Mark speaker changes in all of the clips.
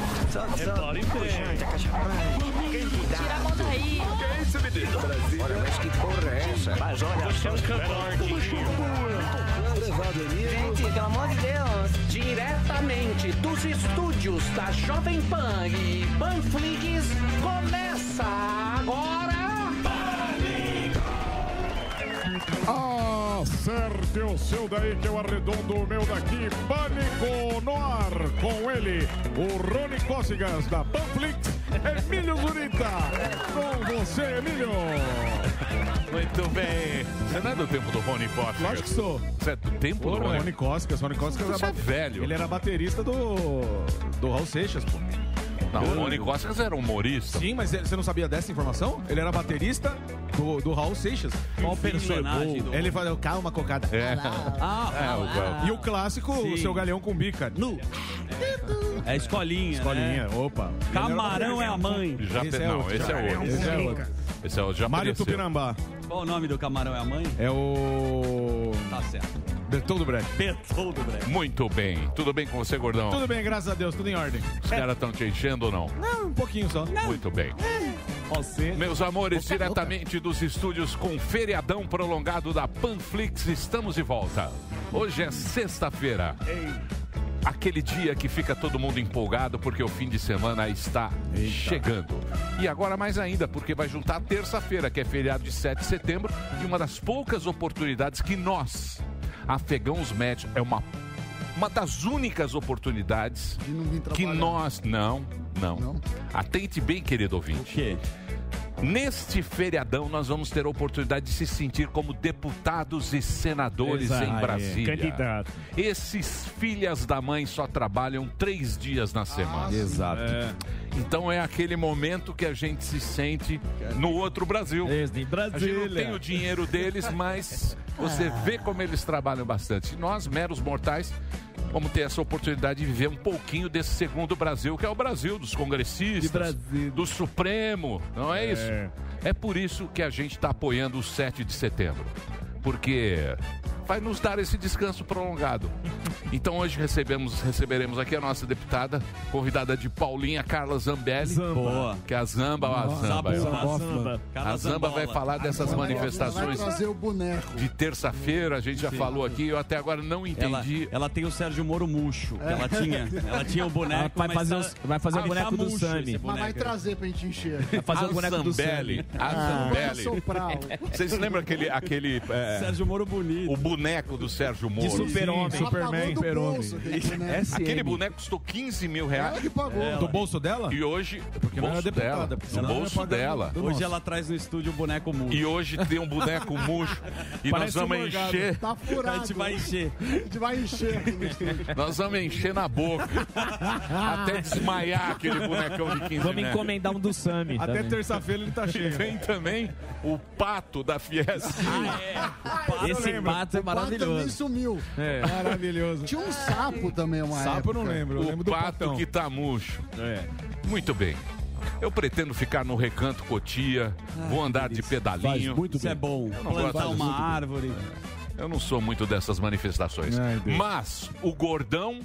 Speaker 1: Repare bem.
Speaker 2: Quem Tira a mão daí.
Speaker 3: Que é isso, menino?
Speaker 4: Olha, mas que porra é essa?
Speaker 1: Mas olha,
Speaker 3: Você é um cantor.
Speaker 4: Levado amigo.
Speaker 5: Gente, pelo amor de Deus.
Speaker 6: Diretamente dos estúdios da Jovem Pan e Panflix, começa agora.
Speaker 7: Acerte o seu daí que eu arredondo o meu daqui. Pânico no ar com ele, o Rony Cócegas da Panflix, Emílio Zurita. Com você, Emílio.
Speaker 3: Muito bem. Você não é do tempo do Rony Potter?
Speaker 7: Lógico que sou.
Speaker 3: Você é do tempo
Speaker 7: Pô,
Speaker 3: do Rony
Speaker 7: Rony Cócegas, Rony Cócegas
Speaker 3: Você é
Speaker 7: ba-
Speaker 3: velho.
Speaker 7: Ele era baterista do do Raul Seixas, pô.
Speaker 3: Não, o Rony Costas era um humorista.
Speaker 7: Sim, mas você não sabia dessa informação? Ele era baterista do, do Raul Seixas.
Speaker 8: Qual personagem do-
Speaker 7: Ele fazia, calma, cocada.
Speaker 3: É.
Speaker 8: Ah,
Speaker 3: É, o-
Speaker 7: E o clássico,
Speaker 8: Sim.
Speaker 7: o seu galeão com bica.
Speaker 8: Nu. É escolinha.
Speaker 7: Escolinha,
Speaker 8: né?
Speaker 7: opa.
Speaker 8: Camarão é a mãe.
Speaker 3: Já
Speaker 7: Esse
Speaker 3: pe-
Speaker 7: é
Speaker 3: não,
Speaker 7: outro,
Speaker 3: esse
Speaker 7: já.
Speaker 3: é outro.
Speaker 7: Esse é outro.
Speaker 3: Esse é o já
Speaker 7: Mário
Speaker 3: apareceu.
Speaker 7: Tupinambá.
Speaker 8: Qual o nome do camarão é a mãe?
Speaker 7: É o.
Speaker 8: Tá certo.
Speaker 7: Bertoldo Brecht.
Speaker 8: Betou do Brasil.
Speaker 3: Muito bem. Tudo bem com você, gordão?
Speaker 7: Tudo bem, graças a Deus, tudo em ordem.
Speaker 3: Os caras estão te enchendo ou não?
Speaker 7: Não, um pouquinho só.
Speaker 3: Muito bem.
Speaker 7: Você.
Speaker 3: Meus amores, diretamente dos estúdios com feriadão prolongado da Panflix, estamos de volta. Hoje é sexta-feira.
Speaker 7: É
Speaker 3: Aquele dia que fica todo mundo empolgado porque o fim de semana está chegando. E agora mais ainda, porque vai juntar a terça-feira, que é feriado de 7 de setembro, e uma das poucas oportunidades que nós, afegãos médios, é uma, uma das únicas oportunidades
Speaker 9: não vir
Speaker 3: que
Speaker 9: trabalhar.
Speaker 3: nós. Não, não.
Speaker 9: Não?
Speaker 3: Atente bem, querido ouvinte.
Speaker 8: Que?
Speaker 3: Neste feriadão, nós vamos ter a oportunidade de se sentir como deputados e senadores
Speaker 7: Exato.
Speaker 3: em
Speaker 7: Aí,
Speaker 3: Brasília. Esses filhas da mãe só trabalham três dias na semana.
Speaker 7: Exato.
Speaker 3: Então é aquele momento que a gente se sente no outro Brasil.
Speaker 7: Desde
Speaker 3: A gente não tem o dinheiro deles, mas você vê como eles trabalham bastante. Nós, meros mortais, vamos ter essa oportunidade de viver um pouquinho desse segundo Brasil, que é o Brasil dos congressistas, do Supremo, não é, isso? É por isso que a gente está apoiando o 7 de setembro, porque vai nos dar esse descanso prolongado. Então hoje recebemos, receberemos aqui a nossa deputada, convidada de Paulinha Carla Zambelli,
Speaker 8: Boa.
Speaker 3: que é a Zamba, a Zamba, eu
Speaker 8: Zamba.
Speaker 7: Zamba.
Speaker 8: Cara,
Speaker 3: a Zamba vai
Speaker 8: Zambola.
Speaker 3: falar dessas
Speaker 9: Vai
Speaker 3: manifestações
Speaker 9: trazer o boneco.
Speaker 3: de terça-feira, a gente já falou aqui, eu até agora não
Speaker 8: Ela,
Speaker 3: entendi.
Speaker 8: ela tem o Sérgio Moro murcho. que Ela
Speaker 9: É.
Speaker 8: tinha. Ela tinha o boneco.
Speaker 6: Vai
Speaker 8: mas
Speaker 6: fazer
Speaker 8: tá-
Speaker 6: os- vai fazer o
Speaker 8: Ah,
Speaker 6: boneco
Speaker 8: tá
Speaker 6: do
Speaker 8: murcho
Speaker 6: Sammy.
Speaker 8: esse
Speaker 9: Mas vai
Speaker 8: boneco.
Speaker 9: trazer pra gente encher. Ah,
Speaker 6: Fazer o boneco do
Speaker 3: Zambelli, a
Speaker 9: Vai
Speaker 3: Zambelli.
Speaker 9: soprar.
Speaker 3: Vocês lembram aquele, aquele é,
Speaker 8: Sérgio Moro bonito.
Speaker 3: o boneco do Sérgio Moro?
Speaker 7: Super-homem.
Speaker 9: Ela pagou
Speaker 7: Superman,
Speaker 9: do
Speaker 7: super-homem.
Speaker 9: bolso aquele boneco.
Speaker 3: Aquele boneco custou 15 mil
Speaker 9: Ela
Speaker 3: reais
Speaker 9: que pagou.
Speaker 7: Do bolso dela? É
Speaker 3: e hoje
Speaker 7: Porque não
Speaker 3: bolso
Speaker 7: era deputada.
Speaker 3: dela,
Speaker 7: porque
Speaker 3: no
Speaker 7: senão ela
Speaker 3: bolso
Speaker 7: ia pagar
Speaker 3: dela.
Speaker 7: do
Speaker 8: Hoje
Speaker 7: nosso.
Speaker 8: ela traz no estúdio o boneco murcho.
Speaker 3: E hoje tem um boneco murcho e nós
Speaker 7: Parece um
Speaker 3: vamos
Speaker 7: morgado.
Speaker 3: encher,
Speaker 9: Tá
Speaker 8: A
Speaker 9: furado.
Speaker 8: gente vai encher.
Speaker 9: A gente vai encher. aqui no estúdio.
Speaker 3: nós vamos encher na boca. até desmaiar aquele bonecão de 15
Speaker 6: Vamos
Speaker 3: mil.
Speaker 6: encomendar um do Sami.
Speaker 7: Até
Speaker 6: também.
Speaker 7: terça-feira ele tá
Speaker 3: E
Speaker 7: cheio.
Speaker 3: vem também o pato da Fiesta.
Speaker 6: Esse pato é
Speaker 9: O pato também
Speaker 6: maravilhoso.
Speaker 9: sumiu.
Speaker 7: Maravilhoso.
Speaker 9: Tinha um sapo também, uma
Speaker 7: Sapo eu não
Speaker 9: época.
Speaker 7: lembro. Eu
Speaker 3: O
Speaker 7: lembro do É.
Speaker 3: pato
Speaker 7: patão.
Speaker 3: que tá murcho. Muito bem. Eu pretendo ficar no recanto Cotia, vou andar de pedalinho.
Speaker 8: Isso é bom.
Speaker 3: não gosto
Speaker 8: Plantar
Speaker 3: disso.
Speaker 8: uma árvore.
Speaker 3: Eu não sou muito dessas manifestações.
Speaker 7: Ai, Deus.
Speaker 3: Mas o Gordão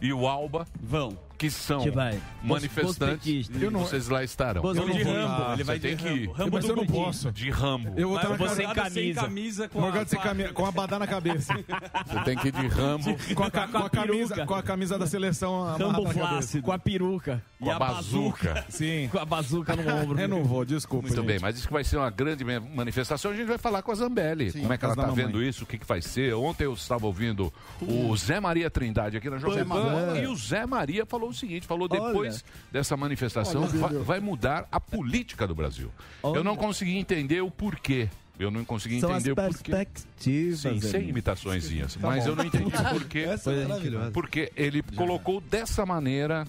Speaker 3: e o Alba,
Speaker 8: Vão.
Speaker 3: que são
Speaker 7: Tipo,
Speaker 6: Que vai.
Speaker 3: manifestantes,
Speaker 6: Bospiquistas.
Speaker 7: Eu não-
Speaker 3: vocês lá estarão.
Speaker 6: Bos-
Speaker 8: Eu
Speaker 6: não
Speaker 8: de
Speaker 6: vou-
Speaker 8: Rambo.
Speaker 7: Ah,
Speaker 8: ele vai
Speaker 3: você tem
Speaker 8: de
Speaker 3: que ir.
Speaker 8: Rambo. Rambo
Speaker 7: Mas
Speaker 8: do
Speaker 7: eu não
Speaker 8: Gordinho.
Speaker 7: posso.
Speaker 3: De Rambo.
Speaker 7: Eu vou
Speaker 8: Vai
Speaker 7: estar na
Speaker 8: acordado
Speaker 7: casa.
Speaker 8: sem
Speaker 6: camisa.
Speaker 8: camisa. com
Speaker 7: Vou
Speaker 8: a
Speaker 7: acordar sem
Speaker 8: faca.
Speaker 7: camisa, com a badá na cabeça.
Speaker 3: Você tem que ir de Rambo.
Speaker 7: com, a, ca- com a camisa,
Speaker 6: peruca.
Speaker 7: com a camisa da seleção amarrada
Speaker 6: Rambo
Speaker 7: na cabeça.
Speaker 6: flácido. Com a peruca.
Speaker 3: Com a bazuca.
Speaker 7: Sim.
Speaker 6: Com a bazuca no ombro.
Speaker 7: Eu não vou, desculpa.
Speaker 3: Muito
Speaker 7: gente.
Speaker 3: bem, mas isso que vai ser uma grande me- manifestação. A gente vai falar com a Zambelli. Como é que ela
Speaker 7: casa
Speaker 3: está
Speaker 7: da mamãe.
Speaker 3: vendo isso? O que, que vai ser? Ontem eu estava ouvindo o Zé Maria Trindade aqui na Jovem Pan
Speaker 7: é.
Speaker 3: e o Zé Maria falou o seguinte: falou depois dessa manifestação
Speaker 9: Olha,
Speaker 3: va- vai,
Speaker 9: Emílio.
Speaker 3: mudar a política do Brasil. Eu não consegui entender o porquê. Eu não consegui entender o porquê.
Speaker 6: perspectivas.
Speaker 3: Sim, sem imitaçõezinhas.
Speaker 9: Tá
Speaker 3: mas eu não entendi o porquê.
Speaker 9: é
Speaker 3: Porque ele colocou dessa maneira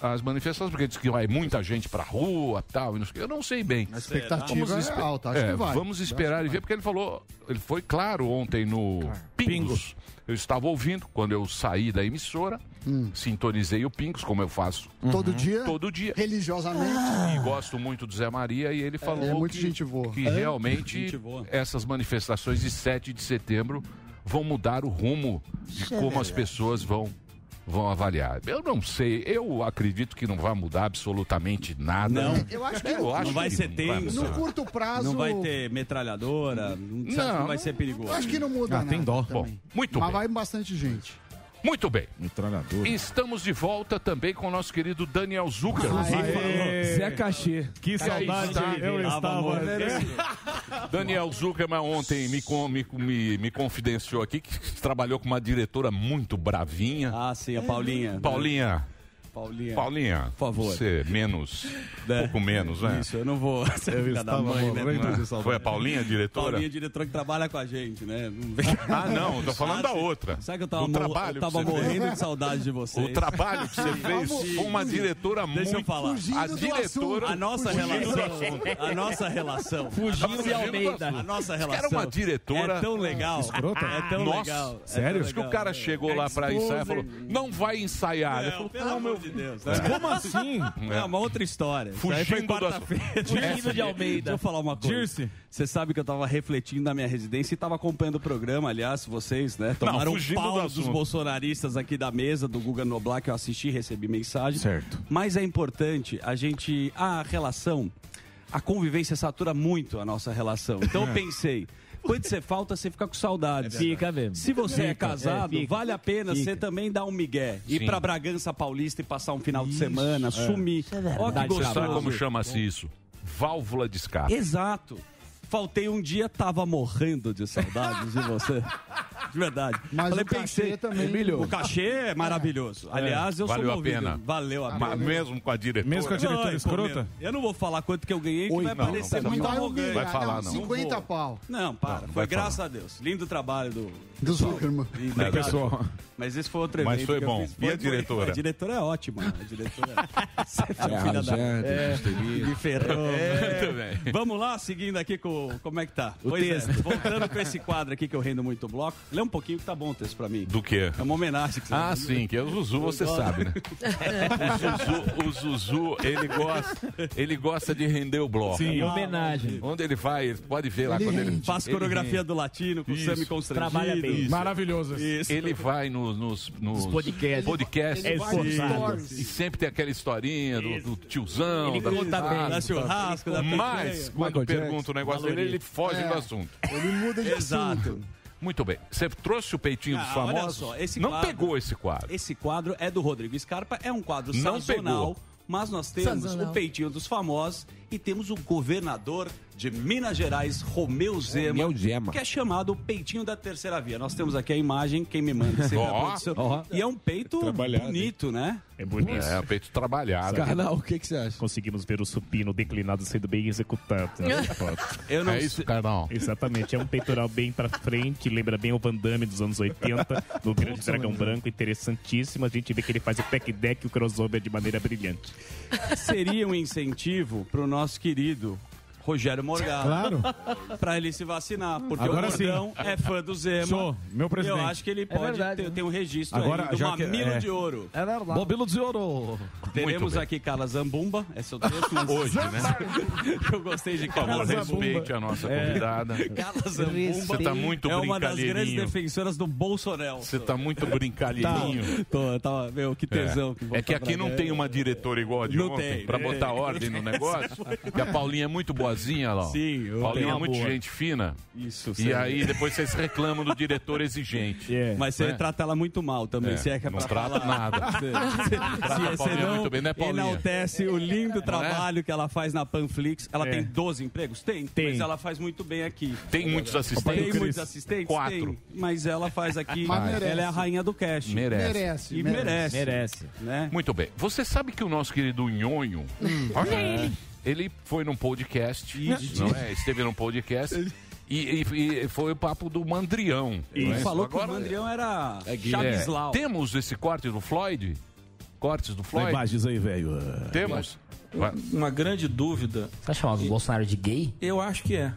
Speaker 3: as manifestações, porque diz que vai muita gente pra rua tal, e não sei o quê. Eu não sei bem.
Speaker 9: A expectativa
Speaker 3: Vamos
Speaker 9: é
Speaker 3: espe-
Speaker 9: alta. Acho
Speaker 3: é,
Speaker 9: que vai.
Speaker 3: Vamos esperar e ver, porque ele falou, ele foi claro ontem no Pingos. Eu estava ouvindo, quando eu saí da emissora,
Speaker 9: Hum.
Speaker 3: sintonizei o Pingos, como eu faço
Speaker 9: Todo dia,
Speaker 3: Uhum. todo dia.
Speaker 9: religiosamente,
Speaker 3: E gosto muito do Zé Maria e ele falou
Speaker 9: é muito
Speaker 3: que,
Speaker 9: gente boa.
Speaker 3: que realmente
Speaker 8: Gente boa.
Speaker 3: essas
Speaker 8: é
Speaker 3: manifestações de 7 de setembro vão mudar o rumo de como as pessoas vão vão avaliar. Eu não sei, eu acredito que não vai mudar absolutamente nada.
Speaker 8: Não.
Speaker 9: Eu acho que
Speaker 3: Eu acho
Speaker 8: Não vai
Speaker 3: que
Speaker 8: ser
Speaker 3: vai
Speaker 8: tenso.
Speaker 9: no
Speaker 3: mudar.
Speaker 9: curto prazo.
Speaker 8: Não vai ter metralhadora, não, sabe, não vai ser perigoso.
Speaker 9: Eu acho que não muda
Speaker 10: Ah,
Speaker 9: nada.
Speaker 10: tem dó.
Speaker 9: também.
Speaker 3: Bom, muito
Speaker 9: Mas
Speaker 3: bem.
Speaker 9: vai bastante gente.
Speaker 3: Muito bem.
Speaker 11: Metralhador.
Speaker 3: Estamos de volta também com o nosso querido Daniel Zucker.
Speaker 10: Zé Cachê.
Speaker 11: Que saudade
Speaker 3: está.
Speaker 11: eu estava. É.
Speaker 8: amor.
Speaker 3: Daniel Zuckerman ontem me, con- me, me, me confidenciou aqui que trabalhou com uma diretora muito bravinha.
Speaker 8: Ah, sim, a Paulinha.
Speaker 3: Paulinha,
Speaker 8: Paulinha.
Speaker 3: Paulinha, por
Speaker 8: favor.
Speaker 3: Você menos,
Speaker 8: É.
Speaker 3: um pouco menos, né?
Speaker 8: Isso, eu não vou ser filha da mãe, né?
Speaker 3: Foi a Paulinha, diretora?
Speaker 8: Paulinha, diretora que trabalha com a gente, né? Não vem-
Speaker 3: Ah, não, tô falando da outra.
Speaker 8: Sabe que eu tava,
Speaker 3: Do
Speaker 8: mor-
Speaker 3: trabalho
Speaker 8: eu
Speaker 3: que
Speaker 8: tava
Speaker 3: você fez.
Speaker 8: morrendo de saudade de vocês.
Speaker 3: O trabalho que você fez com uma diretora
Speaker 8: Deixa eu
Speaker 3: muito...
Speaker 8: falar.
Speaker 3: A
Speaker 9: Fugindo do assunto.
Speaker 3: diretora...
Speaker 8: A nossa
Speaker 3: Fugindo do
Speaker 8: relação. A nossa relação.
Speaker 3: Fugindo de Almeida.
Speaker 8: A nossa relação.
Speaker 3: Era uma diretora...
Speaker 8: É tão legal.
Speaker 11: Escrota?
Speaker 8: É tão
Speaker 3: Nossa,
Speaker 8: legal. É
Speaker 11: sério?
Speaker 8: tão
Speaker 3: Acho que o
Speaker 8: legal.
Speaker 3: cara chegou lá pra
Speaker 8: Exposer.
Speaker 3: ensaiar e falou, não vai ensaiar. Ele
Speaker 8: Não,
Speaker 3: falou,
Speaker 8: pelo amor de Deus. né?
Speaker 11: Como assim?
Speaker 8: É uma outra história. Isso aí foi
Speaker 3: Fugindo do
Speaker 8: quarta-feira. É. Fugindo de Almeida. Deixa eu falar uma coisa.
Speaker 11: Dirce.
Speaker 8: Você sabe que eu tava refletindo na minha residência e tava acompanhando o programa, aliás, vocês, né? Tomaram um
Speaker 3: fugindo do
Speaker 8: pau
Speaker 3: assunto.
Speaker 8: dos bolsonaristas aqui da mesa, do Guga Noblar, que eu assisti, recebi mensagem.
Speaker 11: Certo.
Speaker 8: Mas é importante a gente... A relação, a convivência satura muito a nossa relação. Então
Speaker 3: É.
Speaker 8: eu pensei... Quando você falta, você fica com saudade.
Speaker 10: É Fica mesmo.
Speaker 8: Se você é
Speaker 10: Fica,
Speaker 8: casado,
Speaker 10: é, fica.
Speaker 8: vale a pena
Speaker 10: Fica.
Speaker 8: você também dar um migué. Ir
Speaker 3: Sim.
Speaker 8: pra Bragança Paulista e passar um final de semana,
Speaker 3: é.
Speaker 8: sumir. Ó que
Speaker 10: verdade.
Speaker 3: Você sabe
Speaker 8: gostoso.
Speaker 3: como chama-se isso? Válvula de escape.
Speaker 8: Exato. Faltei um dia, tava morrendo de saudades de você. De verdade.
Speaker 9: Mas
Speaker 8: Falei,
Speaker 9: o cachê
Speaker 8: pensei,
Speaker 9: também-
Speaker 8: O cachê é maravilhoso. Aliás, eu
Speaker 3: Valeu a
Speaker 8: sou movido.
Speaker 3: pena.
Speaker 8: Valeu a pena.
Speaker 3: Mas mesmo com a diretora.
Speaker 11: Mesmo com a diretora
Speaker 8: Não, eu
Speaker 11: escrota?
Speaker 8: comento. Eu não vou falar quanto que eu ganhei, que vai
Speaker 3: não,
Speaker 8: parecer
Speaker 3: não
Speaker 8: muito
Speaker 3: vai
Speaker 8: arrogante.
Speaker 3: Vai falar, não.
Speaker 9: 50
Speaker 8: Não vou.
Speaker 9: pau
Speaker 8: Não, para.
Speaker 3: não
Speaker 8: foi
Speaker 3: vai
Speaker 8: graças a Deus. Lindo trabalho do.
Speaker 9: do Zuckerman.
Speaker 8: E
Speaker 3: Não,
Speaker 8: obrigado.
Speaker 11: Pessoal,
Speaker 8: Mas esse foi outro evento.
Speaker 3: Mas foi
Speaker 8: que eu
Speaker 3: bom.
Speaker 8: fiz.
Speaker 3: E a diretora?
Speaker 8: A diretora é ótima. A
Speaker 3: né?
Speaker 8: diretora. Você foi
Speaker 10: É,
Speaker 8: filha da.
Speaker 10: Rogério,
Speaker 8: Me ferrou.
Speaker 3: É, Muito bem.
Speaker 8: Vamos lá, seguindo aqui com como é que tá. pois é, voltando com esse quadro aqui que eu rendo muito o bloco. Lê um pouquinho que tá bom o texto pra mim.
Speaker 3: Do quê?
Speaker 8: É uma homenagem que você né?
Speaker 3: Ah, sim, que é o Zuzu, você sabe, né? O Zuzu, o Zuzu, ele gosta, ele gosta de render o bloco.
Speaker 10: Em homenagem.
Speaker 3: Onde ele vai, ele pode ver lá
Speaker 9: Ele
Speaker 3: quando ele.
Speaker 9: rende.
Speaker 8: Faz coreografia do latino com o Sammy constrangido.
Speaker 12: Trabalha bem.
Speaker 11: maravilhoso.
Speaker 8: Isso.
Speaker 3: Ele vai no- nos, nos
Speaker 12: podcasts.
Speaker 3: podcasts
Speaker 12: Ele vai nos stories.
Speaker 3: e sempre tem aquela historinha do, do tiozão,
Speaker 12: Ele
Speaker 3: da
Speaker 12: conta
Speaker 3: pitada.
Speaker 8: Da churrasco, da
Speaker 3: Mas,
Speaker 8: Mas...
Speaker 3: quando
Speaker 10: Michael Jackson.
Speaker 3: pergunta o negócio dele, ele foge do assunto.
Speaker 9: Ele muda de assunto.
Speaker 8: Exato.
Speaker 3: Muito bem. Você trouxe o peitinho dos
Speaker 8: Ah, olha
Speaker 3: famosos?
Speaker 8: só, esse
Speaker 3: não
Speaker 8: quadro-
Speaker 3: pegou esse quadro.
Speaker 8: Esse quadro é do Rodrigo Scarpa, é um quadro
Speaker 3: Não
Speaker 8: sazonal.
Speaker 3: pegou.
Speaker 8: Mas nós temos o peitinho dos famosos e temos o governador de Minas Gerais, Romeu Zema.
Speaker 10: Romeu Zema.
Speaker 8: Que é chamado o peitinho da terceira via. Nós temos aqui a imagem, quem me manda sempre a
Speaker 3: Ó.
Speaker 8: produção. E é um peito
Speaker 11: Trabalhado,
Speaker 8: bonito, né?
Speaker 12: É bonito.
Speaker 3: É, peito trabalhado.
Speaker 10: Carnal, o que, que você acha?
Speaker 12: Conseguimos ver o supino declinado sendo bem executado. né, na foto.
Speaker 8: Eu não
Speaker 3: É isso,
Speaker 8: sei-
Speaker 3: Carnal.
Speaker 12: Exatamente, é um peitoral bem pra frente, lembra bem o Van Damme dos anos 80, do grande dragão branco, interessantíssimo. A gente vê que ele faz o tech deck e o crossover de maneira brilhante.
Speaker 8: seria um incentivo pro nosso querido Rogério Morgado
Speaker 11: Claro.
Speaker 8: pra ele se vacinar. Porque
Speaker 11: Agora
Speaker 8: o Gordão é fã do Zema.
Speaker 11: Show, meu presidente.
Speaker 8: Eu acho que
Speaker 3: É
Speaker 8: ele pode
Speaker 10: verdade,
Speaker 8: ter,
Speaker 10: né?
Speaker 8: ter um registro
Speaker 11: Agora,
Speaker 8: aí do
Speaker 11: já que-
Speaker 8: mamilo
Speaker 11: é.
Speaker 8: de ouro.
Speaker 10: É verdade. Bobilo de ouro.
Speaker 8: Teremos
Speaker 3: bem.
Speaker 8: aqui Carla Zambumba, é seu texto, mas
Speaker 3: Hoje, né?
Speaker 8: eu gostei de
Speaker 3: Por
Speaker 8: Carla
Speaker 3: favor,
Speaker 8: Zambumba.
Speaker 3: respeite a nossa
Speaker 12: É.
Speaker 3: convidada.
Speaker 8: Carla Zambumba
Speaker 3: Você tá muito
Speaker 8: é uma das grandes
Speaker 3: brincalheirinho.
Speaker 8: defensoras do Bolsonaro.
Speaker 3: Você tá muito
Speaker 11: Tá.
Speaker 3: brincalheirinho.
Speaker 8: Tô, tava, meu, que tesão.
Speaker 3: É. É que
Speaker 8: voltar
Speaker 3: aqui
Speaker 8: pra
Speaker 3: não
Speaker 8: cá.
Speaker 3: tem uma diretora igual a de
Speaker 8: Não
Speaker 3: ontem
Speaker 8: tem, É.
Speaker 3: pra
Speaker 8: não
Speaker 3: botar
Speaker 8: tem.
Speaker 3: ordem no negócio. E a Paulinha é muito boazinha lá. ó.
Speaker 8: Sim, eu tenho
Speaker 3: Paulinha é
Speaker 8: uma
Speaker 3: muito
Speaker 8: boa.
Speaker 3: gente fina.
Speaker 8: Isso,
Speaker 3: E
Speaker 8: sim. É.
Speaker 3: aí depois vocês reclamam do diretor exigente.
Speaker 11: É.
Speaker 8: Mas você
Speaker 3: né?
Speaker 8: trata ela muito mal também,
Speaker 3: É,
Speaker 8: se é que é
Speaker 3: não
Speaker 8: pra
Speaker 3: trata
Speaker 8: falar.
Speaker 3: nada.
Speaker 8: Se- se- se
Speaker 3: a
Speaker 8: você
Speaker 3: Paulinha
Speaker 8: não
Speaker 3: muito bem, né, é? Paulinha?
Speaker 8: enaltece o lindo trabalho que ela faz na Panflix. Ela tem 12 empregos? Tem,
Speaker 12: Tem.
Speaker 8: Mas ela faz muito bem aqui.
Speaker 3: É. Tem muitos
Speaker 8: Tem
Speaker 3: assistentes.
Speaker 8: muitos assistentes?
Speaker 3: Quatro.
Speaker 8: Tem. Mas ela faz aqui.
Speaker 9: Mas merece.
Speaker 8: ela é a rainha do cash.
Speaker 3: Merece.
Speaker 9: Merece.
Speaker 8: E merece.
Speaker 12: Merece.
Speaker 8: Né?
Speaker 3: Muito bem. Você sabe que o nosso querido Nhonho, olha ele. Ele foi num podcast, não é? Esteve num podcast e, e- e foi o papo do Mandrião. não é?
Speaker 8: Falou
Speaker 3: Agora-
Speaker 8: que o Mandrião era
Speaker 3: É,
Speaker 8: Chavislau.
Speaker 3: Temos esse corte do Floyd? Cortes do Floyd?
Speaker 11: Imagens aí, velho.
Speaker 3: Temos. Vai.
Speaker 13: uma grande dúvida.
Speaker 12: Tá chamado o Bolsonaro de gay?
Speaker 13: Eu acho que é.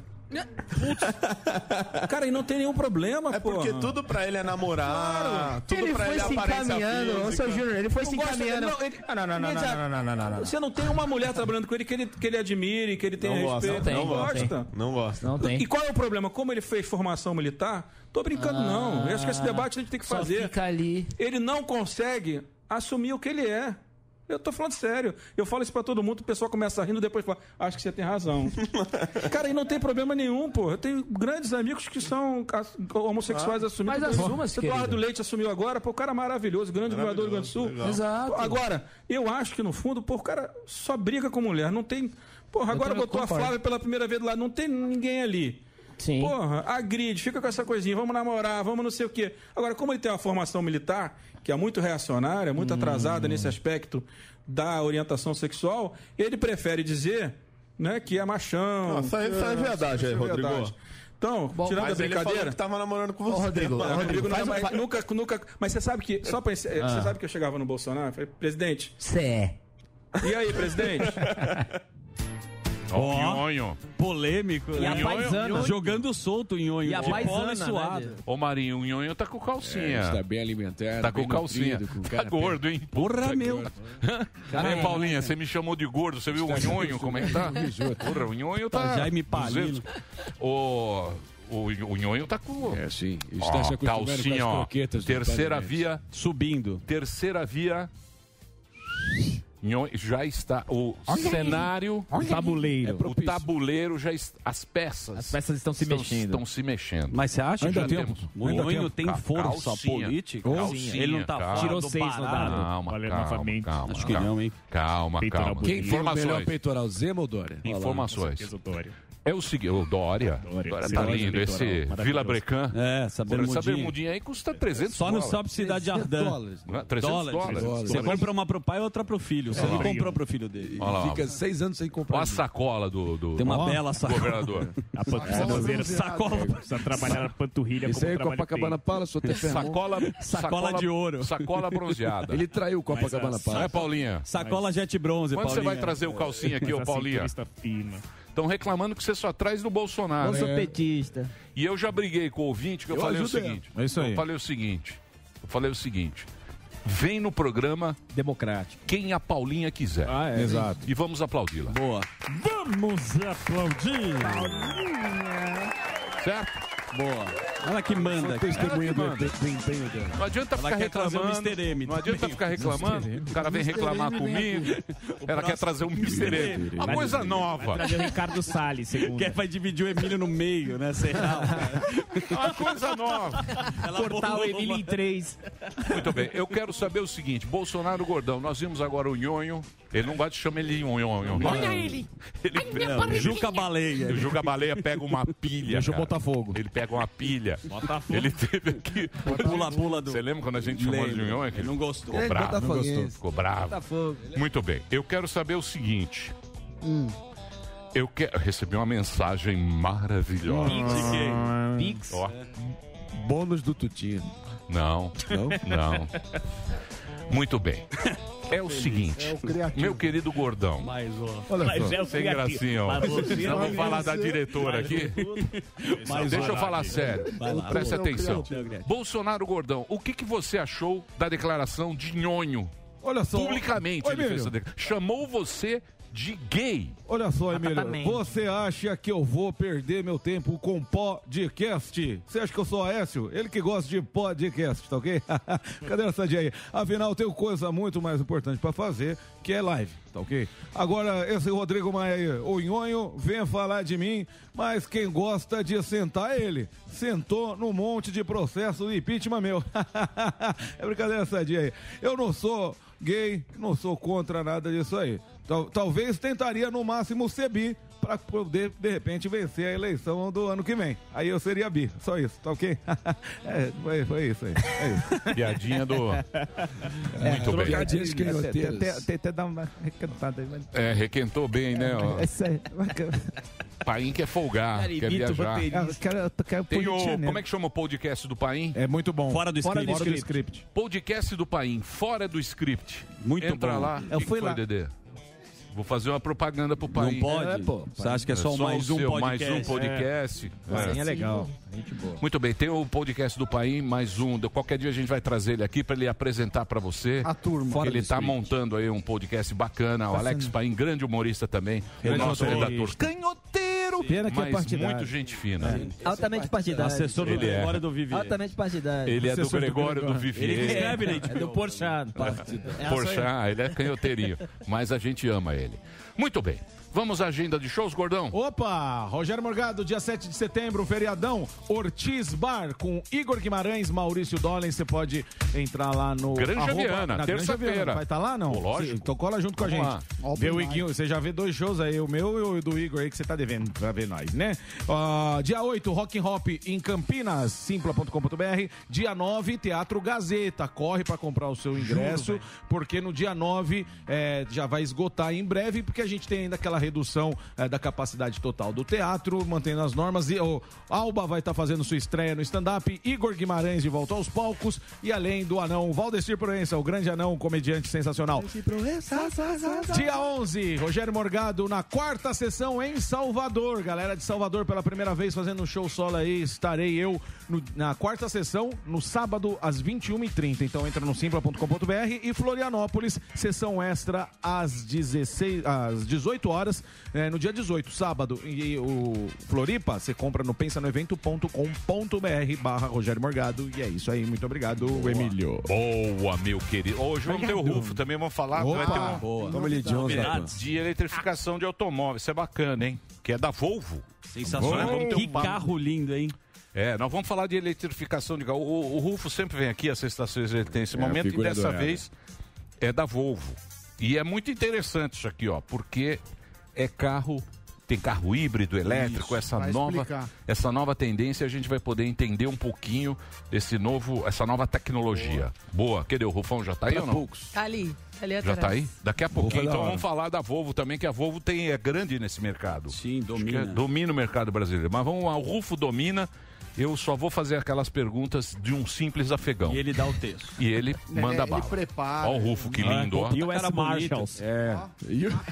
Speaker 13: Cara, e não tem nenhum problema, pô. É porque tudo pra ele é namorar. Tudo
Speaker 10: ele
Speaker 13: pra
Speaker 10: foi
Speaker 13: ele
Speaker 10: se
Speaker 13: aparece a
Speaker 10: encaminhando, ô
Speaker 13: física.
Speaker 10: seu Júnior, ele foi
Speaker 13: Não
Speaker 10: se
Speaker 13: gosta dele,
Speaker 10: encaminhando.
Speaker 13: não, ele-
Speaker 10: Ah, não, não, não,
Speaker 13: Mas
Speaker 10: não, não, não, não, não.
Speaker 13: Você não tem uma mulher trabalhando com ele que ele, que ele admire, que ele tenha
Speaker 10: Não gosta,
Speaker 13: respeito.
Speaker 10: não tem, não
Speaker 13: gosta.
Speaker 10: tem. Não gosta. Não tem.
Speaker 13: E qual é o problema? Como ele fez formação militar? Tô brincando, não. Eu acho que esse debate a gente tem que
Speaker 10: Ah. só
Speaker 13: fazer.
Speaker 10: fica ali.
Speaker 13: Ele não consegue assumir o que ele é. Eu tô falando sério. Eu falo isso pra todo mundo, o pessoal começa rindo, depois fala, acho que você tem razão. Cara, e não tem problema nenhum, pô. Eu tenho grandes amigos que são as- homossexuais
Speaker 10: Ah.
Speaker 13: assumidos.
Speaker 10: Mas assuma,
Speaker 13: Eduardo
Speaker 10: querido.
Speaker 13: Leite assumiu agora, pô, o cara é maravilhoso, grande governador do Rio Grande do Sul.
Speaker 10: legal. Exato.
Speaker 13: Agora, eu acho que no fundo, pô, o cara só briga com mulher. Não tem. Porra,
Speaker 10: Eu
Speaker 13: agora
Speaker 10: também
Speaker 13: botou a
Speaker 10: concordo.
Speaker 13: Flávia pela primeira vez lá, não tem ninguém ali.
Speaker 10: Sim.
Speaker 13: Porra, agride, fica com essa coisinha, vamos namorar, vamos não sei o quê. Agora, como ele tem uma formação militar, que é muito reacionária,
Speaker 10: Hum.
Speaker 13: muito atrasada nesse aspecto da orientação sexual, ele prefere dizer né, que é machão.
Speaker 10: Não, isso aí- isso aí é verdade aí,
Speaker 13: Isso é
Speaker 10: Rodrigo.
Speaker 13: verdade. Então,
Speaker 10: Bom,
Speaker 13: tirando a
Speaker 10: mas ele
Speaker 13: brincadeira.
Speaker 10: falou que tava namorando com
Speaker 13: Ô,
Speaker 10: você.
Speaker 13: Rodrigo,
Speaker 10: Ô,
Speaker 13: Não,
Speaker 10: Rodrigo,
Speaker 13: Rodrigo, não,
Speaker 10: faz um-
Speaker 13: mas
Speaker 10: faz-
Speaker 13: nunca, nunca. Mas você sabe que. Só pra, encer-
Speaker 10: Ah.
Speaker 13: Você sabe que eu chegava no Bolsonaro? Eu Falei, presidente.
Speaker 10: Cé.
Speaker 13: E aí, presidente?
Speaker 3: Ó, nhonho.
Speaker 8: Polêmico.
Speaker 3: E a
Speaker 8: né?
Speaker 3: paisana.
Speaker 8: Nhonho. Jogando solto o nhonho.
Speaker 3: E a
Speaker 8: de bola
Speaker 3: paisana,
Speaker 8: e
Speaker 3: né,
Speaker 8: suado.
Speaker 3: Ô Marinho, o Nhonho tá com calcinha.
Speaker 7: É, está bem alimentado.
Speaker 3: Tá com
Speaker 7: bem
Speaker 3: calcinha.
Speaker 7: nutrido, com
Speaker 3: tá
Speaker 7: cara
Speaker 3: gordo,
Speaker 7: bem-
Speaker 3: hein?
Speaker 7: Porra,
Speaker 3: Tá
Speaker 7: meu. é.
Speaker 3: gordo.
Speaker 7: Caramba.
Speaker 3: Né, Paulinha, você me chamou de gordo. Você viu o
Speaker 7: Está
Speaker 3: Nhonho
Speaker 7: justo,
Speaker 3: como é que
Speaker 7: né?
Speaker 3: tá?
Speaker 7: Me juro.
Speaker 3: Porra, o Nhonho tá...
Speaker 7: Tá Jaime
Speaker 3: 200.
Speaker 7: Palino.
Speaker 3: O... O, o Nhonho tá com... É, sim.
Speaker 7: Está tá se acostumando com as
Speaker 3: calcinha, ó.
Speaker 7: croquetas do
Speaker 3: Terceira
Speaker 7: Palmeiras.
Speaker 3: via... Subindo. Terceira via... Nhonho já está... O
Speaker 7: Olha aí.
Speaker 3: cenário...
Speaker 7: Olha aí. É
Speaker 3: o
Speaker 7: propício.
Speaker 3: tabuleiro já... est- As peças... As peças estão se mexendo. Estão se mexendo.
Speaker 8: Mas você acha
Speaker 3: Ainda
Speaker 8: que
Speaker 3: tem
Speaker 8: temos?
Speaker 3: tempo.
Speaker 8: o
Speaker 3: Ainda
Speaker 8: Nhonho tem
Speaker 3: tem tempo.
Speaker 8: força
Speaker 3: Calcinha.
Speaker 8: política?
Speaker 3: Calcinha,
Speaker 8: Ele não tá
Speaker 3: calma.
Speaker 8: fora
Speaker 3: Tirou
Speaker 8: do
Speaker 3: seis no
Speaker 8: parado?
Speaker 3: dado. Calma, Olha, calma, novamente. calma,
Speaker 7: Acho que
Speaker 3: calma.
Speaker 7: não, hein?
Speaker 3: Calma,
Speaker 7: Quem
Speaker 3: calma.
Speaker 7: Quem
Speaker 8: é
Speaker 7: tem o melhor
Speaker 3: Informações.
Speaker 7: peitoral, Zema ou Dória?
Speaker 3: Informações. É o seguinte, o Dória, Dória,
Speaker 7: Sim,
Speaker 3: tá
Speaker 7: Dória
Speaker 3: lindo,
Speaker 7: eleitoral,
Speaker 3: esse
Speaker 7: maravilhoso.
Speaker 3: Vila Brecan.
Speaker 8: né? É, essa
Speaker 3: Porra, Essa
Speaker 8: bermudinha.
Speaker 3: bermudinha aí custa 300
Speaker 8: Só não
Speaker 3: dólares.
Speaker 8: sabe Cidade Jardim.
Speaker 7: dólares.
Speaker 3: 300 dólares.
Speaker 8: Você compra uma pro pai e outra pro filho. Você
Speaker 3: Olha
Speaker 8: não
Speaker 3: lá.
Speaker 8: comprou pro filho dele.
Speaker 3: Olha lá.
Speaker 7: Fica seis anos sem comprar.
Speaker 3: Olha a sacola do, do
Speaker 8: Tem uma
Speaker 3: do
Speaker 8: bela sacola.
Speaker 3: governador.
Speaker 6: A panturrilha bronzeada.
Speaker 7: É,
Speaker 6: Sacola. Precisa trabalhar a panturrilha
Speaker 7: Isso
Speaker 6: como
Speaker 7: aí é
Speaker 6: trabalho
Speaker 7: Copacabana
Speaker 6: feito.
Speaker 7: Palace, hotel Fairmont.
Speaker 3: Sacola, Sacola bronzeada.
Speaker 7: Ele traiu o Copacabana
Speaker 3: Não é,
Speaker 7: Palace.
Speaker 3: Paulinha?
Speaker 7: Sacola jet bronze,
Speaker 3: Quando você
Speaker 7: Paulinha.
Speaker 3: vai trazer o calcinha aqui,
Speaker 7: Mas
Speaker 3: ô
Speaker 7: a
Speaker 3: Paulinha?
Speaker 7: cinturista
Speaker 3: Estão reclamando que você só traz do Bolsonaro.
Speaker 10: Eu sou
Speaker 3: É.
Speaker 10: petista.
Speaker 3: E eu já briguei com o ouvinte que eu,
Speaker 10: Eu
Speaker 3: falei o
Speaker 10: ajudo
Speaker 3: seguinte.
Speaker 10: ela. É isso aí.
Speaker 3: Eu falei o seguinte. Eu falei o seguinte. Vem no programa democrático. Quem a Paulinha quiser. Ah,
Speaker 7: é. Exato.
Speaker 3: E vamos aplaudi-la.
Speaker 8: Boa.
Speaker 6: Vamos aplaudir.
Speaker 3: Certo?
Speaker 8: Boa. Ela que manda.
Speaker 7: Testemunha do
Speaker 3: Ela que manda.
Speaker 7: desempenho dela.
Speaker 3: Não adianta
Speaker 7: Ela
Speaker 3: ficar
Speaker 7: quer trazer o
Speaker 3: reclamando.
Speaker 7: Mr. M
Speaker 3: não adianta
Speaker 7: também.
Speaker 3: ficar reclamando.
Speaker 7: Mr. M.
Speaker 3: O cara vem reclamar
Speaker 7: Mr. M vem
Speaker 3: comigo. Ela quer trazer um Mr. M.
Speaker 8: Vai
Speaker 3: Uma
Speaker 8: trazer-
Speaker 3: coisa
Speaker 8: vai
Speaker 3: nova.
Speaker 8: trazer o
Speaker 6: Ricardo Salles, segundo.
Speaker 8: Quer vai dividir o Emílio no meio, né? Sei lá.
Speaker 3: Uma coisa nova.
Speaker 8: Cortar o Emílio em
Speaker 6: três.
Speaker 3: Muito bem, eu quero saber o seguinte: Bolsonaro Gordão, nós vimos agora o Nhonho. Ele não gosta de chamar ele de Nhonho.
Speaker 7: Olha
Speaker 3: ele! ele
Speaker 7: minha barriguinha. Juca
Speaker 3: Baleia. O Juca Baleia pega uma pilha.
Speaker 7: Deixa o
Speaker 3: cara.
Speaker 7: Botafogo.
Speaker 3: Ele pega uma pilha. Ele teve aqui. Pula-pula do. Você lembra quando a gente chamou ele de Nhonho? Ele não
Speaker 8: gostou.
Speaker 3: Ficou
Speaker 7: Ele
Speaker 3: bravo.
Speaker 7: botafoguense.
Speaker 3: Ficou bravo.
Speaker 7: Botafogo.
Speaker 3: Muito bem, eu quero saber o seguinte.
Speaker 7: Hum.
Speaker 3: Eu quero receber uma mensagem maravilhosa.
Speaker 7: Pix.
Speaker 3: Ó.
Speaker 7: Bônus do Tutinho.
Speaker 3: Não.
Speaker 7: Não?
Speaker 3: Não. Muito bem. É o seguinte,
Speaker 7: É o criativo.
Speaker 3: meu querido gordão.
Speaker 7: Mais
Speaker 3: Olha
Speaker 7: Mas
Speaker 3: só.
Speaker 7: é o
Speaker 3: sem
Speaker 7: criativo.
Speaker 3: gracinha, ó. Tá
Speaker 7: Mas você
Speaker 3: Não vamos
Speaker 7: vai
Speaker 3: falar da
Speaker 7: vencer.
Speaker 3: diretora
Speaker 7: Mas
Speaker 3: aqui.
Speaker 7: Mas
Speaker 3: Deixa eu
Speaker 7: um vai.
Speaker 3: falar sério.
Speaker 7: Vai lá.
Speaker 3: Presta
Speaker 7: É o criativo.
Speaker 3: atenção. Bolsonaro Gordão, o que, que você achou da declaração de Nhonho?
Speaker 7: Olha só.
Speaker 3: Publicamente
Speaker 7: Ô,
Speaker 3: ele fez
Speaker 7: Emílio.
Speaker 3: essa declaração. Chamou você de gay.
Speaker 7: Olha só,
Speaker 3: Exatamente.
Speaker 7: Emílio. Você acha que eu vou perder meu tempo com podcast? Você acha que eu sou Aécio? Ele que gosta de podcast, tá ok? Cadê essa dia aí? Afinal, tem coisa muito mais importante pra fazer, que é live, tá ok? Agora, esse Rodrigo Maia aí, o Nhonho, vem falar de mim, mas quem gosta de sentar é ele. Sentou num monte de processo de impeachment meu. é brincadeira essa dia aí. Eu não sou gay, não sou contra nada disso aí. Tal- talvez tentaria no máximo ser bi para poder de repente vencer a eleição do ano que vem. Aí eu seria bi, só isso, tá ok? é, foi, foi isso aí. É isso.
Speaker 3: Piadinha do.
Speaker 7: É,
Speaker 3: Muito bem.
Speaker 7: até, até dá uma recantada aí, mas.
Speaker 3: É, requentou bem, né? ó.
Speaker 7: aí.
Speaker 3: Paim quer folgar, Ah, quer viajar. Tem o, como é que chama o podcast do Paim?
Speaker 7: É muito bom.
Speaker 3: Fora do
Speaker 7: Fora
Speaker 3: script.
Speaker 7: do script.
Speaker 3: Podcast do Paim, fora do script.
Speaker 7: Muito
Speaker 3: Entra
Speaker 7: bom.
Speaker 3: lá.
Speaker 7: Eu
Speaker 3: Quem
Speaker 7: fui
Speaker 3: foi,
Speaker 7: lá.
Speaker 3: Dedê? Vou fazer uma propaganda pro
Speaker 8: Não
Speaker 3: país.
Speaker 8: pode? Você acha que é só o Mais Um
Speaker 3: seu,
Speaker 8: Podcast?
Speaker 3: Mais um podcast.
Speaker 8: É. Assim é legal. Gente boa.
Speaker 3: Muito bem, tem o podcast do Paim, mais um. Qualquer dia a gente vai trazer ele aqui para ele apresentar para você.
Speaker 9: A turma.
Speaker 3: Que
Speaker 9: Fora
Speaker 3: ele
Speaker 9: do
Speaker 3: está
Speaker 9: script.
Speaker 3: montando aí um podcast bacana. O
Speaker 9: Tá
Speaker 3: Alex
Speaker 9: sendo-
Speaker 3: Paim, grande humorista também. O
Speaker 9: Grande
Speaker 3: nosso
Speaker 9: humorista.
Speaker 3: redator. Canhoteiro!
Speaker 6: Pena que é
Speaker 3: Tá mas
Speaker 6: partidário.
Speaker 3: muito gente fina.
Speaker 6: Altamente partidário.
Speaker 3: Assessor do Ele é. Gregório do Vivier.
Speaker 6: Altamente partidário.
Speaker 3: Ele é do Gregório do Vivier.
Speaker 6: Ele escreve, né? É do Porchat.
Speaker 3: É, Porchat, ele é canhoteirinho, mas a gente ama ele. Muito bem, vamos à agenda de shows, Gordão?
Speaker 7: Opa! Rogério Morgado, dia 7 de setembro, um feriadão, Ortiz Bar com Igor Guimarães, Maurício Dollen. Você pode entrar lá no.
Speaker 3: Granja
Speaker 7: arroba-
Speaker 3: Viana,
Speaker 7: na Granja
Speaker 3: terça-feira.
Speaker 7: Viana. Vai estar lá, não?
Speaker 3: Pô, lógico.
Speaker 7: Sim, Então cola junto com a
Speaker 3: Vamos
Speaker 7: gente.
Speaker 3: lá.
Speaker 7: Vê o Iguinho, você já vê dois shows aí, o meu e o do Igor aí que você tá devendo pra ver nós, né? Ah, dia 8, Rock and Hop em Campinas, simpla.com.br. Dia 9, Teatro Gazeta. Corre pra comprar o seu ingresso,
Speaker 14: velho.
Speaker 7: porque no dia 9 eh, já vai esgotar em breve, porque a gente tem ainda aquela redução eh, da capacidade total do teatro, mantendo as normas. E o Alba vai estar fazendo sua estreia no stand-up, Igor Guimarães de volta aos palcos, e além do anão Valdecir Proença, o grande anão, comediante sensacional. Dia 11, Rogério Morgado na quarta sessão em Salvador. Galera de Salvador, pela primeira vez fazendo um show solo aí, estarei eu no- na quarta sessão, no sábado às 21h30. Então entra no simpla.com.br e Florianópolis, sessão extra às, 16, às 18 horas, eh, no dia 18, sábado. E o Floripa, você compra no pensanoevento.com.br barra Rogério Morgado. E é isso aí, muito obrigado, Emílio.
Speaker 3: Boa, meu querido. Hoje vamos ter o Rufo também, vamos falar.
Speaker 7: Opa,
Speaker 3: vai ter um
Speaker 7: boa.
Speaker 3: Toma
Speaker 7: ele de onze,
Speaker 3: novidades de eletrificação de automóvel. Isso é bacana, hein? Que é da Volvo.
Speaker 8: Sensacional. Que carro
Speaker 3: lindo, hein? É, nós vamos falar de eletrificação de carro. O, o Rufo sempre vem aqui, às sextas-feiras ele tem esse
Speaker 14: É,
Speaker 3: momento, e
Speaker 14: figura
Speaker 3: dessa
Speaker 14: dourada.
Speaker 3: vez é da Volvo. E é muito interessante isso aqui, ó, porque é carro, tem carro híbrido, elétrico,
Speaker 14: Isso,
Speaker 3: essa
Speaker 14: vai
Speaker 3: nova,
Speaker 14: explicar.
Speaker 3: essa nova tendência, a gente vai poder entender um pouquinho desse novo, essa nova tecnologia. Boa, cadê o Rufão já tá aí
Speaker 2: Pra
Speaker 3: ou não?
Speaker 2: Tá ali, tá ali
Speaker 3: Já
Speaker 2: atrás.
Speaker 3: tá aí? Daqui a pouquinho,
Speaker 2: da
Speaker 3: então
Speaker 2: hora.
Speaker 3: vamos falar da Volvo também, que a Volvo tem, é grande nesse mercado. Sim, domina. domina o mercado brasileiro. Mas vamos lá, o Rufo domina. Eu só vou fazer aquelas perguntas de um simples afegão. E ele dá o texto. E ele
Speaker 10: é,
Speaker 9: É, Ele-
Speaker 3: manda
Speaker 9: ele
Speaker 3: bala.
Speaker 9: prepara.
Speaker 3: Ó o Rufo, que
Speaker 9: Ah,
Speaker 3: lindo, ó.
Speaker 9: e o S. Marshalls.
Speaker 3: É.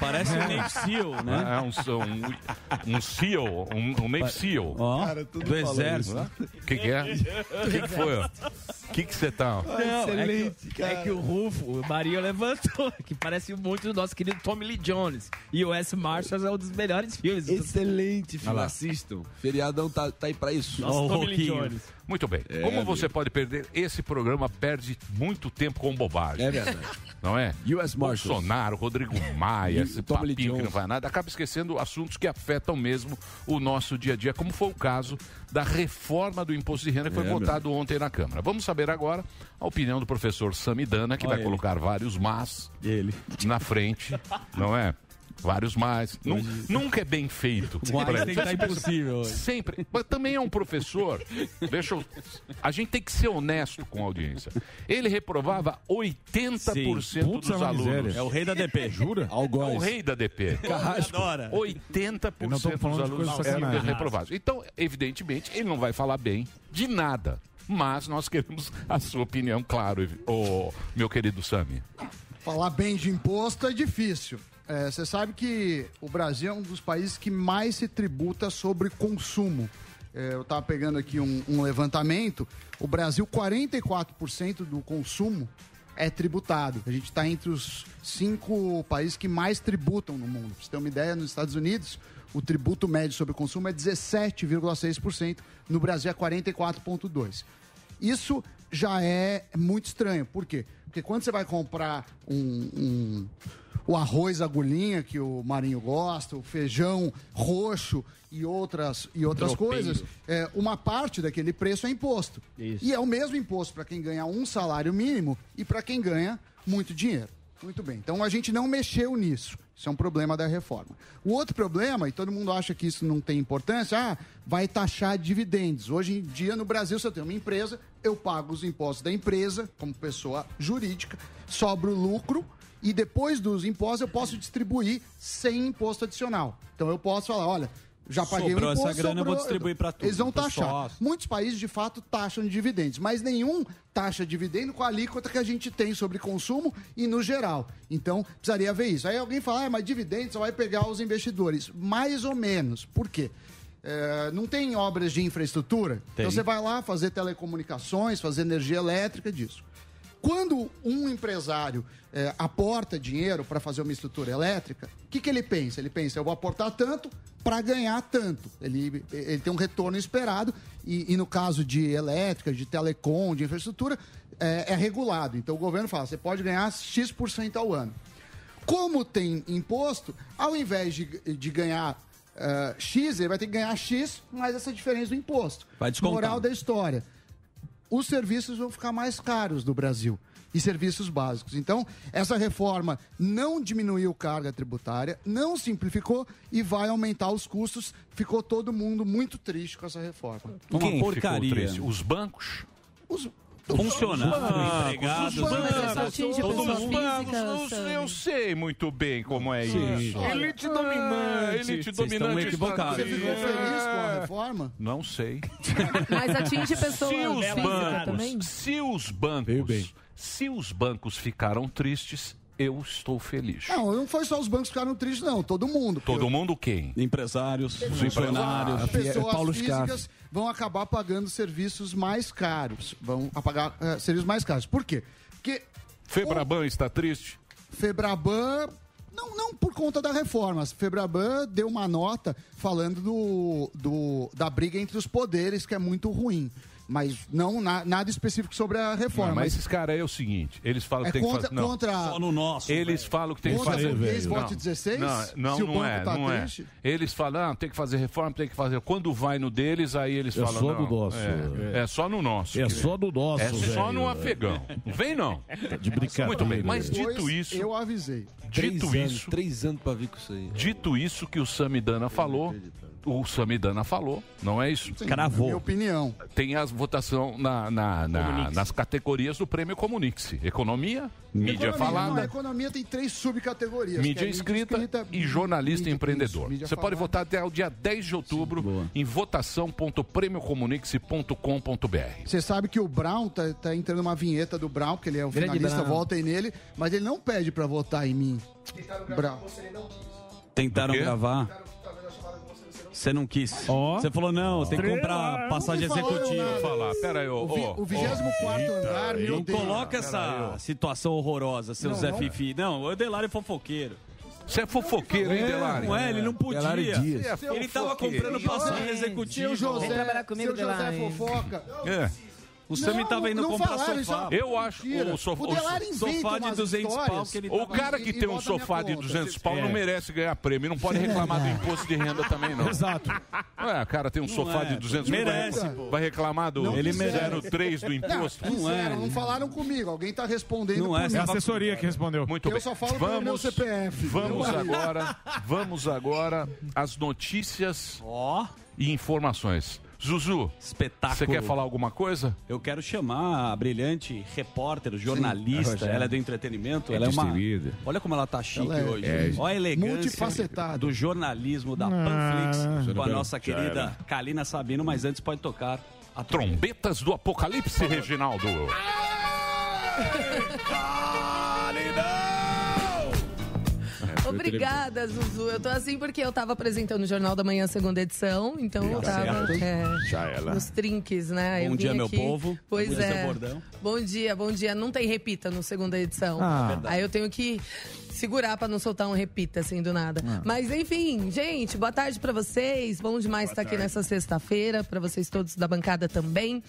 Speaker 9: Parece
Speaker 8: É.
Speaker 9: um Navy
Speaker 8: SEAL, né?
Speaker 3: É, um, um, um SEAL, um, um Navy SEAL.
Speaker 8: Ó, Cara, tudo do falando, exército. né?
Speaker 3: O que que é? O que que foi, ó? O que que você tá,
Speaker 8: Ah,
Speaker 3: ó?
Speaker 6: Não, é que, é que o Rufo, o Marinho levantou, que parece muito o nosso querido Tommy Lee Jones. E o S. Marshalls é um dos melhores filmes. Excelente
Speaker 3: Olha lá.
Speaker 6: Assistam.
Speaker 10: Feriadão tá, tá aí pra isso.
Speaker 6: Nossa, Tommy Lee Jones.
Speaker 3: Muito bem.
Speaker 10: É,
Speaker 3: Como
Speaker 10: amigo.
Speaker 3: você pode perder, esse programa perde muito tempo com bobagem.
Speaker 10: É verdade.
Speaker 3: Não é?
Speaker 10: US Marshals.
Speaker 3: Bolsonaro, Rodrigo Maia,
Speaker 10: E
Speaker 3: esse
Speaker 10: Tommy Lee
Speaker 3: papinho que não
Speaker 10: Jones.
Speaker 3: vai nada, acaba esquecendo assuntos que afetam mesmo o nosso dia a dia, como foi o caso da reforma do imposto de renda que foi
Speaker 14: É, meu
Speaker 3: votado ontem na Câmara. Vamos saber agora a opinião do professor Samidana, que
Speaker 14: Olha
Speaker 3: vai
Speaker 14: ele.
Speaker 3: colocar vários mas na frente, não é? Vários mais. Nunca é bem feito.
Speaker 8: Mas
Speaker 3: Pra-
Speaker 8: tem que tá impossível hoje.
Speaker 3: Sempre. Mas também é um professor. Deixa eu. A gente tem que ser honesto com a audiência. Ele reprovava 80%
Speaker 8: Sim.
Speaker 3: dos
Speaker 8: Putz, é uma
Speaker 3: alunos.
Speaker 8: miséria. É o rei da DP. Jura? Algoz.
Speaker 3: É o rei da DP.
Speaker 8: Carrasco. Adora.
Speaker 3: 80%
Speaker 8: Nós estamos falando
Speaker 3: dos
Speaker 8: de
Speaker 3: alunos
Speaker 8: coisa assim, né?
Speaker 3: eram
Speaker 8: sacanagem.
Speaker 3: reprovados. Então, evidentemente, ele não vai falar bem de nada. Mas nós queremos a sua opinião, claro, evi- ô, meu querido Sami.
Speaker 9: Falar bem de imposto é difícil. É, Você sabe que o Brasil é um dos países que mais se tributa sobre consumo. É, eu estava pegando aqui um, um levantamento. O Brasil, 44% do consumo é tributado. A gente está entre os cinco países que mais tributam no mundo. Pra você ter uma ideia, nos Estados Unidos, o tributo médio sobre consumo é 17,6%. No Brasil é 44,2%. Isso já é muito estranho. Por quê? Porque quando você vai comprar um, um- o arroz agulhinha, que o Marinho gosta, o feijão roxo e outras, e outras
Speaker 15: Tropeiro.
Speaker 9: coisas, é, uma parte daquele preço é imposto. E é o mesmo imposto para quem ganha um salário mínimo e para quem ganha muito dinheiro. Muito bem. Então a gente não mexeu nisso. Isso é um problema da reforma. O outro problema, e todo mundo acha que isso não tem importância, ah, vai taxar dividendos. Hoje em dia no Brasil, se eu tenho uma empresa, eu pago os impostos da empresa como pessoa jurídica, sobra o lucro e depois dos impostos eu posso distribuir sem imposto adicional. Então eu posso falar, olha, Já paguei
Speaker 8: Sobrou
Speaker 9: o
Speaker 8: essa
Speaker 9: imposto,
Speaker 8: grana, eu vou
Speaker 9: sobrou-
Speaker 8: distribuir pra tudo,
Speaker 9: Eles vão
Speaker 8: pros
Speaker 9: taxar.
Speaker 8: sócios.
Speaker 9: Muitos países, de fato, taxam dividendos, mas nenhum taxa dividendo com a alíquota que a gente tem sobre consumo e no geral. Então, precisaria ver isso. Aí alguém fala, ah, mas dividendos só vai pegar os investidores. Mais ou menos. Por quê? É, não tem obras de infraestrutura?
Speaker 2: Tem.
Speaker 9: Então você vai lá fazer telecomunicações, fazer energia elétrica é disso. Quando um empresário eh, aporta dinheiro para fazer uma estrutura elétrica, o que, que ele pensa? Ele pensa, eu vou aportar tanto para ganhar tanto. Ele, ele tem um retorno esperado e, e no caso de elétrica, de telecom, de infraestrutura, eh, é regulado. Então o governo fala, você pode ganhar X% ao ano. Como tem imposto, ao invés de, de ganhar ah, X, ele vai ter que ganhar X, mais essa diferença do imposto.
Speaker 8: Vai descontar.
Speaker 9: Moral da história. Os serviços vão ficar mais caros no Brasil. E serviços básicos. Então, essa reforma não diminuiu carga tributária, não simplificou e vai aumentar os custos. Ficou todo mundo muito triste com essa reforma.
Speaker 3: Uma
Speaker 8: Quem ficou
Speaker 3: porcaria.
Speaker 8: triste?
Speaker 3: Os bancos?
Speaker 8: Funcionários, empregados,
Speaker 3: todo
Speaker 15: pessoa
Speaker 3: mundo.
Speaker 15: física,
Speaker 3: Eu- eu- Eu sei muito bem como é
Speaker 8: Sim.
Speaker 3: isso.
Speaker 8: Olha.
Speaker 3: Elite dominante.
Speaker 8: Vocês
Speaker 3: Elite
Speaker 8: estão
Speaker 3: dominante.
Speaker 8: equivocados.
Speaker 9: Você ficou feliz com a
Speaker 3: estratégia.
Speaker 9: reforma?
Speaker 3: Não sei.
Speaker 15: Mas atinge pessoas
Speaker 3: Se os
Speaker 15: físicas
Speaker 9: tá
Speaker 15: também?
Speaker 3: bancos, se os bancos, se os bancos ficaram tristes, eu estou feliz.
Speaker 9: Não, não foi só os bancos que ficaram tristes, não. Todo mundo.
Speaker 3: Todo mundo quem?
Speaker 8: Empresários, Ah,
Speaker 9: As
Speaker 3: é
Speaker 8: funcionários,
Speaker 9: pessoas
Speaker 8: é Paulo
Speaker 9: físicas
Speaker 8: Scarpa.
Speaker 9: vão acabar pagando serviços mais caros. Vão apagar eh, serviços mais caros. Por quê? Porque
Speaker 3: Febraban está triste?
Speaker 9: Febraban, não, não por conta da reforma. Febraban deu uma nota falando do, do- da briga entre os poderes, que é muito ruim. Mas não na- nada específico sobre a reforma.
Speaker 3: Não, mas
Speaker 9: mas
Speaker 3: esses caras aí é o seguinte, eles falam que
Speaker 9: É
Speaker 3: tem
Speaker 9: contra-
Speaker 3: que fazer... Não.
Speaker 9: contra- Só no nosso,
Speaker 3: Eles falam que tem que
Speaker 9: Contra
Speaker 3: fazer...
Speaker 9: burguês,
Speaker 3: Não,
Speaker 9: vote 16?
Speaker 3: Não, não,
Speaker 9: Se o
Speaker 3: não
Speaker 9: banco
Speaker 3: é,
Speaker 9: tá
Speaker 3: não é.
Speaker 9: triste?
Speaker 3: Eles falam, ah, tem que fazer reforma, tem que fazer... Quando vai no deles, aí eles
Speaker 11: É
Speaker 3: falam...
Speaker 11: só
Speaker 3: não,
Speaker 11: no nosso,
Speaker 3: É, é só no nosso.
Speaker 11: É
Speaker 3: querido.
Speaker 11: só no nosso,
Speaker 3: É só
Speaker 11: velho.
Speaker 3: no afegão. Não vem, não.
Speaker 11: de brincadeira.
Speaker 3: Muito bem, mas
Speaker 9: depois
Speaker 3: dito isso...
Speaker 9: Eu avisei.
Speaker 3: Dito
Speaker 9: Três
Speaker 3: isso.
Speaker 10: Três anos pra vir com isso aí.
Speaker 3: Dito isso que o Samidana falou, o Samidana falou, não é isso?
Speaker 9: Sim, na Minha opinião.
Speaker 3: Tem a votação na, na- na- nas categorias do prêmio Comunix. Economia, mídia
Speaker 9: Economia, não, a
Speaker 3: falada,
Speaker 9: economia tem três subcategorias. que
Speaker 3: mídia
Speaker 9: é
Speaker 3: escrita, e jornalista empreendedor. Você pode votar até o dia 10 de outubro em votação.prêmiocomunix.com.br.
Speaker 9: Você sabe que o Brown tá, tá entrando uma vinheta do Brown, que ele é o
Speaker 3: Grande
Speaker 9: finalista,
Speaker 3: Brown.
Speaker 9: votem nele, mas ele não pede pra votar em mim. Brown.
Speaker 8: Tentaram gravar. Você não quis. Você falou, não, tem que comprar passagem executiva.
Speaker 3: falar, pera aí, ô, ô, ô.
Speaker 9: 24 andar, meu
Speaker 8: Não
Speaker 9: Deus.
Speaker 8: coloca
Speaker 3: Pera aí,
Speaker 8: essa situação horrorosa, seu
Speaker 9: Não,
Speaker 8: Zé
Speaker 9: não.
Speaker 8: Fifi. Não, o Delário é fofoqueiro.
Speaker 3: Você é fofoqueiro,
Speaker 8: hein, Delário? Não é, ele não podia.
Speaker 10: Delari Dias.
Speaker 3: é
Speaker 8: Ele tava comprando passagem executiva.
Speaker 9: Seu José,
Speaker 8: Vem trabalhar
Speaker 9: seu José fofoca.
Speaker 3: É.
Speaker 8: O Sami tava indo comprar sofá.
Speaker 3: Eu acho o, sofá,
Speaker 9: O Delari
Speaker 3: o
Speaker 9: inventa
Speaker 3: sofá de
Speaker 9: umas
Speaker 3: 200 pau.
Speaker 9: histórias que ele
Speaker 3: o
Speaker 9: tava-
Speaker 3: cara
Speaker 9: e-
Speaker 3: que
Speaker 9: e
Speaker 3: tem um
Speaker 9: bota na
Speaker 3: sofá de
Speaker 9: minha
Speaker 3: 200
Speaker 9: conta.
Speaker 3: pau não
Speaker 9: É.
Speaker 3: merece ganhar prêmio. Não pode reclamar do imposto de renda também, não.
Speaker 11: Exato.
Speaker 3: É, cara, tem um sofá
Speaker 11: é,
Speaker 3: de 200 pau.
Speaker 11: merece,
Speaker 3: vai-
Speaker 11: pô.
Speaker 3: Vai reclamar do
Speaker 11: Não
Speaker 3: ele
Speaker 11: quiseram.
Speaker 3: 03 do imposto? Um é.
Speaker 9: Não, fizeram, não falaram comigo. Alguém tá respondendo por mim.
Speaker 11: É a assessoria que respondeu.
Speaker 3: Muito
Speaker 9: Eu
Speaker 3: bem.
Speaker 9: só falo pelo meu
Speaker 3: vamos,
Speaker 9: CPF.
Speaker 3: Vamos
Speaker 9: Eu-
Speaker 3: agora, vamos agora às notícias e informações. Zuzu,
Speaker 8: espetáculo.
Speaker 3: Você quer falar alguma coisa?
Speaker 8: Eu quero chamar a brilhante repórter, jornalista,
Speaker 3: Rogério.
Speaker 8: ela é do entretenimento,
Speaker 3: É
Speaker 8: ela é uma.
Speaker 3: distribuída.
Speaker 8: Olha como ela tá chique
Speaker 3: Ela é-
Speaker 8: hoje.
Speaker 3: é
Speaker 8: Olha a elegância
Speaker 9: multifacetada.
Speaker 8: do jornalismo da Panflix com a nossa
Speaker 3: né?
Speaker 8: querida Kalina Sabino, mas antes pode tocar a
Speaker 3: trombetas do Apocalipse, Reginaldo.
Speaker 10: É,
Speaker 15: Obrigada, Zuzu. Eu tô assim porque eu tava apresentando o Jornal da Manhã, segunda edição, então eu tava é,
Speaker 3: Tá Já ela.
Speaker 15: nos trinques, né?
Speaker 8: Bom
Speaker 15: eu
Speaker 8: dia,
Speaker 15: vim
Speaker 8: meu
Speaker 15: aqui.
Speaker 8: povo.
Speaker 15: Pois
Speaker 8: Bom dia, seu
Speaker 15: é.
Speaker 8: bordão.
Speaker 15: Bom dia, bom dia. Não tem repita no segunda edição.
Speaker 8: Ah. Verdade.
Speaker 15: Aí eu tenho que segurar pra não soltar um repita assim do nada.
Speaker 16: Ah.
Speaker 15: Mas enfim, gente, boa tarde pra vocês. Bom demais estar aqui nessa sexta-feira, pra vocês todos da bancada também.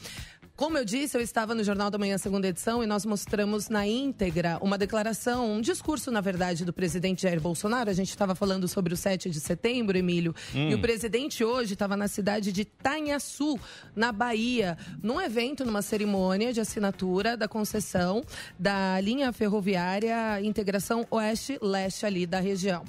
Speaker 15: Como eu disse, eu estava no Jornal da Manhã, segunda edição, e nós mostramos na íntegra uma declaração, um discurso, na verdade, do presidente Jair Bolsonaro. A gente estava falando sobre o 7 de setembro, Emílio,
Speaker 16: Hum.
Speaker 15: e o presidente hoje estava na cidade de Tanhaçu, na Bahia, num evento, numa cerimônia de assinatura da concessão da linha ferroviária Integração Oeste-Leste ali da região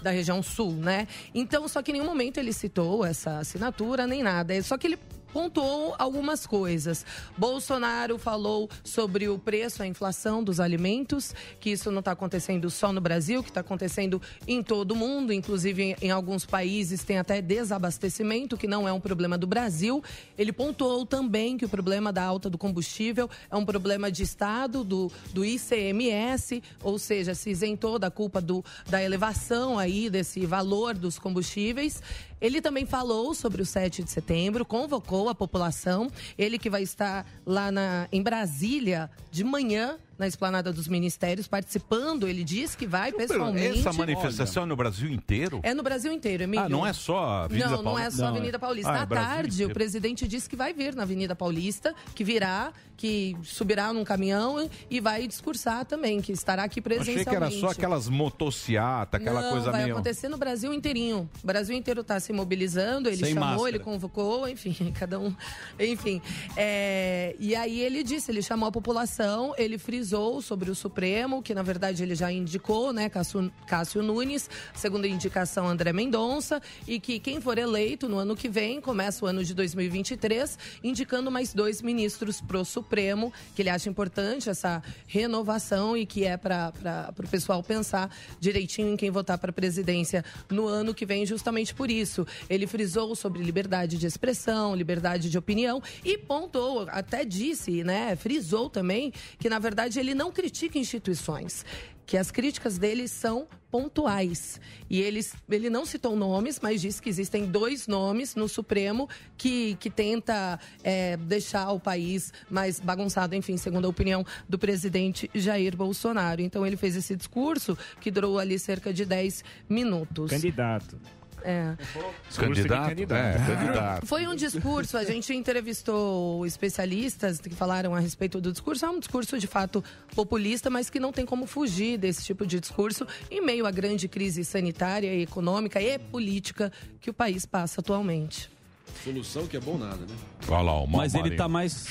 Speaker 15: da região sul, né? Então, só que em nenhum momento ele citou essa assinatura nem nada. Só que ele pontuou algumas coisas. Bolsonaro falou sobre o preço, a inflação dos alimentos, que isso não está acontecendo só no Brasil, que está acontecendo em todo o mundo, inclusive em, em alguns países tem até desabastecimento, que não é um problema do Brasil. Ele pontuou também que o problema da alta do combustível é um problema de Estado, do, do ICMS, ou seja, se isentou da culpa do, da elevação aí desse valor dos combustíveis. Ele também falou sobre o 7 de setembro, convocou a população. Ele que vai estar lá na, em Brasília de manhã, na esplanada dos ministérios, participando. Ele diz que vai pessoalmente.
Speaker 3: Essa manifestação é no Brasil inteiro?
Speaker 15: É no Brasil inteiro, Emílio.
Speaker 3: Ah, não é só a Avenida
Speaker 15: Não, não
Speaker 3: Paulista?
Speaker 15: é só a
Speaker 3: Não, é.
Speaker 15: Avenida Paulista.
Speaker 3: Ah, é
Speaker 15: à
Speaker 3: Brasil
Speaker 15: tarde, o
Speaker 3: inteiro.
Speaker 15: presidente disse que vai vir na Avenida Paulista, que virá, que subirá num caminhão e- e vai discursar também, que estará aqui presencialmente.
Speaker 3: Achei que era só aquelas motocicletas, aquela
Speaker 15: não,
Speaker 3: coisa
Speaker 15: vai
Speaker 3: meio.
Speaker 15: acontecer no Brasil inteirinho. O Brasil inteiro está se mobilizando, ele
Speaker 3: Sem
Speaker 15: chamou,
Speaker 3: máscara.
Speaker 15: ele convocou, enfim, cada um. Enfim. é, e aí ele disse, ele chamou a população, ele frisou sobre o Supremo, que na verdade ele já indicou, né, Cássio, Cássio Nunes, segundo a indicação André Mendonça, e que quem for eleito no ano que vem, começa o ano de 2023, indicando mais dois ministros pro Supremo, que ele acha importante essa renovação e que é para o pessoal pensar direitinho em quem votar para a presidência no ano que vem, justamente por isso. Ele frisou sobre liberdade de expressão, liberdade de opinião e pontou, até disse, né, frisou também que na verdade ele não critica instituições, que as críticas dele são pontuais. E ele, ele não citou nomes, mas disse que existem dois nomes no Supremo que, que tenta é, deixar o país mais bagunçado, enfim, segundo a opinião do presidente Jair Bolsonaro. Então ele fez esse discurso que durou ali cerca de 10 minutos.
Speaker 12: Candidato.
Speaker 15: É.
Speaker 3: Candidato? É, candidato.
Speaker 15: Foi um discurso, a gente entrevistou especialistas que falaram a respeito do discurso. É um discurso de fato populista, mas que não tem como fugir desse tipo de discurso em meio à grande crise sanitária, econômica e política que o país passa atualmente.
Speaker 10: Solução que é bom nada, né?
Speaker 3: Olha lá, o
Speaker 8: Mas ele
Speaker 3: Marinho.
Speaker 8: tá mais,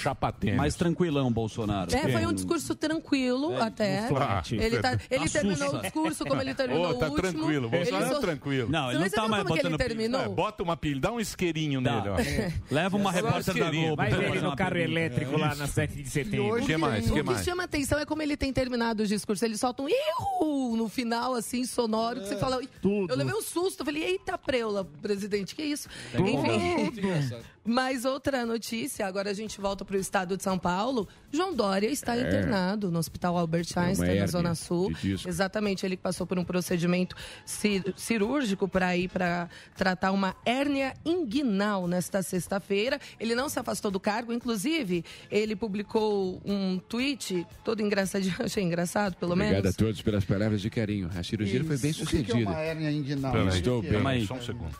Speaker 8: mais tranquilão, Bolsonaro.
Speaker 15: É, foi um discurso tranquilo
Speaker 3: é,
Speaker 15: até.
Speaker 8: flat.
Speaker 15: Ele, tá-
Speaker 8: Tá
Speaker 15: ele
Speaker 8: sussa.
Speaker 15: terminou o discurso como ele terminou
Speaker 3: Ô, tá
Speaker 15: o último.
Speaker 3: tranquilo, o
Speaker 15: ele
Speaker 3: Bolsonaro
Speaker 15: só-
Speaker 3: tá tranquilo.
Speaker 8: Não,
Speaker 15: ele Você não sabe tá como que ele botando pilha. terminou?
Speaker 3: É, bota uma pilha, dá um isqueirinho nele, ó.
Speaker 15: É.
Speaker 8: Leva uma
Speaker 3: Só um
Speaker 8: repórter da
Speaker 3: isqueirinho.
Speaker 8: Globo. É
Speaker 3: Vai
Speaker 8: pra
Speaker 3: ver
Speaker 8: fazer
Speaker 3: ele no
Speaker 8: uma
Speaker 3: carro
Speaker 8: pergunta.
Speaker 3: elétrico lá na
Speaker 12: 7 de
Speaker 3: setembro. Que mais,
Speaker 15: o
Speaker 3: que
Speaker 15: que
Speaker 3: mais?
Speaker 15: chama atenção é como ele tem terminado os discursos. Ele solta um iu no final, assim, sonoro, que você fala. Eu levei um susto, eu falei, eita preula, presidente, que isso?
Speaker 1: Tudo.
Speaker 15: Mas outra notícia, agora a gente volta para o estado de São Paulo. João Dória está
Speaker 2: É.
Speaker 15: internado no Hospital Albert Einstein, na
Speaker 2: hérnia
Speaker 15: Zona Sul.
Speaker 2: de disco.
Speaker 15: Exatamente, ele que passou por um procedimento ci- cirúrgico para ir para tratar uma hérnia inguinal nesta sexta-feira. Ele não se afastou do cargo, inclusive, ele publicou um tweet todo engraçadinho, achei engraçado, pelo
Speaker 2: Obrigado
Speaker 15: menos.
Speaker 2: a todos pelas palavras de carinho. A cirurgia foi bem
Speaker 9: Isso. O que que é uma
Speaker 2: sucedida.
Speaker 9: hérnia inguinal?
Speaker 2: Eu
Speaker 9: Isso
Speaker 2: Estou
Speaker 9: que é.
Speaker 2: bem.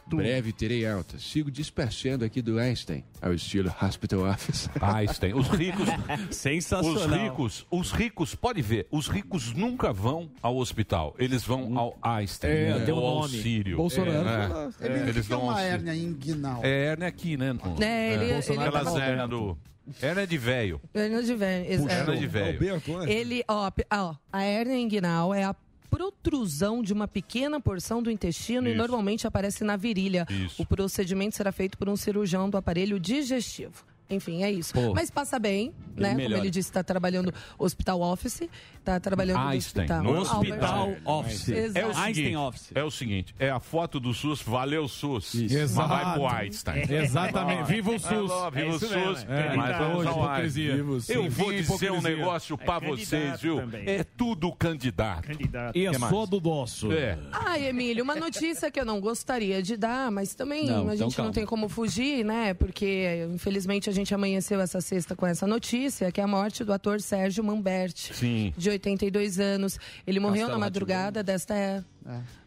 Speaker 3: um
Speaker 2: Breve terei alta. Sigo despachando aqui do Einstein, ao estilo Hospital Office.
Speaker 9: Ah,
Speaker 3: Einstein. Os ricos. Os
Speaker 2: Sensacional.
Speaker 3: ricos, os ricos, pode ver, os ricos nunca vão ao hospital. Eles vão ao Einstein,
Speaker 9: É,
Speaker 3: né,
Speaker 9: tem um
Speaker 3: ou ao
Speaker 9: nome.
Speaker 3: Sírio.
Speaker 9: Bolsonaro
Speaker 3: É, é.
Speaker 9: Emílio, o que
Speaker 3: Eles
Speaker 9: que é
Speaker 3: vão ao
Speaker 9: uma
Speaker 3: Sírio.
Speaker 9: hérnia inguinal?
Speaker 3: É hérnia aqui, né? No,
Speaker 15: É, ele- ele-
Speaker 3: Aquelas
Speaker 15: Roberto.
Speaker 3: hérnia do... Hérnia de velho.
Speaker 15: Hernia de Verne, ex-
Speaker 3: Hérnia de velho.
Speaker 15: Ele, ó, pe- ó, a hérnia inguinal é a protrusão de uma pequena porção do intestino e
Speaker 16: Isso.
Speaker 15: normalmente aparece na virilha.
Speaker 16: Isso.
Speaker 15: O procedimento será feito por um cirurgião do aparelho digestivo. Enfim, é isso.
Speaker 16: Pô.
Speaker 15: Mas passa bem, né? Como
Speaker 16: melhora.
Speaker 15: ele disse, está trabalhando hospital office, está trabalhando no
Speaker 3: Einstein.
Speaker 15: hospital.
Speaker 3: no
Speaker 15: Albert Einstein.
Speaker 3: É o
Speaker 15: Tá. Exato.
Speaker 3: seguinte, É o seguinte, é a foto do SUS, valeu SUS. Mas
Speaker 14: Exato. É.
Speaker 3: vai pro Einstein.
Speaker 14: Exatamente. Viva o
Speaker 3: Vai
Speaker 14: SUS.
Speaker 3: lá, viva
Speaker 14: É
Speaker 3: o
Speaker 14: isso mesmo,
Speaker 3: SUS.
Speaker 14: é.
Speaker 3: Mas
Speaker 14: Tá
Speaker 3: vamos
Speaker 14: hoje,
Speaker 3: ao
Speaker 14: hipocrisia.
Speaker 3: Einstein.
Speaker 14: Viva o SUS.
Speaker 3: Eu vou
Speaker 14: Viva
Speaker 3: dizer um
Speaker 14: hipocrisia.
Speaker 3: negócio
Speaker 14: É
Speaker 3: pra
Speaker 14: candidato
Speaker 3: vocês, viu?
Speaker 14: também.
Speaker 3: É tudo candidato.
Speaker 12: Candidato.
Speaker 14: E é
Speaker 3: Que mais?
Speaker 14: só do nosso.
Speaker 3: É.
Speaker 15: Ai, Emílio, uma notícia que eu não gostaria de dar, mas também
Speaker 14: Não,
Speaker 15: a
Speaker 14: então
Speaker 15: gente
Speaker 14: calma.
Speaker 15: não tem como fugir, né? Porque, infelizmente, a gente amanheceu essa sexta com essa notícia, que é a morte do ator Sérgio Mamberti,
Speaker 3: Sim.
Speaker 15: de 82 anos. Ele morreu
Speaker 16: Castelo
Speaker 15: na madrugada desta...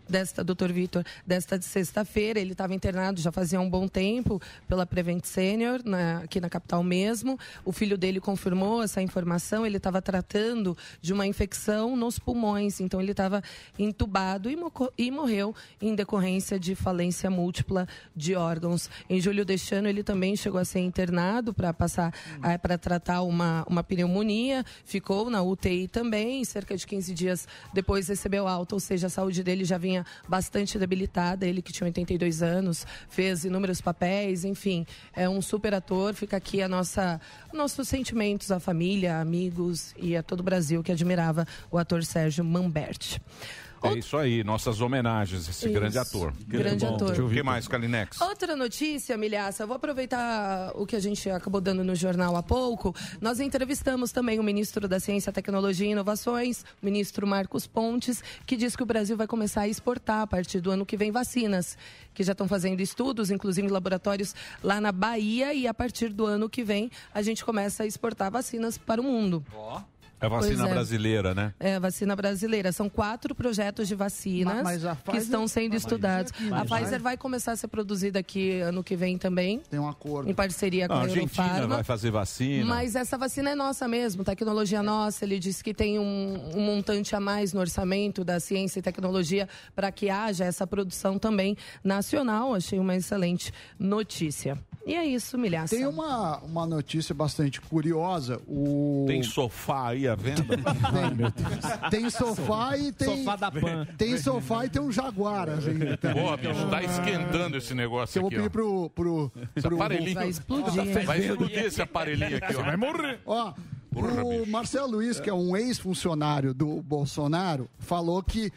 Speaker 15: Desta, doutor Vitor, desta de sexta-feira, ele estava internado já fazia um bom tempo pela Prevent Senior, na- aqui na capital mesmo. O filho dele confirmou essa informação, ele estava tratando de uma infecção nos pulmões, então ele estava entubado e, moco- e morreu em decorrência de falência múltipla de órgãos. Em julho deste ano, ele também chegou a ser internado para passar para tratar uma, uma pneumonia, ficou na UTI também, cerca de 15 dias depois recebeu alta, ou seja, a saúde dele já vinha Espanha, bastante debilitada. Ele que tinha 82 anos, fez inúmeros papéis, enfim, é um super ator. Fica aqui a nossa, nossos sentimentos à família, amigos e a todo o Brasil que admirava o ator Sérgio Manberti.
Speaker 3: É isso aí, nossas homenagens a esse
Speaker 15: Isso.
Speaker 3: grande ator.
Speaker 15: Grande
Speaker 3: Bom,
Speaker 15: ator.
Speaker 3: Deixa eu ver. O que mais, Kalinex?
Speaker 15: Outra notícia, Milhaça, eu vou aproveitar o que a gente acabou dando no jornal há pouco. Nós entrevistamos também o ministro da Ciência, Tecnologia e Inovações, o ministro Marcos Pontes, que diz que o Brasil vai começar a exportar a partir do ano que vem vacinas, que já estão fazendo estudos, inclusive em laboratórios lá na Bahia, e a partir do ano que vem a gente começa a exportar vacinas para o mundo.
Speaker 3: É a vacina
Speaker 15: Pois é.
Speaker 3: brasileira, né?
Speaker 15: É, a vacina brasileira. São quatro projetos de vacinas
Speaker 9: Ma- mas a
Speaker 15: que
Speaker 9: Pfizer-
Speaker 15: estão sendo
Speaker 9: Mas
Speaker 15: estudados.
Speaker 9: aqui, né?
Speaker 15: a
Speaker 9: mas
Speaker 15: Pfizer vai começar a ser produzida aqui ano que vem também.
Speaker 9: Tem um acordo.
Speaker 15: Em parceria com
Speaker 3: Não,
Speaker 15: É,
Speaker 3: a
Speaker 15: a
Speaker 3: Ah, Argentina
Speaker 15: Eurofarma.
Speaker 3: vai fazer né? vacina.
Speaker 15: Mas essa vacina é nossa mesmo, tecnologia nossa. Ele disse que tem um, um montante a mais no orçamento da ciência e tecnologia para que haja essa produção também nacional. Achei uma excelente notícia. E é isso, milhaça.
Speaker 9: Tem um uma, uma notícia bastante curiosa. O...
Speaker 3: Tem sofá aí à venda?
Speaker 9: Tem sofá e tem.
Speaker 3: Sofá da Pan.
Speaker 9: Tem sofá e tem um jaguar ainda. também.
Speaker 3: Pô, bicho, tá esquentando esse negócio
Speaker 9: Eu vou
Speaker 3: aqui, ó.
Speaker 9: pedir pro. pro,
Speaker 3: Esse
Speaker 9: pro Tá
Speaker 3: aparelhinho.
Speaker 9: Vai explodir.
Speaker 3: Vai explodir esse aparelhinho aqui, ó. Vai morrer.
Speaker 9: Ó, o Marcelo Luiz, que é um ex-funcionário do Bolsonaro, falou que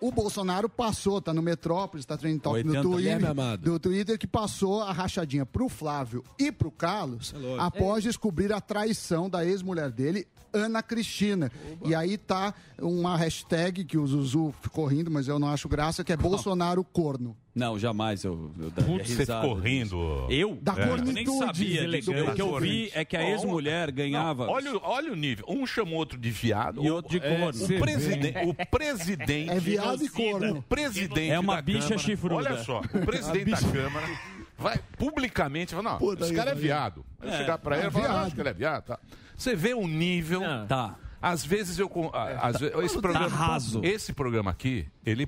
Speaker 9: o Bolsonaro passou, tá no Metrópolis, tá trending top no
Speaker 10: 80, Guilherme
Speaker 9: Twitter,
Speaker 10: Amado.
Speaker 9: do Twitter, que passou a rachadinha pro Flávio e pro Carlos
Speaker 10: lógico.
Speaker 9: após descobrir a traição da ex-mulher dele, Ana Cristina. E aí tá uma hashtag que o Zuzu ficou rindo, mas eu não acho graça, que é Bolsonaro corno.
Speaker 8: Não, jamais eu, eu daria
Speaker 3: Putz, você
Speaker 8: risada.
Speaker 3: ficou rindo.
Speaker 8: Eu?
Speaker 9: Da
Speaker 3: É.
Speaker 8: Eu
Speaker 9: cornitude.
Speaker 8: nem sabia disso.
Speaker 3: Elegante.
Speaker 8: O que eu vi é que a
Speaker 3: Ó,
Speaker 8: ex-mulher
Speaker 3: não,
Speaker 8: ganhava...
Speaker 3: olha, o- olha o nível. Um chamou outro de viado.
Speaker 8: E outro de
Speaker 3: É,
Speaker 8: corno.
Speaker 3: o, presidente, o presidente.
Speaker 9: É viado e corno.
Speaker 3: O presidente.
Speaker 8: É uma
Speaker 3: da
Speaker 8: bicha
Speaker 3: Câmara-
Speaker 8: chifruda.
Speaker 3: Olha só.
Speaker 8: É
Speaker 3: O presidente da Câmara vai publicamente falar: não,
Speaker 8: Pô,
Speaker 3: esse
Speaker 8: daí,
Speaker 3: cara é
Speaker 8: daí.
Speaker 3: viado. Eu
Speaker 8: É,
Speaker 3: chegar pra
Speaker 8: é
Speaker 3: ele e falar:
Speaker 8: viado.
Speaker 3: ah, acho que ele é viado. Tá. Você vê o nível. Tá. Às vezes eu. com- a- às ve- esse,
Speaker 8: É. Tá
Speaker 3: programa,
Speaker 8: raso.
Speaker 3: esse programa aqui, ele.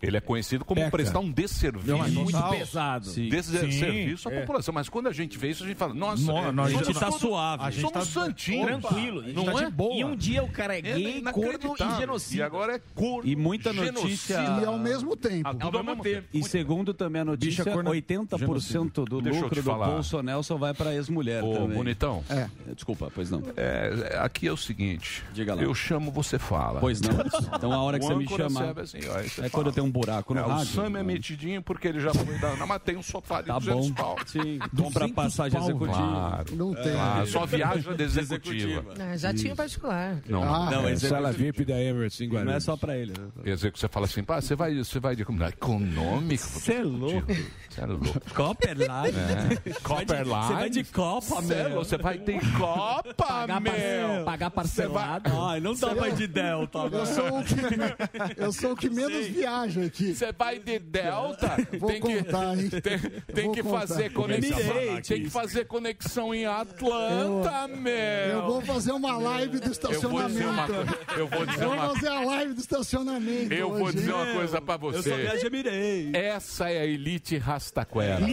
Speaker 3: Ele é conhecido como
Speaker 8: Peca.
Speaker 3: prestar um desserviço
Speaker 8: Não, é muito
Speaker 3: Total.
Speaker 8: pesado. Sim.
Speaker 3: Desserviço à
Speaker 8: Sim.
Speaker 3: população. Mas quando a gente vê isso, a gente fala, nossa,
Speaker 8: Nó-
Speaker 3: é,
Speaker 8: nós-
Speaker 3: somos
Speaker 8: a gente tá
Speaker 3: todos-
Speaker 8: suave.
Speaker 3: A gente somos
Speaker 8: tá
Speaker 3: santinhos.
Speaker 8: tranquilo, a gente
Speaker 3: não
Speaker 8: tá
Speaker 3: é?
Speaker 8: de boa.
Speaker 6: E um dia o cara é gay, corno e
Speaker 3: inacreditável.
Speaker 6: genocida.
Speaker 3: E agora é corno,
Speaker 8: E muita
Speaker 3: genocida.
Speaker 8: notícia...
Speaker 9: E ao mesmo tempo.
Speaker 3: Ao mesmo tempo.
Speaker 8: E segundo também a notícia,
Speaker 3: Bicha corna-
Speaker 8: 80% do
Speaker 3: Deixa eu te
Speaker 8: lucro do
Speaker 3: falar.
Speaker 8: Bolsonaro só vai pra ex-mulher
Speaker 3: Ô,
Speaker 8: também.
Speaker 3: bonitão.
Speaker 9: É.
Speaker 8: Desculpa, pois não.
Speaker 3: É, é, aqui é o seguinte.
Speaker 8: Diga lá.
Speaker 3: Eu chamo, você fala.
Speaker 8: Pois não. Então a hora que
Speaker 3: O
Speaker 8: você me
Speaker 3: âncora
Speaker 8: chama.
Speaker 3: serve assim, ó, aí você
Speaker 8: é
Speaker 3: fala.
Speaker 8: quando tem um buraco no
Speaker 3: É, o
Speaker 8: rádio.
Speaker 3: Sam é metidinho porque ele já foi da... Não, mas tem um sofá de
Speaker 8: Tá
Speaker 3: 200
Speaker 8: bom.
Speaker 3: pau.
Speaker 8: Sim, compra
Speaker 3: 200
Speaker 8: passagem
Speaker 3: pau,
Speaker 8: executiva.
Speaker 3: Claro.
Speaker 9: Não tem.
Speaker 3: Claro, só viagem de
Speaker 8: Executiva.
Speaker 3: executiva.
Speaker 15: Ah, já tinha particular.
Speaker 3: Não, não.
Speaker 2: Ah,
Speaker 8: Não,
Speaker 3: é,
Speaker 8: esse é
Speaker 3: sala
Speaker 8: outro
Speaker 3: VIP da Emirates em
Speaker 8: Não é
Speaker 3: Guarulhos.
Speaker 8: só pra ele. né?
Speaker 3: Quer dizer que você fala assim, pá, você vai, você vai de comunidade econômica. Você é louco. Você é louco.
Speaker 8: Copper Live.
Speaker 3: É. Copper Live.
Speaker 6: Você vai de Copa,
Speaker 3: Cê é
Speaker 6: meu.
Speaker 3: louco, Você vai ter Copa,
Speaker 6: Pagar
Speaker 3: meu.
Speaker 6: parcel- pagar parcelado.
Speaker 8: Ai, não dá pra ir de Delta.
Speaker 9: é Eu
Speaker 8: um
Speaker 9: sou o que, eu sou o que menos
Speaker 3: sei.
Speaker 9: viaja aqui.
Speaker 3: Você vai de Delta,
Speaker 9: Vou
Speaker 3: tem que,
Speaker 9: contar, hein?
Speaker 3: tem, tem
Speaker 9: Vou
Speaker 3: que
Speaker 9: contar.
Speaker 3: fazer
Speaker 8: é
Speaker 3: conexão. Tem que fazer conexão em Atlanta, meu.
Speaker 9: Eu vou fazer uma live do
Speaker 3: Eu vou
Speaker 9: estacionamento.
Speaker 3: dizer uma coisa. Eu vou dizer
Speaker 9: Eu vou
Speaker 3: uma
Speaker 9: fazer a live do estacionamento.
Speaker 3: Eu vou
Speaker 9: hoje,
Speaker 3: dizer
Speaker 9: hein?
Speaker 3: uma coisa pra
Speaker 8: Eu só
Speaker 3: você.
Speaker 8: viajo Emirei.
Speaker 3: Essa é a elite rastaquera.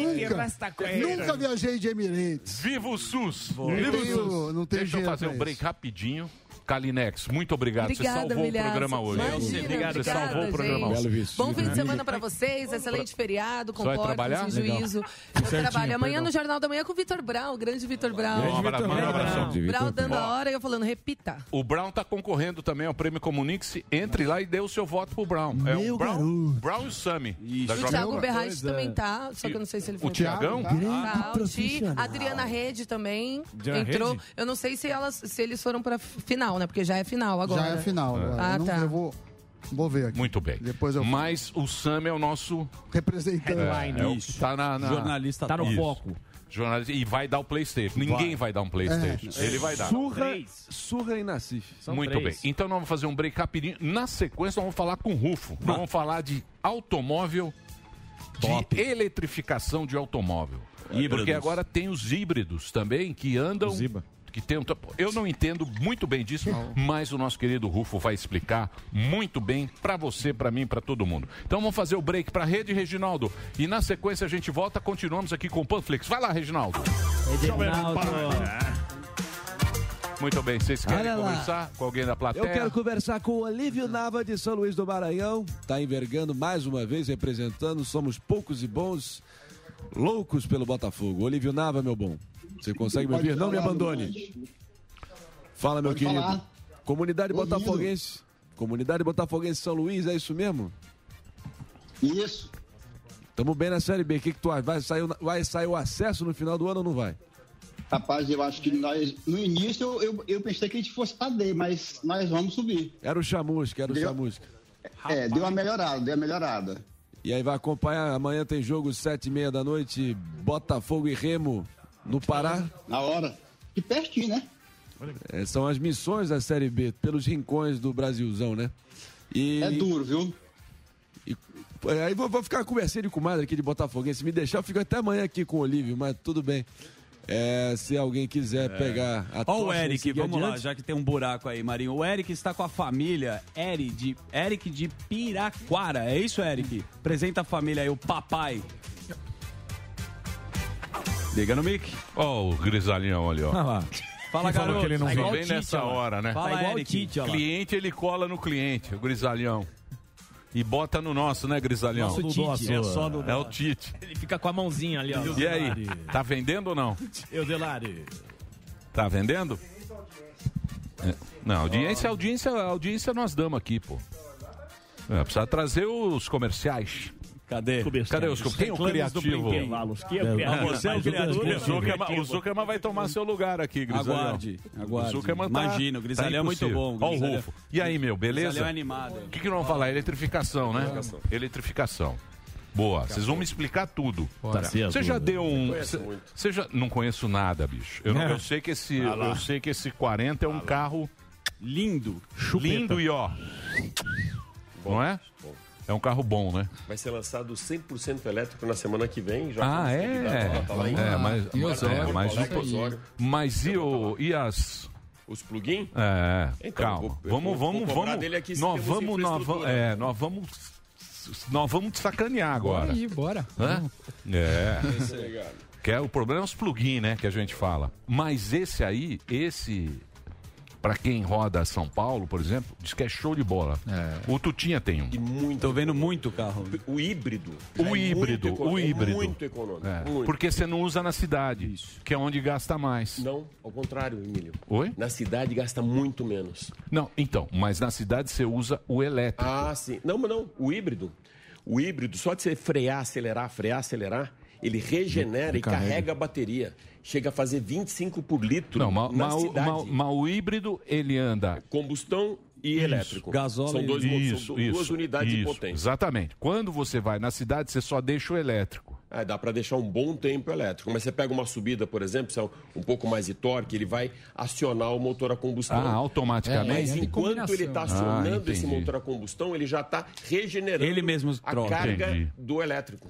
Speaker 9: Nunca, nunca viajei de Emirates.
Speaker 3: Viva o SUS!
Speaker 9: Não tenho, não tenho
Speaker 3: Deixa eu
Speaker 9: dinheiro
Speaker 3: fazer
Speaker 9: pra
Speaker 3: um
Speaker 9: isso.
Speaker 3: break rapidinho. Kalinex, muito obrigado.
Speaker 15: Obrigada,
Speaker 3: você salvou
Speaker 15: Milhaça.
Speaker 3: o programa hoje.
Speaker 15: Imagina,
Speaker 3: você
Speaker 15: obrigada,
Speaker 3: salvou o programa
Speaker 15: gente.
Speaker 3: hoje.
Speaker 15: Bom fim de semana pra vocês, excelente feriado,
Speaker 3: Você vai trabalhar?
Speaker 15: comportem-se sem
Speaker 3: Legal.
Speaker 15: juízo. Eu
Speaker 3: Certinho,
Speaker 15: trabalho amanhã
Speaker 3: perdão.
Speaker 15: no Jornal da Manhã com o Vitor Brau, o grande Vitor Brau.
Speaker 3: Grande Vitor Brau. Manda um abração.
Speaker 15: Brau. Brau dando a
Speaker 3: Ó.
Speaker 15: hora e eu falando, repita.
Speaker 3: O Brown tá concorrendo também ao prêmio Comunix. Entre lá e dê o seu voto pro Brown. é o
Speaker 9: Meu é.
Speaker 3: Brown, Brown e o Sammy.
Speaker 15: E o
Speaker 3: da Jovem
Speaker 15: Thiago
Speaker 3: Pan.
Speaker 15: Berratti também tá, só que eu não sei se ele
Speaker 3: O Thiagão? Grande
Speaker 15: Tá, o Ti. Adriana Rede também
Speaker 3: Adriana
Speaker 15: entrou.
Speaker 3: Rede?
Speaker 15: Eu não sei se, elas, se eles foram pra final, né? Porque já é final agora.
Speaker 9: Já é final agora.
Speaker 15: Ah,
Speaker 9: Eu não-
Speaker 15: tá.
Speaker 9: Eu vou, vou ver aqui.
Speaker 3: Muito bem.
Speaker 9: Depois eu
Speaker 3: Mas o Sammy é o nosso
Speaker 9: representando.
Speaker 3: É, é o que tá na, na-
Speaker 8: Jornalista
Speaker 3: tá no
Speaker 8: top.
Speaker 3: foco. Jornalista e vai dar o PlayStation. Ninguém vai, dar um PlayStation.
Speaker 8: É.
Speaker 3: Ele vai dar.
Speaker 8: Surra, surra e nascif.
Speaker 3: Muito bem. Então nós vamos fazer um break rapidinho. Na sequência nós vamos falar com o Rufo. Nós vamos falar de automóvel, de eletrificação de automóvel.
Speaker 8: Híbridos.
Speaker 3: Porque agora tem os híbridos também que andam que tem um tra- Eu não entendo muito bem disso, mas o nosso querido Rufo vai explicar muito bem pra você, pra mim, pra todo mundo. Então vamos fazer o break pra rede, Reginaldo. E na sequência a gente volta, continuamos aqui com o Panflix. Vai lá, Reginaldo.
Speaker 6: Reginaldo.
Speaker 3: Muito bem, vocês querem
Speaker 17: Olha lá.
Speaker 3: conversar com alguém da plateia?
Speaker 17: Eu quero conversar com o Olívio Nava de São Luís do Maranhão.
Speaker 16: Tá envergando mais uma vez, representando. Somos poucos e bons, loucos pelo Botafogo. Olívio Nava, meu bom. Você consegue me
Speaker 17: Pode
Speaker 16: ouvir? Não me
Speaker 17: falar,
Speaker 16: abandone. Fala, meu
Speaker 17: Pode
Speaker 16: querido.
Speaker 17: falar.
Speaker 16: Comunidade
Speaker 17: Ouvindo.
Speaker 16: Botafoguense. Comunidade Botafoguense São Luís, é isso mesmo? Isso. Tamo bem na Série B. O que, que tu acha? Vai sair, o- vai sair o acesso no final do ano ou não vai?
Speaker 9: Rapaz, eu acho que nós. No início eu, eu, eu pensei que a gente fosse pra D, mas nós vamos subir.
Speaker 16: Era o Chamusca, era o
Speaker 9: Deu-
Speaker 16: Chamusca.
Speaker 9: É, deu uma melhorada, deu uma melhorada.
Speaker 16: E aí vai acompanhar, amanhã tem jogo sete e meia da noite, Botafogo e Remo no Pará.
Speaker 9: Na hora. Que pertinho, né?
Speaker 16: É, são as missões da Série B, pelos rincões do Brasilzão, né? E, é duro, viu? aí vou, vou ficar conversando com o Madre aqui de Botafoguense. Se me deixar, eu fico até amanhã aqui com o Olívio, mas tudo bem. É, se alguém quiser pegar a
Speaker 8: É. Ó o
Speaker 16: tocha e
Speaker 8: Eric,
Speaker 16: seguir
Speaker 8: vamos lá,
Speaker 16: adiante.
Speaker 8: já que tem um buraco aí, Marinho. O Eric está com a família Eric de, Eric de Piraquara. É isso, Eric? Apresenta a família aí, o papai. Liga no mic.
Speaker 3: Ó, o grisalhão ali, ó.
Speaker 8: Ah lá. Fala,
Speaker 3: Quem falou
Speaker 8: garoto.
Speaker 3: que ele não
Speaker 8: Tá
Speaker 3: vem?
Speaker 8: igual
Speaker 3: Vem
Speaker 8: o Tite,
Speaker 3: nessa
Speaker 8: ó lá.
Speaker 3: hora, né?
Speaker 8: Fala, Tá igual o Eric. Tite, ó lá.
Speaker 3: Cliente, ele cola no cliente, o grisalhão. E bota no nosso, né, grisalhão?
Speaker 6: Nosso Tite, é só no-
Speaker 3: É o Tite.
Speaker 6: Ele fica com a mãozinha ali, ó.
Speaker 3: E aí, tá vendendo ou não?
Speaker 6: Eudelari.
Speaker 3: Tá vendendo? É. Não, audiência, audiência, audiência nós damos aqui, pô. É, precisa trazer os comerciais.
Speaker 8: Cadê?
Speaker 3: Cadê os comerciais? Quem é o
Speaker 7: Reclames do
Speaker 3: criativo?
Speaker 7: intervalo, que é o criativo.
Speaker 3: Você é o
Speaker 7: Mas
Speaker 3: criativo.
Speaker 7: o criativo.
Speaker 3: O Zuckerman, o Zuckerman vai tomar seu lugar aqui, Grisalhão.
Speaker 8: Aguarde, aguarde.
Speaker 3: O Zuckerman tá,
Speaker 8: Imagina, o Grisalhão é muito
Speaker 3: impossível.
Speaker 8: bom, o
Speaker 3: Ó o
Speaker 8: Grisalhão-
Speaker 3: Rufo. E aí, meu, beleza?
Speaker 8: Grisalhão é animado.
Speaker 3: O que, que nós vamos falar? Eletrificação, né? Eletrificação. Boa, vocês vão me explicar tudo.
Speaker 7: Tá certo.
Speaker 3: Você já deu um.
Speaker 7: Você conhece
Speaker 3: você- Você já. Não conheço nada, bicho. Eu, não-
Speaker 8: É.
Speaker 3: eu sei que esse.
Speaker 7: Ah lá.
Speaker 3: Eu sei que esse 40 é um carro.
Speaker 8: Lindo.
Speaker 3: Lindo e ó. Não é? É um carro bom, né?
Speaker 10: Vai ser lançado 100% elétrico na semana que vem. Já
Speaker 3: Ah,
Speaker 10: fomos convidados
Speaker 3: é?
Speaker 10: lá, tá lá em-
Speaker 3: É, mas,
Speaker 10: Em né?
Speaker 3: mas, é,
Speaker 10: Osório,
Speaker 3: mas,
Speaker 10: Porto Alegre,
Speaker 3: o-
Speaker 10: Osório.
Speaker 3: mas e, o, e as.
Speaker 10: É um Os plugin?
Speaker 3: É,
Speaker 10: Então, eu
Speaker 3: calma.
Speaker 10: vou- eu
Speaker 3: vamos,
Speaker 10: vou-
Speaker 3: vamos,
Speaker 10: vou cobrar
Speaker 3: vamos.
Speaker 10: dele aqui se
Speaker 3: nós
Speaker 10: temos
Speaker 3: vamos, nós vamos.
Speaker 10: infraestrutura.
Speaker 3: É, nós vamos. Nós vamos te sacanear agora.
Speaker 10: Aí, bora.
Speaker 3: Hã? É.
Speaker 10: É isso aí, cara.
Speaker 3: Que é, o problema é os plugins, né? Que a gente fala. Mas esse aí, esse. Pra quem roda São Paulo, por exemplo, diz que é show de bola.
Speaker 10: É.
Speaker 3: O Tutinha tem um.
Speaker 8: Tô vendo muito carro.
Speaker 10: O híbrido. é
Speaker 3: O híbrido,
Speaker 10: muito
Speaker 3: o
Speaker 10: econômico,
Speaker 3: híbrido.
Speaker 10: muito econômico,
Speaker 3: É,
Speaker 10: muito.
Speaker 3: Porque você não usa na cidade, que é onde gasta mais.
Speaker 10: Não, ao contrário, Emílio.
Speaker 3: Oi?
Speaker 10: Na cidade gasta muito menos.
Speaker 3: Não, então, mas na cidade você usa o elétrico.
Speaker 10: Ah, sim. Não, mas não. O híbrido. O híbrido, só de você frear, acelerar, frear, acelerar, ele regenera e
Speaker 3: Recarrega.
Speaker 10: carrega. a bateria. Chega a fazer 25 por litro
Speaker 3: Não, mas
Speaker 10: na
Speaker 3: mas o-
Speaker 10: cidade.
Speaker 3: mas- mas o híbrido, ele anda...
Speaker 10: Combustão e elétrico. São, dois, mo- são
Speaker 3: isso,
Speaker 10: du- duas
Speaker 3: isso,
Speaker 10: unidades
Speaker 3: isso,
Speaker 10: de potência.
Speaker 3: Exatamente. Quando você vai na cidade, você só deixa o elétrico.
Speaker 10: É, dá para deixar um bom tempo elétrico. Mas você pega uma subida, por exemplo, se é um- um pouco mais de torque, ele vai acionar o motor a combustão.
Speaker 3: Ah, automaticamente?
Speaker 10: Mas
Speaker 3: É, que
Speaker 10: enquanto
Speaker 3: combinação.
Speaker 10: ele está
Speaker 3: Ah,
Speaker 10: acionando esse
Speaker 3: entendi.
Speaker 10: motor a combustão, ele já está regenerando
Speaker 3: Ele mesmo
Speaker 10: a
Speaker 3: troca.
Speaker 10: carga
Speaker 3: Entendi.
Speaker 10: do elétrico.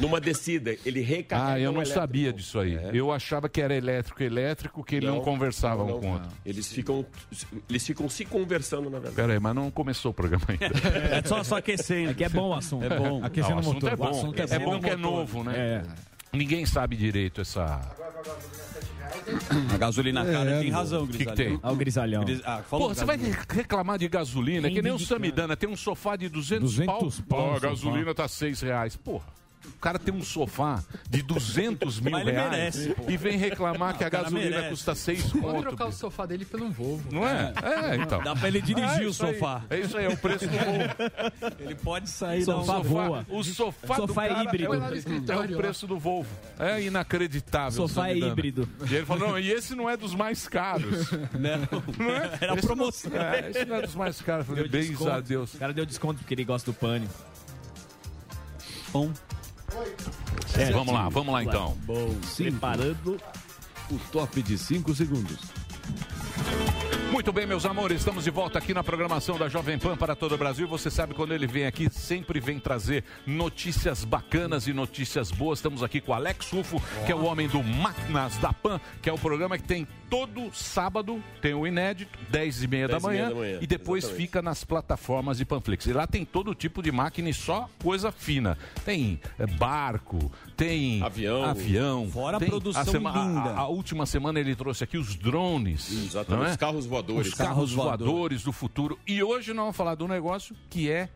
Speaker 10: Numa descida, ele recarrega
Speaker 3: ah, eu
Speaker 10: o
Speaker 3: não
Speaker 10: elétrico. É.
Speaker 3: sabia disso aí. Eu achava que era elétrico, elétrico, que não, conversavam
Speaker 10: não,
Speaker 3: com o
Speaker 10: não.
Speaker 3: outro.
Speaker 10: Eles ficam, eles ficam se conversando, na verdade.
Speaker 3: Peraí, mas não começou o programa ainda.
Speaker 8: É só, só aquecendo.
Speaker 10: É que é bom o assunto.
Speaker 8: É bom.
Speaker 3: Aquecendo o assunto é bom.
Speaker 8: O assunto
Speaker 3: é, bom que
Speaker 8: Motor.
Speaker 3: é novo, né? Ninguém sabe direito essa.
Speaker 8: A gasolina cara
Speaker 3: É,
Speaker 8: tem
Speaker 3: meu.
Speaker 8: razão,
Speaker 3: O que que
Speaker 8: Grisalhão.
Speaker 3: tem? Ah, o
Speaker 8: Grisalhão.
Speaker 3: Pô, você vai reclamar de gasolina, que nem o
Speaker 8: Reivindicando.
Speaker 3: Samidana, tem um sofá de 200,
Speaker 8: 200
Speaker 3: pau.
Speaker 8: pau,
Speaker 3: Ó, a
Speaker 8: sofá.
Speaker 3: gasolina tá 6 reais. Porra. O cara tem um sofá de 200 mil
Speaker 18: Mas ele
Speaker 3: reais
Speaker 18: merece, pô.
Speaker 3: e vem reclamar
Speaker 18: Não,
Speaker 3: que a
Speaker 18: o cara
Speaker 3: gasolina
Speaker 18: merece.
Speaker 3: custa 6
Speaker 18: Pode
Speaker 3: conto.
Speaker 18: trocar o sofá dele pelo um Volvo.
Speaker 3: Não é? É, então.
Speaker 18: Dá pra ele dirigir
Speaker 3: É
Speaker 18: o
Speaker 3: isso aí.
Speaker 18: sofá.
Speaker 3: É isso aí, é o preço do Volvo.
Speaker 8: Ele pode sair
Speaker 3: da
Speaker 8: da
Speaker 3: sofá,
Speaker 8: onde voa.
Speaker 3: O sofá, do
Speaker 8: Sofá é
Speaker 3: cara
Speaker 8: híbrido.
Speaker 3: É, o- é o preço do Volvo. É inacreditável.
Speaker 8: Sofá é
Speaker 3: Samidana.
Speaker 8: híbrido.
Speaker 3: E ele falou, não, e esse não é dos mais caros. Não. é?
Speaker 8: Era
Speaker 3: Esse
Speaker 8: promoção.
Speaker 3: Não, é, esse não é dos mais caros. Eu Falei, bem a Deus.
Speaker 6: O cara deu desconto porque ele gosta do pânico.
Speaker 8: Bom.
Speaker 6: É.
Speaker 3: Vamos lá, vamos lá então.
Speaker 6: Bom,
Speaker 8: Preparando
Speaker 17: o top de 5 segundos.
Speaker 3: Muito bem, meus amores, estamos de volta aqui na programação da Jovem Pan para todo o Brasil. Você sabe, quando ele vem aqui, sempre vem trazer notícias bacanas e notícias boas. Estamos aqui com o Alex Rufo, que é o homem do Máquinas da Pan, que é o programa que tem todo sábado, tem o inédito, 10 e meia da
Speaker 10: 10 e meia
Speaker 3: manhã,
Speaker 10: da manhã,
Speaker 3: e depois
Speaker 10: exatamente.
Speaker 3: fica fica nas plataformas de Panflix. E lá tem todo tipo de máquina e só coisa fina. Tem eh, barco, tem avião,
Speaker 10: Fora a
Speaker 3: tem
Speaker 10: produção
Speaker 3: a-
Speaker 10: linda.
Speaker 3: A, a última semana ele trouxe aqui os drones,
Speaker 10: Exatamente,
Speaker 3: não é?
Speaker 10: os carros voadores.
Speaker 3: Os carros voadores do futuro. E hoje nós vamos falar do negócio que é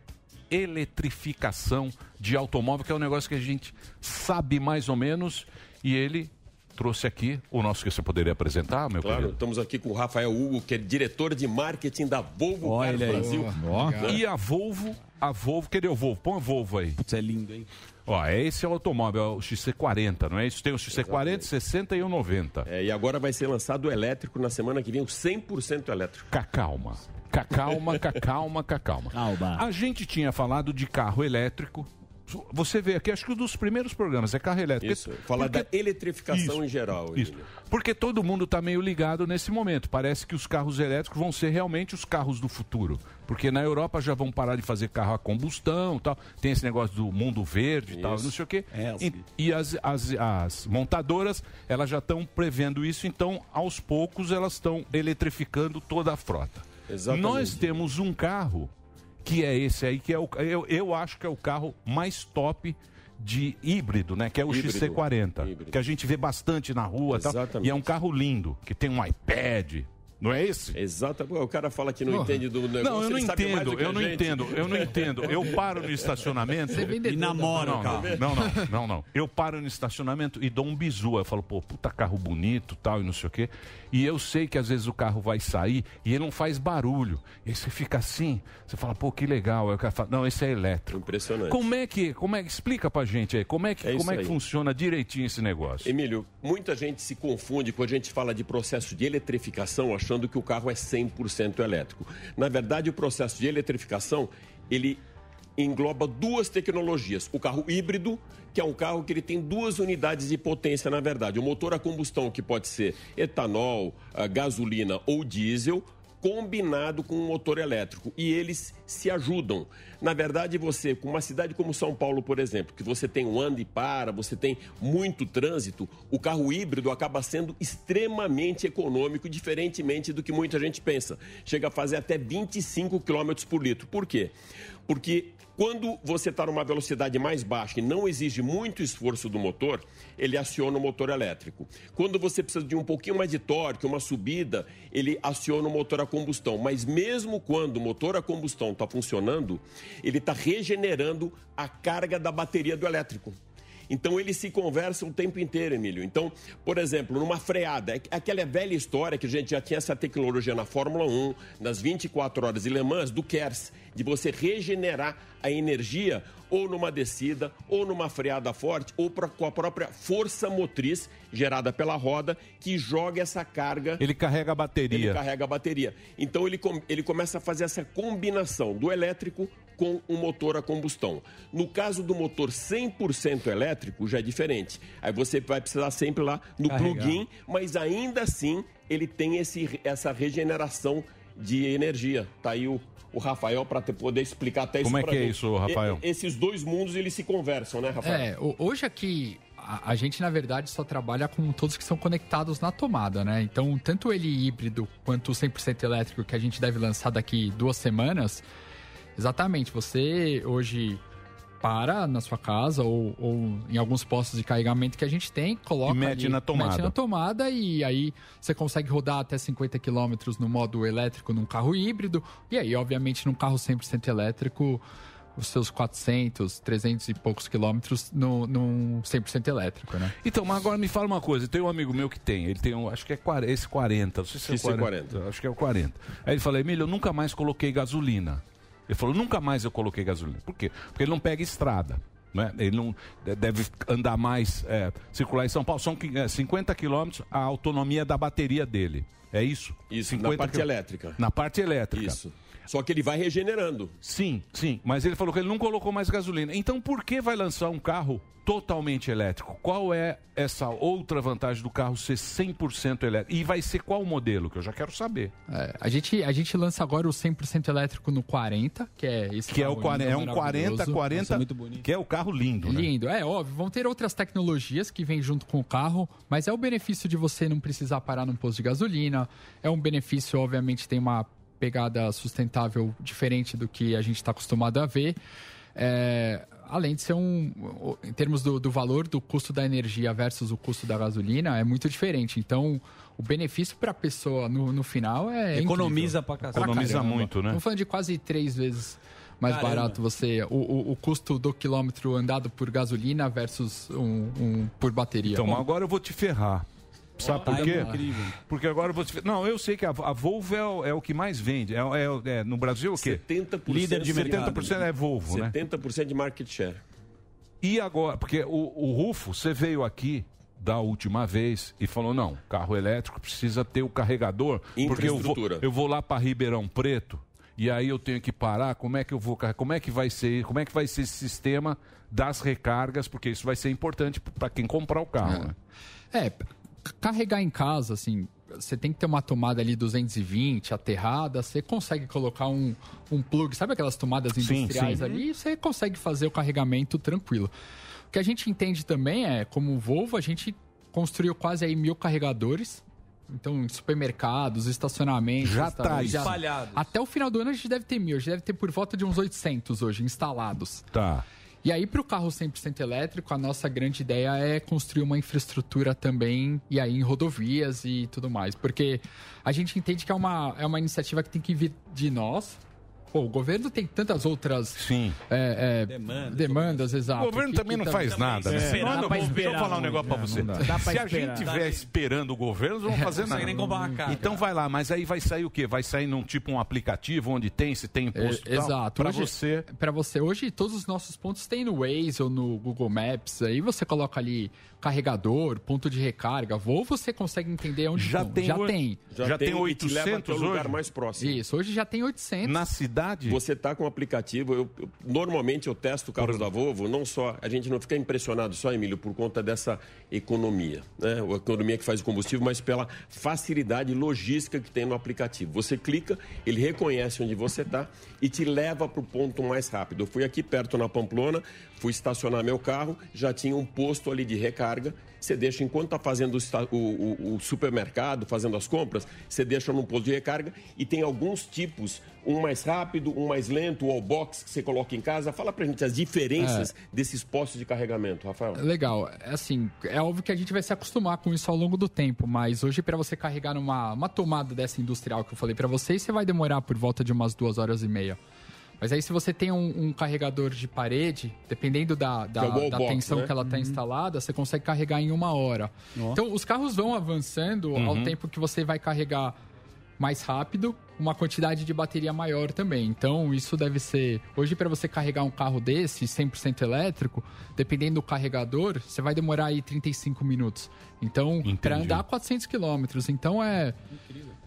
Speaker 3: eletrificação de automóvel, que é um negócio que a gente sabe mais ou menos e ele trouxe aqui o nosso que você poderia apresentar, meu
Speaker 10: Claro,
Speaker 3: querido?
Speaker 10: estamos aqui com o Rafael Hugo, que é diretor de marketing da Volvo
Speaker 3: Olha
Speaker 10: Cars
Speaker 3: aí.
Speaker 10: Brasil.
Speaker 3: Ó.
Speaker 10: Né?
Speaker 3: E a Volvo, a Volvo, cadê o Volvo? Põe a Volvo aí. Isso é lindo, hein? Ó, esse é o automóvel, é o XC40, não é isso? Tem o XC40, 60 e um o 90.
Speaker 10: É, e agora vai ser lançado o elétrico na semana que vem, o 100% elétrico.
Speaker 3: Cacalma. Cacalma, cacalma, cacalma.
Speaker 10: Ah,
Speaker 3: A gente tinha falado de carro elétrico. Você vê aqui, acho que um dos primeiros programas é carro elétrico.
Speaker 10: Isso, falar da eletrificação em geral.
Speaker 3: Isso. Porque todo mundo está meio ligado nesse momento. Parece que os carros elétricos vão ser realmente os carros do futuro. Porque na Europa já vão parar de fazer carro a combustão e tal. Tem esse negócio do mundo verde e tal,
Speaker 10: Isso.
Speaker 3: não sei o quê.
Speaker 10: É,
Speaker 3: E- e as, as, as montadoras, elas já estão prevendo isso. Então, aos poucos, elas estão eletrificando toda a frota.
Speaker 10: Exatamente.
Speaker 3: Nós temos um carro que é esse aí, que é o, eu, eu acho que é o carro mais top de híbrido, né? Que é o
Speaker 10: Híbrido.
Speaker 3: XC40, que a gente vê bastante na rua, e tal.
Speaker 10: Exatamente.
Speaker 3: E é um carro lindo, que tem um iPad. Não é esse?
Speaker 10: Exato. Pô, O cara fala que não
Speaker 3: Porra.
Speaker 10: entende do negócio.
Speaker 3: Não, eu não
Speaker 10: ele sabe mais do
Speaker 3: entendo,
Speaker 10: que a
Speaker 3: eu não
Speaker 10: gente.
Speaker 3: entendo, eu não entendo. Eu paro no estacionamento
Speaker 10: Você é vendedor,
Speaker 3: e
Speaker 10: namora
Speaker 3: não,
Speaker 10: o carro.
Speaker 3: Não, não, não, não, não. Eu paro no estacionamento e dou um bizu. Eu falo, pô, puta carro bonito, tal, e não sei o quê. E eu sei que às vezes o carro vai sair e ele não faz barulho. E aí você fica assim, você fala, pô, que legal. Aí o cara fala, não, esse é elétrico.
Speaker 10: Impressionante.
Speaker 3: Como é que, como é que, explica pra gente aí, como é que,
Speaker 10: É isso
Speaker 3: como é que
Speaker 10: aí.
Speaker 3: funciona direitinho esse negócio?
Speaker 10: Emílio, muita gente se confunde quando a gente fala de processo de eletrificação achando que o carro é 100% elétrico. Na verdade, o processo de eletrificação, ele engloba duas tecnologias. O carro híbrido, que é um carro que ele tem duas unidades de potência, na verdade. O motor a combustão, que pode ser etanol, ah, gasolina ou diesel, combinado com um motor elétrico e eles se ajudam. Na verdade, você, com uma cidade como São Paulo, por exemplo, que você tem um anda e para, você tem muito trânsito, o carro híbrido acaba sendo extremamente econômico, diferentemente do que muita gente pensa. Chega a fazer até 25 km por litro. Por quê? Porque quando você está numa velocidade mais baixa e não exige muito esforço do motor, ele aciona o motor elétrico. Quando você precisa de um pouquinho mais de torque, uma subida, ele aciona o motor a combustão. Mas mesmo quando o motor a combustão está funcionando, ele está regenerando a carga da bateria do elétrico. Então eles se conversam o tempo inteiro, Emílio. Então, por exemplo, numa freada, é aquela velha história que a gente já tinha essa tecnologia na Fórmula 1, nas 24 horas de Le Mans, do KERS, de você regenerar a energia ou numa descida, ou numa freada forte, ou pra- com a própria força motriz gerada pela roda que joga essa carga
Speaker 3: Ele carrega a bateria.
Speaker 10: ele carrega a bateria. Então ele, com- ele começa a fazer essa combinação do elétrico com o motor a combustão. No caso do motor 100% elétrico, já é diferente. Aí você vai precisar sempre lá no
Speaker 19: Carregar.
Speaker 10: plug-in, mas ainda assim ele tem esse, essa regeneração de energia. Tá aí o, o Rafael para poder explicar até isso
Speaker 3: Como é
Speaker 10: pra
Speaker 3: que é
Speaker 10: gente.
Speaker 3: isso, Rafael?
Speaker 10: E- esses dois mundos eles se conversam, né, Rafael?
Speaker 18: É, o- hoje aqui a, a gente na verdade só trabalha com todos que são conectados na tomada, né? Então, tanto ele híbrido quanto o 100% elétrico que a gente deve lançar daqui duas semanas, exatamente, você hoje para na sua casa ou, ou em alguns postos de carregamento que a gente tem, coloca
Speaker 3: E mete
Speaker 18: ali,
Speaker 3: na tomada.
Speaker 18: mete na tomada e aí você consegue rodar até 50 km no modo elétrico num carro híbrido e aí, obviamente, num carro 100% elétrico os seus 400, 300 e poucos quilômetros no, num 100% elétrico, né?
Speaker 3: Então, mas agora me fala uma coisa. Tem um amigo meu que tem, ele tem um, acho que é 40, esse 40, não sei se é o
Speaker 10: Esse
Speaker 3: 40, Acho que é o 40. Aí ele falou, Emílio, eu nunca mais coloquei gasolina. Ele falou, nunca mais eu coloquei gasolina. Por quê? Porque ele não pega estrada. Né? Ele não de- deve andar mais, é, circular em São Paulo. São qui- é, 50 quilômetros a autonomia da bateria dele. É isso?
Speaker 10: Isso, na
Speaker 3: 50
Speaker 10: parte
Speaker 3: quil-
Speaker 10: elétrica.
Speaker 3: Na parte elétrica.
Speaker 10: Isso. Só que ele vai regenerando.
Speaker 3: Sim, sim. Mas ele falou que ele não colocou mais gasolina. Então por que vai lançar um carro totalmente elétrico? Qual é essa outra vantagem do carro ser 100% elétrico? E vai ser qual o modelo? Que eu já quero saber.
Speaker 18: É, a, gente, a gente lança agora o 100% elétrico no 40, que é esse
Speaker 3: Que é, o
Speaker 18: carro
Speaker 3: 40,
Speaker 18: lindo,
Speaker 3: é um 40,
Speaker 18: maravilhoso.
Speaker 3: 40,
Speaker 18: Nossa, muito
Speaker 3: que é o carro lindo, né?
Speaker 18: Lindo, é óbvio. Vão ter outras tecnologias que vêm junto com o carro, mas é o benefício de você não precisar parar num posto de gasolina. É um benefício, obviamente, tem uma pegada sustentável diferente do que a gente está acostumado a ver. É, além de ser um. Em termos do, do valor do custo da energia versus o custo da gasolina, é muito diferente. Então, o benefício para a pessoa no, no final é.
Speaker 8: Economiza
Speaker 18: incrível.
Speaker 8: pra cacete. Economiza
Speaker 18: caramba.
Speaker 8: muito, né?
Speaker 18: Estamos falando de quase três vezes mais
Speaker 8: Caramba.
Speaker 18: barato você o, o, o custo do quilômetro andado por gasolina versus um, um por bateria.
Speaker 3: Então agora eu vou te ferrar. Sabe
Speaker 18: Ó,
Speaker 3: por quê?
Speaker 18: é incrível.
Speaker 3: Porque agora eu vou te ferrar. Não, eu sei que a, a Volvo é o, é o que mais vende. É, é- é- no Brasil é o quê?
Speaker 10: 70%
Speaker 3: 70% é Volvo, né?
Speaker 10: 70% de market share.
Speaker 3: E agora, porque o, o Rufo, você veio aqui da última vez e falou: não, carro elétrico precisa ter o carregador, porque eu vou,
Speaker 10: Infraestrutura.
Speaker 3: eu vou lá para Ribeirão Preto e aí eu tenho que parar. Como é que eu vou carregar? Como é que vai ser? Como é que vai ser esse sistema das recargas? Porque isso vai ser importante para quem comprar o carro. né?
Speaker 18: É, c- carregar em casa, assim, você tem que ter uma tomada ali 220, aterrada, você consegue colocar um, um plug, sabe aquelas tomadas industriais
Speaker 6: sim.
Speaker 18: ali? Você consegue fazer o carregamento tranquilo. O que a gente entende também é, como Volvo, a gente construiu quase aí mil carregadores. Então, em supermercados, estacionamentos...
Speaker 3: Já tá
Speaker 18: restaurantes,
Speaker 3: espalhado.
Speaker 18: Até o final do ano a gente deve ter mil, a gente deve ter por volta de uns 800 hoje instalados.
Speaker 3: Tá.
Speaker 18: E aí, para o carro 100% elétrico, a nossa grande ideia é construir uma infraestrutura também, e aí em rodovias e tudo mais. Porque a gente entende que é uma, é uma iniciativa que tem que vir de nós. Pô, o governo tem tantas outras é,
Speaker 3: Sim.
Speaker 18: demandas, exato.
Speaker 3: O governo
Speaker 18: que-
Speaker 3: também
Speaker 18: que
Speaker 3: não faz nada. né?
Speaker 18: Não dá
Speaker 3: Mano,
Speaker 18: pra
Speaker 3: deixa eu
Speaker 18: esperar
Speaker 3: falar um
Speaker 18: muito,
Speaker 3: negócio pra
Speaker 18: né?
Speaker 3: você.
Speaker 18: Não dá. Dá pra
Speaker 3: Se a
Speaker 18: esperar.
Speaker 3: gente estiver esperando o governo, eles não vão
Speaker 18: Não
Speaker 3: fazer nada.
Speaker 18: consegue nem comprar
Speaker 10: Hum,
Speaker 18: uma carga.
Speaker 3: Então vai lá, mas aí vai sair o quê? Vai sair num tipo um aplicativo onde tem, se tem imposto.
Speaker 18: É,
Speaker 3: e tal,
Speaker 18: exato.
Speaker 3: então, Pra
Speaker 18: Hoje-
Speaker 3: você.
Speaker 18: Pra você. Hoje, todos os nossos pontos tem no Waze ou no Google Maps. Aí você coloca ali carregador, ponto de recarga. Ou você consegue entender onde
Speaker 3: Já
Speaker 18: estão.
Speaker 3: tem
Speaker 18: Já
Speaker 3: o-
Speaker 18: tem.
Speaker 3: já Já tem tem o que te leva até um o 800
Speaker 10: lugar hoje? mais próximo.
Speaker 18: Isso. Hoje já tem 800.
Speaker 3: Na cidade?
Speaker 10: Você tá com o aplicativo. Eu, eu- normalmente eu testo carros da Volvo, não só. A gente não fica impressionado só, Emílio, por conta dessa economia, né? A economia que faz o combustível, mas pela facilidade logística que tem no aplicativo. Você clica, ele reconhece onde você está e te leva para o ponto mais rápido. Eu fui aqui perto na Pamplona, fui estacionar meu carro, já tinha um posto ali de recarga. Você deixa, enquanto está fazendo o, esta- o- o- o supermercado, fazendo as compras, você deixa num posto de recarga e tem alguns tipos, um mais rápido, um mais lento, o all box que você coloca em casa. Fala pra gente as diferenças
Speaker 18: É.
Speaker 10: desses postos de carregamento, Rafael.
Speaker 18: Legal. É Assim, é óbvio que a gente vai se acostumar com isso ao longo do tempo, mas hoje para você carregar numa uma tomada dessa industrial que eu falei para vocês, você vai demorar por volta de umas duas horas e meia. Mas aí se você tem um, um carregador de parede, dependendo da, da,
Speaker 6: Que é o wall
Speaker 18: da
Speaker 6: box,
Speaker 18: tensão
Speaker 6: né?
Speaker 18: que ela está
Speaker 6: Uhum.
Speaker 18: instalada, você consegue carregar em uma hora. Então os carros vão avançando
Speaker 6: Uhum.
Speaker 18: Tipo, ao tempo que você vai carregar mais rápido, uma quantidade de bateria maior também. Então, isso deve ser. Hoje, para você carregar um carro desse, 100% elétrico, dependendo do carregador, você vai demorar aí 35 minutos. Então, para andar 400 quilômetros. Então, é.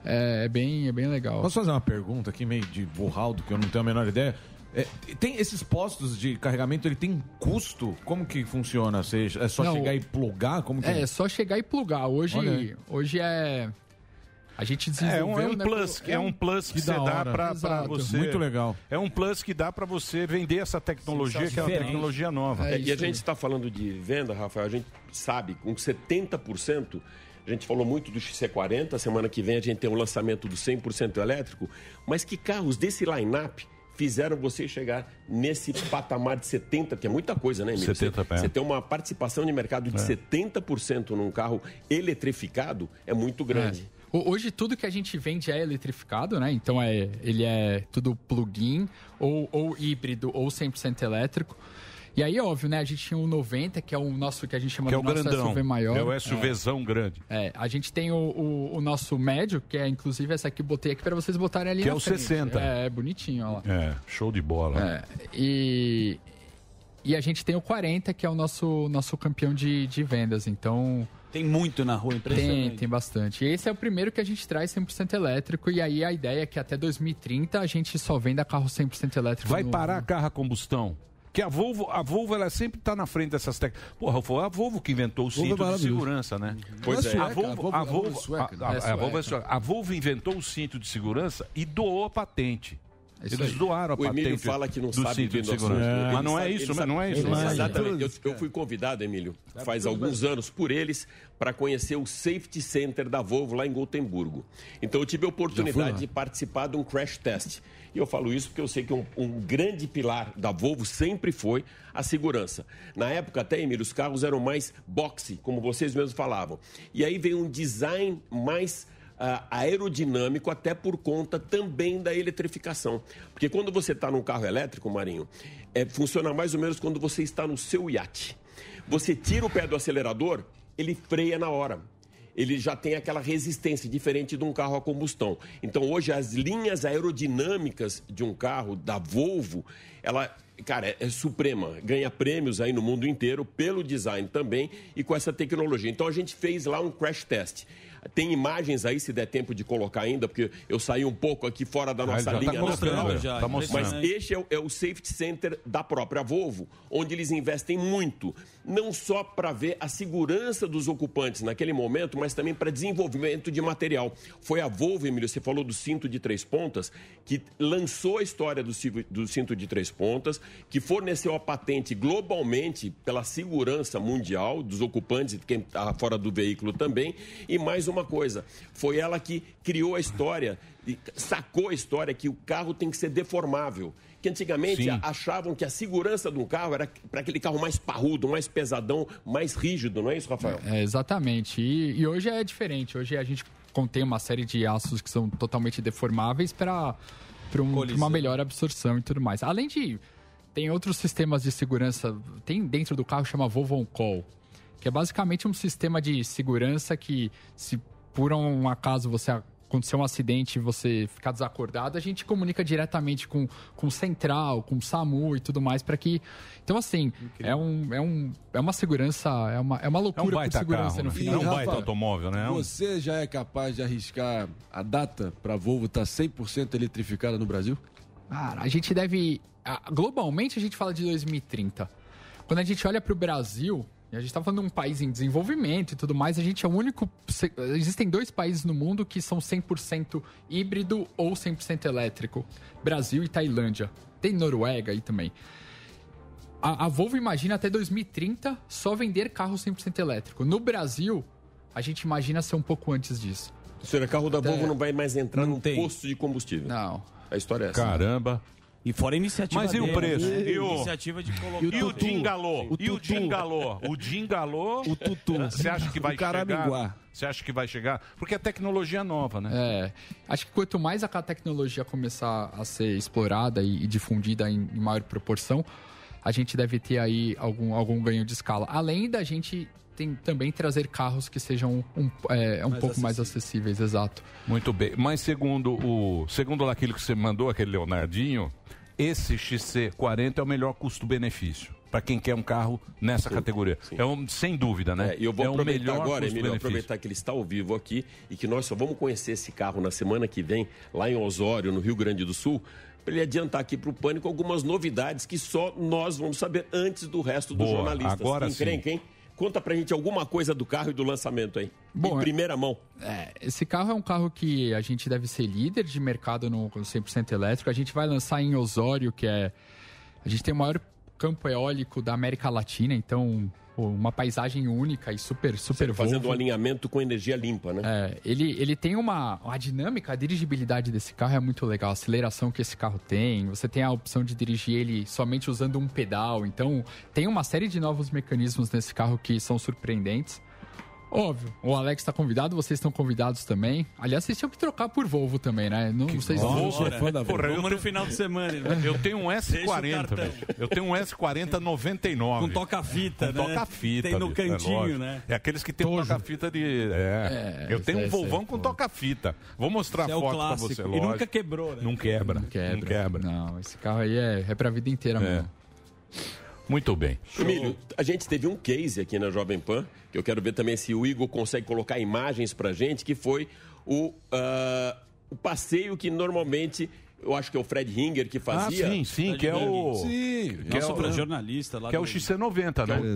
Speaker 18: É, é bem, é bem legal.
Speaker 7: Posso fazer uma pergunta aqui meio de burraldo, que eu não tenho a menor ideia? É, tem esses postos de carregamento, ele tem custo? Como que funciona? Você, é só
Speaker 18: Não,
Speaker 7: chegar e plugar? Como que...
Speaker 18: É, é só chegar e plugar.
Speaker 7: Olha aí.
Speaker 18: Hoje, hoje é. A gente desenvolveu.
Speaker 3: É um, é um
Speaker 18: né,
Speaker 3: plus,
Speaker 18: pro-
Speaker 3: que é um plus que,
Speaker 18: da
Speaker 3: você dá
Speaker 18: hora.
Speaker 3: pra, pra
Speaker 18: Exato.
Speaker 3: você.
Speaker 7: Muito legal.
Speaker 3: É um plus que dá pra você vender essa tecnologia, que é uma tecnologia nova.
Speaker 10: É, e a gente está falando de venda, Rafael, a gente sabe, com 70%, a gente falou muito do XC40, semana que vem a gente tem o lançamento do 100% elétrico, mas que carros desse line-up fizeram você chegar nesse patamar de 70%, que é muita coisa, né, Emílio?
Speaker 3: 70,
Speaker 10: você,
Speaker 3: é.
Speaker 10: você ter uma participação de mercado de 70% num carro eletrificado é muito grande.
Speaker 18: É. Ho- Hoje tudo que a gente vende é eletrificado, né? Então é, ele é tudo plug-in ou, ou híbrido ou 100% elétrico. E aí, óbvio, né? A gente tinha o 90, que é o nosso que a gente chama
Speaker 3: Que é
Speaker 18: do
Speaker 3: o
Speaker 18: nosso
Speaker 3: grandão.
Speaker 18: SUV maior.
Speaker 3: É o SUVzão grande.
Speaker 18: É, a gente tem o, o- o nosso médio, que é inclusive essa que eu botei aqui para vocês botarem ali
Speaker 3: Que
Speaker 18: na
Speaker 3: é o
Speaker 18: frente.
Speaker 3: 60.
Speaker 18: É, bonitinho, ó lá. É,
Speaker 3: É, show de bola.
Speaker 18: E, e a gente tem o 40, que é o nosso, nosso campeão de, de vendas. Então,
Speaker 8: Tem muito na rua, impressionante.
Speaker 18: Tem, tem bastante. E esse é o primeiro que a gente traz 100% elétrico. E aí a ideia é que até 2030 a gente só venda carro 100% elétrico.
Speaker 3: Vai
Speaker 18: no-
Speaker 3: parar a carro a combustão. Que a Volvo, a Volvo ela sempre está na frente dessas técnicas. Porra, foi a Volvo que inventou o
Speaker 18: Volvo é
Speaker 3: cinto de
Speaker 18: maravilhoso.
Speaker 3: segurança, né?
Speaker 18: Pois é.
Speaker 3: A
Speaker 18: A
Speaker 3: Volvo,
Speaker 18: Volvo-
Speaker 3: a
Speaker 18: a Volvo é
Speaker 3: Volvo-
Speaker 18: sueca, né?
Speaker 3: a- a-
Speaker 18: É
Speaker 3: a Volvo é
Speaker 18: sueca.
Speaker 3: sueca. A Volvo inventou o cinto de segurança e doou a patente.
Speaker 10: É isso
Speaker 3: Eles
Speaker 10: aí.
Speaker 3: doaram a
Speaker 10: O
Speaker 3: patente.
Speaker 10: Emílio fala que não
Speaker 3: do
Speaker 10: sabe
Speaker 3: cinto
Speaker 10: do
Speaker 3: de segurança. Mas não é isso, mas não é isso.
Speaker 10: Exatamente. Eu, eu fui convidado, Emílio, faz alguns anos por eles, para conhecer o Safety Center da Volvo lá em Gotemburgo. Então eu tive a
Speaker 2: Já fui lá.
Speaker 10: oportunidade de participar de um crash test. E eu falo isso porque eu sei que um, um grande pilar da Volvo sempre foi a segurança. Na época, até, Emílio, os carros eram mais boxe, como vocês mesmos falavam. E aí veio um design mais ah, aerodinâmico até por conta também da eletrificação. Porque quando você está num carro elétrico, Marinho, é, funciona mais ou menos quando você está no seu iate. Você tira o pé do acelerador, ele freia na hora. Ele já tem aquela resistência, diferente de um carro a combustão. Então, hoje, as linhas aerodinâmicas de um carro, da Volvo, ela, cara, é, é suprema. Ganha prêmios aí no mundo inteiro, pelo design também e com essa tecnologia. Então, a gente fez lá um crash test. Tem imagens aí, se der tempo de colocar ainda, porque eu saí um pouco aqui fora da
Speaker 3: Ah,
Speaker 10: nossa
Speaker 3: já tá
Speaker 10: linha
Speaker 3: mostrando,
Speaker 10: nacional.
Speaker 3: já, tá mostrando.
Speaker 10: Mas este é o, é o safety center da própria Volvo, onde eles investem muito, não só para ver a segurança dos ocupantes naquele momento, mas também para desenvolvimento de material. Foi a Volvo, Emílio, você falou do cinto de três pontas, que lançou a história do, civo- do cinto de três pontas, que forneceu a patente globalmente pela segurança mundial dos ocupantes e de quem está fora do veículo também. E mais uma coisa, foi ela que criou a história e sacou a história que o carro tem que ser deformável. Que antigamente
Speaker 3: Sim.
Speaker 10: a- achavam que a segurança de um carro era para aquele carro mais parrudo, mais pesadão, mais rígido, não é isso, Rafael?
Speaker 18: É, exatamente. E, e hoje é diferente. Hoje a gente contém uma série de aços que são totalmente deformáveis para uma melhor absorção e tudo mais. Além de. Tem outros sistemas de segurança. Tem dentro do carro chama Volvo On Call, que é basicamente um sistema de segurança que, se por um acaso você acontecer um acidente e você ficar desacordado, a gente comunica diretamente com com o central, com o SAMU e tudo mais para que. Então, assim, é, um, é, um, é uma segurança, é uma, é uma
Speaker 3: É um
Speaker 18: loucura por
Speaker 3: baita
Speaker 18: segurança
Speaker 3: carro.
Speaker 18: no
Speaker 3: né?
Speaker 18: final.
Speaker 3: É um baita
Speaker 2: Rafa,
Speaker 3: automóvel, né? É um-
Speaker 2: Você já é capaz de arriscar a data para a Volvo tá estar 100% eletrificada no Brasil?
Speaker 18: Cara, a gente deve. a- Globalmente, a gente fala de 2030. Quando a gente olha para o Brasil, e a gente está falando de um país em desenvolvimento e tudo mais, a gente é o único. se- Existem dois países no mundo que são 100% híbrido ou 100% elétrico: Brasil e Tailândia. Tem Noruega aí também. A, a Volvo imagina até 2030 só vender carro 100% elétrico. No Brasil, a gente imagina ser um pouco antes disso.
Speaker 10: Senhor, o carro da
Speaker 18: Até-
Speaker 10: Volvo não vai mais entrar num posto de combustível.
Speaker 18: Não.
Speaker 10: A história é essa.
Speaker 3: Caramba.
Speaker 10: E fora a iniciativa né?
Speaker 3: Mas e o preço? E o...
Speaker 10: Iniciativa de colocar-
Speaker 3: E o
Speaker 10: O
Speaker 3: Dingalô?
Speaker 10: tutu.
Speaker 3: E o
Speaker 10: O tutu.
Speaker 3: Dingalô? O Dingalô? O Tutu. Você acha que vai
Speaker 18: O
Speaker 3: chegar?
Speaker 18: caraminguá.
Speaker 3: Você acha que vai chegar? Porque é tecnologia nova, né?
Speaker 18: É. Acho que quanto mais a tecnologia começar a ser explorada e, e difundida em, em maior proporção, a gente deve ter aí algum, algum ganho de escala. Além da gente tem- também trazer carros que sejam um, é, um
Speaker 3: Mais
Speaker 18: pouco mais acessíveis, exato.
Speaker 3: Muito bem. Mas segundo o segundo lá aquilo que você mandou, aquele Leonardinho, esse XC40 é o melhor custo-benefício para quem quer um carro nessa categoria. É um, sem dúvida, né?
Speaker 10: É, e eu vou
Speaker 3: é o
Speaker 10: aproveitar
Speaker 3: melhor
Speaker 10: agora, Emílio,
Speaker 3: custo-benefício.
Speaker 10: aproveitar que ele está ao vivo aqui e que nós só vamos conhecer esse carro na semana que vem, lá em Osório, no Rio Grande do Sul, para ele adiantar aqui para o Pânico algumas novidades que só nós vamos saber antes do resto dos
Speaker 3: Boa,
Speaker 10: jornalistas.
Speaker 3: agora
Speaker 10: Quem
Speaker 3: sim.
Speaker 10: crê, quem? Conta pra gente alguma coisa do carro e do lançamento aí.
Speaker 18: Bom,
Speaker 10: em
Speaker 18: é-
Speaker 10: primeira mão.
Speaker 18: É, esse carro é um carro que a gente deve ser líder de mercado no 100% elétrico. A gente vai lançar em Osório, que é. A gente tem o maior campo eólico da América Latina, então pô, uma paisagem única e super, super
Speaker 10: Fazendo um
Speaker 18: Volvo.
Speaker 10: alinhamento com energia limpa, né?
Speaker 18: É, ele, ele tem uma, uma dinâmica, a dirigibilidade desse carro é muito legal, a aceleração que esse carro tem, você tem a opção de dirigir ele somente usando um pedal, então tem uma série de novos mecanismos nesse carro que são surpreendentes. Óbvio, o Alex está convidado, vocês estão convidados também. Aliás, vocês tinham que trocar por Volvo também, né? Não, vocês
Speaker 3: Volvo,
Speaker 18: sou fã da
Speaker 3: Porra, eu
Speaker 18: Volvo.
Speaker 3: tenho- Eu tenho um
Speaker 18: Deixa o
Speaker 3: S40,
Speaker 18: cartão.
Speaker 3: velho. Eu tenho um S40 99.
Speaker 18: Com toca-fita,
Speaker 3: Com
Speaker 18: né?
Speaker 3: toca-fita.
Speaker 18: Tem no
Speaker 3: bicho,
Speaker 18: cantinho,
Speaker 3: lógico.
Speaker 18: né?
Speaker 3: É aqueles que tem um toca-fita de... É.
Speaker 18: É,
Speaker 3: Eu tenho um
Speaker 18: esse é
Speaker 3: Volvão com toca-fita. Vou mostrar a
Speaker 18: Esse é o
Speaker 3: foto pra
Speaker 18: clássico.
Speaker 3: você,
Speaker 18: E
Speaker 3: lógico.
Speaker 18: nunca quebrou, né?
Speaker 3: Não quebra. É.
Speaker 18: Não quebra. Não, esse carro aí é, é pra vida inteira mesmo.
Speaker 3: Muito bem.
Speaker 10: Emílio, a gente teve um case aqui na Jovem Pan, que eu quero ver também se o Igor consegue colocar imagens pra gente, que foi o, ah, o passeio que normalmente, eu acho que é o Fred Ringer que fazia.
Speaker 3: Ah, sim, sim, que é o...
Speaker 10: Que é o-
Speaker 3: Que é o XC90, né?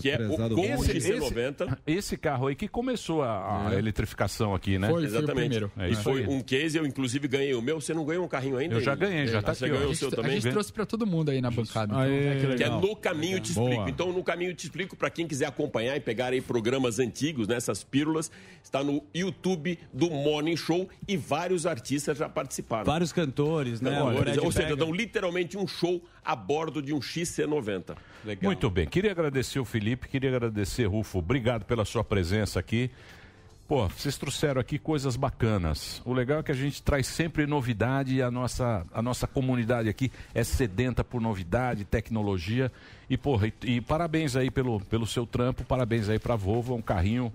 Speaker 10: Que é o
Speaker 3: Prezado
Speaker 10: Gol
Speaker 3: Esse-
Speaker 10: XC90.
Speaker 3: Esse, esse carro aí que começou a, a eletrificação aqui, né?
Speaker 10: Exatamente.
Speaker 3: É
Speaker 10: e
Speaker 3: isso
Speaker 10: foi
Speaker 3: aí.
Speaker 10: um case, eu inclusive ganhei o meu. Você não ganhou um carrinho ainda?
Speaker 3: Eu já
Speaker 10: Igor? Ah,
Speaker 3: ganhei, já tá
Speaker 10: Você
Speaker 3: aqui, ó.
Speaker 10: ganhou
Speaker 3: A
Speaker 10: o
Speaker 3: gente-
Speaker 10: seu
Speaker 3: a
Speaker 10: também?
Speaker 18: A gente trouxe pra todo mundo aí na bancada. então.
Speaker 10: que é No Caminho Te Explico. Então, No Caminho Te Explico, para quem quiser acompanhar e pegar aí programas antigos, né, essas pílulas, está no YouTube do Morning Show e vários artistas já participaram.
Speaker 8: Vários cantores, né?
Speaker 10: Então,
Speaker 8: O Fred
Speaker 10: Ou seja,
Speaker 8: Vega.
Speaker 10: dão literalmente um show a bordo de um XC90. Legal.
Speaker 3: Muito bem. Queria agradecer o Felipe, queria agradecer, Rufo. Obrigado pela sua presença aqui. Pô, vocês trouxeram aqui coisas bacanas. O legal é que a gente traz sempre novidade e a nossa, a nossa comunidade aqui é sedenta por novidade, tecnologia. E, porra, e, e parabéns aí pelo, pelo seu trampo, parabéns aí pra Volvo, é um carrinho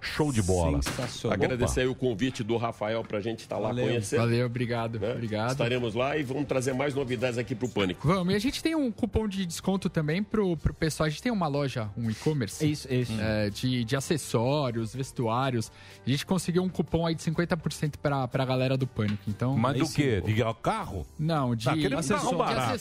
Speaker 3: show de bola.
Speaker 10: Sensacional. Agradecer aí o convite do Rafael para a gente estar lá
Speaker 18: Valeu,
Speaker 10: conhecer. né?
Speaker 18: valeu, obrigado, obrigado.
Speaker 10: Estaremos lá e vamos trazer mais novidades aqui para o Pânico.
Speaker 18: Vamos, e a gente tem um cupom de desconto também pro, pro pessoal. A gente tem uma loja, um
Speaker 3: É
Speaker 18: e-commerce. Isso, isso. de, de acessórios, vestuários. A gente conseguiu um cupom aí de 50% pra, pra galera do Pânico. Então,
Speaker 3: Mas
Speaker 10: É
Speaker 18: aí
Speaker 3: do
Speaker 18: sim,
Speaker 3: quê?
Speaker 18: pô.
Speaker 3: De carro?
Speaker 18: Não, de
Speaker 3: Tá, queremos um carro
Speaker 18: acessório. De
Speaker 3: barato.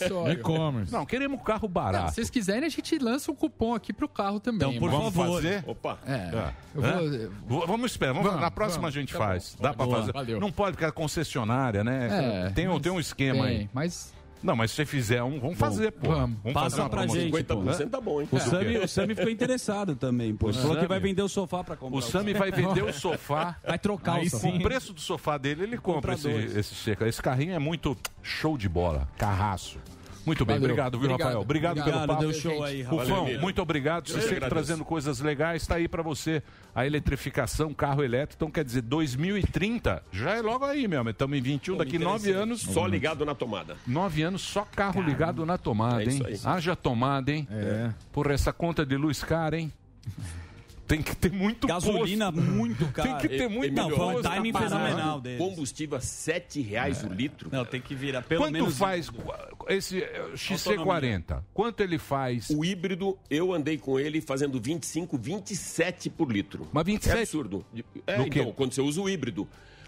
Speaker 18: acessório.
Speaker 3: Não, queremos um carro
Speaker 18: Não,
Speaker 3: barato.
Speaker 18: se vocês quiserem, a gente lança um cupom aqui pro carro também.
Speaker 3: Então, por
Speaker 18: mano.
Speaker 3: favor. Fazer?
Speaker 10: Opa.
Speaker 3: É.
Speaker 18: Eu vou-
Speaker 3: Hã?
Speaker 18: eu
Speaker 3: V- Vamos esperar. Vamos,
Speaker 18: Vamos,
Speaker 3: na próxima
Speaker 18: vamos,
Speaker 3: a gente
Speaker 18: tá
Speaker 3: faz.
Speaker 18: bom.
Speaker 3: Dá pra
Speaker 18: Boa,
Speaker 3: fazer.
Speaker 18: valeu.
Speaker 3: Não pode ficar concessionária, né?
Speaker 18: É,
Speaker 3: tem, um-
Speaker 18: mas
Speaker 3: tem um esquema
Speaker 18: tem,
Speaker 3: aí.
Speaker 18: Mas...
Speaker 3: Não, mas se você fizer um, vamos fazer, pô.
Speaker 8: Vamos. Passa
Speaker 3: fazer uma
Speaker 8: pra
Speaker 3: promoção.
Speaker 8: gente, pô.
Speaker 10: 50% tá bom, hein?
Speaker 8: O
Speaker 3: É.
Speaker 8: Sami, o Sami ficou interessado também, pô. Ele
Speaker 3: O
Speaker 8: falou que
Speaker 3: Sami?
Speaker 8: vai vender o sofá pra comprar.
Speaker 3: O Sami vai vender o sofá.
Speaker 8: Vai trocar
Speaker 3: Aí
Speaker 8: o sofá.
Speaker 3: sim. Com o preço do sofá dele, ele compra esse,
Speaker 8: dois.
Speaker 3: esse seca. Esse carrinho é muito show de bola. Carraço. Muito bem,
Speaker 8: Valeu.
Speaker 3: obrigado, viu,
Speaker 8: Obrigado.
Speaker 3: Rafael? Obrigado, pelo
Speaker 8: Obrigado,
Speaker 3: papo.
Speaker 8: deu show aí, Rafael.
Speaker 3: Rufão,
Speaker 8: Valeu.
Speaker 3: muito obrigado. Você
Speaker 8: Eu
Speaker 3: sempre
Speaker 8: agradeço.
Speaker 3: trazendo coisas legais. Está aí para você a eletrificação, carro elétrico. Então, quer dizer, 2030 já é logo aí, meu amigo. Estamos em 21, daqui nove anos.
Speaker 10: Só ligado na tomada.
Speaker 3: Nove anos só carro ligado na tomada,
Speaker 10: É
Speaker 3: hein?
Speaker 10: isso aí.
Speaker 3: Haja tomada, hein?
Speaker 10: É.
Speaker 3: Porra, essa conta de luz cara, hein? Tem que ter muito
Speaker 8: Gasolina
Speaker 3: posto.
Speaker 8: muito
Speaker 3: Tem
Speaker 8: cara.
Speaker 3: que
Speaker 10: É,
Speaker 3: ter
Speaker 8: Não,
Speaker 3: muito
Speaker 8: foi um
Speaker 3: posto na
Speaker 8: timing
Speaker 3: parada.
Speaker 8: fenomenal deles. É.
Speaker 10: Combustível a R$ 7 reais o litro.
Speaker 8: Não, tem que virar pelo
Speaker 3: Quanto
Speaker 8: menos... um.
Speaker 3: faz esse eh, XC40? Quanto ele faz?
Speaker 10: O híbrido, eu andei com ele fazendo 25, 27 por litro.
Speaker 3: Mas 27?
Speaker 10: É absurdo. É,
Speaker 3: No quê?
Speaker 10: então, quando você usa o híbrido.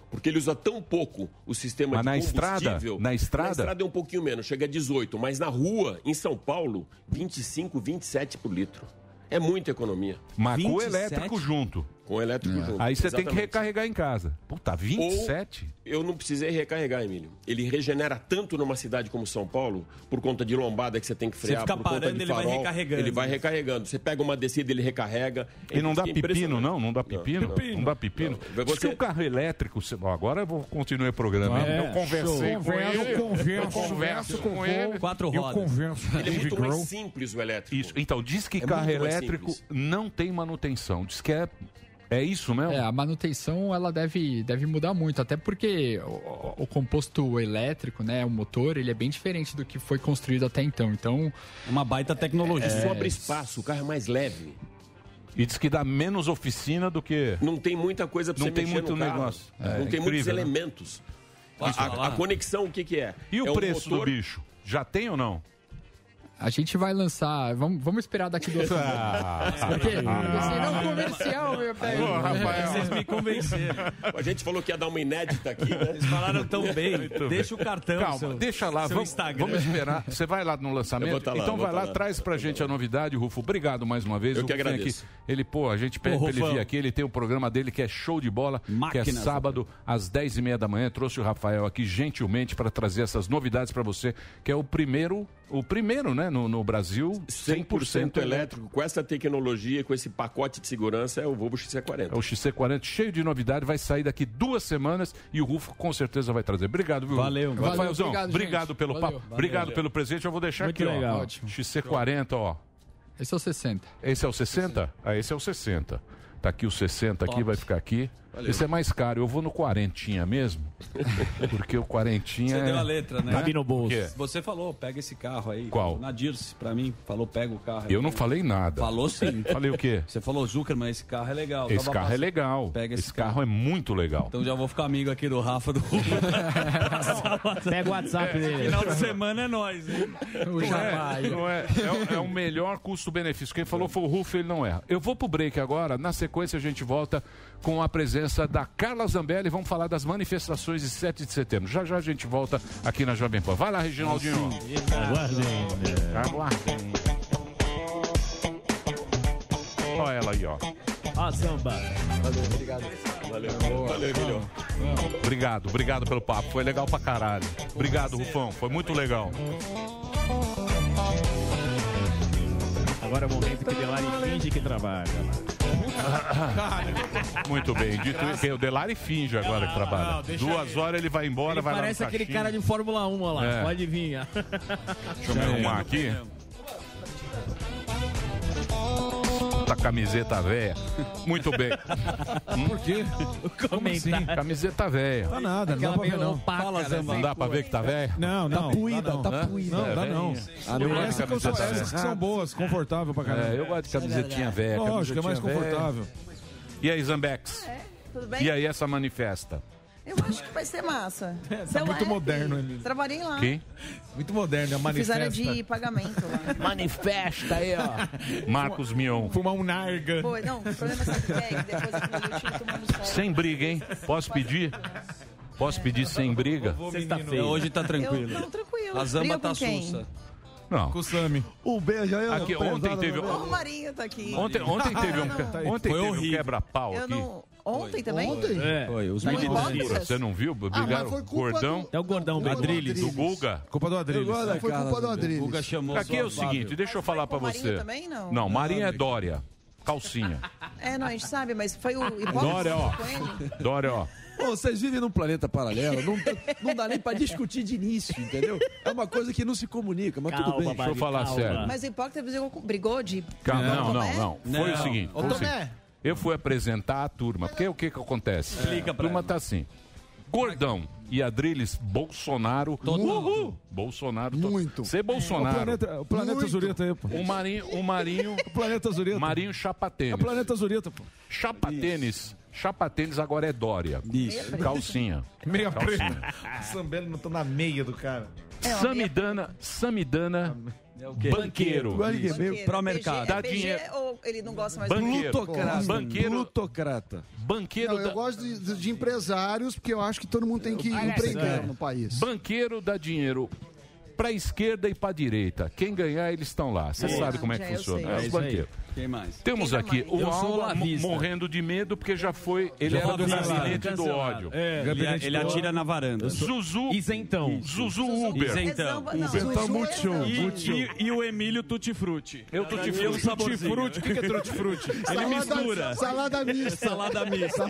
Speaker 10: Porque ele usa tão pouco o sistema
Speaker 3: Mas na
Speaker 10: de
Speaker 3: estrada?
Speaker 10: combustível.
Speaker 3: Na estrada?
Speaker 10: Na estrada é um pouquinho menos, chega a 18. Mas na rua, em São Paulo, 25, 27 por litro. É muita economia.
Speaker 3: Mas com o elétrico junto.
Speaker 10: Com elétrico junto.
Speaker 3: Aí você tem que
Speaker 10: exatamente.
Speaker 3: recarregar em casa. Puta, 27?
Speaker 10: Ou eu não precisei recarregar, Emílio. Ele regenera tanto numa cidade como São Paulo, por conta de lombada que você tem que
Speaker 8: Você
Speaker 10: frear,
Speaker 8: fica
Speaker 10: por conta
Speaker 8: parando,
Speaker 10: de
Speaker 8: ele vai
Speaker 10: farol,
Speaker 8: recarregando.
Speaker 10: Ele vai recarregando. Você pega uma descida, ele recarrega.
Speaker 3: E não dá
Speaker 10: É
Speaker 3: pepino,
Speaker 10: impressionante.
Speaker 3: não? Não dá pepino? Não, dá pepino? Diz que o carro elétrico... você- Bom, agora eu vou continuar o programa. hein?
Speaker 10: É,
Speaker 3: eu conversei
Speaker 10: show.
Speaker 3: com
Speaker 10: Converso,
Speaker 3: ele.
Speaker 10: converso,
Speaker 3: eu converso com,
Speaker 10: converso com
Speaker 3: ele.
Speaker 10: quatro
Speaker 3: eu
Speaker 10: rodas.
Speaker 3: converso com
Speaker 10: Ele é
Speaker 3: Dave
Speaker 10: muito mais
Speaker 3: Grohl.
Speaker 10: simples, o elétrico.
Speaker 3: Isso. Então, diz que
Speaker 10: É
Speaker 3: carro
Speaker 10: muito mais
Speaker 3: elétrico
Speaker 10: simples.
Speaker 3: não tem manutenção. Diz que é... É isso mesmo?
Speaker 18: É, a manutenção ela deve, deve mudar muito, até porque o, o- o composto elétrico, né, o motor, ele é bem diferente do que foi construído até então. Então,
Speaker 8: uma baita tecnologia.
Speaker 10: Sobra espaço, o carro é mais leve.
Speaker 3: E diz que dá menos oficina do que...
Speaker 10: Não tem muita coisa pra
Speaker 3: Não
Speaker 10: você
Speaker 3: tem
Speaker 10: mexer no
Speaker 3: muito
Speaker 10: carro.
Speaker 3: negócio. É,
Speaker 10: não tem
Speaker 3: incrível,
Speaker 10: muitos
Speaker 3: né?
Speaker 10: elementos.
Speaker 3: Posso
Speaker 10: A, a-
Speaker 3: falar?
Speaker 10: a conexão, o que, que é?
Speaker 3: E o
Speaker 10: É um
Speaker 3: preço
Speaker 10: motor-
Speaker 3: do bicho? Já tem ou não?
Speaker 18: a gente vai lançar, vamos, vamos esperar daqui duas
Speaker 3: Ah.
Speaker 18: semanas. Porque você não É um comercial, meu velho.
Speaker 8: É, Vocês me convenceram.
Speaker 10: A gente falou que ia dar uma inédita aqui, né? Eles
Speaker 8: falaram tão bem.
Speaker 3: Muito
Speaker 8: deixa
Speaker 3: bem.
Speaker 8: o cartão.
Speaker 3: Calma,
Speaker 8: seu-
Speaker 3: deixa lá.
Speaker 8: seu
Speaker 3: Vamos,
Speaker 8: Instagram.
Speaker 3: vamos esperar. Você vai lá no lançamento?
Speaker 10: Eu vou tá lá,
Speaker 3: então
Speaker 10: eu vou
Speaker 3: vai
Speaker 10: tá
Speaker 3: lá,
Speaker 10: lá.
Speaker 3: traz pra gente a novidade, Rufo. Obrigado mais uma vez.
Speaker 10: Eu
Speaker 3: O
Speaker 10: que
Speaker 3: Rufo vem
Speaker 10: agradeço.
Speaker 3: aqui. Ele, pô, a gente pede
Speaker 10: Pô,
Speaker 3: pra ele
Speaker 10: Rufão.
Speaker 3: vir aqui. Ele tem o programa dele que é show de bola, que é
Speaker 10: Máquina,
Speaker 3: sábado às 10h30 da manhã. Trouxe o Rafael aqui gentilmente pra trazer essas novidades pra você, que é o primeiro, o primeiro, né, no, no Brasil, 100%,
Speaker 10: 100%
Speaker 3: elétrico.
Speaker 10: elétrico, com essa tecnologia, com esse pacote de segurança, é o Volvo XC40.
Speaker 3: É o XC40 cheio de novidade, vai sair daqui duas semanas e o Rufo com certeza vai trazer. Obrigado, viu?
Speaker 8: Valeu.
Speaker 3: Rufo? Rafaelzão.
Speaker 8: Valeu,
Speaker 3: Obrigado,
Speaker 8: obrigado, gente.
Speaker 3: pelo
Speaker 8: Valeu.
Speaker 3: papo,
Speaker 8: Valeu.
Speaker 3: obrigado pelo presente. Eu vou deixar
Speaker 8: Muito
Speaker 3: aqui,
Speaker 8: legal.
Speaker 3: ó.
Speaker 8: Ótimo.
Speaker 3: XC40, ó.
Speaker 18: Esse é o 60.
Speaker 3: Esse é o 60? Ah, esse é o 60. Tá aqui o 60 aqui, vai ficar aqui. Esse é mais caro. Eu vou no quarentinha mesmo, porque o quarentinha...
Speaker 8: Você deu
Speaker 3: é-
Speaker 8: a letra, né?
Speaker 3: Por quê?
Speaker 8: Você falou, pega esse carro aí.
Speaker 3: Qual?
Speaker 8: Na Dirce, pra mim, falou, pega o carro.
Speaker 3: Eu não falei nada.
Speaker 8: Falou sim.
Speaker 3: Falei o quê?
Speaker 8: Você falou, Zuckerman, esse carro é legal.
Speaker 3: Esse
Speaker 8: Tava
Speaker 3: carro é
Speaker 8: passando-
Speaker 3: legal.
Speaker 8: Pega
Speaker 3: esse carro. é muito legal.
Speaker 8: Então já vou ficar amigo aqui do Rafa do É,
Speaker 6: Pega o WhatsApp dele.
Speaker 8: Final de semana é nós, hein?
Speaker 3: Não é, não é, é, o- é o melhor custo-benefício. Quem falou foi o Rufo, ele não erra. Eu vou pro break agora. Na sequência, a gente volta com a presença da Carla Zambelli. Vamos falar das manifestações de 7 de setembro. Já já a gente volta aqui na Jovem Pan. Vai lá, Reginaldinho.
Speaker 12: Aguardem.
Speaker 6: né?
Speaker 3: Aguardem. Olha ela aí, ó.
Speaker 6: Ó, Ah, samba.
Speaker 16: Valeu, obrigado. Valeu,
Speaker 3: valeu, Emilio. Obrigado, obrigado pelo papo. Foi legal pra caralho. Obrigado, Rufão. Foi muito legal.
Speaker 12: Agora é o momento que Delari finge que trabalha.
Speaker 3: Muito bem. Dito isso, que o Delari finge agora que trabalha.
Speaker 6: não, deixa
Speaker 3: Duas
Speaker 6: ele.
Speaker 3: horas ele vai embora,
Speaker 6: Ele
Speaker 3: vai lá no
Speaker 6: parece aquele
Speaker 3: caixinha.
Speaker 6: cara de Fórmula 1 ó lá.
Speaker 3: É.
Speaker 6: Pode vir. ó.
Speaker 3: Deixa eu me arrumar aqui. Tá camiseta velha. Muito bem. Por quê?
Speaker 6: Como assim?
Speaker 3: Camiseta velha.
Speaker 14: Tá nada,
Speaker 7: é
Speaker 14: não dá
Speaker 6: Aquela
Speaker 14: pra ver
Speaker 6: meio
Speaker 14: não.
Speaker 6: opaca, Fala, né? Zamba.
Speaker 3: Não dá pra ver que tá velha?
Speaker 14: É. Não, não. Tá puída,
Speaker 3: não. tá puída.
Speaker 14: Não, dá
Speaker 3: É,
Speaker 14: não.
Speaker 3: velhinha.
Speaker 14: Eu
Speaker 3: Eu gosto de
Speaker 14: essas, que são,
Speaker 3: camiseta
Speaker 14: essas que
Speaker 3: velha.
Speaker 14: são boas, confortável pra caramba.
Speaker 3: É, eu gosto de camisetinha velha.
Speaker 14: Lógico, é mais
Speaker 3: camisetinha velha.
Speaker 14: confortável.
Speaker 3: E aí, Zambex?
Speaker 19: É, Tudo bem?
Speaker 3: E aí, Tá essa manifesta?
Speaker 19: Eu acho que vai ser massa. Seu
Speaker 14: muito
Speaker 19: F,
Speaker 14: moderno, Emílio.
Speaker 19: Trabalhei lá.
Speaker 3: Quem?
Speaker 14: Muito moderno, a
Speaker 19: Fizeram
Speaker 14: manifesta.
Speaker 19: de pagamento lá.
Speaker 6: Manifesta
Speaker 19: tá
Speaker 6: aí, ó.
Speaker 14: né?
Speaker 3: Marcos Mion.
Speaker 14: Fumar um narga.
Speaker 19: Foi, não, o problema sabe o que é que depois aqui no YouTube tomamos sol.
Speaker 3: Sem briga, hein? Posso pedir? Posso pedir sem briga?
Speaker 8: Sexta-feira. Hoje tá tranquilo.
Speaker 19: Eu- não, tranquilo.
Speaker 8: A
Speaker 19: Briga
Speaker 8: Zamba
Speaker 19: com
Speaker 8: tá
Speaker 19: quem?
Speaker 8: sussa.
Speaker 3: Não.
Speaker 14: Com o Sami.
Speaker 16: Um beijo aí, ó.
Speaker 3: Aqui,
Speaker 16: Pesado,
Speaker 3: ontem
Speaker 16: meu Ah,
Speaker 3: teve- um-
Speaker 16: velho.
Speaker 19: O Marinho tá aqui.
Speaker 3: Ontem, ontem teve um, ontem
Speaker 16: Foi
Speaker 3: teve um
Speaker 16: horrível.
Speaker 3: quebra-pau
Speaker 19: Eu
Speaker 3: aqui.
Speaker 19: não... Ontem também?
Speaker 3: É.
Speaker 8: Foi, os
Speaker 3: Tá
Speaker 8: meninos-
Speaker 3: de loucura, Você não viu? Brigaram
Speaker 19: Ah, foi
Speaker 3: o
Speaker 19: culpa
Speaker 3: gordão.
Speaker 19: do-
Speaker 6: É o gordão,
Speaker 3: do
Speaker 6: Culpa do Adriles.
Speaker 3: Do Guga.
Speaker 14: Culpa do
Speaker 16: Adriles. Eu gosto da Foi Carla culpa do também. Adriles.
Speaker 8: É, Guga chamou
Speaker 3: Aqui
Speaker 8: só
Speaker 3: é o
Speaker 8: o Fábio.
Speaker 3: seguinte, deixa eu falar pra
Speaker 19: com o Marinho
Speaker 3: você.
Speaker 19: também, não?
Speaker 3: Não, Marinha é Dória. Calcinha.
Speaker 19: É, não, a gente sabe, mas foi o hipócrita
Speaker 3: Dória, ó.
Speaker 19: com ele.
Speaker 3: Dória, ó.
Speaker 16: Ô, vocês vivem num planeta paralelo, não, não dá nem pra discutir de início, entendeu? É uma coisa que não se comunica, mas tudo
Speaker 3: Calma,
Speaker 16: bem.
Speaker 3: Bari, Deixa eu falar calma. sério.
Speaker 19: Mas o hipócrita brigou, com- brigou de... né?
Speaker 3: Calma, não,
Speaker 19: Tomé?
Speaker 3: não, não. Foi o
Speaker 16: Não.
Speaker 3: seguinte.
Speaker 16: Ô,
Speaker 3: foi o
Speaker 16: Tomé.
Speaker 3: seguinte. Eu fui apresentar a turma, porque o que que acontece?
Speaker 16: Explica
Speaker 3: a
Speaker 16: pra
Speaker 3: turma tá assim. Gordão e Adriles, Bolsonaro. Uhul! Bolsonaro. Muito. Ser Bolsonaro. Um
Speaker 14: O planeta, o planeta Zureta aí, pô.
Speaker 3: O Marinho. O Marinho.
Speaker 14: o planeta Zureta.
Speaker 3: Marinho Chapa Tênis.
Speaker 14: O planeta Zureta, pô.
Speaker 3: Chapa tênis. Chapa tênis agora é Dória.
Speaker 14: Isso.
Speaker 3: Calcinha.
Speaker 14: Meia
Speaker 3: Calcinha.
Speaker 14: preta. O Sambelo não tá na meia do cara.
Speaker 3: Samidana, Samidana,
Speaker 14: quê?
Speaker 3: banqueiro.
Speaker 14: Banqueiro.
Speaker 19: Banqueiro. PG,
Speaker 3: Dá
Speaker 19: é PG
Speaker 3: dinheiro.
Speaker 19: ou ele não gosta mais
Speaker 3: Banqueiro.
Speaker 19: do
Speaker 3: Plutocrata. Banqueiro.
Speaker 16: Plutocrata.
Speaker 3: Banqueiro
Speaker 9: Não, eu
Speaker 3: da-
Speaker 9: gosto de, de- de empresários, porque eu acho que todo mundo tem que
Speaker 3: Olha
Speaker 9: empreender
Speaker 3: só.
Speaker 9: no país.
Speaker 3: Banqueiro dá dinheiro pra esquerda e pra direita. Quem ganhar, eles estão lá. Você
Speaker 8: Boa.
Speaker 3: sabe como é
Speaker 8: Já
Speaker 3: que
Speaker 8: eu
Speaker 3: funciona.
Speaker 8: sei.
Speaker 3: É
Speaker 8: É
Speaker 3: os
Speaker 8: isso aí.
Speaker 3: banqueiros.
Speaker 8: Quem mais?
Speaker 3: Temos
Speaker 8: Quem
Speaker 3: aqui
Speaker 8: mais?
Speaker 3: o
Speaker 8: Eu sou
Speaker 3: Alba mo-
Speaker 8: olavista.
Speaker 3: morrendo de medo porque já foi. Ele
Speaker 8: Já
Speaker 3: era do
Speaker 8: foi cancelado.
Speaker 3: gabinete do
Speaker 8: Cancelado.
Speaker 3: ódio.
Speaker 8: É, ele-
Speaker 3: Gabinete
Speaker 8: ele
Speaker 3: do
Speaker 8: atira
Speaker 3: ódio.
Speaker 8: na varanda.
Speaker 3: Zuzu.
Speaker 8: Isentão.
Speaker 3: Zuzu Uber.
Speaker 8: Isentão. Uber tá muito show, muito show.
Speaker 20: E, e o Emílio Tutti Frutti.
Speaker 3: Eu
Speaker 9: Tutti
Speaker 20: E o
Speaker 9: Frutti.
Speaker 20: Tutti Frutti. O que que é Tutti Frutti? Ele
Speaker 9: Salada-
Speaker 20: mistura.
Speaker 9: salada mista.
Speaker 20: Salada mista.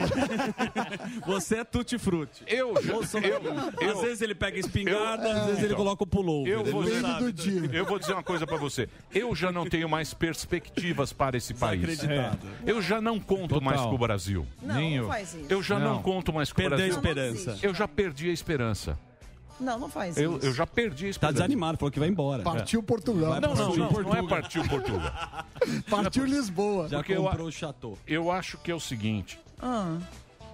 Speaker 20: Você é Tutti Frutti.
Speaker 3: Eu, eu-
Speaker 20: Às vezes ele pega espingarda, às vezes ele
Speaker 3: Então,
Speaker 20: coloca o pullover.
Speaker 3: Eu
Speaker 20: Ele
Speaker 3: vou,
Speaker 20: não
Speaker 3: dizer,
Speaker 20: sabe.
Speaker 3: eu vou dizer uma coisa pra você. Eu já não tenho mais perspectivas para esse país.
Speaker 20: Desacreditado.
Speaker 3: Eu já não conto
Speaker 20: Total.
Speaker 3: mais com o Brasil.
Speaker 19: Não, não Ninho. faz isso.
Speaker 3: Eu já não,
Speaker 19: Não.
Speaker 3: conto mais com o
Speaker 19: Perdeu a
Speaker 3: Brasil.
Speaker 19: esperança. Não existe.
Speaker 3: Eu já perdi a esperança.
Speaker 19: Não, não faz
Speaker 3: Eu,
Speaker 19: isso.
Speaker 3: eu já perdi a esperança. Tá
Speaker 8: desanimado, falou que vai embora.
Speaker 9: Partiu Portugal.
Speaker 3: Não, não, não, não é partiu Portugal.
Speaker 9: Partiu Lisboa.
Speaker 3: Porque eu a-
Speaker 8: chateau.
Speaker 3: Eu acho que é o seguinte,
Speaker 19: Ah,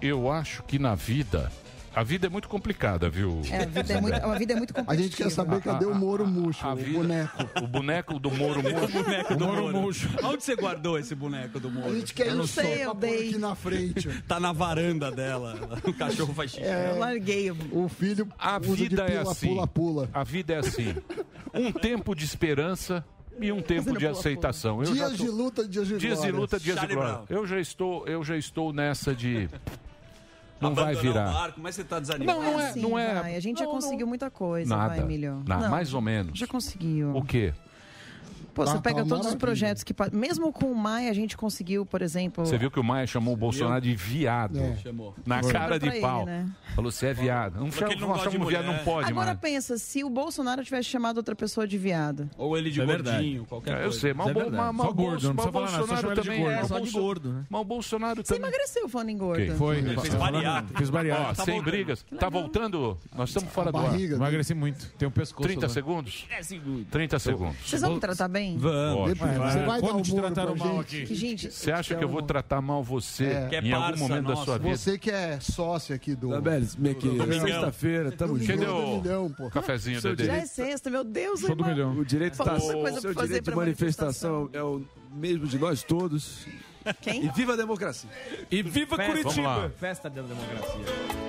Speaker 3: eu acho que na vida, a vida é muito complicada, viu?
Speaker 19: é, a vida é muito, a vida é muito
Speaker 9: A
Speaker 19: competitiva.
Speaker 9: gente quer saber cadê o Moro Murcho, o boneco.
Speaker 3: O boneco do Moro Murcho.
Speaker 8: O boneco do Moro. Onde você guardou esse boneco do Moro?
Speaker 9: A gente quer
Speaker 8: Eu
Speaker 19: um
Speaker 8: não
Speaker 9: isso
Speaker 8: sei,
Speaker 9: pra pôr aqui na frente.
Speaker 8: Tá na varanda dela. O cachorro faz xixi.
Speaker 9: É.
Speaker 19: É, Eu larguei o...
Speaker 9: O filho
Speaker 3: A
Speaker 9: usa de
Speaker 3: vida é
Speaker 9: pula,
Speaker 3: assim.
Speaker 9: Pula, pula.
Speaker 3: A vida é assim. Um tempo de esperança e um tempo de aceitação. Eu já
Speaker 9: Dias
Speaker 3: tô-
Speaker 9: de luta, dias de
Speaker 3: Dias de
Speaker 9: glória.
Speaker 3: luta, dias de
Speaker 8: Charlie
Speaker 3: glória.
Speaker 8: Brown.
Speaker 3: Eu já estou, eu já estou nessa de não vai
Speaker 8: O
Speaker 3: virar
Speaker 8: barco, mas você tá desanimado.
Speaker 19: Não, é, assim, vai. A gente já conseguiu muita coisa, vai,
Speaker 3: nada.
Speaker 19: Emílio.
Speaker 3: Na-
Speaker 19: Não.
Speaker 3: mais ou menos.
Speaker 19: Já conseguiu.
Speaker 3: O quê?
Speaker 19: Pô, você
Speaker 9: Tá,
Speaker 19: pega
Speaker 9: tá
Speaker 19: todos os
Speaker 9: maravilha.
Speaker 19: projetos que. pa- Mesmo com o Maia, a gente conseguiu, por exemplo.
Speaker 3: Você viu que o Maia chamou o Bolsonaro de viado.
Speaker 19: É. Chamou.
Speaker 3: Na
Speaker 19: Foi.
Speaker 3: cara de
Speaker 19: Pra ele,
Speaker 3: pau.
Speaker 19: né?
Speaker 3: Falou, você é viado.
Speaker 20: Falou
Speaker 3: Não
Speaker 20: que
Speaker 3: chama,
Speaker 20: ele não
Speaker 3: não
Speaker 20: gosta de
Speaker 3: chama viado,
Speaker 20: mulher. né?
Speaker 3: não pode,
Speaker 19: Agora
Speaker 3: mano.
Speaker 19: pensa, se o Bolsonaro tivesse chamado outra pessoa de viado.
Speaker 20: Ou ele de
Speaker 3: É verdade.
Speaker 20: gordinho, qualquer
Speaker 3: É,
Speaker 20: coisa.
Speaker 3: eu sei, mas
Speaker 20: Isso
Speaker 3: o Bo-
Speaker 20: verdade.
Speaker 3: mas- mas
Speaker 20: Só
Speaker 3: o
Speaker 20: gordo, não
Speaker 3: Bolso-
Speaker 20: precisa falar nada, só
Speaker 3: Bolsonaro
Speaker 20: chama ele de
Speaker 3: também
Speaker 20: gordo.
Speaker 3: é,
Speaker 20: É, só de
Speaker 3: Bolso-
Speaker 20: gordo, né?
Speaker 3: Mas o Bolsonaro
Speaker 19: Você emagreceu falando em gordo.
Speaker 20: Ele tá fez bariátrica.
Speaker 3: Fiz bariátrica. Ó,
Speaker 20: Tá
Speaker 3: sem
Speaker 20: voltando.
Speaker 3: brigas. Tá voltando? Nós estamos fora do ar.
Speaker 20: barriga né?
Speaker 7: Emagreci muito. Tem um pescoço.
Speaker 3: 30
Speaker 7: lá.
Speaker 3: segundos? 30 segundos.
Speaker 19: Vocês vão me tratar bem?
Speaker 3: Vamos.
Speaker 7: Depois,
Speaker 3: Vai.
Speaker 7: você vai
Speaker 3: Como
Speaker 7: dar o
Speaker 3: te
Speaker 7: muro
Speaker 3: trataram
Speaker 7: pra
Speaker 3: mal
Speaker 7: gente?
Speaker 3: aqui?
Speaker 19: Que gente-
Speaker 3: Você acha que eu vou tratar mal você
Speaker 9: É.
Speaker 3: em algum momento da sua vida?
Speaker 9: Você que é sócio aqui do.
Speaker 2: Belis, minha querida,
Speaker 9: Domingão.
Speaker 2: sexta-feira, tamo
Speaker 9: Domingão
Speaker 2: junto.
Speaker 9: do um milhão, pô.
Speaker 3: cafezinho,
Speaker 2: Seu
Speaker 3: Dedê?
Speaker 19: Já é sexta, meu Deus,
Speaker 2: Show do
Speaker 19: irmão.
Speaker 2: milhão. O direito
Speaker 19: Falta
Speaker 2: está.
Speaker 19: tanta coisa
Speaker 2: O
Speaker 19: pra
Speaker 2: seu
Speaker 19: fazer
Speaker 2: direito de
Speaker 19: pra
Speaker 2: manifestação é o mesmo de nós todos.
Speaker 19: Quem?
Speaker 2: E viva a democracia.
Speaker 7: E viva
Speaker 3: Festa. Curitiba. Vamos lá.
Speaker 20: Festa da democracia.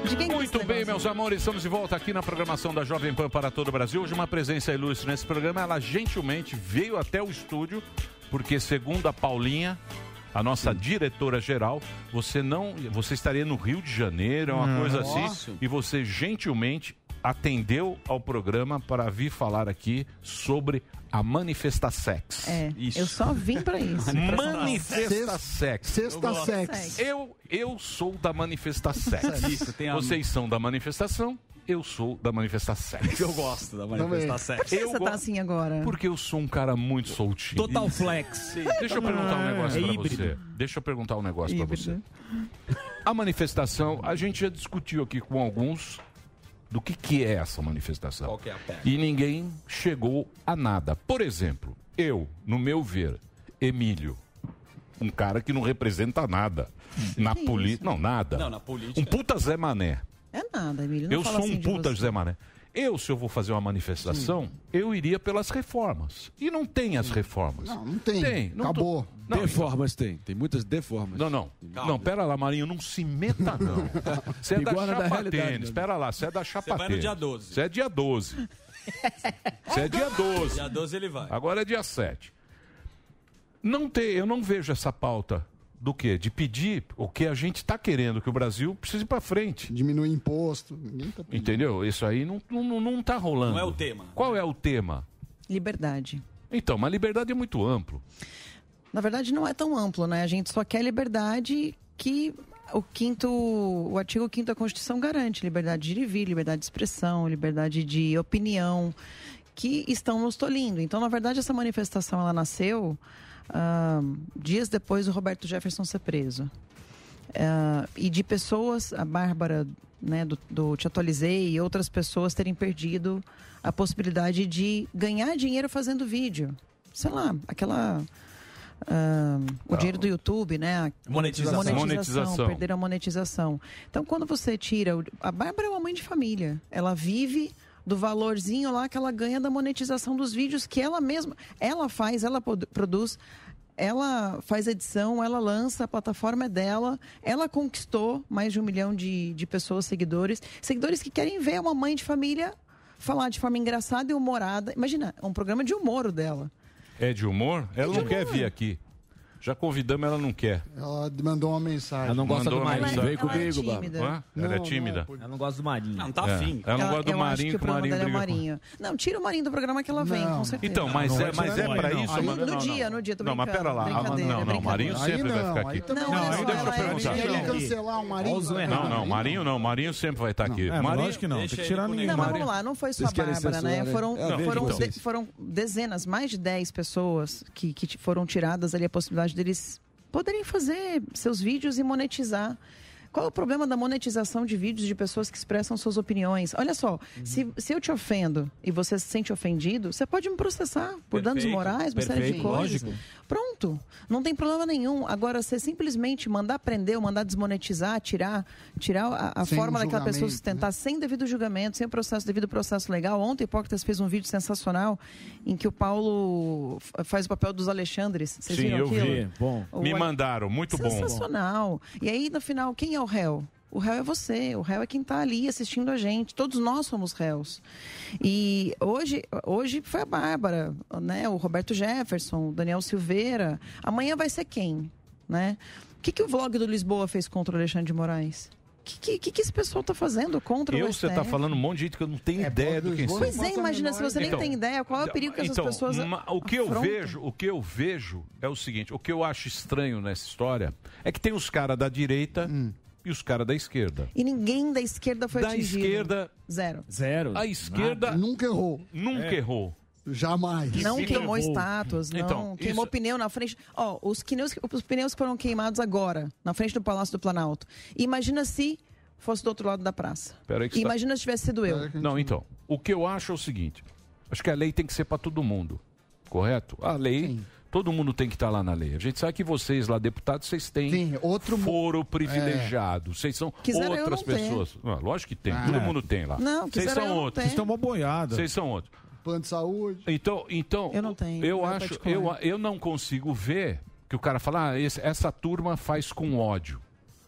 Speaker 2: é
Speaker 3: Muito bem,
Speaker 2: né?
Speaker 3: meus amores, estamos de volta aqui na programação da Jovem Pan para todo o Brasil. Hoje uma presença ilustre nesse programa. Ela gentilmente veio até o estúdio, porque segundo a Paulinha, a nossa diretora geral, você não, você estaria no Rio de Janeiro, é uma
Speaker 20: Hum.
Speaker 3: coisa assim,
Speaker 20: Nossa.
Speaker 3: e você gentilmente atendeu ao programa para vir falar aqui sobre a Manifesta Sex.
Speaker 19: É, eu só vim pra isso.
Speaker 3: Manifesta
Speaker 19: Sexta-
Speaker 3: Sex.
Speaker 19: Sexta Eu gosto. Sex.
Speaker 3: Eu, eu sou da Manifesta Sex.
Speaker 20: Isso, tem a-
Speaker 3: Vocês são da manifestação, eu sou da Manifesta Sex.
Speaker 20: Eu gosto da
Speaker 19: Também.
Speaker 20: manifestação.
Speaker 19: Por que você tá assim agora?
Speaker 3: Porque eu sou um cara muito soltinho.
Speaker 20: Total flex.
Speaker 3: Deixa eu perguntar um negócio
Speaker 20: É
Speaker 3: pra
Speaker 20: híbrido.
Speaker 3: você. Deixa eu perguntar um negócio pra
Speaker 20: Híbrido.
Speaker 3: você. A manifestação, a gente já discutiu aqui com alguns do que, que é essa manifestação.
Speaker 20: Qual que é a pega?
Speaker 3: E ninguém chegou a nada. Por exemplo, eu, no meu ver, Emílio, um cara que não representa nada. Na política. Não, nada.
Speaker 20: Não, na política.
Speaker 3: Um puta Zé Mané.
Speaker 19: É nada, Emílio. Não
Speaker 3: eu
Speaker 19: fala
Speaker 3: sou
Speaker 19: assim
Speaker 3: um
Speaker 19: de
Speaker 3: puta
Speaker 19: você.
Speaker 3: Zé Mané. Eu, se eu vou fazer uma manifestação, eu iria pelas reformas. E não tem as reformas.
Speaker 9: Não, não tem.
Speaker 3: não
Speaker 9: Acabou.
Speaker 3: tô- Não,
Speaker 2: deformas tem. Tem muitas deformas.
Speaker 3: Não, não. Não, pera lá, Marinho, não se meta, não. Você é da
Speaker 2: Iguana da
Speaker 3: Chapa
Speaker 2: realidade,
Speaker 3: Tênis.
Speaker 2: né?
Speaker 3: Pera lá, você é da Chapa
Speaker 20: vai no
Speaker 3: Tênis.
Speaker 20: dia 12.
Speaker 3: Você é dia 12. Você é dia 12.
Speaker 20: Dia 12 ele vai.
Speaker 3: Agora é dia 7. Não tem, eu não vejo essa pauta do quê? De pedir o que a gente está querendo, que o Brasil precise ir para frente.
Speaker 9: Diminuir imposto. Ninguém tá
Speaker 3: Entendeu? Isso aí não, não, não tá rolando.
Speaker 19: Não é o tema.
Speaker 3: Qual é o tema?
Speaker 19: Liberdade.
Speaker 3: Então, mas liberdade é muito amplo.
Speaker 19: Na verdade, não é tão amplo, né? A gente só quer liberdade que o quinto, o artigo 5 da Constituição garante liberdade de ir e vir, liberdade de expressão, liberdade de opinião, que estão nos tolindo. Então, na verdade, essa manifestação ela nasceu ah, dias depois do Roberto Jefferson ser preso. Ah, e de pessoas, a Bárbara né, do, do Te Atualizei e outras pessoas terem perdido a possibilidade de ganhar dinheiro fazendo vídeo. Sei lá, aquela. ah, o dinheiro do YouTube, né? A
Speaker 20: Monetização.
Speaker 19: monetização.
Speaker 20: Monetização.
Speaker 19: Perderam a monetização. Então, quando você tira. o- A Bárbara é uma mãe de família. Ela vive do valorzinho lá que ela ganha da monetização dos vídeos que ela mesma. Ela faz, ela produ- produz. Ela faz edição, ela lança, a plataforma é dela. Ela conquistou mais de um milhão de, de pessoas, seguidores. Seguidores que querem ver uma mãe de família falar de forma engraçada e humorada. Imagina, é um programa de humor o dela.
Speaker 3: É de humor? Ela não quer vir aqui. Já convidamos, ela não quer.
Speaker 9: Ela mandou uma mensagem.
Speaker 3: Ela não gosta Mandou do uma Marinho. mensagem. Vem comigo, Hã?
Speaker 9: Bárbara.
Speaker 3: Ela é tímida.
Speaker 6: Ela não gosta do Marinho. Não,
Speaker 19: Tá
Speaker 3: É. Ela não gosta do
Speaker 19: eu acho
Speaker 3: Marinho,
Speaker 19: que o
Speaker 3: que o
Speaker 19: programa
Speaker 3: Marinho
Speaker 19: dela é o
Speaker 3: briga com-
Speaker 19: Marinho. Não, tira o Marinho do programa que ela vem, com certeza.
Speaker 3: Então, mas é, mas é pra isso,
Speaker 19: No,
Speaker 3: mano.
Speaker 19: no
Speaker 3: Não, não.
Speaker 19: dia, no dia, tô
Speaker 3: Não, mas
Speaker 19: brincando,
Speaker 3: pera lá. Ah,
Speaker 19: brincadeira,
Speaker 3: Não, não,
Speaker 19: brincadeira.
Speaker 3: Marinho sempre vai ficar
Speaker 9: aí
Speaker 3: aqui.
Speaker 9: também
Speaker 19: não,
Speaker 3: aí
Speaker 19: só
Speaker 3: deixa eu
Speaker 19: ela é
Speaker 3: perguntar.
Speaker 9: Querem cancelar o Marinho?
Speaker 3: Não, não, Marinho não, Marinho sempre vai estar aqui.
Speaker 7: é, mas
Speaker 3: Marinho,
Speaker 7: lógico que não, tem que Deixa tirar ele
Speaker 19: Não, mas vamos lá, não foi só a
Speaker 3: Vocês querem
Speaker 19: Bárbara,
Speaker 3: censurar,
Speaker 19: né?
Speaker 3: né?
Speaker 19: Foram,
Speaker 3: É, veja
Speaker 19: foram,
Speaker 3: vocês.
Speaker 19: de- foram dezenas, mais de 10 pessoas que, que t- foram tiradas ali a possibilidade deles poderem fazer seus vídeos e monetizar. Qual é o problema da monetização de vídeos de pessoas que expressam suas opiniões? Olha só,
Speaker 6: Uhum.
Speaker 19: se, se eu te ofendo e você se sente ofendido, você pode me processar por danos
Speaker 6: Perfeito,
Speaker 19: morais, uma série de
Speaker 6: perfeito,
Speaker 19: coisas.
Speaker 6: lógico.
Speaker 19: Pronto, não tem problema nenhum. Agora, você simplesmente mandar prender, ou mandar desmonetizar, tirar, tirar a, a
Speaker 9: Sem
Speaker 19: forma daquela pessoa
Speaker 9: julgamento, né?
Speaker 19: sustentar sem devido julgamento, sem processo, devido processo legal. Ontem, Hipócritas fez um vídeo sensacional em que o Paulo f- faz o papel dos Alexandres. Vocês
Speaker 3: Sim,
Speaker 19: viram
Speaker 3: eu
Speaker 19: aquilo?
Speaker 3: vi.
Speaker 7: Bom.
Speaker 19: O
Speaker 3: Me
Speaker 19: Ale-
Speaker 3: mandaram, muito bom.
Speaker 19: Sensacional. E aí, no final, quem é o réu? O réu é você, o réu é quem está ali assistindo a gente. Todos nós somos réus. E hoje, hoje foi a Bárbara, né? o Roberto Jefferson, o Daniel Silveira. Amanhã vai ser quem? Né? O que, que o vlog do Lisboa fez contra o Alexandre de Moraes? que, que, que, que esse pessoal tá fazendo contra o
Speaker 3: Eu, você
Speaker 19: STF?
Speaker 3: tá falando um monte de gente que eu não tenho ideia do que
Speaker 19: Pois é, imagina, se você nem tem ideia, qual é o perigo que essas
Speaker 3: então,
Speaker 19: pessoas
Speaker 3: ma- o que eu
Speaker 19: afrontam?
Speaker 3: vejo, o que eu vejo é o seguinte, o que eu acho estranho nessa história é que tem os caras da direita
Speaker 7: Hum.
Speaker 3: e os caras da esquerda.
Speaker 19: E ninguém da esquerda foi
Speaker 3: Da
Speaker 19: atingido.
Speaker 3: esquerda-
Speaker 19: Zero.
Speaker 3: Zero. A esquerda
Speaker 9: nunca errou.
Speaker 3: Nunca
Speaker 9: É.
Speaker 3: errou.
Speaker 9: Jamais.
Speaker 19: Não
Speaker 3: Então,
Speaker 19: queimou
Speaker 3: vou-
Speaker 19: estátuas, não.
Speaker 3: Então,
Speaker 19: queimou
Speaker 3: isso-
Speaker 19: pneu na frente. Ó, os, pneus, os pneus que foram queimados agora, na frente do Palácio do Planalto. Imagina se fosse do outro lado da praça.
Speaker 3: Peraí que tá- está-
Speaker 19: Imagina se tivesse sido eu.
Speaker 3: Não, então. O que eu acho é o seguinte: acho que a lei tem que ser para todo mundo, correto? A lei. Todo mundo tem que estar lá na lei. A gente sabe que vocês lá, deputados, vocês têm foro
Speaker 14: É.
Speaker 3: privilegiado. Vocês são
Speaker 14: Quiseram eu
Speaker 3: outras
Speaker 14: não ter.
Speaker 3: pessoas. Ah, lógico que tem.
Speaker 14: Ah.
Speaker 3: Todo mundo tem lá.
Speaker 14: Não,
Speaker 3: vocês
Speaker 14: quiseram
Speaker 3: são
Speaker 14: eu não
Speaker 3: outros.
Speaker 14: ter. Vocês tomam boiada.
Speaker 3: Vocês são outros.
Speaker 9: Plano de saúde.
Speaker 3: Então, então
Speaker 19: Eu não tenho,
Speaker 3: eu
Speaker 19: não é
Speaker 3: acho,
Speaker 19: particular.
Speaker 3: eu, eu não consigo ver que o cara fala, ah, esse- essa turma faz com ódio.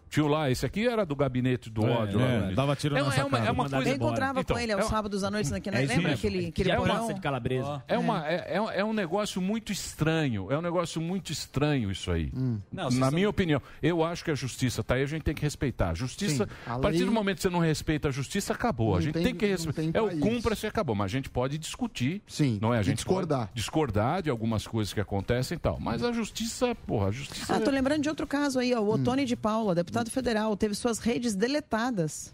Speaker 3: Tio lá, esse aqui era do gabinete do
Speaker 14: É,
Speaker 3: ódio.
Speaker 14: é,
Speaker 3: lá,
Speaker 14: dava tiro
Speaker 3: é,
Speaker 14: na
Speaker 3: uma-
Speaker 14: nossa
Speaker 3: é uma,
Speaker 14: cara.
Speaker 3: é uma
Speaker 14: Mandava
Speaker 3: coisa.
Speaker 19: Eu encontrava com ele aos
Speaker 3: é-
Speaker 19: sábados à noite naquele.
Speaker 3: É isso
Speaker 19: lembra
Speaker 3: mesmo.
Speaker 19: aquele,
Speaker 3: Que
Speaker 19: aquele
Speaker 3: é uma
Speaker 19: porão?
Speaker 3: massa de
Speaker 6: calabresa.
Speaker 3: É, uma, é, é- é um negócio muito estranho. É um negócio muito estranho isso aí.
Speaker 14: Não,
Speaker 3: Na
Speaker 14: vocês
Speaker 3: minha
Speaker 14: são-
Speaker 3: opinião, eu acho que a justiça tá aí, a gente tem que respeitar. A justiça,
Speaker 14: Sim,
Speaker 3: a,
Speaker 14: a
Speaker 3: partir
Speaker 14: lei-
Speaker 3: do momento que você não respeita a justiça, acabou.
Speaker 14: Não
Speaker 3: a gente tem,
Speaker 14: tem-
Speaker 3: que
Speaker 14: não
Speaker 3: respeitar.
Speaker 14: tem
Speaker 3: É o
Speaker 14: país.
Speaker 3: cumpra-se e acabou. Mas a gente pode discutir. Sim. Não é? A gente discordar. discordar de algumas coisas que acontecem e tal. Mas a justiça, porra, a justiça.
Speaker 19: Ah, tô lembrando de outro caso aí, ó.
Speaker 16: Hum.
Speaker 19: O Otone de Paula, deputado federal, teve suas redes deletadas.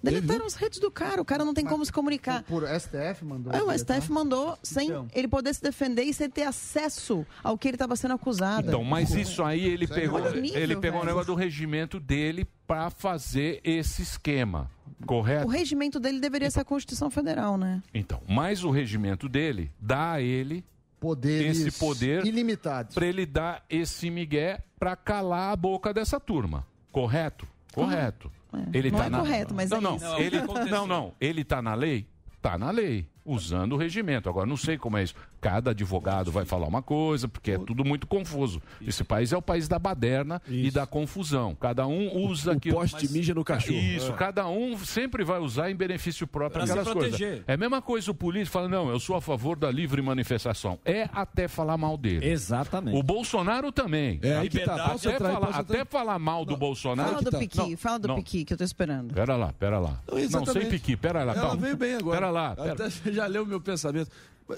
Speaker 19: Deletaram as redes do cara, o cara não tem como se comunicar.
Speaker 9: Por STF mandou.
Speaker 19: Ah, o STF mandou sem
Speaker 9: Então.
Speaker 19: ele poder se defender e sem ter acesso ao que ele estava sendo acusado.
Speaker 3: Então, mas isso aí ele
Speaker 19: Sério?
Speaker 3: pegou,
Speaker 19: Olha o nível,
Speaker 3: ele pegou o
Speaker 19: velho.
Speaker 3: negócio do regimento dele para fazer esse esquema, correto?
Speaker 19: O regimento dele deveria ser a Constituição Federal, né?
Speaker 3: Então, mas o regimento dele dá a ele
Speaker 9: Poderes
Speaker 3: esse poder
Speaker 9: ilimitados
Speaker 3: para ele dar esse migué para calar a boca dessa turma, correto? Correto. Ele
Speaker 19: Não
Speaker 3: tá
Speaker 19: é
Speaker 3: na...
Speaker 19: correto, mas
Speaker 3: não,
Speaker 19: é
Speaker 3: não.
Speaker 19: isso. Não,
Speaker 3: Ele...
Speaker 19: aconteceu.
Speaker 3: não, não. Ele tá na lei? Tá na lei, usando o regimento. Agora, não sei como é isso. Cada advogado vai falar uma coisa, porque é tudo muito confuso. Esse país é o país da baderna e da confusão. Cada um usa... O,
Speaker 16: poste mija no cachorro.
Speaker 3: Isso,
Speaker 16: É.
Speaker 3: cada um sempre vai usar em benefício próprio
Speaker 16: Pra se
Speaker 3: aquelas coisas.
Speaker 16: proteger.
Speaker 3: É a mesma coisa o político fala, não, eu sou a favor da livre manifestação. É até falar mal dele.
Speaker 20: Exatamente.
Speaker 3: O Bolsonaro também.
Speaker 16: É, aí
Speaker 3: até
Speaker 16: que tá. Posso
Speaker 3: até
Speaker 16: entrar aí,
Speaker 3: falar,
Speaker 16: posso
Speaker 3: até
Speaker 16: entrar aí?
Speaker 3: falar mal do Bolsonaro.
Speaker 19: Fala do
Speaker 3: Não,
Speaker 19: Piqui, fala do
Speaker 3: não.
Speaker 19: Piqui, que eu tô esperando.
Speaker 3: Pera lá, pera lá.
Speaker 16: Não,
Speaker 3: Não,
Speaker 16: exatamente.
Speaker 3: sem piqui, pera lá.
Speaker 16: Ela
Speaker 3: calma.
Speaker 16: veio bem agora.
Speaker 3: Pera lá, pera.
Speaker 16: Até você já leu meu pensamento.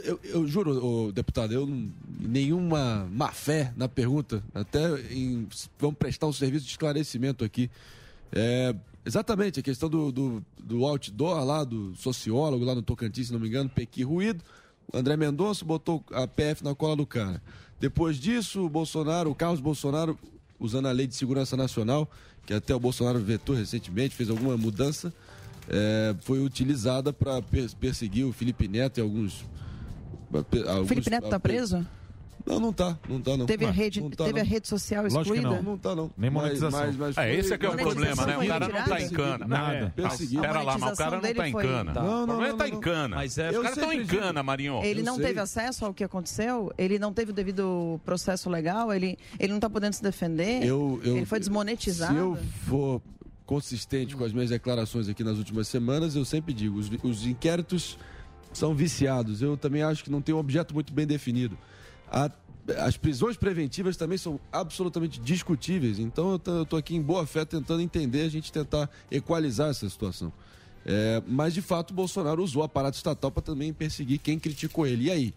Speaker 16: Eu, eu juro, ô, deputado, eu não- nenhuma má fé na pergunta. Até em- vamos prestar um serviço de esclarecimento aqui. É, exatamente, a questão do, do, do outdoor lá, do sociólogo lá no Tocantins, se não me engano, Pequi Ruído. O André Mendonça botou a PF na cola do cara. Depois disso, o Bolsonaro, o Carlos Bolsonaro, usando a Lei de Segurança Nacional, que até o Bolsonaro vetou recentemente, fez alguma mudança, é, foi utilizada para perseguir o Felipe Neto e alguns. pe- alguns-
Speaker 19: Felipe Neto tá
Speaker 16: pe-
Speaker 19: preso?
Speaker 16: Não, não tá, não tá não.
Speaker 19: Teve, a
Speaker 16: Ué,
Speaker 19: rede,
Speaker 16: não tá,
Speaker 19: teve a
Speaker 16: não.
Speaker 19: rede social excluída?
Speaker 16: Não tá não.
Speaker 3: Nem
Speaker 16: Mas-
Speaker 3: monetização.
Speaker 16: mas- mas
Speaker 3: É,
Speaker 16: foi-
Speaker 3: esse é que é o
Speaker 16: Monetização
Speaker 3: problema, né? O
Speaker 16: foi
Speaker 3: cara não tá em
Speaker 16: retirada?
Speaker 3: cana. Nada.
Speaker 16: Perseguiu.
Speaker 3: Pera lá, mas o cara não tá em
Speaker 19: A monetização dele
Speaker 3: cana.
Speaker 19: foi-
Speaker 3: O
Speaker 19: Não,
Speaker 3: problema é tá em cana.
Speaker 20: Mas
Speaker 3: Os caras estão em cana, Marinho.
Speaker 19: Ele não teve acesso ao que aconteceu? Ele não teve o devido processo legal? Ele, ele não tá podendo se defender?
Speaker 16: Eu- eu-
Speaker 19: ele foi desmonetizado?
Speaker 16: Se eu for consistente com as minhas declarações aqui nas últimas semanas, eu sempre digo, os, os inquéritos são viciados. Eu também acho que não tem um objeto muito bem definido. A- as prisões preventivas também são absolutamente discutíveis. Então eu tô- eu estou aqui em boa fé tentando entender, a gente tentar equalizar essa situação. É, mas de fato o Bolsonaro usou o aparato estatal para também perseguir quem criticou ele. E aí?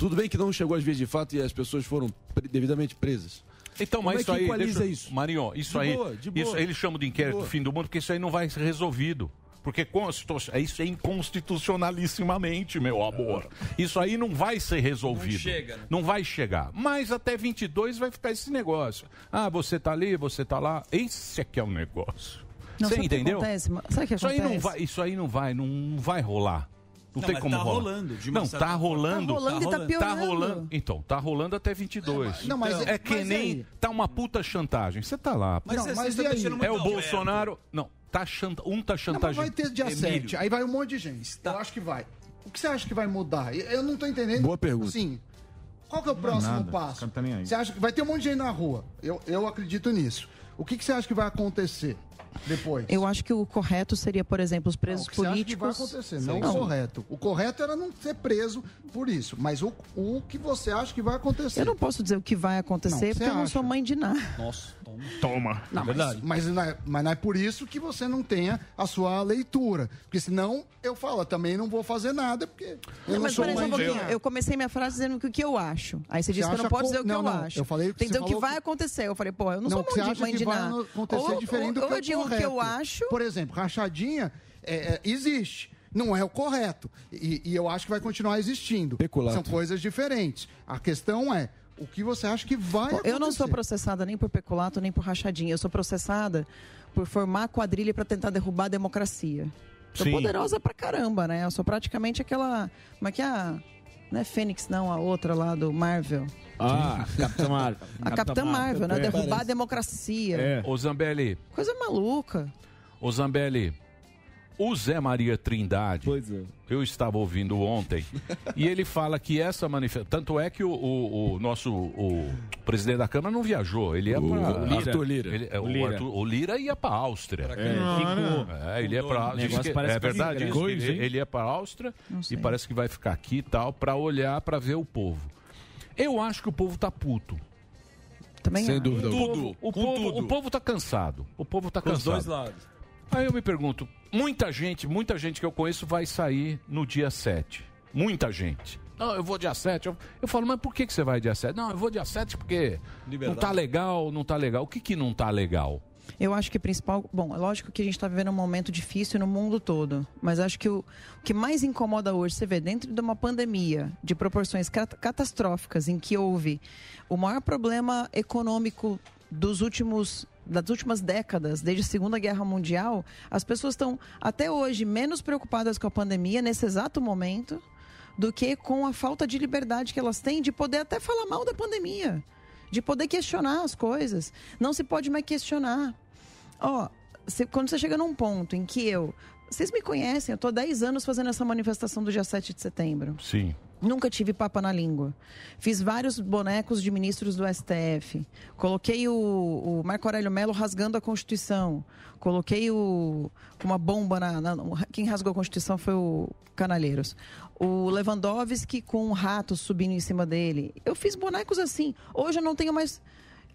Speaker 16: Tudo bem que não chegou às vias de fato e as pessoas foram pre- devidamente presas.
Speaker 3: Então,
Speaker 16: Como
Speaker 3: mas
Speaker 16: é
Speaker 3: isso
Speaker 16: que
Speaker 3: aí.
Speaker 16: equaliza
Speaker 3: deixa eu-
Speaker 16: isso?
Speaker 3: Marinho, isso
Speaker 16: De
Speaker 3: aí.
Speaker 16: boa, de boa.
Speaker 3: Isso, eles chamam de inquérito
Speaker 16: De boa.
Speaker 3: fim do mundo, porque isso aí não vai ser resolvido. Porque constitu- isso é inconstitucionalissimamente, meu amor. Isso aí não vai ser resolvido. Não
Speaker 20: chega, né?
Speaker 3: Não vai chegar. Mas até 22 vai ficar esse negócio. Ah, você tá ali, você tá lá. Esse é que é o negócio.
Speaker 19: Não,
Speaker 3: você
Speaker 19: sabe o que
Speaker 3: entendeu?
Speaker 19: acontece, ma- sabe o que
Speaker 3: isso aí não
Speaker 19: acontece?
Speaker 3: vai, isso aí não vai, não, vai rolar. Não,
Speaker 19: Não,
Speaker 3: tem
Speaker 19: mas
Speaker 3: como
Speaker 19: tá
Speaker 3: rolar.
Speaker 19: rolando, de uma
Speaker 3: não,
Speaker 19: certa
Speaker 3: tá
Speaker 19: forma.
Speaker 3: rolando.
Speaker 19: Tá rolando e tá piorando.
Speaker 3: rolando. Então, tá rolando até 22.
Speaker 9: Não, mas-
Speaker 3: é que
Speaker 9: mas
Speaker 3: nem
Speaker 9: aí?
Speaker 3: tá uma puta chantagem. Você tá lá.
Speaker 9: Mas Não, vocês mas estão e aí? deixando muito
Speaker 3: é o
Speaker 9: aberto.
Speaker 3: Bolsonaro. Não, tá chanta... um tá
Speaker 9: Não, mas
Speaker 3: chantageando.
Speaker 9: vai ter dia
Speaker 3: Emílio,
Speaker 9: 7, aí vai um monte de gente. Eu acho que vai. O que você acha que vai mudar? Eu- Eu não tô entendendo.
Speaker 16: Boa pergunta.
Speaker 9: Sim. Qual que é o próximo
Speaker 16: nada,
Speaker 9: passo?
Speaker 16: não tá nem aí.
Speaker 9: Você acha que vai ter um monte de gente na rua? Eu, eu acredito nisso. O que, que você acha que vai acontecer depois?
Speaker 19: Eu acho que o correto seria, por exemplo, os presos
Speaker 9: O que você acha que vai
Speaker 19: políticos.
Speaker 9: acontecer? Não, o correto. O correto era não ser preso por isso. Mas o, o que você acha que vai acontecer?
Speaker 19: Eu não posso dizer o que vai acontecer,
Speaker 9: Não, você
Speaker 19: porque eu não
Speaker 9: acha.
Speaker 19: sou mãe de nada.
Speaker 20: Nossa,
Speaker 6: Toma.
Speaker 9: Não, mas, mas, não é, mas não é por isso que você não tenha a sua leitura. Porque senão eu falo, também não vou fazer nada, porque eu não
Speaker 19: mas
Speaker 9: sou
Speaker 19: peraí só um
Speaker 9: um
Speaker 19: pouquinho.
Speaker 9: engenheiro.
Speaker 19: Eu comecei minha frase dizendo que o que eu acho. Aí você disse que
Speaker 9: Você
Speaker 19: eu não
Speaker 9: acha
Speaker 19: posso
Speaker 9: co-
Speaker 19: dizer o que
Speaker 9: não,
Speaker 19: eu
Speaker 9: não,
Speaker 19: acho.
Speaker 9: eu falei que
Speaker 19: Tem
Speaker 9: você
Speaker 19: que dizer o que
Speaker 9: falou
Speaker 19: vai acontecer. Eu falei, pô, eu não,
Speaker 9: Não,
Speaker 19: sou
Speaker 9: que você
Speaker 19: mãe
Speaker 9: acha
Speaker 19: de mãe
Speaker 9: que
Speaker 19: de
Speaker 9: vai
Speaker 19: nada.
Speaker 9: acontecer
Speaker 19: ou,
Speaker 9: diferente do
Speaker 19: ou
Speaker 9: que é
Speaker 19: eu digo o que eu
Speaker 9: correto.
Speaker 19: acho.
Speaker 9: Por exemplo, rachadinha é, é, existe. Não é o correto. E, e eu acho que vai continuar existindo. São coisas diferentes. A questão é o que você acha que vai
Speaker 19: Bom,
Speaker 9: acontecer.
Speaker 19: Eu não sou processada nem por peculato, nem por rachadinha. Eu sou processada por formar quadrilha para tentar derrubar a democracia. Sou
Speaker 21: Sim.
Speaker 19: poderosa pra caramba, né? Eu sou praticamente aquela. Como é que é a. Não é Fênix, não, a outra lá do Marvel.
Speaker 22: Ah, Capitã Marvel.
Speaker 9: Ah,
Speaker 19: A Capitã Marvel, né?
Speaker 3: é.
Speaker 19: Derrubar a
Speaker 3: Parece.
Speaker 19: democracia.
Speaker 16: É.
Speaker 3: Ô Zambelli,
Speaker 19: Coisa maluca.
Speaker 3: ô Zambelli, o Zé Maria Trindade,
Speaker 16: é.
Speaker 3: eu estava ouvindo ontem, e ele fala que essa manifestação. Tanto é que o, o- o nosso o presidente da Câmara não viajou. Ele ia
Speaker 16: O
Speaker 3: para.
Speaker 16: Lira. Arthur Lira.
Speaker 3: Ele, é, o,
Speaker 16: O Lira.
Speaker 3: Arthur- o Lira ia para a Áustria.
Speaker 16: cá. É, ficou.
Speaker 3: É, ele ia para
Speaker 16: O negócio
Speaker 3: Áustria.
Speaker 16: parece
Speaker 3: É verdade, isso?
Speaker 16: coisa,
Speaker 3: ele,
Speaker 16: hein?
Speaker 3: ele ia para a Áustria e parece que vai ficar aqui e tal, para olhar, para ver o povo. Eu acho que o povo tá puto.
Speaker 19: Também
Speaker 16: Sem acho. dúvida.
Speaker 3: O povo-
Speaker 16: Tudo,
Speaker 3: o
Speaker 16: com
Speaker 3: povo,
Speaker 16: tudo.
Speaker 3: O povo tá cansado. O povo tá
Speaker 16: Com os
Speaker 3: cansado.
Speaker 16: dois lados.
Speaker 3: Aí eu me pergunto, muita gente, muita gente que eu conheço vai sair no dia 7. Muita gente. Não, eu vou dia 7. Eu, eu falo, mas por que, que você vai dia 7? Não, eu vou dia 7 porque não tá legal, não tá legal. O que que não tá legal?
Speaker 19: Eu acho que o principal. Bom, é lógico que a gente está vivendo um momento difícil no mundo todo, mas acho que o, o que mais incomoda hoje, você vê, dentro de uma pandemia de proporções cat- catastróficas, em que houve o maior problema econômico dos últimos. Das últimas décadas, desde a Segunda Guerra Mundial, as pessoas estão até hoje menos preocupadas com a pandemia nesse exato momento do que com a falta de liberdade que elas têm de poder até falar mal da pandemia, de poder questionar as coisas. Não se pode mais questionar. Ó, cê- quando você chega num ponto em que eu. Vocês me conhecem, eu tô há 10 anos fazendo essa manifestação do dia 7 de setembro.
Speaker 3: Sim.
Speaker 19: Nunca tive papa na língua. Fiz vários bonecos de ministros do STF. Coloquei o, o Marco Aurélio Melo rasgando a Constituição. Coloquei o com uma bomba na, na- Quem rasgou a Constituição foi o Canalheiros. O Lewandowski com um rato subindo em cima dele. Eu fiz bonecos assim. Hoje eu não tenho mais.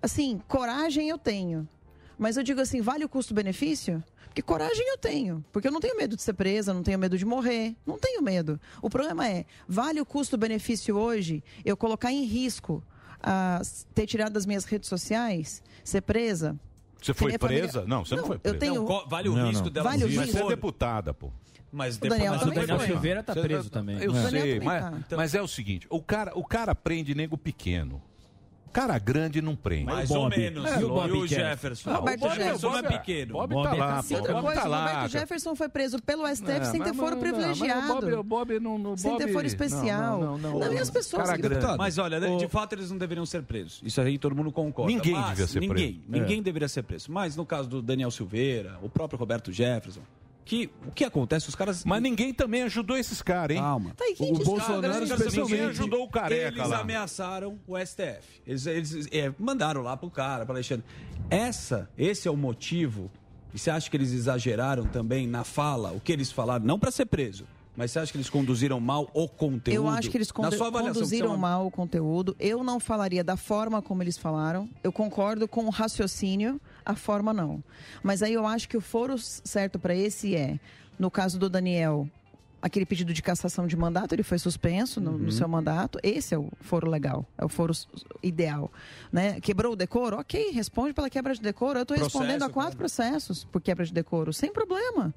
Speaker 19: Assim, coragem eu tenho. Mas eu digo assim, vale o custo-benefício? Porque coragem eu tenho. Porque eu não tenho medo de ser presa, não tenho medo de morrer. Não tenho medo. O problema é, vale o custo-benefício hoje eu colocar em risco ah, ter tirado das minhas redes sociais, ser presa?
Speaker 3: Você foi
Speaker 19: Que nem a família-
Speaker 3: presa? Não, você É, não, foi
Speaker 19: eu
Speaker 3: presa.
Speaker 19: tenho- Não, co-
Speaker 8: vale o risco dela
Speaker 19: Vale o
Speaker 8: dizer,
Speaker 3: Mas você é
Speaker 8: risco.
Speaker 3: deputada, pô.
Speaker 8: Mas
Speaker 19: Daniel
Speaker 8: depois- mas o
Speaker 19: também
Speaker 8: Daniel
Speaker 19: foi.
Speaker 8: Silveira tá
Speaker 3: Você-
Speaker 8: preso também.
Speaker 3: Eu
Speaker 8: É.
Speaker 3: sei,
Speaker 8: Daniel
Speaker 3: mas,
Speaker 8: também tá.
Speaker 3: mas é o seguinte: o cara, o cara prende nego pequeno. Cara grande não prende.
Speaker 8: Mais ou menos.
Speaker 3: É,
Speaker 8: E o Bob
Speaker 3: Bob
Speaker 8: Jefferson?
Speaker 3: Jefferson?
Speaker 8: Roberto
Speaker 3: Ah, o Bob-
Speaker 8: Jefferson
Speaker 3: o Bob-
Speaker 8: não é pequeno.
Speaker 3: Bob
Speaker 8: Bob
Speaker 3: tá
Speaker 8: é
Speaker 3: lá,
Speaker 8: cascudo.
Speaker 3: pô.
Speaker 19: Outra
Speaker 3: Bob
Speaker 19: coisa,
Speaker 3: tá lá.
Speaker 19: Roberto
Speaker 3: cara.
Speaker 19: Jefferson foi preso pelo STF
Speaker 3: É,
Speaker 19: sem
Speaker 3: mas não,
Speaker 19: ter foro
Speaker 3: não, mas o
Speaker 19: privilegiado.
Speaker 3: Bob- o Bob não- não- o
Speaker 19: sem ter
Speaker 3: Bob-
Speaker 19: foro especial.
Speaker 8: Não, não, não,
Speaker 19: e as pessoas... que-
Speaker 8: Mas olha, de fato eles não deveriam ser presos. Isso aí todo mundo concorda.
Speaker 7: Ninguém
Speaker 8: Mas
Speaker 7: devia ser
Speaker 8: ninguém,
Speaker 7: preso.
Speaker 8: Ninguém
Speaker 7: É.
Speaker 8: deveria ser preso. Mas no caso do Daniel Silveira, o próprio Roberto Jefferson, que o que acontece? Os caras.
Speaker 3: Mas ninguém também ajudou esses caras, hein?
Speaker 8: Calma.
Speaker 19: Tá, e quem disse que os
Speaker 3: é
Speaker 19: caras-
Speaker 3: Ninguém ajudou o careca
Speaker 8: é Eles
Speaker 3: lá.
Speaker 8: ameaçaram o STF. Eles, eles, é, mandaram lá pro cara, pro Alexandre. Essa, esse é o motivo. E você acha que eles exageraram também na fala, o que eles falaram, não para ser preso, mas você acha que eles conduziram mal o conteúdo?
Speaker 19: Eu acho que eles
Speaker 8: na
Speaker 19: condu-
Speaker 8: sua avaliação, que você é
Speaker 19: conduziram
Speaker 8: uma-
Speaker 19: mal o conteúdo. Eu não falaria da forma como eles falaram. Eu concordo com o raciocínio, a forma não. Mas aí eu acho que o foro s- certo para esse é, no caso do Daniel, aquele pedido de cassação de mandato, ele foi suspenso no, no seu mandato. Esse é o foro legal, é o foro s- ideal, né? Quebrou o decoro? OK, responde pela quebra de decoro. Eu estou
Speaker 2: Processo,
Speaker 19: respondendo a quatro processos por quebra de decoro, sem problema.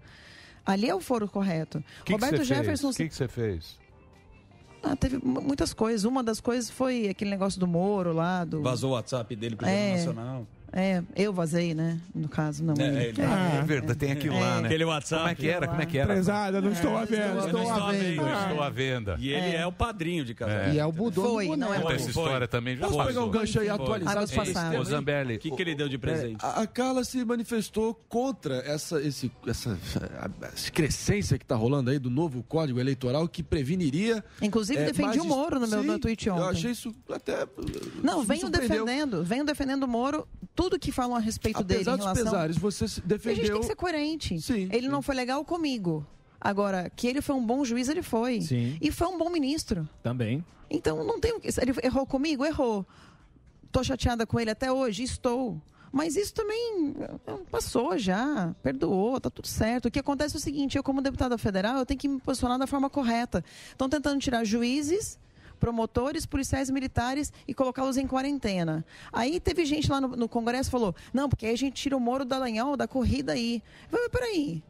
Speaker 19: Ali é o foro correto.
Speaker 3: Que que
Speaker 19: Roberto
Speaker 3: você
Speaker 19: Jefferson
Speaker 3: fez? O que que você fez?
Speaker 19: ah, teve mu- muitas coisas. Uma das coisas foi aquele negócio do Moro lá, do...
Speaker 8: Vazou o WhatsApp dele pro Jornal
Speaker 19: É.
Speaker 8: Nacional.
Speaker 19: É, eu vazei, né? No caso, não. ele.
Speaker 8: ele- Ah, é verdade, tem aquilo lá, né? Aquele WhatsApp.
Speaker 3: Como é que era? Como é que era?
Speaker 8: Prezada, não estou à venda.
Speaker 3: Não
Speaker 8: Não estou à venda.
Speaker 3: Não estou à venda.
Speaker 8: E ele é, o padrinho de casal.
Speaker 3: É. E é
Speaker 9: o
Speaker 8: Budô.
Speaker 19: Foi, não é Ah,
Speaker 3: Conta essa história também. Já
Speaker 16: Posso
Speaker 3: passou.
Speaker 16: pegar o gancho aí e atualizar?
Speaker 3: Águas
Speaker 16: esse
Speaker 3: passadas.
Speaker 19: né?
Speaker 16: tema,
Speaker 3: Ô,
Speaker 16: hein?
Speaker 3: Zambelli,
Speaker 8: O que, que ele deu de presente?
Speaker 16: É, a a Carla se manifestou contra essa, esse, essa, essa crescência que está rolando aí do novo código eleitoral que preveniria.
Speaker 19: Inclusive, defendi
Speaker 16: magis-
Speaker 19: o Moro no meu-
Speaker 16: Sim,
Speaker 19: no tweet ontem.
Speaker 16: Eu achei isso até.
Speaker 19: Não,
Speaker 16: me
Speaker 19: venho
Speaker 16: surpreendeu.
Speaker 19: defendendo. Venho defendendo o Moro, tudo que falam a respeito
Speaker 16: Apesar
Speaker 19: dele em
Speaker 16: dos
Speaker 19: relação...
Speaker 16: pesares, você se
Speaker 19: A gente tem
Speaker 16: defendeu.
Speaker 19: que ser coerente. Ele não foi legal comigo. Agora, que ele foi um bom juiz, ele foi.
Speaker 22: Sim.
Speaker 19: E foi um bom ministro.
Speaker 22: Também.
Speaker 19: Então, não tem o que... Ele errou comigo? Errou. Tô chateada com ele até hoje? Estou. Mas isso também eh, passou já, perdoou, tá tudo certo. O que acontece é o seguinte: eu, como deputada federal, eu tenho que me posicionar da forma correta. Estão tentando tirar juízes. Promotores, policiais militares e colocá-los em quarentena. Aí teve gente lá no, no Congresso que falou: não, porque aí a gente tira o Moro da Lanhol da corrida aí. Mas mas peraí,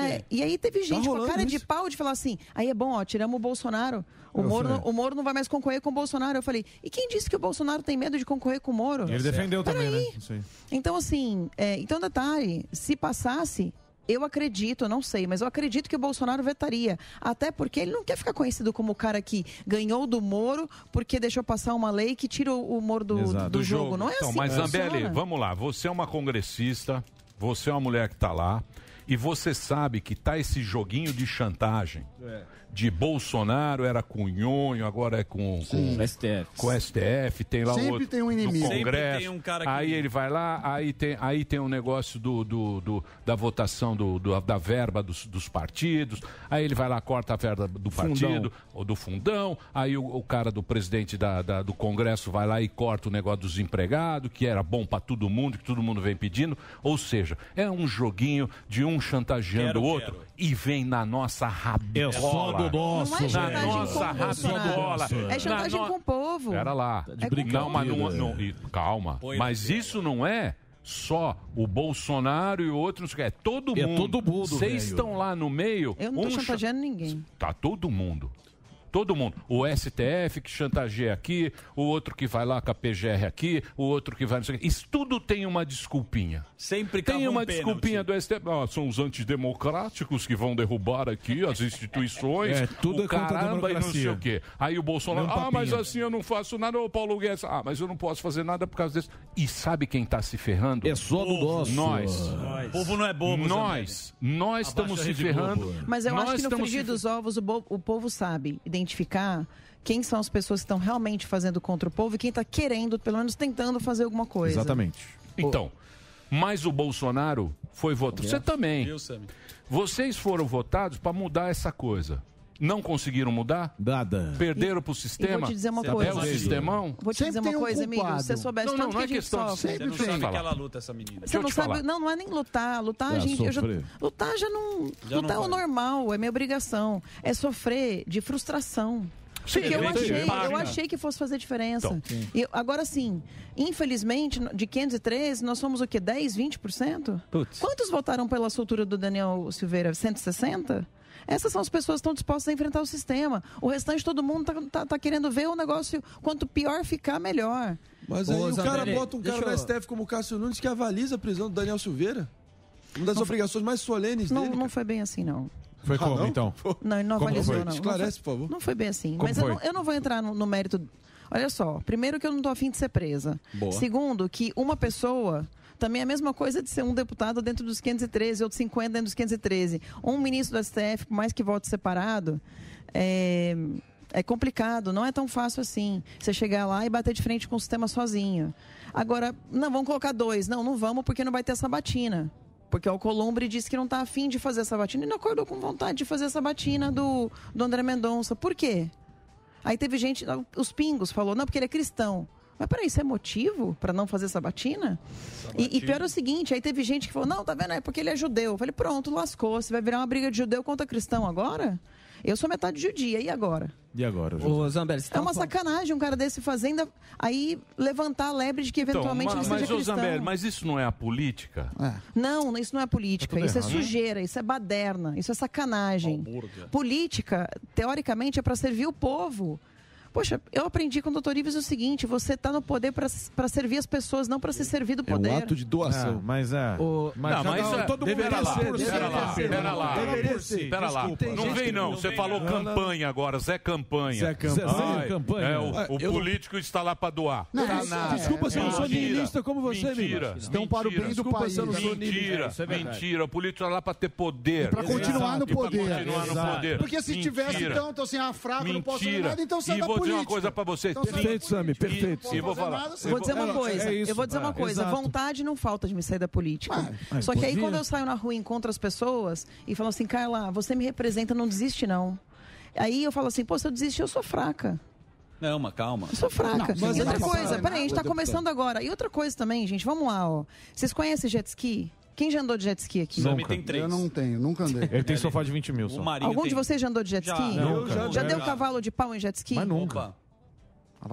Speaker 19: é, e aí teve gente com a
Speaker 23: Tá rolando
Speaker 19: cara de
Speaker 23: isso.
Speaker 19: pau de falar assim: aí é bom, ó, tiramos o Bolsonaro. O
Speaker 14: Eu
Speaker 19: Moro,
Speaker 14: sei.
Speaker 19: não- o Moro não vai mais concorrer com o Bolsonaro. Eu falei: e quem disse que o Bolsonaro tem medo de concorrer com o
Speaker 7: Tá
Speaker 19: Moro?
Speaker 14: Ele defendeu também,
Speaker 19: Peraí.
Speaker 14: né? Isso aí.
Speaker 19: Então, assim, é, então detalhe, se passasse, eu acredito, eu não sei, mas eu acredito que o Bolsonaro vetaria. Até porque ele não quer ficar conhecido como o cara que ganhou do Moro porque deixou passar uma lei que tira o o Moro do, do, jogo. Não é
Speaker 3: então,
Speaker 19: assim.
Speaker 3: Mas,
Speaker 19: que funciona.
Speaker 3: Zambelli, vamos lá. Você é uma congressista, você é uma mulher que está lá, e você sabe que tá esse joguinho de chantagem.
Speaker 9: É.
Speaker 3: De Bolsonaro era com Nhonho, agora é com, com STF. Com STF, tem lá o
Speaker 9: Sempre
Speaker 3: outro
Speaker 9: tem um
Speaker 3: do
Speaker 9: inimigo. Sempre
Speaker 3: Congresso.
Speaker 9: tem um cara que-
Speaker 3: Aí ele vai lá, aí tem, aí tem um negócio do, do- do- da votação do, do- da verba dos, dos partidos, aí ele vai lá, corta a verba do
Speaker 14: Fundão.
Speaker 3: partido, ou do fundão, aí o, o cara do presidente da- da- do Congresso vai lá e corta o negócio dos empregados, que era bom para todo mundo, que todo mundo vem pedindo. Ou seja, é um joguinho de um chantageando
Speaker 14: Quero,
Speaker 3: o outro e vem na nossa rabibola.
Speaker 14: É só do nosso, Não é
Speaker 3: na
Speaker 14: chantagem
Speaker 3: nossa
Speaker 14: com o Bolsonaro.
Speaker 3: rabibola.
Speaker 19: É chantagem
Speaker 3: na no-
Speaker 19: com o povo.
Speaker 3: Pera lá.
Speaker 19: É com o
Speaker 3: não, mas não,
Speaker 19: povo.
Speaker 3: não, e- calma. mas isso não é só o Bolsonaro e o outro, não sei o que. É todo
Speaker 19: É
Speaker 3: mundo.
Speaker 19: todo mundo,
Speaker 3: Vocês
Speaker 19: velho.
Speaker 3: estão lá no meio.
Speaker 19: Eu não tô
Speaker 3: um cha-
Speaker 19: chantageando ninguém.
Speaker 3: Tá todo mundo. Todo mundo. O STF que chantageia aqui, o outro que vai lá com a PGR aqui, o outro que vai não sei o quê. Isso tudo tem uma desculpinha.
Speaker 7: Sempre
Speaker 3: Tem
Speaker 7: cava um
Speaker 3: uma
Speaker 7: pênalti.
Speaker 3: desculpinha do STF. Ah, são os antidemocráticos que vão derrubar aqui as instituições.
Speaker 14: É, tudo
Speaker 3: o
Speaker 14: é contra a
Speaker 3: caramba e não sei
Speaker 14: democracia.
Speaker 3: o quê. Aí o Bolsonaro,
Speaker 14: Não é um
Speaker 3: ah, mas
Speaker 14: papinho."
Speaker 3: assim eu não faço nada, ô Paulo Guedes. Ah, mas eu não posso fazer nada por causa disso. E sabe quem tá se ferrando? É
Speaker 14: só
Speaker 3: do
Speaker 14: nosso.
Speaker 3: Nós.
Speaker 14: Nós. O povo não é bobo,
Speaker 3: Nós. Nós estamos
Speaker 14: a
Speaker 3: se
Speaker 14: Rede Globo.
Speaker 3: ferrando.
Speaker 19: Mas eu
Speaker 3: Nós
Speaker 19: acho que no
Speaker 3: estamos
Speaker 19: frigir
Speaker 3: se
Speaker 19: dos ovos o, bo- o povo sabe identificar quem são as pessoas que estão realmente fazendo contra o povo e quem está querendo, pelo menos tentando fazer alguma
Speaker 7: né?
Speaker 19: coisa.
Speaker 3: Então, mas o Bolsonaro foi votado. Você também. Vocês foram votados para mudar essa coisa. Não conseguiram mudar?
Speaker 7: Nada.
Speaker 3: Perderam para o
Speaker 19: E
Speaker 3: sistema?
Speaker 19: vou te dizer uma
Speaker 3: É
Speaker 19: coisa.
Speaker 3: o sistemão?
Speaker 19: Vou te dizer
Speaker 16: um
Speaker 19: uma coisa, Emílio. Se você soubesse
Speaker 3: Não, não,
Speaker 19: tanto
Speaker 3: não é
Speaker 19: que a gente
Speaker 3: questão de
Speaker 19: sofre.
Speaker 3: sempre
Speaker 7: Você não sabe
Speaker 3: tem.
Speaker 7: que ela luta essa menina.
Speaker 19: Você não sabe, não, não é nem lutar. Lutar,
Speaker 7: É,
Speaker 19: a gente. eu já-
Speaker 7: sofrer.
Speaker 19: lutar já não.
Speaker 7: Já
Speaker 19: lutar
Speaker 7: não
Speaker 19: é o normal, é minha obrigação. É sofrer de frustração.
Speaker 7: Sim,
Speaker 19: Porque eu
Speaker 7: ele tem
Speaker 19: achei,
Speaker 7: impacto.
Speaker 19: eu achei que fosse fazer diferença.
Speaker 7: Então, sim.
Speaker 19: E agora sim, infelizmente, de 513, nós somos o quê? 10, 20%? Quantos votaram pela soltura do Daniel Silveira? 160? Essas são as pessoas que estão dispostas a enfrentar o sistema. O restante, todo mundo está querendo ver o negócio, quanto pior ficar, melhor.
Speaker 16: Mas aí o cara bota um cara da STF como o Cássio Nunes que avaliza a prisão do Daniel Silveira. Uma das obrigações mais solenes
Speaker 19: Não,
Speaker 16: dele. Ah,
Speaker 19: não foi bem assim, não.
Speaker 7: Foi como, então?
Speaker 19: Não, ele não
Speaker 16: Como
Speaker 19: avalizou,
Speaker 16: foi?
Speaker 19: não.
Speaker 16: Esclarece,
Speaker 19: não foi, por favor. Não foi bem assim.
Speaker 16: Como
Speaker 19: mas eu
Speaker 16: foi?
Speaker 19: não, eu não vou entrar no, no mérito. Olha só, primeiro que eu não tô afim de ser presa.
Speaker 16: Boa.
Speaker 19: Segundo, que uma pessoa. Também é a mesma coisa de ser um deputado dentro dos 513, outro 50 dentro dos 513. Um ministro do STF, por mais que vote separado, é, é complicado, não é tão fácil assim. Você chegar lá e bater de frente com o sistema sozinho. Agora, não, vamos colocar dois. Não, não vamos porque não vai ter sabatina. Porque o Colombre disse que não está afim de fazer essa batina e não acordou com vontade de fazer essa batina do, do André Mendonça. Por quê? Aí teve gente, os pingos, falou, não, porque ele é cristão. Mas peraí, isso é motivo para não fazer sabatina? E, e pior é o seguinte, aí teve gente que falou, não, tá vendo, é porque ele é judeu. Eu falei, pronto, lascou, você vai virar uma briga de judeu contra cristão agora? Eu sou metade judia, e agora?
Speaker 7: E agora?
Speaker 6: Ô, Zambelli, você
Speaker 19: É
Speaker 3: Tá
Speaker 6: tava
Speaker 19: uma
Speaker 6: falando-
Speaker 19: sacanagem um cara desse fazenda, aí levantar a lebre de que eventualmente
Speaker 3: então, mas,
Speaker 19: ele seja
Speaker 3: mas, ô,
Speaker 19: cristão.
Speaker 3: Zambelli, mas isso não é a política?
Speaker 19: Não, isso não é política.
Speaker 3: Tá tudo
Speaker 19: isso
Speaker 3: errado.
Speaker 19: é sujeira, isso é baderna, isso é sacanagem. Política, teoricamente, é para servir o povo. Poxa, eu aprendi com o doutor Ives o seguinte: você está no poder para servir as pessoas, não para ser servir
Speaker 3: É um
Speaker 19: do poder.
Speaker 7: Ah, mas é. Mas
Speaker 3: não,
Speaker 7: cada
Speaker 3: mas
Speaker 7: um-
Speaker 3: é,
Speaker 7: todo mundo
Speaker 3: deveria
Speaker 7: é
Speaker 3: ser,
Speaker 7: por si,
Speaker 3: Pera lá,
Speaker 7: terceiro.
Speaker 3: pera lá.
Speaker 7: Deveria ser.
Speaker 3: Pera lá.
Speaker 7: Desculpa.
Speaker 3: Não vem não, você falou campanha agora, Zé Campanha.
Speaker 7: Zé Campanha.
Speaker 3: Ai,
Speaker 7: Zé Campanha.
Speaker 3: É, o,
Speaker 7: Ah,
Speaker 3: o
Speaker 7: eu não-
Speaker 3: político está lá para doar.
Speaker 7: Não,
Speaker 3: Tá
Speaker 7: isso-
Speaker 3: nada.
Speaker 7: desculpa
Speaker 9: é um
Speaker 7: se eu não sou
Speaker 3: Mentira.
Speaker 7: niilista como você, amigo.
Speaker 3: mentira.
Speaker 7: Estão para o bem do
Speaker 3: Desculpa um
Speaker 7: país.
Speaker 3: se eu não sou
Speaker 7: Mentira.
Speaker 3: niilista.
Speaker 7: É, isso é verdade.
Speaker 3: Mentira, o político está lá para ter poder.
Speaker 9: Pra é continuar no
Speaker 3: E pra
Speaker 9: poder.
Speaker 3: continuar no
Speaker 9: Exato.
Speaker 3: poder.
Speaker 9: Porque se tivesse,
Speaker 3: Mentira.
Speaker 9: então, então assim, ah, fraco, não posso fazer
Speaker 3: Mentira.
Speaker 9: nada, então sai
Speaker 3: E
Speaker 9: da
Speaker 3: vou dizer
Speaker 9: política.
Speaker 3: uma coisa pra você.
Speaker 9: Então sai da
Speaker 3: Perfeito,
Speaker 9: política.
Speaker 3: Sami, perfeito.
Speaker 9: Não
Speaker 3: E vou
Speaker 9: posso fazer
Speaker 3: falar.
Speaker 9: nada, É
Speaker 19: Eu
Speaker 9: sai
Speaker 19: vou É
Speaker 9: da
Speaker 19: dizer uma
Speaker 9: política.
Speaker 19: coisa, eu vou dizer uma coisa, vontade não falta de me sair da política.
Speaker 9: mas
Speaker 19: Só que aí
Speaker 9: podia.
Speaker 19: quando eu saio na rua e encontro as pessoas e falam assim, Carla, você me representa, não desiste não. Aí eu falo assim, pô, se eu desistir eu sou fraca.
Speaker 20: Não, mas calma.
Speaker 19: Eu sou fraca.
Speaker 20: Não,
Speaker 19: e outra
Speaker 20: mas-
Speaker 19: coisa, peraí, a gente tá
Speaker 20: deputado.
Speaker 19: começando agora. E outra coisa também, gente, vamos lá, ó. Vocês conhecem jet ski? Quem já andou de jet ski aqui?
Speaker 9: Nunca. Eu não tenho, nunca andei.
Speaker 7: Ele tem sofá de 20 mil só.
Speaker 19: Algum de vocês já andou de jet
Speaker 7: Já,
Speaker 19: ski?
Speaker 7: não, Eu nunca. já andei.
Speaker 19: deu cavalo de pau em jet ski?
Speaker 7: Mas nunca.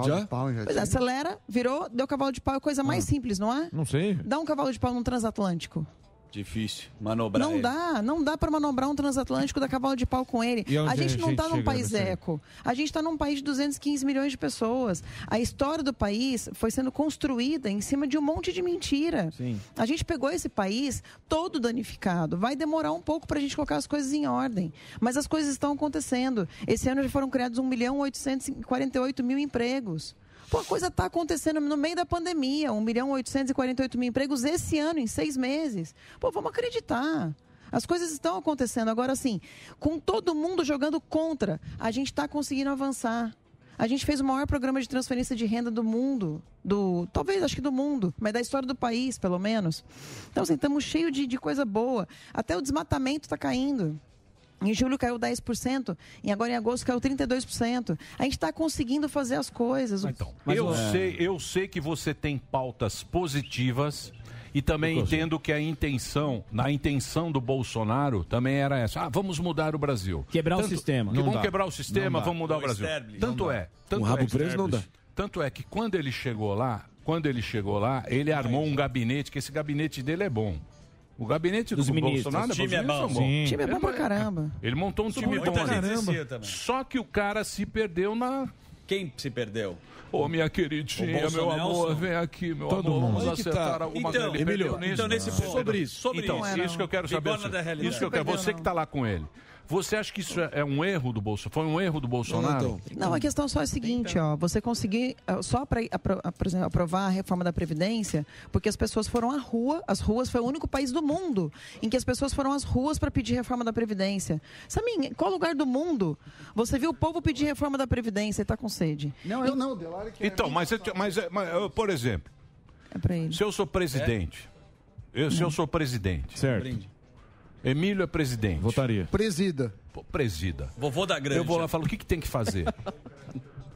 Speaker 9: Já? Pau, já
Speaker 19: Pois é, acelera, virou, deu cavalo de pau, é coisa
Speaker 9: Ah.
Speaker 19: mais simples, não é?
Speaker 7: Não sei.
Speaker 19: Dá um cavalo de pau num transatlântico.
Speaker 20: Difícil. Manobrar.
Speaker 19: não
Speaker 20: ele.
Speaker 19: dá, não dá pra manobrar um transatlântico dar cavalo de pau com ele.
Speaker 20: E é onde
Speaker 19: A gente
Speaker 20: a
Speaker 19: não
Speaker 20: gente
Speaker 19: tá num
Speaker 20: chega né,
Speaker 19: país
Speaker 20: nisso aí?
Speaker 19: eco. A gente tá num país de 215 milhões de pessoas. A história do país foi sendo construída em cima de um monte de mentira. A gente pegou esse país todo danificado. Vai demorar um pouco pra gente colocar as coisas em ordem. Mas as coisas estão acontecendo. Esse ano já foram criados 1 milhão 848 mil empregos. Pô, a coisa está acontecendo no meio da pandemia. 1 milhão 848 mil empregos esse ano, em seis meses. Pô, vamos acreditar. As coisas estão acontecendo. Agora, assim, com todo mundo jogando contra, a gente está conseguindo avançar. A gente fez o maior programa de transferência de renda do mundo. do Talvez, acho que do mundo, mas da história do país, pelo menos. Então, assim, estamos cheios de, de coisa boa. Até o desmatamento está caindo. Em julho caiu 10%, e agora em agosto caiu 32%. A gente está conseguindo fazer as coisas. Então,
Speaker 3: eu,
Speaker 6: é.
Speaker 3: sei, eu sei que você tem pautas positivas e também entendo que a intenção, na intenção do Bolsonaro, também era essa. Ah, vamos mudar o Brasil.
Speaker 6: Quebrar o sistema.
Speaker 3: Que
Speaker 6: Não
Speaker 3: vamos
Speaker 6: dá.
Speaker 3: quebrar o
Speaker 6: Não
Speaker 3: sistema,
Speaker 6: dá.
Speaker 3: vamos mudar o
Speaker 6: O
Speaker 3: Brasil.
Speaker 6: Sterblitz, não
Speaker 3: Tanto
Speaker 6: dá.
Speaker 3: é. Tanto
Speaker 6: Um rabo
Speaker 3: é,
Speaker 6: preso não dá.
Speaker 3: Tanto é que quando ele chegou lá, quando ele chegou lá, ele armou um gabinete, que esse gabinete dele é bom. O gabinete
Speaker 6: Dos
Speaker 3: do
Speaker 6: ministros.
Speaker 3: Bolsonaro
Speaker 6: O time
Speaker 3: os
Speaker 6: é
Speaker 3: ministros
Speaker 6: bom.
Speaker 3: são bons.
Speaker 6: Sim.
Speaker 19: time é bom pra caramba.
Speaker 3: Ele montou um
Speaker 19: Isso
Speaker 3: time
Speaker 19: muita
Speaker 3: bom.
Speaker 19: gente
Speaker 3: ali.
Speaker 19: dizia
Speaker 3: Só que o cara se perdeu na.
Speaker 20: Quem se perdeu?
Speaker 3: Ô, minha queridinha,
Speaker 20: O
Speaker 3: meu
Speaker 20: Bolsonaro?
Speaker 3: amor, vem aqui, meu
Speaker 20: Todo
Speaker 3: amor.
Speaker 20: mundo.
Speaker 3: Vamos
Speaker 20: Aí que
Speaker 3: acertar
Speaker 20: tá.
Speaker 3: alguma
Speaker 20: Então,
Speaker 3: coisa. Ele
Speaker 20: Emílio,
Speaker 3: perdeu
Speaker 20: então nesse
Speaker 3: Não.
Speaker 20: ponto. Sobre isso, sobre
Speaker 3: então,
Speaker 20: isso.
Speaker 3: isso.
Speaker 20: Não é,
Speaker 3: que eu quero
Speaker 20: não.
Speaker 3: saber.
Speaker 20: Bigorna da realidade.
Speaker 3: Isso que eu quero.
Speaker 20: Perdeu,
Speaker 3: Você que tá lá com ele. Você acha que isso é- é um erro do Bolsonaro? Foi um erro do Bolsonaro?
Speaker 19: Não, a questão só é a seguinte, ó, você conseguir ah, só para aprovar a reforma da previdência, porque as pessoas foram à rua, as ruas foi o único país do mundo em que as pessoas foram às ruas para pedir reforma da previdência. Sabe, em qual lugar do mundo você viu o povo pedir reforma da previdência e tá com sede?
Speaker 9: Não, eu não, Delari.
Speaker 3: Então, mas, eu te- mas, é- mas, eu, por exemplo,
Speaker 19: É
Speaker 3: se eu sou presidente, eu, se eu sou presidente,
Speaker 7: certo.
Speaker 3: Emílio é presidente. Votaria.
Speaker 9: Presida.
Speaker 3: Presida.
Speaker 20: Vovô da grande.
Speaker 3: Eu vou lá e falo, o que, que tem que fazer?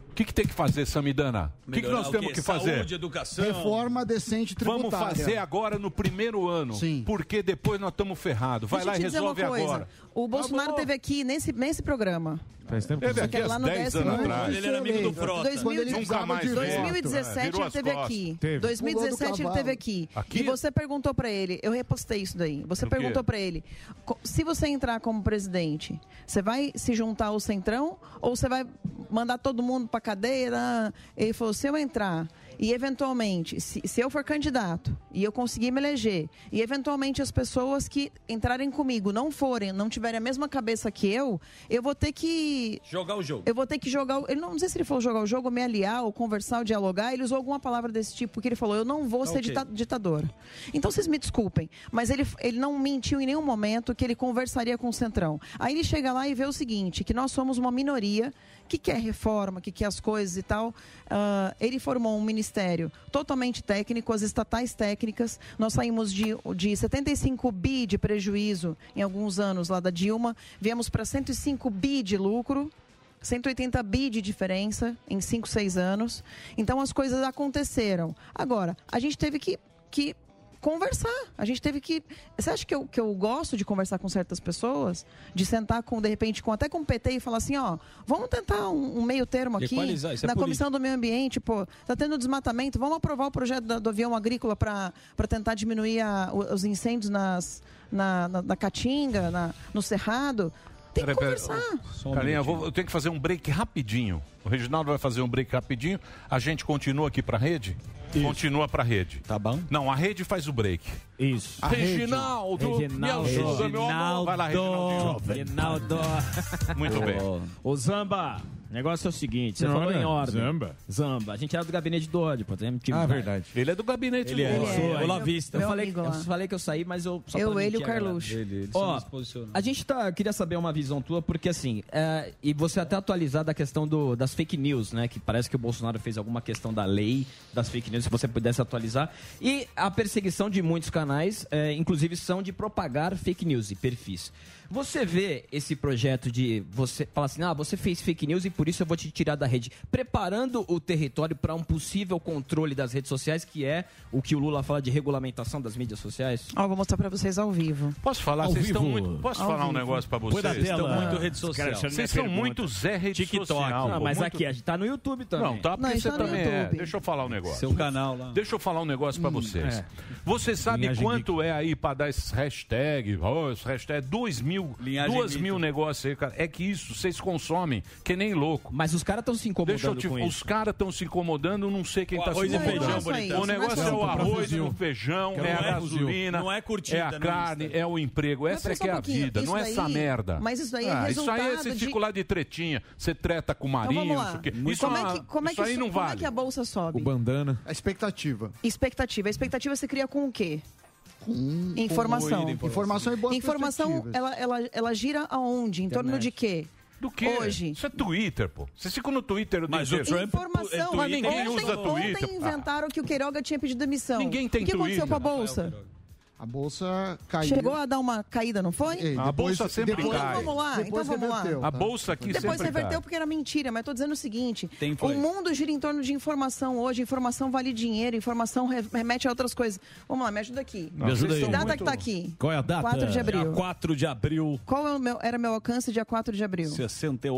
Speaker 3: O que, que tem que fazer, Samidana? O que, que
Speaker 20: Melhorar
Speaker 3: nós
Speaker 20: o
Speaker 3: temos
Speaker 20: quê?
Speaker 3: que fazer?
Speaker 20: Saúde, educação.
Speaker 9: Reforma decente tributária.
Speaker 3: Vamos fazer agora no primeiro ano. Porque depois nós estamos ferrados. Vai
Speaker 19: Deixa
Speaker 3: lá
Speaker 19: eu
Speaker 3: e
Speaker 19: te dizer uma
Speaker 3: resolve
Speaker 19: coisa.
Speaker 3: agora.
Speaker 19: O Bolsonaro teve aqui nesse, nesse programa.
Speaker 7: Faz tempo
Speaker 3: Teve
Speaker 19: Você
Speaker 3: aqui
Speaker 19: quer lá
Speaker 3: há
Speaker 19: no
Speaker 3: 10
Speaker 19: décimo
Speaker 3: anos
Speaker 19: ano?
Speaker 3: atrás.
Speaker 19: Ele era amigo do Frota. 2000
Speaker 3: Nunca mais
Speaker 19: Em
Speaker 3: veio.
Speaker 19: 2017
Speaker 3: Virou
Speaker 19: ele
Speaker 3: as
Speaker 19: teve
Speaker 3: costas.
Speaker 19: aqui.
Speaker 3: Teve.
Speaker 19: 2017 ele
Speaker 9: Pulou do
Speaker 19: teve aqui.
Speaker 3: Aqui?
Speaker 19: E você perguntou pra ele, eu repostei isso daí. Você
Speaker 3: Do quê?
Speaker 19: perguntou pra ele, co- se você entrar como presidente, você vai se juntar ao Centrão ou você vai mandar todo mundo pra cadeira? Ele falou, se eu entrar e eventualmente, se, se eu for candidato e eu conseguir me eleger, e eventualmente as pessoas que entrarem comigo não forem, não tiverem a mesma cabeça que eu, eu vou ter que
Speaker 20: Jogar o jogo.
Speaker 19: eu vou ter que jogar. o- Ele não, não sei se ele falou jogar o jogo, me aliar, ou conversar, ou dialogar. Ele usou alguma palavra desse tipo, porque ele falou: eu não vou
Speaker 20: Tá
Speaker 19: ser
Speaker 20: ok.
Speaker 19: dita- ditador. Então vocês me desculpem, mas ele, ele não mentiu em nenhum momento que ele conversaria com o Centrão. Aí ele chega lá e vê o seguinte: que nós somos uma minoria que quer reforma, que quer as coisas e tal. Ah, ele formou um ministério totalmente técnico, as estatais técnicas. Nós saímos de, de 75 bi de prejuízo em alguns anos lá da Dilma, viemos para 105 bi de lucro. 180 bi de diferença em 5, 6 anos. Então as coisas aconteceram. Agora, a gente teve que, que conversar. A gente teve que. Você acha que eu, que eu gosto de conversar com certas pessoas? De sentar com, de repente, com até com o PT e falar assim, ó, vamos tentar um, um meio termo aqui.
Speaker 20: Equalizar, isso é
Speaker 19: na
Speaker 20: política.
Speaker 19: Comissão do Meio Ambiente, pô, tá tendo desmatamento, vamos aprovar o projeto da- do, avião agrícola para tentar diminuir a- o- os incêndios nas, na, na, na Caatinga, na- no Cerrado. Tem que conversar.
Speaker 3: Carinha, eu, vou- eu tenho que fazer um break rapidinho. O Reginaldo vai fazer um break rapidinho. A gente continua aqui pra rede? Continua pra rede. Tá bom? Não, a rede faz o break.
Speaker 6: Isso.
Speaker 3: A Reginaldo, me ajuda, meu amor. Vai lá, Reginaldo.
Speaker 6: Reginaldo.
Speaker 3: Muito bem.
Speaker 6: Ô, Zamba, o negócio é o seguinte, você
Speaker 3: Zamba,
Speaker 6: falou em ordem.
Speaker 3: Zamba.
Speaker 6: Zamba. A gente era do gabinete do ódio, pô. Tem um time
Speaker 7: Ah,
Speaker 6: do ódio.
Speaker 7: verdade.
Speaker 3: Ele é do gabinete
Speaker 6: Ele
Speaker 7: do
Speaker 6: é.
Speaker 7: ódio.
Speaker 6: Eu sou,
Speaker 7: Ele é
Speaker 6: eu-
Speaker 7: meu-
Speaker 6: Eu,
Speaker 7: meu
Speaker 6: falei, que-
Speaker 7: amigo
Speaker 6: eu
Speaker 7: lá.
Speaker 6: falei que eu saí, mas eu só
Speaker 7: Eu,
Speaker 6: pra
Speaker 7: ele e
Speaker 6: mentir
Speaker 7: o
Speaker 6: a galera.
Speaker 7: Carluxo. Ele- ele só
Speaker 6: Ó,
Speaker 7: nos posicionou.
Speaker 6: a gente tá, queria saber uma visão tua, porque assim, é, e você até atualizar da questão do, das fake news, né? Que parece que o Bolsonaro fez alguma questão da lei das fake news, se você pudesse atualizar. E a perseguição de muitos canais, é, inclusive, são de propagar fake news e perfis. Você vê esse projeto de você falar assim, ah, você fez fake news e por isso eu vou te tirar da rede, preparando o território para um possível controle das redes sociais, que é o que o Lula fala de regulamentação das mídias sociais?
Speaker 19: Ó, vou mostrar pra vocês ao vivo.
Speaker 3: Posso falar? Vocês estão muito. Posso
Speaker 19: Ao
Speaker 3: falar um
Speaker 19: vivo.
Speaker 3: negócio pra
Speaker 6: Põe
Speaker 3: vocês?
Speaker 6: na
Speaker 3: Vocês
Speaker 6: tela.
Speaker 3: estão muito
Speaker 6: Ah,
Speaker 3: rede
Speaker 6: os
Speaker 3: social.
Speaker 6: caras achando minha
Speaker 3: Vocês são
Speaker 6: pergunta.
Speaker 3: muito Zé rede
Speaker 6: TikTok.
Speaker 3: social.
Speaker 6: Não,
Speaker 3: pô,
Speaker 6: mas
Speaker 3: muito-
Speaker 6: aqui, a gente tá no YouTube também.
Speaker 3: Não, tá
Speaker 6: Não,
Speaker 3: porque
Speaker 6: isso
Speaker 3: você
Speaker 6: tá no
Speaker 3: também é.
Speaker 6: YouTube.
Speaker 3: Deixa eu falar um negócio.
Speaker 6: Seu canal lá.
Speaker 3: Deixa eu falar um negócio pra vocês.
Speaker 6: é.
Speaker 3: Você sabe
Speaker 6: Linhagem
Speaker 3: quanto é aí pra dar esses hashtag, ó, esses hashtag, é dois mil,
Speaker 6: Linhagem
Speaker 3: duas
Speaker 6: Geek.
Speaker 3: mil negócios aí, cara. É que isso, vocês consomem, que nem louco. Mas os caras estão se incomodando
Speaker 6: com isso.
Speaker 3: Os caras estão se incomodando, eu não sei quem
Speaker 6: O
Speaker 3: tá
Speaker 6: arroz
Speaker 3: se
Speaker 6: e
Speaker 3: incomodando.
Speaker 6: feijão, bonitão.
Speaker 3: O negócio
Speaker 6: Não,
Speaker 3: é o
Speaker 6: comprar
Speaker 3: arroz,
Speaker 6: fuzil.
Speaker 3: o feijão,
Speaker 6: Não
Speaker 3: é
Speaker 6: é
Speaker 3: a
Speaker 6: fuzil.
Speaker 3: gasolina,
Speaker 6: Não é curtida
Speaker 3: é
Speaker 6: no
Speaker 3: a
Speaker 6: Insta.
Speaker 3: carne, é o emprego.
Speaker 6: Mas
Speaker 3: Essa é
Speaker 6: só
Speaker 3: que é
Speaker 6: um
Speaker 3: a
Speaker 6: pouquinho.
Speaker 3: vida, não
Speaker 6: Isso
Speaker 3: é essa
Speaker 6: daí-
Speaker 3: merda.
Speaker 19: mas isso daí é
Speaker 3: Isso aí é
Speaker 19: resultado
Speaker 3: esse
Speaker 19: de-
Speaker 3: circular de tretinha. Você treta com o
Speaker 19: Então
Speaker 3: marinho,
Speaker 19: vamos
Speaker 3: não sei
Speaker 19: lá.
Speaker 3: o quê.
Speaker 19: Como,
Speaker 3: Isso
Speaker 19: é que, como, é que,
Speaker 3: isso aí
Speaker 19: isso-
Speaker 3: não
Speaker 19: como é
Speaker 3: vale.
Speaker 19: que a bolsa sobe?
Speaker 9: bandana. A expectativa.
Speaker 19: Expectativa. A expectativa você cria com o quê? informação.
Speaker 9: moída informação. Informação e boas
Speaker 19: Informação,
Speaker 9: perspectivas.
Speaker 19: ela, ela, ela gira aonde? Em torno de quê?
Speaker 3: Do quê? É
Speaker 19: Hoje.
Speaker 3: Isso é Twitter, pô. Vocês ficam no Twitter o dia
Speaker 7: Mas o
Speaker 3: inteiro.
Speaker 7: Trump-
Speaker 19: Informação.
Speaker 3: Mas ninguém
Speaker 19: ontem,
Speaker 3: usa
Speaker 19: ontem
Speaker 3: Twitter. Ah, pá.
Speaker 19: inventaram que o Queiroga tinha pedido demissão.
Speaker 3: Ninguém tem
Speaker 19: Então, O que
Speaker 3: Twitter.
Speaker 19: aconteceu com a Bolsa?
Speaker 9: A bolsa caiu.
Speaker 19: Chegou a dar uma caída, não foi?
Speaker 9: Ei,
Speaker 3: A bolsa sempre
Speaker 19: depois,
Speaker 3: cai.
Speaker 19: Então vamos lá,
Speaker 9: Depois
Speaker 19: então vamos
Speaker 9: reverteu, tá?
Speaker 19: lá.
Speaker 3: A bolsa aqui
Speaker 19: Depois
Speaker 3: sempre
Speaker 19: reverteu
Speaker 3: cai.
Speaker 19: porque era mentira, mas estou dizendo o seguinte:
Speaker 3: Tem
Speaker 19: o
Speaker 3: influência.
Speaker 19: mundo gira em torno de informação hoje, informação vale dinheiro, informação re- remete a outras coisas. Vamos lá, me ajuda aqui.
Speaker 7: Me ajuda aí.
Speaker 19: Que data
Speaker 7: Muito-
Speaker 19: que tá aqui?
Speaker 7: Qual é a data?
Speaker 19: 4 de abril.
Speaker 7: Dia 4 de abril,
Speaker 19: Qual é o meu- era meu alcance dia 4 de abril?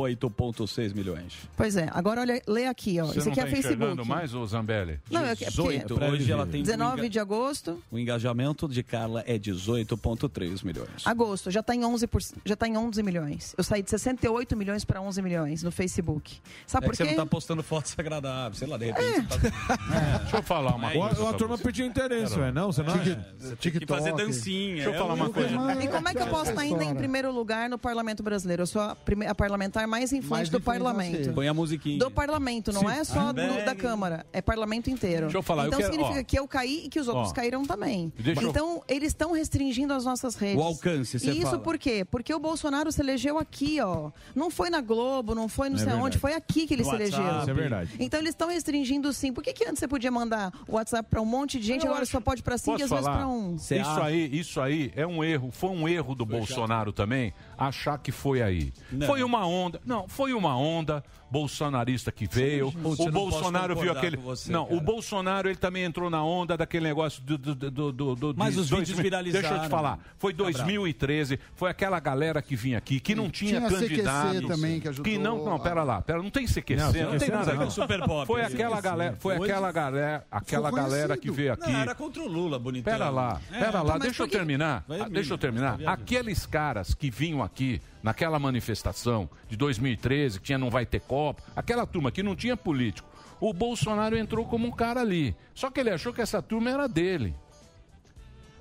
Speaker 7: 68,6 milhões.
Speaker 19: Pois é, agora olha, lê aqui, ó.
Speaker 3: Você
Speaker 19: Isso
Speaker 3: não
Speaker 19: aqui
Speaker 3: tá
Speaker 19: é Facebook.
Speaker 3: enxergando mais, ô Zambelli?
Speaker 19: Não, é que- é porque-
Speaker 7: 18, hoje ela tem
Speaker 19: 19 de agosto.
Speaker 7: O engajamento de Carla é 18,3 milhões.
Speaker 19: Agosto, já está em 11 já tá em 11 milhões. Eu saí de 68 milhões para 11 milhões no Facebook. Sabe
Speaker 7: é
Speaker 19: por
Speaker 7: que você não
Speaker 19: quê?
Speaker 7: tá É. postando fotos agradáveis, sei lá, de repente. você tá
Speaker 3: É.
Speaker 7: É
Speaker 3: Deixa eu falar uma
Speaker 7: coisa
Speaker 14: A
Speaker 7: pra
Speaker 14: turma pediu interesse, ué, não? Você
Speaker 7: Ah,
Speaker 14: não
Speaker 3: É,
Speaker 7: é.
Speaker 14: acha?
Speaker 7: TikTok. fazer dancinha. Deixa eu
Speaker 3: um
Speaker 7: falar uma coisa.
Speaker 19: E como é que eu posso estar ainda em primeiro lugar no Parlamento Brasileiro? Eu sou a, prime- a parlamentar mais influente do Parlamento.
Speaker 7: Põe a musiquinha.
Speaker 19: Do Parlamento, não
Speaker 7: Sim.
Speaker 19: é só do-
Speaker 7: Bem.
Speaker 19: da Câmara, é Parlamento inteiro.
Speaker 7: Deixa eu falar, eu
Speaker 19: então
Speaker 7: quero-
Speaker 19: significa
Speaker 7: ó.
Speaker 19: que eu caí e que os outros
Speaker 7: Ó.
Speaker 19: caíram também.
Speaker 7: Deixa eu-
Speaker 19: Então eles estão restringindo as nossas redes.
Speaker 7: O alcance, você
Speaker 19: E isso
Speaker 7: fala.
Speaker 19: por quê? Porque o Bolsonaro se elegeu aqui, ó. Não foi na Globo, não foi não
Speaker 7: É
Speaker 19: sei
Speaker 7: verdade.
Speaker 19: onde, foi aqui que ele
Speaker 7: No
Speaker 19: se
Speaker 7: WhatsApp.
Speaker 19: elegeu.
Speaker 7: Isso é verdade.
Speaker 19: Então eles estão restringindo sim. Por que, que antes você podia mandar o WhatsApp para um monte assim, de gente, agora só pode para cinco e
Speaker 3: Posso
Speaker 19: às vezes
Speaker 3: falar?
Speaker 19: para um?
Speaker 3: Isso aí, isso aí é um erro. Foi um erro do Bolsonaro também achar que foi aí. Foi uma onda. Não, foi uma onda bolsonarista que veio.
Speaker 7: Putz, eu
Speaker 3: o
Speaker 7: não posso
Speaker 3: Bolsonaro viu
Speaker 7: concordar
Speaker 3: aquele.
Speaker 7: com você,
Speaker 3: não,
Speaker 7: cara.
Speaker 3: o Bolsonaro ele também entrou na onda daquele negócio do. do, do, do, do
Speaker 7: Mas
Speaker 3: de
Speaker 7: os vídeos viralizaram.
Speaker 3: Deixa eu te falar. Foi
Speaker 7: Tá bravo. É.
Speaker 3: 2013. Foi aquela galera que vinha aqui, que não tinha,
Speaker 9: Tinha a CQC
Speaker 3: candidato.
Speaker 9: também, que ajudou
Speaker 3: não. Não, pera lá, pera, não tem CQC, não,
Speaker 7: Não,
Speaker 3: tem
Speaker 7: CQC
Speaker 3: nada.
Speaker 7: não.
Speaker 3: disso.
Speaker 7: Super Pop,
Speaker 3: Foi
Speaker 7: é.
Speaker 3: aquela galera, foi
Speaker 7: Hoje-
Speaker 3: aquela galera, aquela
Speaker 7: Foi
Speaker 3: galera
Speaker 7: conhecido.
Speaker 3: que veio aqui.
Speaker 7: Não, era contra o Lula, bonitão.
Speaker 3: Pera lá,
Speaker 7: É.
Speaker 3: pera lá,
Speaker 7: Mas
Speaker 3: deixa
Speaker 7: por
Speaker 3: eu
Speaker 7: que-
Speaker 3: terminar.
Speaker 7: Vai,
Speaker 3: Ah,
Speaker 7: Emílio,
Speaker 3: deixa eu terminar.
Speaker 7: tá viajando.
Speaker 3: Aqueles caras que vinham aqui naquela manifestação de 2013, que tinha não vai ter copo, aquela turma que não tinha político. O Bolsonaro entrou como um cara ali. Só que ele achou que essa turma era dele.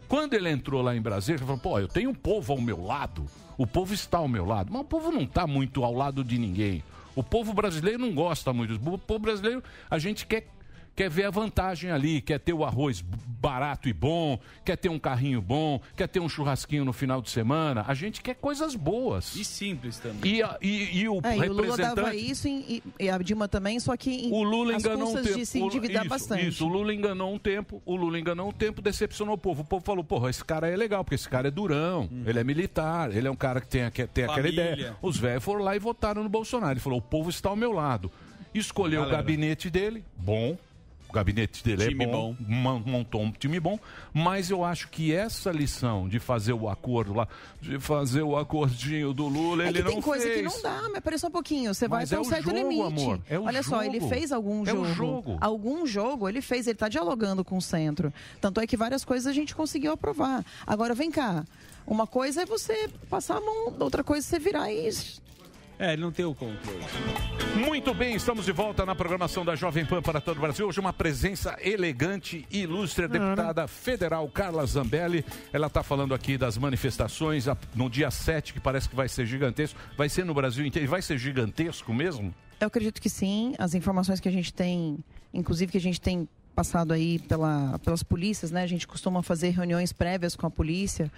Speaker 3: Quando ele entrou lá em Brasília, ele falou: pô, eu tenho um povo ao meu lado. O povo está ao meu lado. Mas o povo não está muito ao lado de ninguém. O povo brasileiro não gosta muito. O povo brasileiro, a gente quer, quer ver a vantagem ali, quer ter o arroz b- barato e bom, quer ter um carrinho bom, quer ter um churrasquinho no final de semana. A gente quer coisas boas.
Speaker 7: E simples também.
Speaker 3: E, a- e- e o
Speaker 19: É, e o Lula dava
Speaker 3: representante.
Speaker 19: isso em- e, e a Dilma também, só que em,
Speaker 3: O Lula
Speaker 19: às
Speaker 3: enganou um
Speaker 19: custas
Speaker 3: tempo.
Speaker 19: de se
Speaker 3: O Lula-
Speaker 19: endividar
Speaker 3: isso,
Speaker 19: bastante.
Speaker 3: Isso, o Lula enganou um tempo, o Lula enganou um tempo, decepcionou o povo. O povo falou, porra, esse cara é legal, porque esse cara é durão, ele é militar, ele é um cara que tem, aque- tem aquela
Speaker 7: Uhum. Família.
Speaker 3: ideia. Os velhos foram lá e votaram no Bolsonaro. Ele falou, o povo está ao meu lado. Escolheu o
Speaker 7: Galera.
Speaker 3: gabinete dele, bom. O gabinete dele
Speaker 7: Time
Speaker 3: é bom, mon- montou um time bom, mas eu acho que essa lição de fazer o acordo lá, de fazer o acordinho do Lula,
Speaker 19: É
Speaker 3: ele
Speaker 19: que
Speaker 3: não
Speaker 19: tem coisa
Speaker 3: fez.
Speaker 19: que não dá, mas peraí só um pouquinho. Você vai
Speaker 3: Mas
Speaker 19: até
Speaker 3: é
Speaker 19: um
Speaker 3: o
Speaker 19: certo
Speaker 3: jogo,
Speaker 19: limite.
Speaker 3: amor, é o
Speaker 19: Olha só,
Speaker 3: jogo.
Speaker 19: ele fez algum
Speaker 3: É
Speaker 19: jogo.
Speaker 3: o jogo.
Speaker 19: Algum jogo ele fez, ele tá dialogando com o centro. Tanto é que várias coisas a gente conseguiu aprovar. Agora vem cá. Uma coisa é você passar a mão, outra coisa é você virar isso.
Speaker 7: É, ele não tem o controle.
Speaker 3: Muito bem, estamos de volta na programação da Jovem Pan para todo o Brasil. Hoje uma presença elegante e ilustre, a deputada federal Carla Zambelli. Ela está falando aqui das manifestações a- no dia 7, que parece que vai ser gigantesco. Vai ser no Brasil inteiro, e vai ser gigantesco mesmo?
Speaker 19: Eu acredito que sim. As informações que a gente tem, inclusive que a gente tem passado aí pela, pelas polícias, né? A gente costuma fazer reuniões prévias com a polícia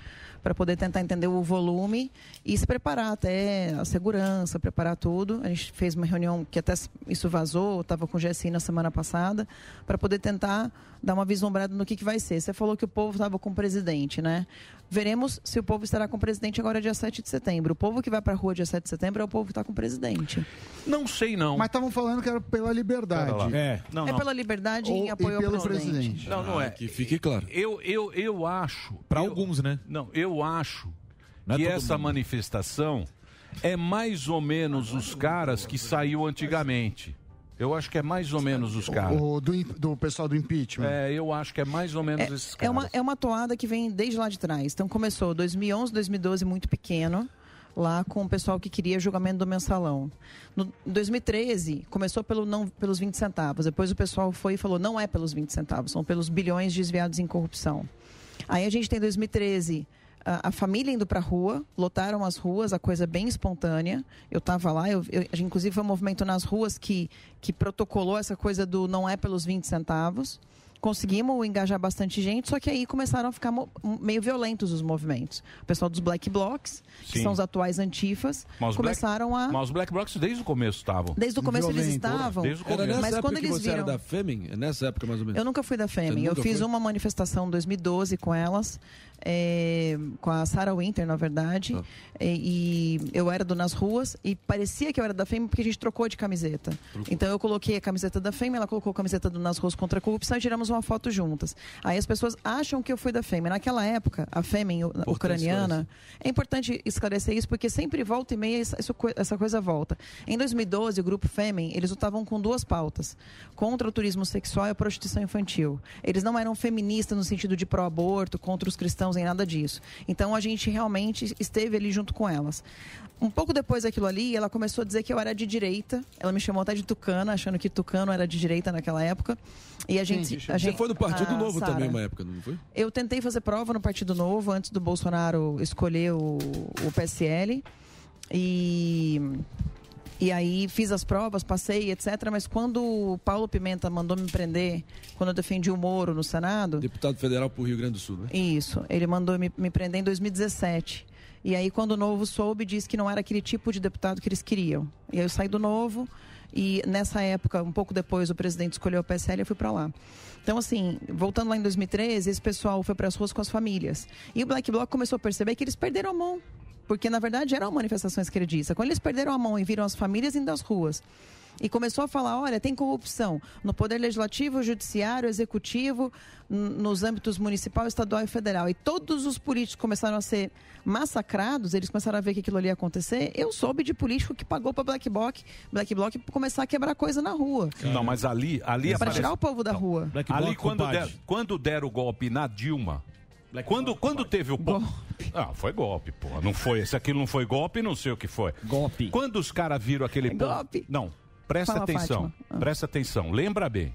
Speaker 19: para poder tentar entender o volume e se preparar até a segurança, preparar tudo. A gente fez uma reunião que até isso vazou, estava com o GSI na semana passada, para poder tentar dar uma vislumbrada no que, que vai ser. Você falou que o povo estava com o presidente, né? Veremos se o povo estará com o presidente agora dia 7 de setembro. O povo que vai para a rua dia 7 de setembro é o povo que está com o presidente.
Speaker 3: Não sei, não.
Speaker 9: Mas estavam falando que era pela liberdade.
Speaker 19: É, é pela liberdade
Speaker 9: Ou-
Speaker 19: em apoio
Speaker 9: e pelo
Speaker 19: ao presidente.
Speaker 9: presidente.
Speaker 3: Não,
Speaker 7: Ah,
Speaker 3: não é.
Speaker 16: Que fique claro.
Speaker 3: Eu, eu, eu acho.
Speaker 7: Para alguns, né?
Speaker 3: Não, eu acho
Speaker 7: Não é
Speaker 3: que
Speaker 7: todo
Speaker 3: essa manifestação é mais ou menos os caras que saiu antigamente. Eu acho que é mais ou menos os caras.
Speaker 9: O, do, im- do pessoal do impeachment.
Speaker 3: É, eu acho que é mais ou menos esses
Speaker 19: É
Speaker 3: caras.
Speaker 19: uma, é uma toada que vem desde lá de trás. Então começou 2011, 2012 muito pequeno, lá com o pessoal que queria julgamento do mensalão. No em 2013 começou pelo não pelos 20 centavos. Depois o pessoal foi e falou não é pelos 20 centavos, são pelos bilhões desviados em corrupção. Aí a gente tem 2013 a, a família indo para rua, lotaram as ruas, a coisa é bem espontânea. Eu estava lá, eu, eu- inclusive foi um movimento nas ruas que, que protocolou essa coisa do não é pelos 20 centavos. Conseguimos engajar bastante gente, só que aí começaram a ficar mo- meio violentos os movimentos. O pessoal dos Black Blocs, que
Speaker 3: Sim.
Speaker 19: são os atuais antifas,
Speaker 3: Mas os
Speaker 19: começaram
Speaker 3: Black,
Speaker 19: a.
Speaker 3: Mas os Black Blocs desde o começo estavam.
Speaker 19: Desde o começo eles estavam,
Speaker 3: Desde o
Speaker 16: Era
Speaker 3: começo.
Speaker 16: nessa
Speaker 19: mas
Speaker 16: época
Speaker 19: quando
Speaker 16: que
Speaker 19: eles
Speaker 16: você
Speaker 19: viram-
Speaker 16: era da Fêmea? É nessa época mais ou menos?
Speaker 19: Eu nunca fui da Fêmea.
Speaker 16: Você
Speaker 19: Eu
Speaker 16: nunca
Speaker 19: fiz
Speaker 16: foi?
Speaker 19: uma manifestação em 2012 com elas, é, com a Sarah Winter, na verdade.
Speaker 16: Tá.
Speaker 19: E, e eu era do Nas Ruas e parecia que eu era da Fêmea porque a gente trocou de camiseta. Então eu coloquei a camiseta da Fêmea, ela colocou a camiseta do Nas Ruas contra a corrupção e tiramos uma foto juntas. Aí as pessoas acham que eu fui da Fêmea. Naquela época, a Fêmea u- ucraniana. É importante esclarecer isso porque sempre volta e meia isso- isso coi- essa coisa volta. Em 2012, o grupo Fêmea, eles lutavam com duas pautas: contra o turismo sexual e a prostituição infantil. Eles não eram feministas no sentido de pró-aborto, contra os cristãos, em nada disso. Então a gente realmente esteve ali junto com elas. Um pouco depois daquilo ali, ela começou a dizer que eu era de direita. Ela me chamou até de tucana, achando que tucano era de direita naquela época. E a gente.
Speaker 16: Você
Speaker 19: a gente-
Speaker 16: foi do Partido
Speaker 19: a
Speaker 16: Novo também
Speaker 19: Sara.
Speaker 16: uma época, não foi?
Speaker 19: Eu tentei fazer prova no Partido Novo antes do Bolsonaro escolher o, o PSL. E, e aí fiz as provas, passei, etc. Mas quando o Paulo Pimenta mandou me prender, quando eu defendi o Moro no Senado,
Speaker 16: Deputado federal pro Rio Grande do Sul, né?
Speaker 19: isso, ele mandou me, me prender em 2017. E aí, quando o Novo soube, disse que não era aquele tipo de deputado que eles queriam. E aí eu saí do Novo e nessa época, um pouco depois, o presidente escolheu o PSL e eu fui para lá. Então, assim, voltando lá em 2013, esse pessoal foi para as ruas com as famílias. E o Black Bloc começou a perceber que eles perderam a mão. Porque, na verdade, era uma manifestação esquerdista. Quando eles perderam a mão e viram as famílias indo às ruas, e começou a falar: olha, tem corrupção no poder legislativo, judiciário, executivo, n- nos âmbitos municipal, estadual e federal. E todos os políticos começaram a ser massacrados, eles começaram a ver que aquilo ali ia acontecer. Eu soube de político que pagou para Black Bloc, Black Bloc começar a quebrar coisa na rua.
Speaker 3: Não, mas ali, ali
Speaker 19: Para
Speaker 3: aparece-
Speaker 19: tirar o povo da rua.
Speaker 3: ali quando der, quando der o golpe na Dilma. quando quando teve o golpe. Ah, foi golpe, pô. Não foi, esse aquilo não foi golpe, não sei o que foi. Golpe. Quando os caras viram aquele pô-
Speaker 19: golpe.
Speaker 3: Não, presta
Speaker 19: Fala,
Speaker 3: atenção.
Speaker 19: Fátima. Ah.
Speaker 3: Presta atenção. Lembra bem.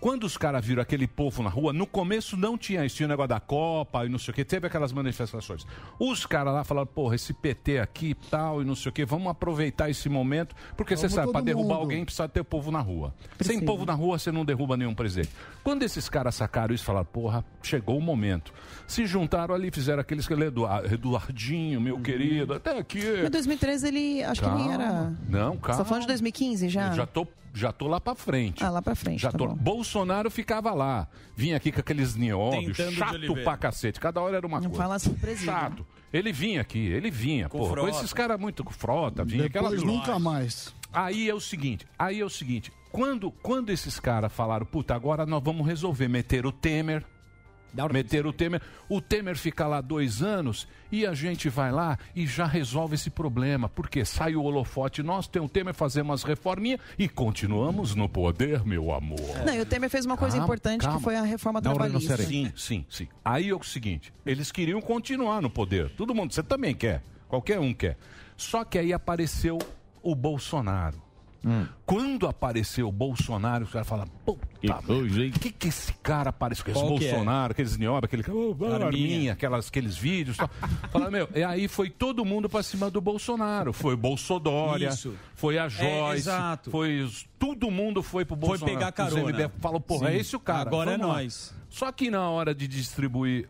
Speaker 3: Quando os caras viram aquele povo na rua, no começo não tinha isso, tinha o negócio da Copa e não sei o que, teve aquelas manifestações. Os caras lá falaram, porra, esse PT aqui e tal e não sei o que, vamos aproveitar esse momento, porque você
Speaker 7: Vamos
Speaker 3: sabe, para
Speaker 7: todo
Speaker 3: derrubar
Speaker 7: mundo.
Speaker 3: alguém precisa ter povo na rua. Sem povo na rua, você não derruba nenhum presidente. Quando esses caras sacaram isso, falaram, porra, chegou o momento. Se juntaram ali, fizeram aqueles que Eduard, Eduardinho, meu querido, até aqui.
Speaker 19: Em 2013 ele, Uhum. acho que
Speaker 3: Calma.
Speaker 19: ele era...
Speaker 3: Não, calma.
Speaker 19: Só falando de 2015 já?
Speaker 3: Eu já tô, já tô lá pra frente.
Speaker 19: Ah, lá pra frente,
Speaker 3: Já
Speaker 19: tá
Speaker 3: tô...
Speaker 19: bom.
Speaker 3: Bolsonaro ficava lá. Vinha aqui com aqueles nióbios,
Speaker 19: Tentando de
Speaker 3: chato
Speaker 19: Oliveira.
Speaker 3: pra cacete. Cada hora era uma
Speaker 19: Não
Speaker 3: coisa.
Speaker 19: fala assim, presídio.
Speaker 3: Chato. Ele vinha aqui, ele vinha,
Speaker 9: Com
Speaker 3: pô. Com
Speaker 9: frota.
Speaker 3: esses caras muito com frota, vinha aquela
Speaker 9: Depois,
Speaker 3: turma.
Speaker 9: nunca mais.
Speaker 3: Aí é o seguinte, aí é o seguinte, quando, quando esses caras falaram, puta, agora nós vamos resolver meter o Temer. Meter o Temer. O Temer fica lá dois anos e a gente vai lá e já resolve esse problema. Porque sai o holofote, nós temos o Temer, fazemos umas reforminhas e continuamos no poder, meu amor.
Speaker 19: Não, e o Temer fez uma coisa
Speaker 3: É. Calma,
Speaker 19: importante
Speaker 3: calma.
Speaker 19: que foi a reforma
Speaker 3: Não, Renan,
Speaker 19: trabalhista.
Speaker 3: sério. Sim, sim, sim. Aí é o seguinte, eles queriam continuar no poder. Todo mundo, você também quer. Qualquer um quer. Só que aí apareceu o Bolsonaro.
Speaker 7: Hum.
Speaker 3: Quando apareceu o Bolsonaro, os caras falam, puta, o que, que esse cara apareceu? Aqueles
Speaker 7: Qual que é?
Speaker 3: Bolsonaro, aqueles Nioba, aquele oh, oh,
Speaker 7: Arminha.
Speaker 3: Arminha, aquelas, aqueles vídeos e tal. Falaram, meu, e aí foi todo mundo pra cima do Bolsonaro. Foi o Bolsodória,
Speaker 7: Isso.
Speaker 3: foi a
Speaker 7: É,
Speaker 3: Joyce,
Speaker 7: exato.
Speaker 3: foi os- todo mundo foi pro
Speaker 7: Foi
Speaker 3: Bolsonaro.
Speaker 7: pegar carona.
Speaker 3: Os MBF Falou, porra,
Speaker 7: Sim.
Speaker 3: é esse o cara.
Speaker 7: Agora é
Speaker 3: vamos lá.
Speaker 7: nós.
Speaker 3: Só que na hora de distribuir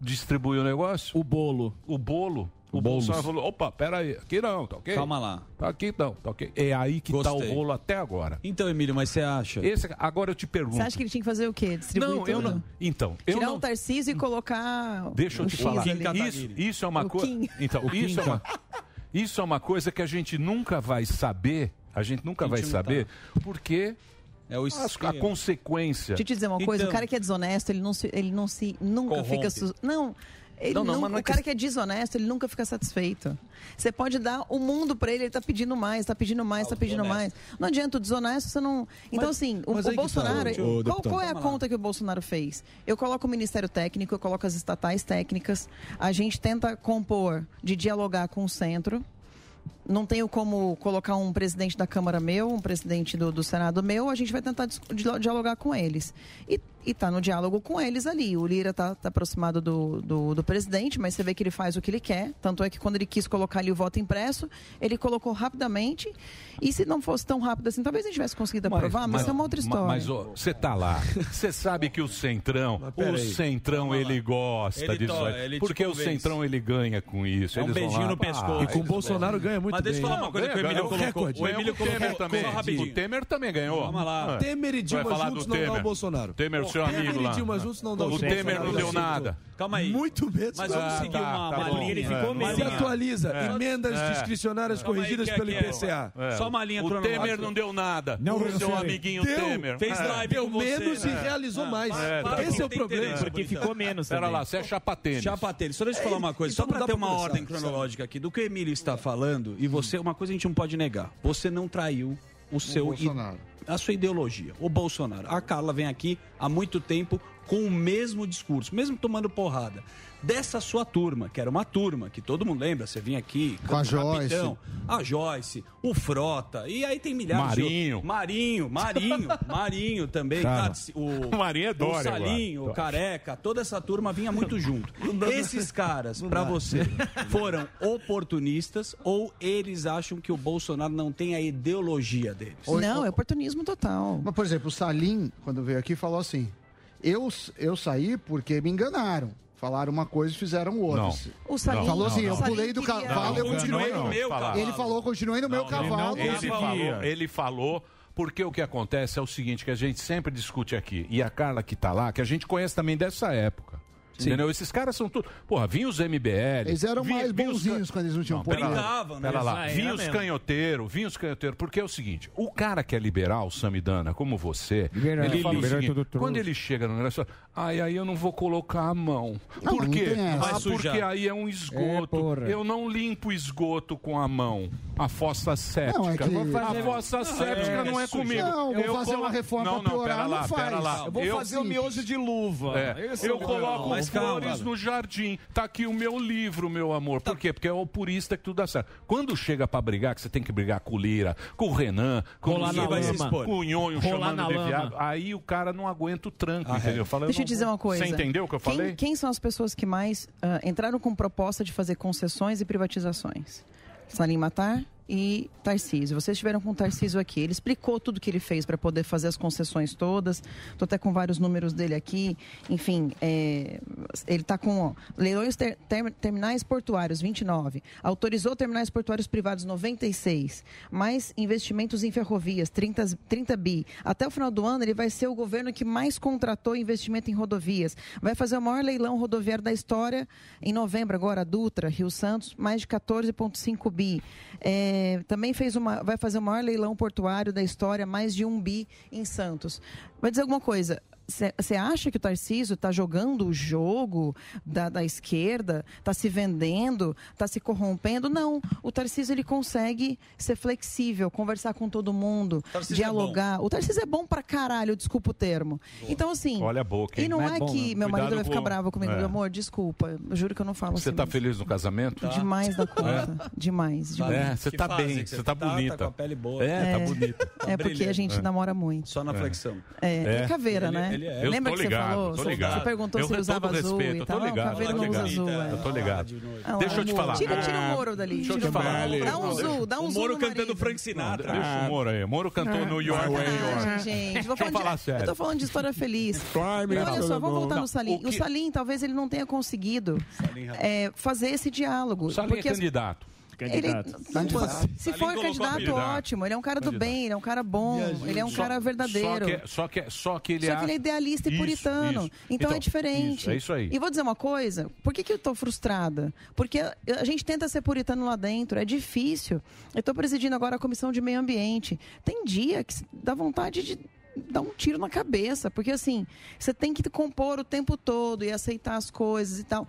Speaker 3: distribuir o negócio,
Speaker 7: o bolo,
Speaker 3: o bolo, O
Speaker 7: Boulos.
Speaker 3: Bolsonaro falou: opa, peraí, aqui não, tá ok?
Speaker 7: Calma lá.
Speaker 3: Tá aqui não, tá ok. É aí que tá o
Speaker 7: Gostei.
Speaker 3: rolo até agora.
Speaker 7: Então, Emílio, mas você acha?
Speaker 3: Esse, agora eu te pergunto.
Speaker 19: Você acha que ele tinha que fazer o quê? Distribuir
Speaker 3: Não, eu
Speaker 19: tudo?
Speaker 3: não. Então, eu
Speaker 19: Tirar
Speaker 3: não.
Speaker 19: o Tarcísio e colocar.
Speaker 3: Deixa eu
Speaker 19: o
Speaker 3: te
Speaker 19: X
Speaker 3: falar.
Speaker 19: ali.
Speaker 3: Isso, isso é uma
Speaker 19: O
Speaker 3: coisa.
Speaker 19: Kim.
Speaker 3: Então,
Speaker 19: O
Speaker 3: isso é,
Speaker 19: Kim.
Speaker 3: uma, isso é uma coisa que a gente nunca vai saber. A gente nunca vai
Speaker 19: Intimidar.
Speaker 3: saber porque é o a
Speaker 19: esquema.
Speaker 3: consequência.
Speaker 19: Deixa eu te dizer uma
Speaker 16: Então-
Speaker 19: coisa,
Speaker 7: Então,
Speaker 19: o cara que é desonesto, ele não se, ele não se nunca
Speaker 3: Corrompe.
Speaker 19: fica su- não, ele
Speaker 3: Não, não,
Speaker 19: nunca-
Speaker 3: mas não é
Speaker 19: o cara que... é desonesto, ele nunca fica satisfeito. Você pode dar o mundo pra ele, ele tá pedindo mais, tá pedindo mais,
Speaker 16: Ah,
Speaker 19: tá pedindo mais. Não adianta o desonesto, você não. Então assim, o,
Speaker 16: mas
Speaker 19: o
Speaker 16: aí que tá,
Speaker 19: Bolsonaro,
Speaker 16: ô, ô,
Speaker 19: qual,
Speaker 16: deputado.
Speaker 19: qual é a
Speaker 16: Calma lá.
Speaker 19: conta que o Bolsonaro fez? Eu coloco o Ministério Técnico, eu coloco as estatais técnicas, a gente tenta compor de dialogar com o centro. Não tenho como colocar um presidente da Câmara meu, um presidente do, do Senado meu, a gente vai tentar dis- dia- dialogar com eles. E, e tá no diálogo com eles ali. O Lira tá, tá aproximado do, do, do presidente, mas você vê que ele faz o que ele quer. Tanto é que quando ele quis colocar ali o voto impresso, ele colocou rapidamente. E se não fosse tão rápido assim, talvez a gente tivesse conseguido aprovar, mas, isso é uma outra história.
Speaker 3: Mas ó, você tá lá. Você sabe que o Centrão, o
Speaker 7: peraí.
Speaker 3: Centrão ele gosta
Speaker 7: Ele
Speaker 3: disso.
Speaker 7: to-
Speaker 3: aí.
Speaker 7: ele te
Speaker 3: porque o
Speaker 7: convence.
Speaker 3: Centrão ele ganha com isso.
Speaker 7: É um
Speaker 3: Eles vão
Speaker 7: beijinho
Speaker 3: lá,
Speaker 7: no
Speaker 3: pá,
Speaker 7: pescoço.
Speaker 3: eles
Speaker 7: E com o Bolsonaro
Speaker 3: gostam.
Speaker 7: ganha muito
Speaker 13: Mas deixa eu bem. falar uma coisa
Speaker 3: Ganha,
Speaker 13: que o Emílio
Speaker 3: ganhou
Speaker 13: colocou.
Speaker 3: recorde.
Speaker 13: O Emílio
Speaker 3: Ganhou
Speaker 13: colocou-
Speaker 3: Temer também.
Speaker 13: só rapidinho.
Speaker 3: O Temer também ganhou.
Speaker 13: Calma lá.
Speaker 3: Ah.
Speaker 13: Temer e Dilma
Speaker 3: Vai falar
Speaker 13: juntos
Speaker 3: do
Speaker 13: não dá
Speaker 3: Temer.
Speaker 13: o Bolsonaro.
Speaker 3: Temer, seu
Speaker 13: Temer
Speaker 3: amigo
Speaker 13: e
Speaker 3: lá.
Speaker 13: Dilma juntos não dá
Speaker 3: o
Speaker 13: o
Speaker 3: Temer
Speaker 13: Bolsonaro.
Speaker 3: não deu nada. Ah,
Speaker 13: Calma aí.
Speaker 16: Muito medo.
Speaker 13: Mas vamos seguir
Speaker 3: tá,
Speaker 13: uma- uma linha. Ele tá É,
Speaker 3: É.
Speaker 13: ficou
Speaker 16: Mas se
Speaker 13: meio-
Speaker 16: atualiza.
Speaker 13: É.
Speaker 16: Emendas
Speaker 13: É.
Speaker 16: discricionárias corrigidas pelo IPCA.
Speaker 3: É. O Temer não deu nada.
Speaker 16: Não,
Speaker 3: o seu
Speaker 16: Ranciere.
Speaker 3: amiguinho
Speaker 16: Deu.
Speaker 3: Temer. É.
Speaker 16: Fez drive
Speaker 13: com você, É. Ah,
Speaker 16: menos e realizou mais.
Speaker 3: tá
Speaker 16: Esse é o problema.
Speaker 13: Porque ficou menos
Speaker 3: Pera
Speaker 13: também.
Speaker 3: lá, você é chapa tênis.
Speaker 8: Chapa tênis. Só deixa
Speaker 3: É,
Speaker 8: eu falar uma coisa,
Speaker 13: Então
Speaker 8: só
Speaker 13: não
Speaker 8: para
Speaker 13: dá
Speaker 8: ter
Speaker 13: pra
Speaker 8: uma
Speaker 13: começar,
Speaker 8: ordem
Speaker 13: sabe?
Speaker 8: cronológica aqui. Do que o Emílio está falando, e você, uma coisa a gente não pode negar. Você não traiu o seu. i-
Speaker 9: Bolsonaro.
Speaker 8: a sua ideologia, o Bolsonaro. A Carla vem aqui há muito tempo com o mesmo discurso, mesmo tomando porrada. Dessa sua turma, que era uma turma, que todo mundo lembra, você vinha aqui.
Speaker 9: Com a Joyce.
Speaker 8: A Joyce, o Frota, e aí tem milhares
Speaker 3: Marinho.
Speaker 8: de. Marinho. Marinho, Marinho também.
Speaker 3: Cara.
Speaker 8: Tatsi- o,
Speaker 3: O Marinho é Dória
Speaker 8: O
Speaker 3: agora.
Speaker 8: Salinho, o
Speaker 3: Dória.
Speaker 8: Careca, Tá, toda essa turma vinha muito junto.
Speaker 3: dá-
Speaker 8: Esses caras,
Speaker 3: Não
Speaker 8: pra
Speaker 3: dá.
Speaker 8: você, foram oportunistas ou eles acham que o Bolsonaro não tem a ideologia deles?
Speaker 19: Não, é oportunismo total.
Speaker 9: Mas, por exemplo, o Salim, quando veio aqui, falou assim: eu, eu saí porque me enganaram. Falaram uma coisa e fizeram outra.
Speaker 3: Não.
Speaker 19: O Salim-
Speaker 9: falou assim:
Speaker 19: não,
Speaker 9: eu
Speaker 19: não.
Speaker 9: pulei do
Speaker 19: Salim queria-
Speaker 9: cavalo, eu
Speaker 3: Não, é não,
Speaker 9: continuei
Speaker 3: não,
Speaker 9: no meu
Speaker 3: não,
Speaker 9: cavalo. Ele falou: continuei no meu cavalo.
Speaker 3: Ele, falou, ele falou, porque o que acontece é o seguinte, que a gente sempre discute aqui, e a Carla que tá lá, que a gente conhece também dessa época. Entendeu? Esses caras são tudo. Porra, vinha os MBL.
Speaker 9: Eles eram
Speaker 3: vinha-
Speaker 9: mais
Speaker 3: vinha os
Speaker 9: bonzinhos quando eles não tinham poder.
Speaker 3: Pera lá,
Speaker 9: né?
Speaker 13: né?
Speaker 3: Pera lá. Vinha os canhoteiros, vinha os canhoteiros. Porque é o seguinte, o cara que é liberal, Samidana, como você,
Speaker 13: Liberal.
Speaker 3: ele fala o
Speaker 13: Liberal é
Speaker 3: seguinte,
Speaker 13: tudo trouxa.
Speaker 3: quando ele chega no negócio, fala, ai, aí eu não vou colocar a mão.
Speaker 13: Não,
Speaker 3: Por
Speaker 13: não
Speaker 3: quê?
Speaker 13: tem essa. Vai
Speaker 3: Ah,
Speaker 13: sujar.
Speaker 3: porque aí é um esgoto.
Speaker 13: porra.
Speaker 3: eu não limpo o esgoto com a mão. A fossa séptica.
Speaker 13: é que- Vou fazer-
Speaker 3: A fossa
Speaker 13: Não,
Speaker 3: séptica
Speaker 13: é-
Speaker 3: não é
Speaker 13: é sujo.
Speaker 3: comigo.
Speaker 13: Não, vou fazer uma reforma
Speaker 3: não,
Speaker 13: pra
Speaker 3: não,
Speaker 13: piorar,
Speaker 3: pera
Speaker 13: não
Speaker 3: lá, Pera
Speaker 13: faz.
Speaker 3: lá.
Speaker 13: Eu vou fazer o miojo de luva.
Speaker 3: É.
Speaker 13: Esse é
Speaker 3: Eu
Speaker 13: o problema.
Speaker 3: coloco
Speaker 13: Mas calma,
Speaker 3: flores
Speaker 13: Adam.
Speaker 3: no jardim. Tá aqui o meu livro, meu amor. Por quê? Porque é o purista que tudo dá certo. Quando chega pra brigar, que você tem que brigar com o Lira, com o Renan, com
Speaker 13: Rolar
Speaker 3: o
Speaker 13: na
Speaker 3: Lira,
Speaker 13: lama.
Speaker 3: com o Nhonho
Speaker 13: Rolar na
Speaker 3: chamando de
Speaker 13: lama.
Speaker 3: viado, aí o cara não aguenta o tranco, entendeu? Fala,
Speaker 19: Deixa eu
Speaker 3: não
Speaker 19: te dizer
Speaker 3: vou-
Speaker 19: uma coisa.
Speaker 3: Você entendeu o que eu
Speaker 19: Quem-
Speaker 3: falei?
Speaker 19: Quem, são as pessoas que mais ah, entraram com proposta de fazer concessões e privatizações? Salim Matar e Tarcísio. Vocês estiveram com o Tarcísio aqui. Ele explicou tudo que ele fez para poder fazer as concessões todas. Estou até com vários números dele aqui. Enfim, é, ele está com ó, leilões ter- ter- terminais portuários, 29. Autorizou terminais portuários privados, 96. Mais investimentos em ferrovias, 30, 30 bi. Até o final do ano, ele vai ser o governo que mais contratou investimento em rodovias. Vai fazer o maior leilão rodoviário da história em novembro, agora, Dutra, Rio Santos, mais de 14,5 bi. É, também fez uma, vai fazer o maior leilão portuário da história, mais de 1 bi em Santos. Vai dizer alguma coisa? Você acha que o Tarcísio está jogando o jogo da, da esquerda, está se vendendo, está se corrompendo? Não. O Tarcísio ele consegue ser flexível, conversar com todo mundo,
Speaker 3: Tarcísio é
Speaker 19: dialogar. o Tarcísio é bom pra caralho, desculpa o termo. Então, assim.
Speaker 3: Olha a boca, hein?
Speaker 19: E não
Speaker 3: Mas é
Speaker 19: é,
Speaker 3: bom,
Speaker 19: que
Speaker 3: né?
Speaker 19: meu marido
Speaker 3: Cuidado
Speaker 19: vai ficar
Speaker 3: com-
Speaker 19: bravo comigo,
Speaker 3: É.
Speaker 19: meu amor, desculpa. Eu juro que eu não falo
Speaker 3: Você
Speaker 19: assim.
Speaker 3: tá feliz no casamento?
Speaker 19: Demais da conta. Demais, demais.
Speaker 3: É, você
Speaker 8: Que
Speaker 3: tá
Speaker 8: fase
Speaker 3: bem,
Speaker 8: que você
Speaker 3: você tá
Speaker 8: tá, tá
Speaker 3: bonita.
Speaker 8: com a pele boa.
Speaker 3: É, tá
Speaker 19: É.
Speaker 3: bonita.
Speaker 19: É porque a gente namora muito.
Speaker 8: Só na
Speaker 3: É.
Speaker 8: flexão.
Speaker 19: É,
Speaker 3: É.
Speaker 19: e caveira, né? né?
Speaker 3: Ele é. Eu
Speaker 19: Lembra
Speaker 3: tô
Speaker 19: que
Speaker 3: ligado,
Speaker 19: você falou?
Speaker 3: tô
Speaker 19: Você-
Speaker 3: ligado.
Speaker 19: Você perguntou
Speaker 3: Eu
Speaker 19: se ele
Speaker 3: com todo
Speaker 19: usava azul
Speaker 3: respeito,
Speaker 19: e
Speaker 3: eu tô
Speaker 19: tal.
Speaker 3: ligado,
Speaker 19: tá vendo?
Speaker 3: tô
Speaker 19: Não usa
Speaker 3: ligado.
Speaker 19: azul, é.
Speaker 3: Eu tô ligado.
Speaker 19: Ah, lá,
Speaker 3: Deixa eu te
Speaker 19: o Moro.
Speaker 3: falar.
Speaker 19: Tira, tira o Moro dali.
Speaker 3: Deixa eu
Speaker 19: tira
Speaker 3: te
Speaker 19: o Moro.
Speaker 3: falar.
Speaker 19: Dá um zoom, dá um zoom. no marido.
Speaker 3: Frank Sinatra. Deixa o Moro aí. O Moro cantou no York, New York.
Speaker 19: Ah, gente, vou
Speaker 3: Deixa eu
Speaker 19: falar de-
Speaker 3: falar sério.
Speaker 19: Eu tô falando de história feliz.
Speaker 3: Climbing
Speaker 19: Então, olha só,
Speaker 3: up
Speaker 19: vou
Speaker 3: the
Speaker 19: voltar
Speaker 3: wall.
Speaker 19: no Salim.
Speaker 3: Não, o
Speaker 19: O
Speaker 3: que-
Speaker 19: Salim, talvez ele não tenha conseguido é, fazer esse diálogo.
Speaker 3: Salim é
Speaker 19: porque as-
Speaker 3: candidato.
Speaker 19: Ele- se
Speaker 3: Salim
Speaker 19: for
Speaker 3: colocou
Speaker 19: candidato,
Speaker 3: candidato.
Speaker 19: ótimo. Ele é um cara do
Speaker 3: Candidato.
Speaker 19: bem, ele é um cara bom, ele é um
Speaker 3: Só-
Speaker 19: cara
Speaker 3: Só
Speaker 19: verdadeiro.
Speaker 3: que, só que, só que ele
Speaker 19: Só que ele
Speaker 3: acha-
Speaker 19: é idealista e
Speaker 3: Isso,
Speaker 19: puritano.
Speaker 3: isso.
Speaker 19: Então, é diferente.
Speaker 3: isso, é isso aí.
Speaker 19: E vou dizer uma coisa: por que, que eu tô frustrada? Porque a a gente tenta ser puritano lá dentro, é difícil. Eu tô presidindo agora a comissão de meio ambiente. Tem dia que se- dá vontade de dar um tiro na cabeça, porque assim, você tem que compor o tempo todo e aceitar as coisas e tal,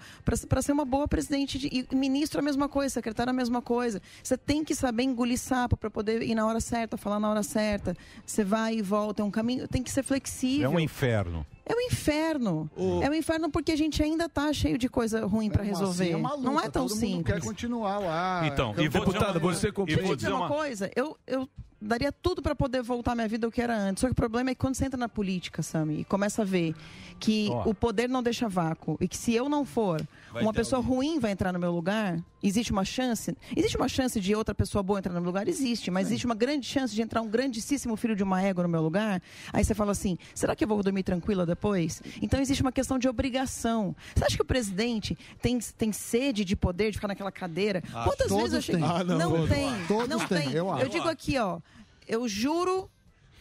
Speaker 19: para ser uma boa presidente de- e ministro a mesma coisa, secretário a mesma coisa. Você tem que saber engolir sapo para poder ir na hora certa, falar na hora certa. Você vai e volta, é um caminho, tem que ser flexível.
Speaker 7: É um inferno.
Speaker 19: É um inferno. É um inferno porque a gente ainda tá cheio de coisa ruim para
Speaker 9: Mesmo
Speaker 19: resolver.
Speaker 9: assim, é uma luta,
Speaker 19: não é tão
Speaker 9: todo mundo
Speaker 19: simples.
Speaker 9: quer continuar lá.
Speaker 3: Então,
Speaker 9: Campo
Speaker 3: e vou dizer
Speaker 9: Deputado,
Speaker 3: uma coisa,
Speaker 9: você
Speaker 3: e
Speaker 9: compreende?
Speaker 19: Deixa eu dizer uma coisa, eu, eu daria tudo para poder voltar à minha vida ao que era antes. Só que o problema é que quando você entra na política, Sami, e começa a ver que
Speaker 23: Ó.
Speaker 19: o poder não deixa vácuo e que se eu não for,
Speaker 23: Vai
Speaker 19: uma
Speaker 23: ter
Speaker 19: pessoa ruim vai entrar no meu lugar, existe uma chance? Existe uma chance de outra pessoa boa entrar no meu lugar? Existe, mas existe uma grande chance de entrar um grandíssimo filho de uma égua no meu lugar? Aí você fala assim, será que eu vou dormir tranquila depois? Então existe uma questão de obrigação. Você acha que o presidente tem, tem sede de poder, de ficar naquela cadeira?
Speaker 9: Ah,
Speaker 19: Quantas
Speaker 9: todos
Speaker 19: vezes eu cheguei...
Speaker 9: têm. Ah, não,
Speaker 19: não,
Speaker 9: todos.
Speaker 19: tem,
Speaker 9: Todos
Speaker 19: não
Speaker 9: têm,
Speaker 19: tem.
Speaker 9: eu acho.
Speaker 19: digo aqui, ó, eu juro...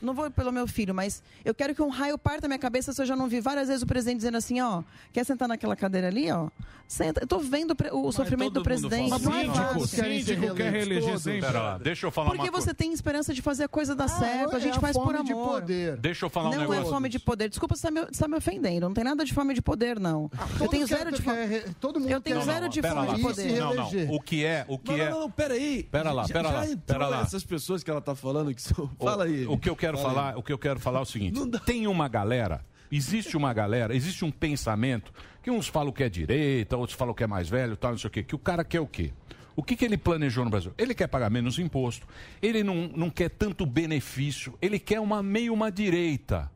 Speaker 19: Não vou pelo meu filho, mas eu quero que um raio parta da minha cabeça se eu já não vi várias vezes o presidente dizendo assim, ó, quer sentar naquela cadeira ali, ó? Senta. Eu tô vendo o pre- o sofrimento do presidente.
Speaker 14: Mas não é síndico, síndico quer reeleger sempre.
Speaker 3: Pera lá, deixa eu falar
Speaker 19: Porque
Speaker 3: uma coisa.
Speaker 19: você tem esperança de fazer a coisa dar certo,
Speaker 9: é
Speaker 19: a gente
Speaker 9: a
Speaker 19: faz por
Speaker 9: fome de
Speaker 19: amor.
Speaker 9: poder.
Speaker 3: Deixa eu falar
Speaker 19: não
Speaker 3: um negócio.
Speaker 19: é fome de poder. Desculpa, você tá me, você tá me ofendendo. Não tem nada de fome de poder, não. eu tenho
Speaker 9: Ah, quer
Speaker 19: zero
Speaker 9: ter-
Speaker 19: de fome.
Speaker 9: Todo mundo
Speaker 19: Eu tenho
Speaker 9: quer-
Speaker 19: zero de
Speaker 3: Pera
Speaker 19: fome
Speaker 3: lá.
Speaker 19: de poder.
Speaker 3: Não, não. O que é, o que
Speaker 2: não,
Speaker 3: é...
Speaker 2: não, não, peraí.
Speaker 3: Pera lá,
Speaker 2: Já-
Speaker 3: pera
Speaker 2: já
Speaker 3: lá,
Speaker 2: entrou
Speaker 3: pera lá.
Speaker 2: Essas pessoas que ela tá falando que são.
Speaker 3: O-
Speaker 2: Fala aí.
Speaker 3: O que eu quero
Speaker 2: Fala aí.
Speaker 3: falar, o que eu quero falar é o seguinte: tem uma galera, existe uma galera, existe um pensamento que uns falam que é direita, outros falam que é mais velho, tal, não sei o quê, que o cara quer o quê? O que, que ele planejou no Brasil? Ele quer pagar menos imposto, ele não, não quer tanto benefício, ele quer uma meio uma direita.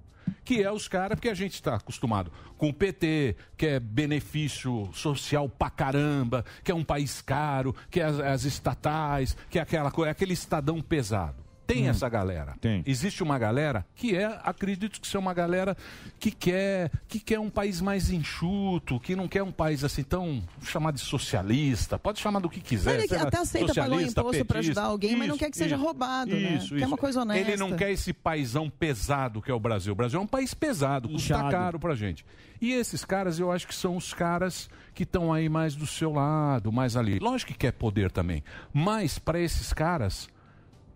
Speaker 3: Que é os caras, porque a gente está acostumado com o PT, que é benefício social pra caramba, que é um país caro, que é as, as estatais, que é aquela coisa, aquele estadão pesado. Tem essa galera. Existe uma galera que é, acredito que seja uma galera que quer, que quer um país mais enxuto, que não quer um país assim tão chamar de socialista, pode chamar do que quiser.
Speaker 19: Olha que
Speaker 3: sei lá,
Speaker 19: até aceita pagar um
Speaker 3: socialista,
Speaker 19: imposto pra
Speaker 3: petista.
Speaker 19: ajudar alguém, mas não
Speaker 3: Isso,
Speaker 19: quer que seja
Speaker 3: isso,
Speaker 19: roubado, né?
Speaker 3: Isso,
Speaker 19: Quer
Speaker 3: isso.
Speaker 19: uma coisa honesta.
Speaker 3: Ele não quer esse paizão pesado que é o Brasil. O Brasil é um país pesado, custa
Speaker 7: Inchado.
Speaker 3: caro pra gente. E esses caras, eu acho que são os caras que estão aí mais do seu lado, mais ali. Lógico que quer poder também, mas para esses caras,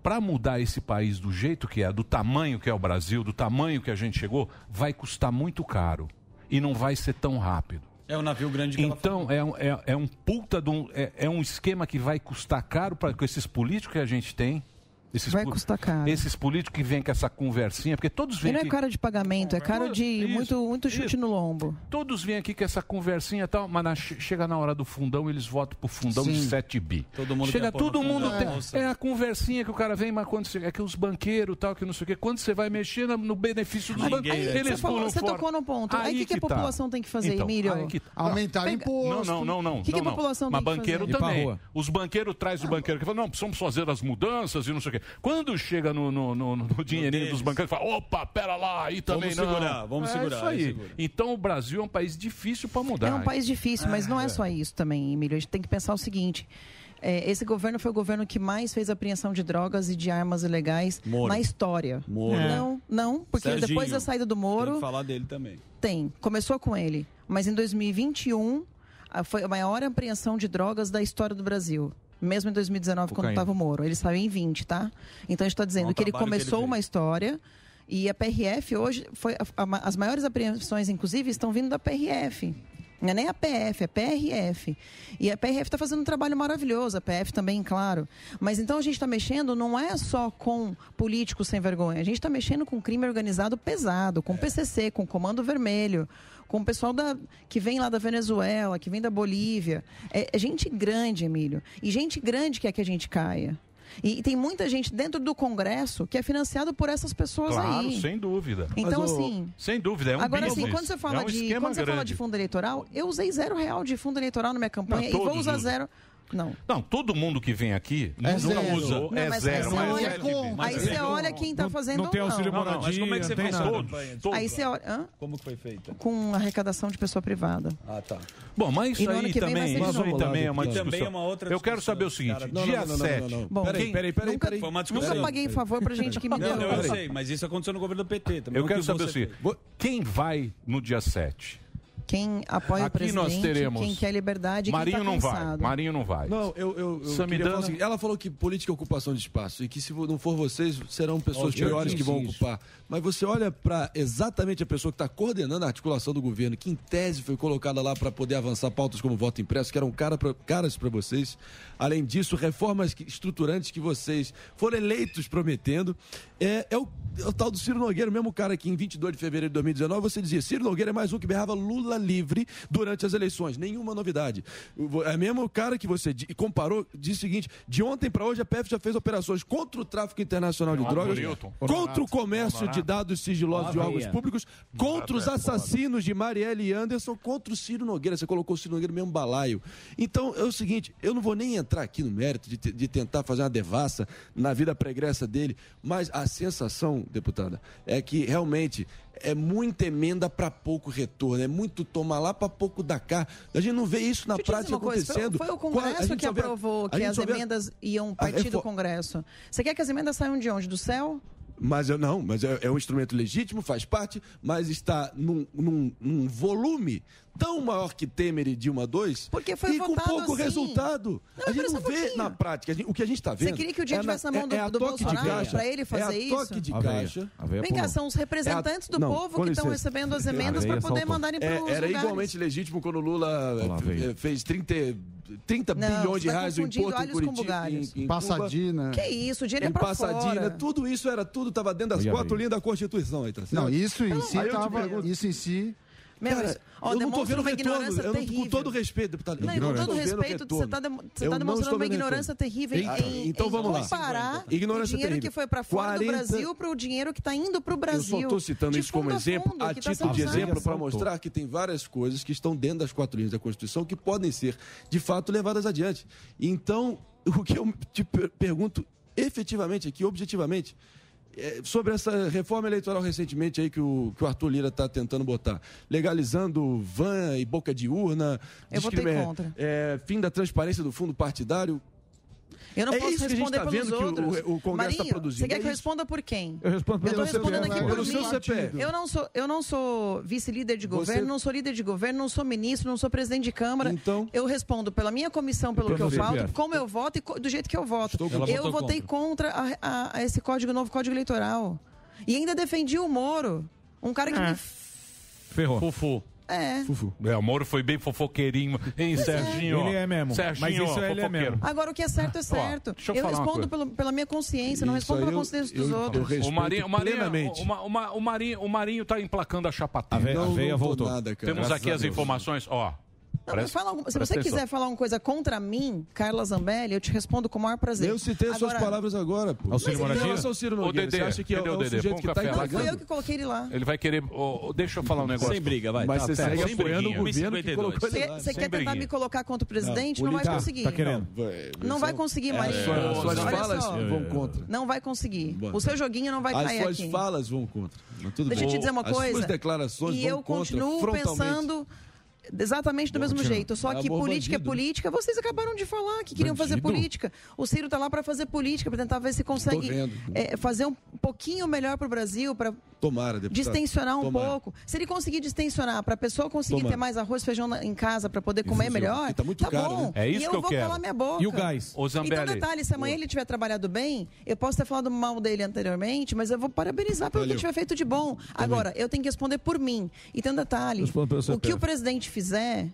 Speaker 3: para mudar esse país do jeito que é, do tamanho que é o Brasil, do tamanho que a gente chegou, vai custar muito caro e não vai ser tão rápido.
Speaker 20: É
Speaker 8: um
Speaker 20: o navio grande que
Speaker 3: Então, é um, é, é um puta de um. É, é um esquema que vai custar caro para com esses políticos que a gente tem. Esses vai
Speaker 19: custar caro.
Speaker 3: Esses políticos que vêm com essa conversinha, porque todos
Speaker 19: E
Speaker 3: vêm
Speaker 19: não é
Speaker 3: aqui.
Speaker 19: cara de pagamento, é cara de muito, muito chute no lombo.
Speaker 3: Todos vêm aqui com essa conversinha e tal, mas na- che- chega na hora do fundão, eles votam pro fundão
Speaker 7: Sim.
Speaker 3: de 7 bi.
Speaker 7: Todo mundo
Speaker 3: chega,
Speaker 7: quer pôr no
Speaker 3: todo mundo
Speaker 7: fundão,
Speaker 3: tem.
Speaker 7: moça.
Speaker 3: É a conversinha que o cara vem, mas quando você, é que os banqueiros tal, que não sei o quê. Quando você vai mexer na- no benefício dos
Speaker 19: Aí,
Speaker 3: banqueiros,
Speaker 19: você,
Speaker 3: eles
Speaker 19: falou-
Speaker 3: pulam
Speaker 19: você
Speaker 3: fora.
Speaker 19: tocou no ponto. Aí o que, que a
Speaker 3: tá.
Speaker 19: população tem que fazer,
Speaker 3: Então,
Speaker 19: Emílio?
Speaker 3: aí que-
Speaker 9: Aumentar imposto.
Speaker 3: Não, não, não. não,
Speaker 19: O que, que a
Speaker 3: não, não.
Speaker 19: população
Speaker 3: Mas
Speaker 19: tem
Speaker 3: banqueiro
Speaker 19: que fazer?
Speaker 3: também. Os banqueiros trazem o banqueiro que fala, não, precisamos fazer as mudanças e não sei o quê. Quando chega no, no, no- no dinheirinho dos banqueiros, fala, opa, pera lá, aí também
Speaker 7: Vamos
Speaker 3: não.
Speaker 7: segurar, vamos
Speaker 3: é
Speaker 7: segurar,
Speaker 3: Isso aí.
Speaker 7: aí segura.
Speaker 3: Então o Brasil é um país difícil para mudar.
Speaker 19: É um país difícil, mas não é
Speaker 3: Ah,
Speaker 19: só isso também, Emílio. A gente tem que pensar o seguinte. é, esse governo foi o governo que mais fez apreensão de drogas e de armas ilegais
Speaker 20: Moro.
Speaker 19: na história.
Speaker 20: Moro.
Speaker 19: Não, não, porque
Speaker 20: Serginho.
Speaker 19: depois da saída do
Speaker 20: Tem
Speaker 19: Moro,
Speaker 20: que falar dele também.
Speaker 19: Tem. Começou com ele. Mas em 2021 a- um, ah, foi a maior apreensão de drogas da história do Brasil. Mesmo em 2019, quando
Speaker 23: Cocaína.
Speaker 19: estava o Moro. Ele saiu em 20, tá? Então a gente está dizendo
Speaker 23: Bom
Speaker 19: que ele
Speaker 23: É um trabalho que ele
Speaker 19: começou
Speaker 23: fez.
Speaker 19: uma história. E a PRF hoje foi. a- a- as maiores apreensões, inclusive, estão vindo da PRF. Não é nem a PF, é PRF. E a PRF está fazendo um trabalho maravilhoso, a PF também, claro. Mas então a gente está mexendo não é só com políticos sem vergonha, a gente está mexendo com crime organizado pesado,
Speaker 23: É.
Speaker 19: com PCC, com Comando Vermelho, com o pessoal da, que vem lá da Venezuela, que vem da Bolívia. É, é gente grande, Emílio. E gente grande quer que a gente caia. E tem muita gente dentro do Congresso que é financiado por essas pessoas
Speaker 3: Claro,
Speaker 19: aí.
Speaker 3: sem dúvida.
Speaker 19: Então, assim-
Speaker 3: Sem dúvida, é um
Speaker 19: Agora, assim,
Speaker 3: business.
Speaker 19: quando você fala
Speaker 3: é um
Speaker 19: de
Speaker 3: esquema
Speaker 19: quando você fala
Speaker 3: grande.
Speaker 19: de fundo eleitoral, eu usei zero real de fundo eleitoral na minha campanha e vou
Speaker 3: todos
Speaker 19: usar
Speaker 3: usam.
Speaker 19: zero. Não.
Speaker 3: Não, todo mundo que vem aqui
Speaker 19: É
Speaker 3: nunca
Speaker 19: zero.
Speaker 3: usa.
Speaker 19: Não,
Speaker 3: é
Speaker 19: mas
Speaker 3: zero,
Speaker 19: aí você
Speaker 3: mas
Speaker 19: olha
Speaker 3: é
Speaker 19: com-
Speaker 3: difícil.
Speaker 19: aí
Speaker 3: Mas
Speaker 19: você
Speaker 3: é.
Speaker 19: olha quem tá fazendo ou não.
Speaker 7: mas como é que você fez
Speaker 3: nada.
Speaker 7: todos?
Speaker 3: Todos.
Speaker 19: Aí você olha. Hã?
Speaker 20: Como que foi feita?
Speaker 19: Com arrecadação de pessoa privada.
Speaker 20: Ah, tá.
Speaker 3: Bom, mas
Speaker 19: E
Speaker 3: isso
Speaker 19: no ano
Speaker 3: aí
Speaker 19: que vem vai
Speaker 3: também,
Speaker 19: ser de
Speaker 3: isso aí
Speaker 19: novo.
Speaker 3: também é uma
Speaker 19: E também
Speaker 3: discussão.
Speaker 19: é uma outra
Speaker 3: Eu quero saber o seguinte,
Speaker 20: Não,
Speaker 3: dia
Speaker 20: não, não, não, não,
Speaker 3: 7.
Speaker 20: não. Bom, Peraí, peraí, peraí,
Speaker 19: nunca,
Speaker 20: peraí. Foi uma discussão.
Speaker 19: nunca paguei em favor pra gente que me deu.
Speaker 20: Não, não, eu sei, mas isso aconteceu no governo do PT também.
Speaker 3: Eu
Speaker 20: O
Speaker 3: quero
Speaker 20: que
Speaker 3: saber o
Speaker 20: você
Speaker 3: seguinte, vo- quem vai no dia 7?
Speaker 19: Quem apoia o
Speaker 3: Aqui
Speaker 19: presidente,
Speaker 3: nós teremos
Speaker 19: quem quer liberdade,
Speaker 3: Marinho
Speaker 19: quem tá
Speaker 3: não vai,
Speaker 19: cansado.
Speaker 3: Marinho não vai.
Speaker 16: Não, eu, eu, eu
Speaker 3: Samidana?
Speaker 16: queria falar o seguinte, ela falou que política é ocupação de espaço e que se não for vocês, serão pessoas
Speaker 2: Óbvio,
Speaker 16: piores
Speaker 2: eu
Speaker 16: que vão
Speaker 2: disse
Speaker 16: ocupar. Mas você olha para exatamente a pessoa que está coordenando a articulação do governo, que em tese foi colocada lá para poder avançar pautas como voto impresso, que eram cara pra- caras para vocês. Além disso, reformas que- estruturantes que vocês foram eleitos prometendo. É, é o, é o tal do Ciro Nogueira, o mesmo cara que em 22 de fevereiro de 2019 você dizia: Ciro Nogueira é mais um que berrava Lula livre durante as eleições. Nenhuma novidade. O vo- É mesmo o cara que você di- comparou, disse o seguinte: de ontem para hoje a PF já fez operações contra o tráfico internacional de
Speaker 2: Não,
Speaker 16: drogas,
Speaker 2: Hamilton.
Speaker 16: contra
Speaker 2: Honorato.
Speaker 16: o comércio de
Speaker 2: Honorato.
Speaker 16: dados sigilosos de
Speaker 2: Lá vem,
Speaker 16: órgãos
Speaker 2: é.
Speaker 16: públicos, contra os assassinos de Marielle e Anderson, contra o Ciro Nogueira. Você colocou o Ciro Nogueira no mesmo balaio. Então, é o seguinte, eu não vou nem entrar aqui no mérito de, te- de tentar fazer uma devassa na vida pregressa dele, mas a sensação, deputada, é que realmente é muita emenda para pouco retorno, é muito tomar lá para pouco dar cá. A gente não vê isso na
Speaker 19: Deixa eu dizer
Speaker 16: prática
Speaker 19: uma coisa, foi-
Speaker 16: acontecendo.
Speaker 19: Foi o
Speaker 16: Qual- a
Speaker 19: Congresso
Speaker 16: gente
Speaker 19: que
Speaker 16: só vê a-
Speaker 19: aprovou
Speaker 16: a
Speaker 19: que
Speaker 16: gente
Speaker 19: as
Speaker 16: só vê a-
Speaker 19: emendas iam
Speaker 16: a
Speaker 19: partir do
Speaker 16: refor-
Speaker 19: Congresso. Você quer que as emendas saiam de onde? Do céu?
Speaker 16: Mas eu não, mas é, é um instrumento legítimo, faz parte, mas está num, num- num volume tão maior que Temer e Dilma 2
Speaker 19: Porque foi
Speaker 16: e com
Speaker 19: votado
Speaker 16: pouco
Speaker 19: assim. um
Speaker 16: resultado. a gente não vê na prática. a gente- o que a gente está
Speaker 19: Você
Speaker 16: vendo.
Speaker 19: queria que o dinheiro
Speaker 16: é na-
Speaker 19: estivesse na mão do-
Speaker 16: a
Speaker 19: do
Speaker 16: toque de
Speaker 19: Bolsonaro
Speaker 16: caixa,
Speaker 19: pra ele fazer
Speaker 16: é a
Speaker 19: isso?
Speaker 16: toque de
Speaker 19: A veia.
Speaker 16: caixa. É
Speaker 19: A veia Vem cá, pulou. são os representantes do povo
Speaker 16: com
Speaker 19: que estão
Speaker 16: licença.
Speaker 19: recebendo as emendas A veia pra poder saltou. mandarem pros
Speaker 16: É, Era
Speaker 19: lugares.
Speaker 16: igualmente legítimo quando o Lula eh, fe- eh, fez 30, 30
Speaker 19: Não,
Speaker 16: bilhões de
Speaker 19: você tá
Speaker 16: reais o
Speaker 19: confundindo
Speaker 16: imposto em
Speaker 19: alhos com
Speaker 16: Curitiba.
Speaker 19: bugalhos.
Speaker 16: em- em Cuba.
Speaker 9: Passadina.
Speaker 19: Que isso, o dinheiro é
Speaker 16: Em
Speaker 19: pra
Speaker 16: Passadina,
Speaker 19: fora.
Speaker 16: tudo isso era tudo, estava dentro das
Speaker 9: Olha
Speaker 16: quatro
Speaker 9: aí.
Speaker 16: linhas da Constituição. Aí, tá certo?
Speaker 9: Não, isso em si
Speaker 16: Aí eu te
Speaker 9: tava-
Speaker 16: pergunto,
Speaker 9: Isso em si.
Speaker 19: Meu,
Speaker 16: Cara,
Speaker 19: isso- ó,
Speaker 16: eu não tô
Speaker 19: demonstra
Speaker 16: vendo
Speaker 19: uma
Speaker 16: retorno.
Speaker 19: ignorância
Speaker 16: Eu não- com
Speaker 19: terrível.
Speaker 16: todo respeito, tá? deputado.
Speaker 19: Não, e com todo respeito, você está demonstrando uma ignorância terrível em, em-
Speaker 16: então
Speaker 19: em
Speaker 16: vamos lá. então.
Speaker 19: comparar o
Speaker 16: ignorância
Speaker 19: dinheiro que
Speaker 16: terrível.
Speaker 19: foi para fora do
Speaker 16: 40
Speaker 19: Brasil para o dinheiro que está indo para o
Speaker 16: Eu
Speaker 19: Brasil.
Speaker 16: só estou citando
Speaker 19: De
Speaker 16: isso como
Speaker 19: fundo a
Speaker 16: exemplo,
Speaker 19: fundo,
Speaker 16: a
Speaker 19: que tá
Speaker 16: título de
Speaker 19: sendo usado.
Speaker 16: exemplo, para mostrar que tem várias coisas que estão dentro das quatro linhas da Constituição que podem ser, de fato, levadas adiante. Então, o que eu te per- pergunto efetivamente aqui, objetivamente, é, sobre essa reforma eleitoral recentemente aí que o, que o Arthur Lira está tentando botar, legalizando van e boca de urna,
Speaker 19: Eu votei
Speaker 16: discrimi-
Speaker 19: contra.
Speaker 16: é, fim da transparência do fundo partidário.
Speaker 19: Eu não
Speaker 16: é
Speaker 19: posso
Speaker 16: isso que a gente
Speaker 19: responder
Speaker 16: tá
Speaker 19: pelos
Speaker 16: vendo
Speaker 19: outros.
Speaker 16: que o, o Congresso está
Speaker 19: Marinho,
Speaker 16: produzindo.
Speaker 19: Você quer
Speaker 16: É
Speaker 19: que eu
Speaker 16: isso.
Speaker 19: respondo por quem?
Speaker 16: Eu respondo
Speaker 19: Eu
Speaker 16: pelo
Speaker 19: tô
Speaker 16: seu
Speaker 19: respondendo
Speaker 16: CPF.
Speaker 19: aqui por
Speaker 16: Pelo
Speaker 19: mim.
Speaker 16: seu CPF.
Speaker 19: Eu não sou, eu não sou vice-líder de governo,
Speaker 16: Você-
Speaker 19: não sou líder de governo, não sou ministro, não sou presidente de câmara. Então, eu respondo pela minha comissão, pelo
Speaker 16: Pelo
Speaker 19: que eu
Speaker 16: CPF.
Speaker 19: falo, como eu voto e co- do jeito que eu voto.
Speaker 16: com- Ela
Speaker 19: Eu
Speaker 16: votou
Speaker 19: votei contra, a- a- a esse código novo, código eleitoral. E ainda defendi o Moro, um cara que me
Speaker 3: Ferrou. Fufu.
Speaker 19: é.
Speaker 3: É, o Moro foi bem fofoqueirinho, hein, Serginho?
Speaker 7: Ele é mesmo.
Speaker 3: Serginho,
Speaker 7: Mas isso é ele é
Speaker 3: fofoqueiro.
Speaker 19: Agora, o que é certo
Speaker 16: Ah.
Speaker 19: é certo.
Speaker 3: deixa eu
Speaker 19: eu
Speaker 3: falar uma
Speaker 19: respondo
Speaker 3: coisa.
Speaker 19: pelo- pela minha consciência, não respondo pela consciência dos outros.
Speaker 3: o Marinho, o Marinho,
Speaker 16: plenamente.
Speaker 3: o Ma- o Ma- o Marinho, o Marinho tá emplacando a chapatinha.
Speaker 16: A ve- a Não, veia não tô voltou. nada, cara.
Speaker 3: Temos
Speaker 16: Graças
Speaker 3: aqui
Speaker 16: a
Speaker 3: as
Speaker 16: Deus.
Speaker 3: informações, ó.
Speaker 19: Não,
Speaker 3: Presta-
Speaker 19: fala alguma- se
Speaker 3: presta
Speaker 19: você
Speaker 3: atenção.
Speaker 19: quiser falar uma coisa contra mim, Carla Zambelli, eu te respondo com o maior prazer.
Speaker 16: Eu citei as suas
Speaker 19: Agora,
Speaker 16: palavras agora, pô.
Speaker 3: Auxílio
Speaker 16: Mas em
Speaker 3: moradia?
Speaker 16: relação ao Ciro
Speaker 3: Ô,
Speaker 16: Nogueira,
Speaker 3: Dedê,
Speaker 16: você acha que é,
Speaker 3: cadê o
Speaker 16: é um
Speaker 3: Dedê?
Speaker 16: sujeito
Speaker 3: Põe
Speaker 16: que
Speaker 3: um
Speaker 16: tá
Speaker 3: café lá,
Speaker 16: enganando?
Speaker 19: Não, foi eu que coloquei ele lá.
Speaker 3: Ele vai querer. ô, ô, deixa eu falar um negócio.
Speaker 7: Sem briga, vai.
Speaker 16: Mas
Speaker 7: Tá,
Speaker 16: você
Speaker 7: pera.
Speaker 16: segue
Speaker 7: Sem
Speaker 16: apoiando o
Speaker 7: briguinha.
Speaker 16: governo que
Speaker 7: 1,52.
Speaker 16: colocou ele
Speaker 19: Você
Speaker 16: lá.
Speaker 19: você
Speaker 16: Sem
Speaker 19: quer tentar me
Speaker 16: briguinha.
Speaker 19: colocar contra o presidente? Não, vai
Speaker 16: Tá,
Speaker 19: conseguir.
Speaker 16: Tá querendo.
Speaker 19: Não vai conseguir, Marinho.
Speaker 16: É, suas- suas
Speaker 19: Olha
Speaker 16: falas
Speaker 19: só.
Speaker 16: vão contra.
Speaker 19: Não vai conseguir.
Speaker 16: Bom.
Speaker 19: O seu joguinho não vai
Speaker 16: As
Speaker 19: cair
Speaker 16: suas
Speaker 19: aqui.
Speaker 16: falas vão contra. Mas tudo
Speaker 19: Deixa eu
Speaker 16: bem.
Speaker 19: te dizer uma
Speaker 16: As
Speaker 19: coisa.
Speaker 16: suas declarações
Speaker 19: e
Speaker 16: vão
Speaker 19: eu
Speaker 16: contra,
Speaker 19: continuo
Speaker 16: frontalmente.
Speaker 19: pensando exatamente do mesmo
Speaker 16: Bandido.
Speaker 19: jeito. Só
Speaker 16: É
Speaker 19: que
Speaker 16: amor
Speaker 19: política
Speaker 16: bandido.
Speaker 19: é política. Vocês acabaram de falar que queriam fazer
Speaker 16: Bandido.
Speaker 19: política. O Ciro está lá para fazer política, para tentar ver se consegue
Speaker 16: vendo.
Speaker 19: eh, fazer um pouquinho melhor para o Brasil, para
Speaker 16: Tomara, deputado.
Speaker 19: distensionar um
Speaker 16: Tomara.
Speaker 19: pouco. Se ele conseguir distensionar para a pessoa conseguir
Speaker 16: Tomara.
Speaker 19: ter mais arroz e feijão na- em casa para poder comer
Speaker 16: feijão,
Speaker 19: melhor,
Speaker 16: que tá muito caro,
Speaker 19: bom.
Speaker 16: né? É isso
Speaker 19: e eu
Speaker 16: que eu
Speaker 19: vou
Speaker 16: quero.
Speaker 19: calar minha boca.
Speaker 16: E o gás? Ô,
Speaker 19: Então,
Speaker 16: Zambelli.
Speaker 19: detalhe, se amanhã ele tiver trabalhado bem, eu posso ter falado mal dele anteriormente, mas eu vou parabenizar pelo que
Speaker 16: Valeu.
Speaker 19: ele tiver feito de bom. Agora, eu tenho que responder por mim. Então, detalhe,
Speaker 16: Responda pelo
Speaker 19: o que
Speaker 16: CPF.
Speaker 19: o presidente fizer...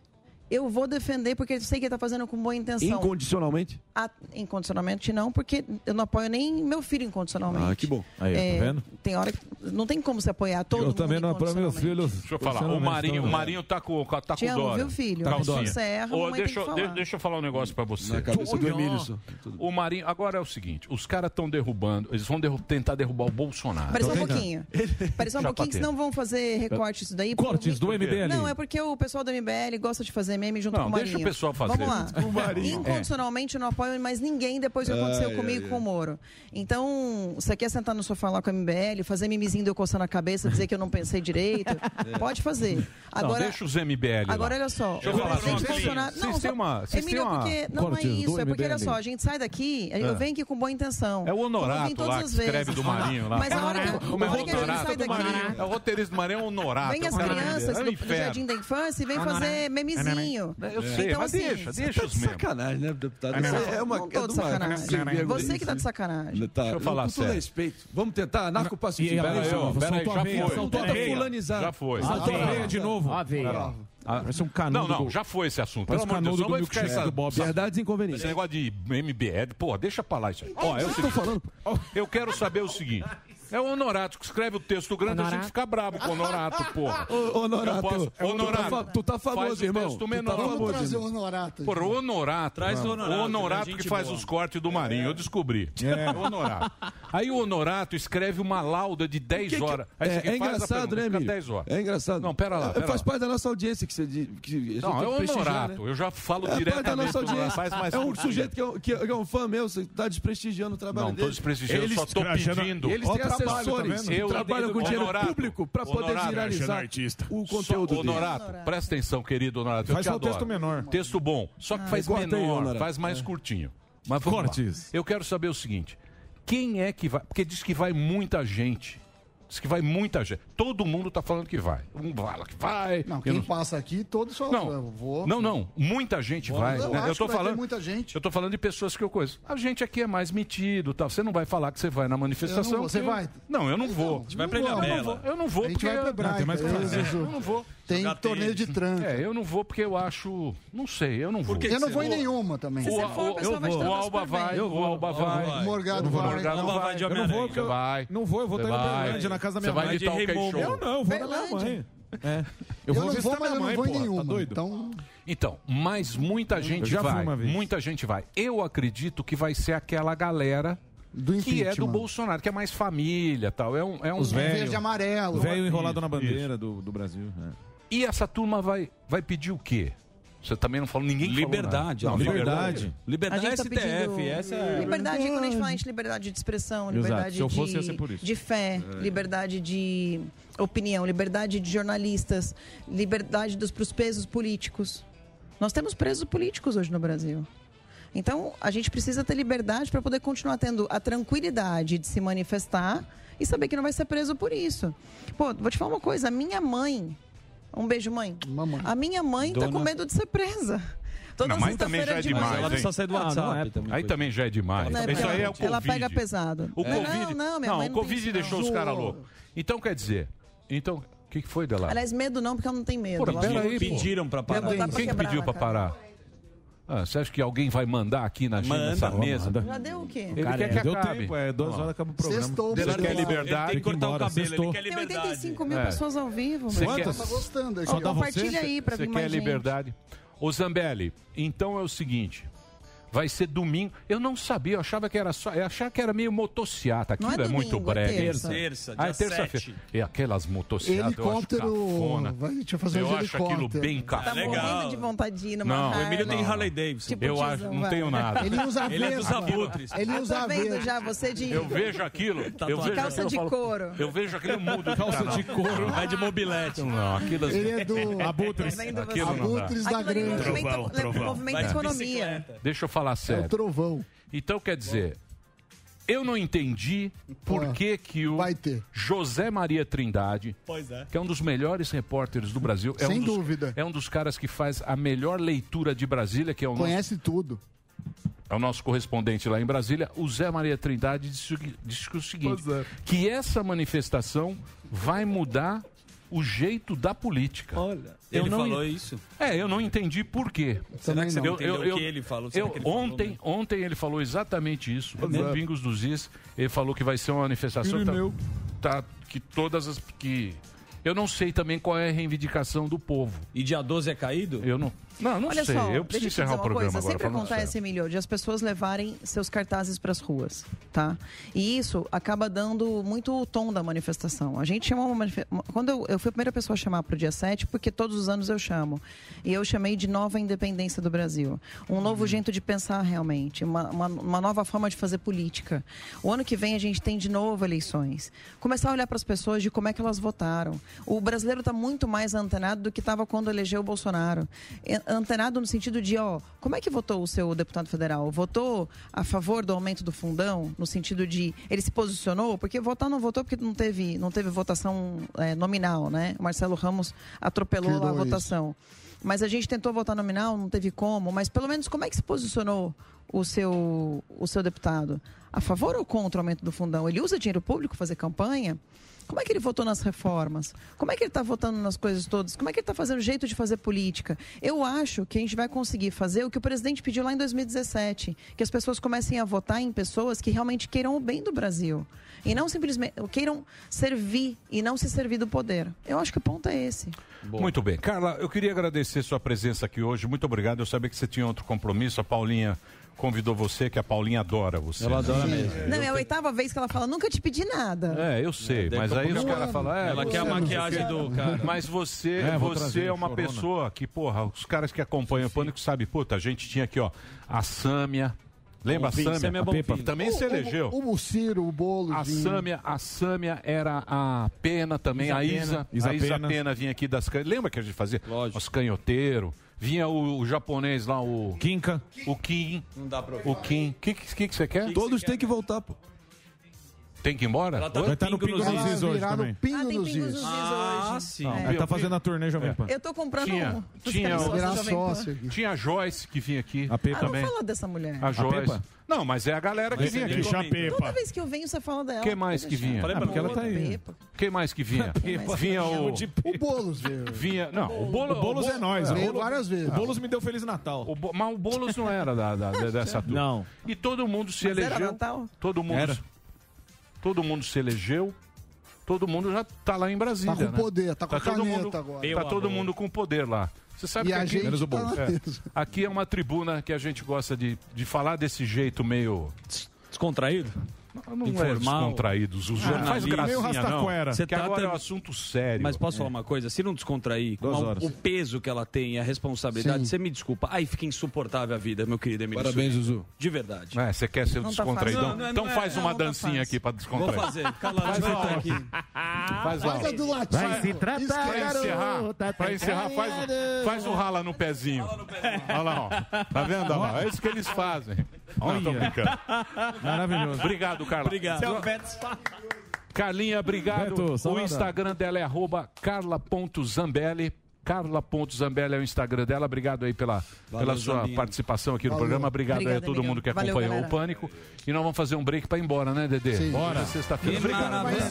Speaker 19: eu vou defender porque eu sei que ele está fazendo com boa intenção.
Speaker 2: Incondicionalmente?
Speaker 19: Ah, incondicionalmente não, porque eu não apoio nem meu filho incondicionalmente.
Speaker 2: Ah, que bom.
Speaker 14: Aí, tá
Speaker 19: É,
Speaker 14: vendo?
Speaker 19: Tem hora que não tem como se apoiar todo
Speaker 14: Eu
Speaker 19: mundo
Speaker 14: também não apoio meus filhos.
Speaker 3: Deixa eu falar. O Marinho, o Marinho tá com, tá com
Speaker 19: Te amo,
Speaker 3: dó.
Speaker 19: viu, filho? Quando você é erra,
Speaker 3: Ô,
Speaker 19: mamãe tem
Speaker 3: deixa,
Speaker 19: que
Speaker 3: eu-
Speaker 19: falar.
Speaker 3: de- deixa eu falar um negócio pra você.
Speaker 2: Na cabeça
Speaker 3: Olha,
Speaker 2: do Emílio, só.
Speaker 3: O Marinho, agora é o seguinte: os caras estão derrubando, eles vão derru- tentar derrubar o Bolsonaro.
Speaker 19: Espera só um pouquinho. Espera só um
Speaker 3: Já
Speaker 19: pouquinho,
Speaker 3: bateu.
Speaker 19: senão vão fazer recorte isso daí.
Speaker 3: Cortes do MBL.
Speaker 19: Não, é porque o pessoal do MBL gosta de fazer meme junto
Speaker 3: Não,
Speaker 19: com o Marinho.
Speaker 3: deixa o pessoal fazer.
Speaker 19: Vamos lá.
Speaker 3: O Marinho.
Speaker 19: Incondicionalmente eu não apoio mais ninguém depois do que aconteceu
Speaker 3: Ai,
Speaker 19: comigo
Speaker 3: ai,
Speaker 19: e com o Moro. Então, você quer sentar no sofá lá com o MBL, fazer memezinho de eu coçando a cabeça, dizer que eu não pensei direito? Pode fazer.
Speaker 3: Agora,
Speaker 19: Agora,
Speaker 3: deixa os MBL. lá.
Speaker 19: Agora, olha só.
Speaker 3: Deixa eu falar
Speaker 19: o presidente
Speaker 3: só uma
Speaker 19: Bolsonaro-
Speaker 3: coisa. Vocês
Speaker 19: só-
Speaker 3: têm uma- vocês têm
Speaker 19: Emílio,
Speaker 3: uma
Speaker 19: porque não é
Speaker 3: cortes do
Speaker 19: isso. É porque, olha
Speaker 3: MBL.
Speaker 19: só, a gente sai daqui,
Speaker 3: É.
Speaker 19: eu venho aqui com boa intenção.
Speaker 3: É o honorato
Speaker 19: Vem todas
Speaker 3: lá que
Speaker 19: as vezes.
Speaker 3: escreve do Marinho lá.
Speaker 19: Mas a hora que,
Speaker 3: Como é
Speaker 19: a hora que a gente
Speaker 3: honorato?
Speaker 19: sai
Speaker 3: Do Marinho.
Speaker 19: daqui...
Speaker 3: É o roteirista do Marinho é um honorato.
Speaker 19: Vem
Speaker 3: É
Speaker 19: as
Speaker 3: um
Speaker 19: crianças do, do
Speaker 3: inferno. É,
Speaker 19: Jardim da Infância e vem fazer memezinho.
Speaker 3: Eu sei,
Speaker 19: então,
Speaker 3: né. mas
Speaker 19: assim,
Speaker 3: deixa,
Speaker 19: você
Speaker 3: deixa
Speaker 19: tá
Speaker 3: os
Speaker 19: de
Speaker 3: mesmos.
Speaker 2: Sacanagem, né, deputado?
Speaker 19: Não,
Speaker 2: Isso é uma
Speaker 19: não
Speaker 2: é
Speaker 19: tô de
Speaker 2: de uma-
Speaker 19: sacanagem. Você que tá de sacanagem.
Speaker 2: Tá,
Speaker 3: Deixa eu falar
Speaker 2: com todo
Speaker 3: sério.
Speaker 2: respeito. Vamos tentar
Speaker 3: E
Speaker 2: narcopacifismo.
Speaker 3: aí,
Speaker 2: Peraí,
Speaker 3: ó,
Speaker 2: ó,
Speaker 3: peraí,
Speaker 2: soltou
Speaker 3: já
Speaker 2: a veia,
Speaker 3: foi.
Speaker 2: soltou a
Speaker 3: Já foi.
Speaker 2: fulanizada.
Speaker 3: Já foi.
Speaker 2: Soltou a
Speaker 3: Ah,
Speaker 16: é
Speaker 2: veia de novo.
Speaker 3: Ah, veia.
Speaker 2: Olha lá.
Speaker 3: Ah,
Speaker 7: Parece um
Speaker 3: Não,
Speaker 7: canudo.
Speaker 3: não,
Speaker 7: do-
Speaker 3: já foi esse assunto.
Speaker 7: Parece
Speaker 3: Pelo amor de Deus,
Speaker 7: canudo
Speaker 3: não vai
Speaker 7: do
Speaker 3: ficar
Speaker 7: milkshake
Speaker 3: essa...
Speaker 7: do Bob.
Speaker 2: Verdades inconvenientes.
Speaker 3: Esse negócio de MBL, porra, deixa pra lá isso aí. Ó, é o
Speaker 2: Eu tô
Speaker 3: seguinte,
Speaker 2: falando.
Speaker 3: Eu quero saber o seguinte. É o Honorato que escreve o texto do grande, a gente
Speaker 2: Honorato.
Speaker 3: fica brabo com o Honorato, porra.
Speaker 2: Ô, Honorato,
Speaker 3: Eu posso-
Speaker 2: é o-
Speaker 3: Honorato,
Speaker 2: tu tá fa- tu tá famoso,
Speaker 3: faz o
Speaker 2: irmão.
Speaker 3: texto
Speaker 2: Tu tá
Speaker 3: menor.
Speaker 2: famoso, Vamos
Speaker 9: trazer o honorato.
Speaker 3: Porra, o Honorato.
Speaker 9: Traz o Honorato,
Speaker 3: O
Speaker 9: né?
Speaker 3: Honorato
Speaker 9: Gente
Speaker 3: que faz
Speaker 9: boa.
Speaker 3: os cortes do Marinho, eu descobri.
Speaker 9: É.
Speaker 3: É o Honorato. Aí o Honorato escreve uma lauda de 10
Speaker 2: Que que-
Speaker 3: horas. Aí você
Speaker 2: É,
Speaker 3: faz
Speaker 2: é
Speaker 3: a
Speaker 2: engraçado,
Speaker 3: pergunta,
Speaker 2: né,
Speaker 3: fica
Speaker 2: Emílio?
Speaker 3: 10 horas.
Speaker 2: É engraçado.
Speaker 3: Não, pera lá,
Speaker 2: É,
Speaker 3: pera
Speaker 2: Faz
Speaker 3: lá.
Speaker 2: parte da nossa audiência que você diz.
Speaker 16: então
Speaker 2: Que né? É
Speaker 3: Não, é o
Speaker 16: né?
Speaker 3: Honorato. Eu já
Speaker 16: É,
Speaker 3: falo diretamente
Speaker 2: nossa
Speaker 3: com o Honorato.
Speaker 2: audiência.
Speaker 3: Faz mais
Speaker 2: é um
Speaker 3: curtinho.
Speaker 2: sujeito que é um, que é- que é um fã meu, você tá desprestigiando o trabalho
Speaker 3: Não,
Speaker 2: dele.
Speaker 3: tô desprestigiando, eu só tô
Speaker 2: Escrachando-
Speaker 3: pedindo.
Speaker 2: Eles
Speaker 3: Ó
Speaker 2: têm
Speaker 3: o trabalho,
Speaker 2: assessores
Speaker 3: tá vendo? Eu-
Speaker 2: que trabalham com dinheiro
Speaker 3: Honorato,
Speaker 2: público para poder
Speaker 3: Honorato,
Speaker 2: viralizar
Speaker 3: artista.
Speaker 2: o conteúdo
Speaker 3: Só,
Speaker 2: dele.
Speaker 3: Honorato, presta atenção, querido Honorato.
Speaker 2: Faz
Speaker 3: eu te
Speaker 2: só o
Speaker 3: adoro.
Speaker 2: texto menor.
Speaker 3: Texto bom, só que
Speaker 2: Ah,
Speaker 3: faz
Speaker 2: corta aí,
Speaker 3: menor,
Speaker 2: Honorato.
Speaker 3: faz mais
Speaker 2: É.
Speaker 3: curtinho. Mas vamos
Speaker 2: Cortes.
Speaker 3: lá. Eu quero saber o seguinte, quem é que vai... Porque diz que vai muita gente. Diz que vai muita gente. Todo mundo tá falando que vai. Um fala que vai.
Speaker 9: Não,
Speaker 3: eu
Speaker 9: quem
Speaker 3: não-
Speaker 9: passa aqui, todos só
Speaker 3: Não.
Speaker 9: vou.
Speaker 3: Não, não. Muita gente
Speaker 9: Bom,
Speaker 3: vai.
Speaker 9: eu
Speaker 3: né?
Speaker 9: acho
Speaker 3: Eu tô
Speaker 9: que vai ter
Speaker 3: falando.
Speaker 9: muita gente.
Speaker 3: Eu tô falando de pessoas que eu conheço. A gente aqui é mais metido, tal. Você não vai falar que você vai na manifestação.
Speaker 9: Eu não vou. Você
Speaker 3: porque
Speaker 9: vai? Então,
Speaker 3: Não, eu não vou. Você
Speaker 9: vai pra Ilhabela.
Speaker 3: Eu não vou
Speaker 9: A gente
Speaker 3: porque
Speaker 9: vai pra Braga,
Speaker 3: tem mais
Speaker 9: eu,
Speaker 3: coisa.
Speaker 9: Zuzu.
Speaker 3: Eu não vou.
Speaker 9: Tem torneio de tranca.
Speaker 3: É, eu não vou porque eu acho, não sei, eu não vou.
Speaker 9: eu não vou em nenhuma também.
Speaker 3: O, o- o, o Alba vai, um o Alba vai.
Speaker 9: O Morgado
Speaker 3: o
Speaker 9: vai.
Speaker 3: Morgado
Speaker 9: Alba vai de
Speaker 3: Eu não vou,
Speaker 7: Homem-Aranha.
Speaker 3: porque eu- vai.
Speaker 7: Não vou, eu vou
Speaker 3: Você
Speaker 7: estar em
Speaker 3: vai.
Speaker 7: Uberlândia, na casa da minha
Speaker 3: Você vai
Speaker 7: mãe.
Speaker 3: imitar o Kei Show.
Speaker 7: Eu não, eu vou na minha
Speaker 9: Uberlândia.
Speaker 7: mãe. É. Eu
Speaker 9: Eu não
Speaker 7: vou
Speaker 9: vou,
Speaker 7: visitar
Speaker 9: mas eu
Speaker 7: minha
Speaker 9: não
Speaker 7: mãe,
Speaker 9: vou em
Speaker 7: porra. Tá
Speaker 9: nenhuma,
Speaker 7: doido?
Speaker 9: Então,
Speaker 3: Então, mas muita gente
Speaker 7: já fui
Speaker 3: vai.
Speaker 7: uma vez.
Speaker 3: Muita gente vai. Eu acredito que vai ser aquela galera que é do
Speaker 7: impeachment.
Speaker 3: Bolsonaro, que é mais família, tal. É um, é um
Speaker 7: Os velhos.
Speaker 9: verde e amarelo.
Speaker 7: Velho enrolado na
Speaker 3: Isso,
Speaker 7: bandeira do, do Brasil. né?
Speaker 3: E essa turma vai, vai pedir o quê? Você também não falou ninguém.
Speaker 7: Liberdade,
Speaker 3: falou nada.
Speaker 7: liberdade. é
Speaker 19: A gente tá pedindo Liberdade, quando a gente fala, a gente liberdade de expressão,
Speaker 3: é Exato.
Speaker 19: liberdade
Speaker 3: Se eu fosse,
Speaker 19: de,
Speaker 3: ia ser por isso.
Speaker 19: de fé,
Speaker 3: É.
Speaker 19: liberdade de opinião, liberdade de jornalistas, liberdade dos pros presos políticos. Nós temos presos políticos hoje no Brasil. Então, a gente precisa ter liberdade para poder continuar tendo a tranquilidade de se manifestar e saber que não vai ser preso por isso. Pô, vou te falar uma coisa, a minha mãe, um beijo mãe. A minha mãe tá
Speaker 3: Dona-
Speaker 19: com medo de ser presa. Toda
Speaker 3: não, mas também já é
Speaker 19: sexta-feira de
Speaker 3: demais.
Speaker 19: manhã- Ah,
Speaker 3: hein?
Speaker 7: tá
Speaker 3: Aí também já é demais.
Speaker 19: Não, é porque
Speaker 3: Isso aí
Speaker 19: ela,
Speaker 3: é o Covid.
Speaker 19: ela pega pesado.
Speaker 3: O
Speaker 19: Não,
Speaker 3: Covid,
Speaker 19: Não, não, minha mãe
Speaker 3: o
Speaker 19: não tem
Speaker 3: Covid
Speaker 19: isso,
Speaker 3: deixou
Speaker 19: não.
Speaker 3: os caras loucos. Então, quer dizer, então, o que, que foi, Delar?
Speaker 19: Aliás, medo não, porque ela não tem medo.
Speaker 3: Pô,
Speaker 19: Ela
Speaker 3: pera aí, pô.
Speaker 19: pediram pra parar. Vai botar pra
Speaker 3: Quem que
Speaker 19: quebrar
Speaker 3: pediu
Speaker 19: na
Speaker 3: pra
Speaker 19: cara.
Speaker 3: parar? Ah, você acha que alguém vai mandar aqui na agenda
Speaker 7: Manda,
Speaker 3: essa
Speaker 7: mesa.
Speaker 3: mesa?
Speaker 19: Já deu o quê?
Speaker 3: Ele
Speaker 7: Cara,
Speaker 3: quer
Speaker 7: é,
Speaker 3: que
Speaker 7: deu
Speaker 3: acabe.
Speaker 7: tempo, é, duas
Speaker 3: Ó.
Speaker 7: horas acaba o programa.
Speaker 3: Sextou, Ele pessoal. quer liberdade. Tem que cortar o cabelo, ele quer
Speaker 19: Tem 85 mil
Speaker 3: É.
Speaker 19: pessoas ao vivo,
Speaker 3: Você
Speaker 19: mano.
Speaker 3: quer-
Speaker 19: Tá gostando
Speaker 9: é
Speaker 19: aqui,
Speaker 3: Só
Speaker 19: ó.
Speaker 3: dá
Speaker 19: Compartilha
Speaker 3: você?
Speaker 19: aí pra
Speaker 3: Você
Speaker 19: vir
Speaker 3: quer
Speaker 19: mais
Speaker 3: liberdade? Ô Zambelli, então é o seguinte. Vai ser domingo. Eu não sabia, eu achava que era só. Eu achava que era meio motociata. Aquilo
Speaker 7: Não é
Speaker 3: é, muito
Speaker 7: domingo, é
Speaker 3: breve.
Speaker 7: terça. Terça, dia
Speaker 3: ah, é terça-feira.
Speaker 7: 7.
Speaker 3: E aquelas motociatas.
Speaker 9: Helicóptero.
Speaker 3: Eu acho cafona.
Speaker 9: Vai, deixa eu fazer
Speaker 3: eu
Speaker 9: um de
Speaker 3: acho aquilo
Speaker 9: helicóptero.
Speaker 3: bem
Speaker 9: Tá
Speaker 3: cafona.
Speaker 19: morrendo de vontade de ir numa
Speaker 3: Não, o
Speaker 19: Harley.
Speaker 3: Emílio tem Harley Davidson. Eu
Speaker 19: tiozão,
Speaker 3: acho- não
Speaker 19: vai.
Speaker 3: tenho nada. Ele usa Ele é dos avesso. abutres. Tá
Speaker 19: Ah,
Speaker 3: Ele
Speaker 19: tá
Speaker 3: usa
Speaker 19: vendo
Speaker 3: avesso.
Speaker 19: já, você de...
Speaker 3: Eu vejo aquilo. Eu vejo
Speaker 19: calça
Speaker 3: aquilo,
Speaker 19: de
Speaker 3: eu falo-
Speaker 19: couro.
Speaker 3: Eu vejo aquilo eu mudo.
Speaker 7: Calça
Speaker 3: canal.
Speaker 7: de couro.
Speaker 1: Vai É de mobilete.
Speaker 3: Não, aquilo. assim.
Speaker 1: Ele é do-
Speaker 3: Abutres.
Speaker 1: Vem do
Speaker 3: Aquilo
Speaker 1: você.
Speaker 3: não dá.
Speaker 1: Abutres da Aquilo ali grande. movimenta-
Speaker 3: Trovão,
Speaker 1: le-
Speaker 3: trovão.
Speaker 1: movimenta a
Speaker 3: É.
Speaker 1: economia.
Speaker 3: Deixa eu falar
Speaker 9: é o
Speaker 3: sério.
Speaker 9: trovão.
Speaker 3: Então quer dizer, eu não entendi
Speaker 9: Ah,
Speaker 3: por que que o José Maria Trindade,
Speaker 1: Pois é.
Speaker 3: que é um dos melhores repórteres do Brasil, é
Speaker 9: Sem
Speaker 3: um dos,
Speaker 9: dúvida.
Speaker 3: é um dos caras que faz a melhor leitura de Brasília, que é o nosso
Speaker 9: Conhece tudo.
Speaker 3: é o nosso correspondente lá em Brasília, o Zé Maria
Speaker 20: é.
Speaker 3: Trindade disse, o gui- disse que o seguinte, que essa manifestação vai mudar o jeito da política. Olha,
Speaker 20: ele falou isso?
Speaker 3: É, eu não entendi por quê.
Speaker 20: Será que você não
Speaker 3: Eu-
Speaker 20: entendeu
Speaker 3: eu-
Speaker 20: o que
Speaker 3: eu-
Speaker 20: ele falou? Será
Speaker 3: eu-
Speaker 20: que ele falou
Speaker 3: ontem, ontem ele falou exatamente isso.
Speaker 20: É
Speaker 3: No
Speaker 20: mesmo?
Speaker 3: Pingos dos Is, ele falou que vai ser uma manifestação tá-
Speaker 20: Irineu.
Speaker 3: tá, que todas as que eu não sei também qual é a reivindicação do povo.
Speaker 20: E dia 12 é caído?
Speaker 3: Eu não. Não, não
Speaker 19: Olha
Speaker 3: sei.
Speaker 19: só,
Speaker 3: eu preciso
Speaker 19: deixa eu te dizer
Speaker 3: encerrar o
Speaker 19: uma
Speaker 3: programa
Speaker 19: coisa.
Speaker 3: agora.
Speaker 19: Sempre é
Speaker 3: falando sério.
Speaker 19: acontece, Emílio, de as pessoas levarem seus cartazes para as ruas, tá? E isso acaba dando muito o tom da manifestação. A gente chama uma manife- uma- Quando eu, eu fui a primeira pessoa a chamar para o dia 7, porque todos os anos eu chamo. E eu chamei de nova independência do Brasil. Um novo
Speaker 3: Uhum.
Speaker 19: jeito de pensar realmente, uma, uma, uma nova forma de fazer política. O ano que vem a gente tem de novo eleições. Começar a olhar para as pessoas de como é que elas votaram. O brasileiro está muito mais antenado do que estava quando elegeu o Bolsonaro. É, Antenado no sentido de, ó, como é que votou o seu deputado federal? Votou a favor do aumento do fundão? No sentido de, ele se posicionou? Porque votar não votou porque não teve, não teve votação é, nominal, né? O Marcelo Ramos atropelou lá a
Speaker 23: Tirou isso.
Speaker 19: votação votação. Mas a gente tentou votar nominal, não teve como. Mas pelo menos como é que se posicionou o seu, o seu deputado? A favor ou contra o aumento do fundão? Ele usa dinheiro público para fazer campanha? Como é que ele votou nas reformas? Como é que ele está votando nas coisas todas? Como é que ele está fazendo jeito de fazer política? Eu acho que a gente vai conseguir fazer o que o presidente pediu lá em 2017, que as pessoas comecem a votar em pessoas que realmente queiram o bem do Brasil e não simplesmente queiram servir e não se servir do poder. Eu acho que o ponto é esse.
Speaker 3: Muito bem. Carla, eu queria agradecer sua presença aqui hoje. Muito obrigado. Eu sabia que você tinha outro compromisso. A Paulinha convidou você, que a Paulinha adora você. né?
Speaker 2: Ela adora
Speaker 3: mesmo.
Speaker 19: Não, é a oitava vez que ela fala, nunca te pedi nada.
Speaker 3: É, eu sei, mas aí os caras falam. É,
Speaker 20: Ela quer a
Speaker 3: você não
Speaker 20: maquiagem
Speaker 3: sei o quê.
Speaker 20: do cara.
Speaker 3: Mas você,
Speaker 20: É, vou
Speaker 3: você
Speaker 20: trazer,
Speaker 3: é uma
Speaker 20: chorona.
Speaker 3: pessoa que, porra, os caras que acompanham o Pânico sabem, puta, a gente tinha aqui, ó, a Sâmia. Lembra
Speaker 14: Bonfim,
Speaker 3: a
Speaker 20: é
Speaker 3: Sâmia?
Speaker 14: Sâmia Bonfim.
Speaker 3: Pepa. Também
Speaker 14: O-
Speaker 3: se
Speaker 14: o-
Speaker 3: elegeu.
Speaker 9: O Muciro, o bolo.
Speaker 3: A Sâmia, a Sâmia era a Pena também,
Speaker 14: Isa
Speaker 3: a
Speaker 14: Pena.
Speaker 3: Isa.
Speaker 14: Isa
Speaker 3: a Isa Pena.
Speaker 14: Pena.
Speaker 3: vinha aqui das can- Lembra que a gente fazia? Lógico. Os canhoteiros. Vinha o, o japonês lá, o. Kinka. O Kim.
Speaker 20: Não dá pra ouvir.
Speaker 3: O Kim. O que, que, que você quer?
Speaker 20: Que que Todos você
Speaker 3: têm que voltar, pô. Tem que ir embora?
Speaker 20: Ela tá no Vai tá no Pingo Pingo nos nos Is Is hoje viraram também.
Speaker 19: Ah, tem pingos nos is hoje.
Speaker 3: sim.
Speaker 19: É.
Speaker 7: Ele tá fazendo a turnê Jovem Pan.
Speaker 19: Eu tô comprando
Speaker 3: Ah, Tinha,
Speaker 19: um. Você
Speaker 3: tinha,
Speaker 19: quer
Speaker 3: o-
Speaker 19: ser Jovem Pan?
Speaker 3: tinha a Joyce que vinha aqui. A
Speaker 19: Ah,
Speaker 3: também.
Speaker 19: não fala dessa mulher.
Speaker 3: A Joyce. não, mas é a Ah, galera que
Speaker 19: Mas
Speaker 3: vinha
Speaker 19: você
Speaker 3: aqui.
Speaker 19: deixa a Toda vez que eu venho, você fala dela.
Speaker 3: Quem mais
Speaker 19: Pode
Speaker 3: que
Speaker 19: deixar.
Speaker 3: vinha?
Speaker 19: Falei pra ela.
Speaker 3: Quem mais que vinha? tá Vinha o...
Speaker 9: O Boulos veio.
Speaker 3: Vinha... Não, o Bolo...
Speaker 7: O Boulos é nós.
Speaker 3: Veio
Speaker 7: O Boulos-
Speaker 3: várias vezes.
Speaker 7: O Boulos me deu Feliz Natal.
Speaker 3: Mas o Boulos não era da, da- da- dessa turma. Não. E todo mundo se
Speaker 7: Mas era
Speaker 3: elegeu.
Speaker 7: Natal?
Speaker 3: Todo mundo.
Speaker 7: Era.
Speaker 3: Todo mundo se elegeu. Todo mundo já tá lá em Brasília.
Speaker 9: Tá com
Speaker 3: né?
Speaker 9: poder, tá com
Speaker 3: todo
Speaker 9: caneta
Speaker 3: mundo,
Speaker 9: agora.
Speaker 3: Tá
Speaker 9: Meu
Speaker 3: todo
Speaker 9: amor.
Speaker 3: mundo com poder lá. Você sabe
Speaker 9: E
Speaker 3: que
Speaker 9: a
Speaker 3: aqui,
Speaker 9: gente Menos o tá Boulos. lá
Speaker 3: é.
Speaker 9: dentro.
Speaker 3: aqui é uma tribuna que a gente gosta de, de falar desse jeito meio.
Speaker 20: Descontraído?
Speaker 3: Não É descontraídos.
Speaker 8: Ah,
Speaker 3: Os jornais faz gracinha, não.
Speaker 20: Você
Speaker 3: Que
Speaker 8: tá
Speaker 3: agora é um
Speaker 20: trata-
Speaker 3: assunto sério.
Speaker 20: Mas posso
Speaker 3: É.
Speaker 20: falar uma coisa? Se não descontrair, com
Speaker 3: Duas
Speaker 20: a-
Speaker 3: horas.
Speaker 20: o peso que ela tem e a responsabilidade,
Speaker 3: Sim.
Speaker 20: você me desculpa. Aí fica insuportável a vida, meu querido Emílio.
Speaker 3: Parabéns,
Speaker 20: Surita.
Speaker 3: Zuzu.
Speaker 20: De verdade.
Speaker 3: É, você quer ser
Speaker 20: Não tá
Speaker 3: descontraído?
Speaker 20: fácil. Não, não é-
Speaker 3: então
Speaker 20: não é-
Speaker 3: faz
Speaker 20: não,
Speaker 3: uma
Speaker 20: não tá
Speaker 3: dancinha
Speaker 20: fácil.
Speaker 3: aqui pra descontrair.
Speaker 20: Vou fazer. Cala
Speaker 3: Faz
Speaker 20: vai
Speaker 3: lá,
Speaker 20: tá
Speaker 3: ó.
Speaker 20: aqui.
Speaker 3: Faz lá.
Speaker 20: Faz a do
Speaker 9: latim.
Speaker 3: Vai se tratar,
Speaker 9: Isso,
Speaker 3: pra
Speaker 9: garoto,
Speaker 3: encerrar,
Speaker 9: tá
Speaker 3: pra encerrar faz, o- faz o rala no pezinho. Olha lá, ó. Tá vendo? Olha lá, É isso que eles fazem. Não, tô
Speaker 7: Olha.
Speaker 3: brincando.
Speaker 7: Maravilhoso.
Speaker 3: Obrigado, Carla. é Seu- Carlinha, obrigado.
Speaker 7: Beto,
Speaker 3: o
Speaker 7: saudade.
Speaker 3: Instagram dela é arroba carla.zambelli. Carla.zambelli é o Instagram dela. Obrigado aí pela,
Speaker 20: Valeu,
Speaker 3: pela sua
Speaker 20: Zambinho.
Speaker 3: participação aqui no
Speaker 20: Valeu.
Speaker 3: programa. Obrigado aí a
Speaker 20: Obrigado,
Speaker 3: todo
Speaker 20: amigão.
Speaker 3: mundo que
Speaker 20: Valeu,
Speaker 3: acompanhou
Speaker 20: galera.
Speaker 3: o Pânico. E nós vamos fazer um break pra ir embora, né, Dedê?
Speaker 20: Sim.
Speaker 3: Bora.
Speaker 20: Bora.
Speaker 3: Sexta-feira.
Speaker 20: Que
Speaker 3: Obrigado.
Speaker 20: maravilha.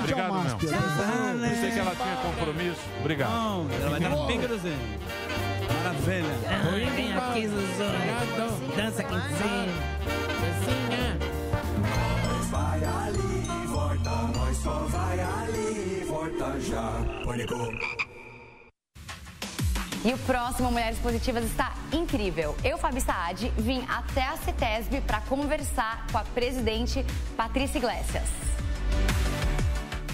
Speaker 3: Obrigado, meu.
Speaker 20: Tchau,
Speaker 3: Eu sei que ela tinha compromisso. Obrigado.
Speaker 20: Ela vai dar pingarozinho. Maravilha.
Speaker 24: Vem aqui, Zuzu. Dança quinzinho. Dancinha.
Speaker 25: Vai ali e volta, nós só vai ali e volta já. Pânico.
Speaker 26: E o próximo Mulheres Positivas está incrível. Eu, Fabi Saad, vim até a CETESB para conversar com a presidente Patrícia Iglesias.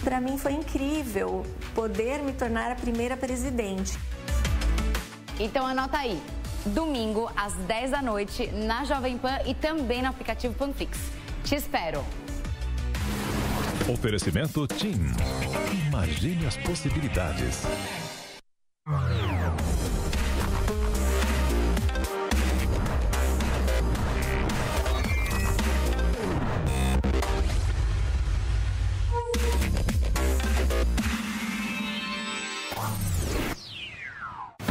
Speaker 27: Para mim foi incrível poder me tornar a primeira presidente.
Speaker 26: Então anota aí, domingo às 10 da noite na Jovem Pan e também no aplicativo Panflix. Te espero.
Speaker 28: Oferecimento TIM. Imagine as possibilidades.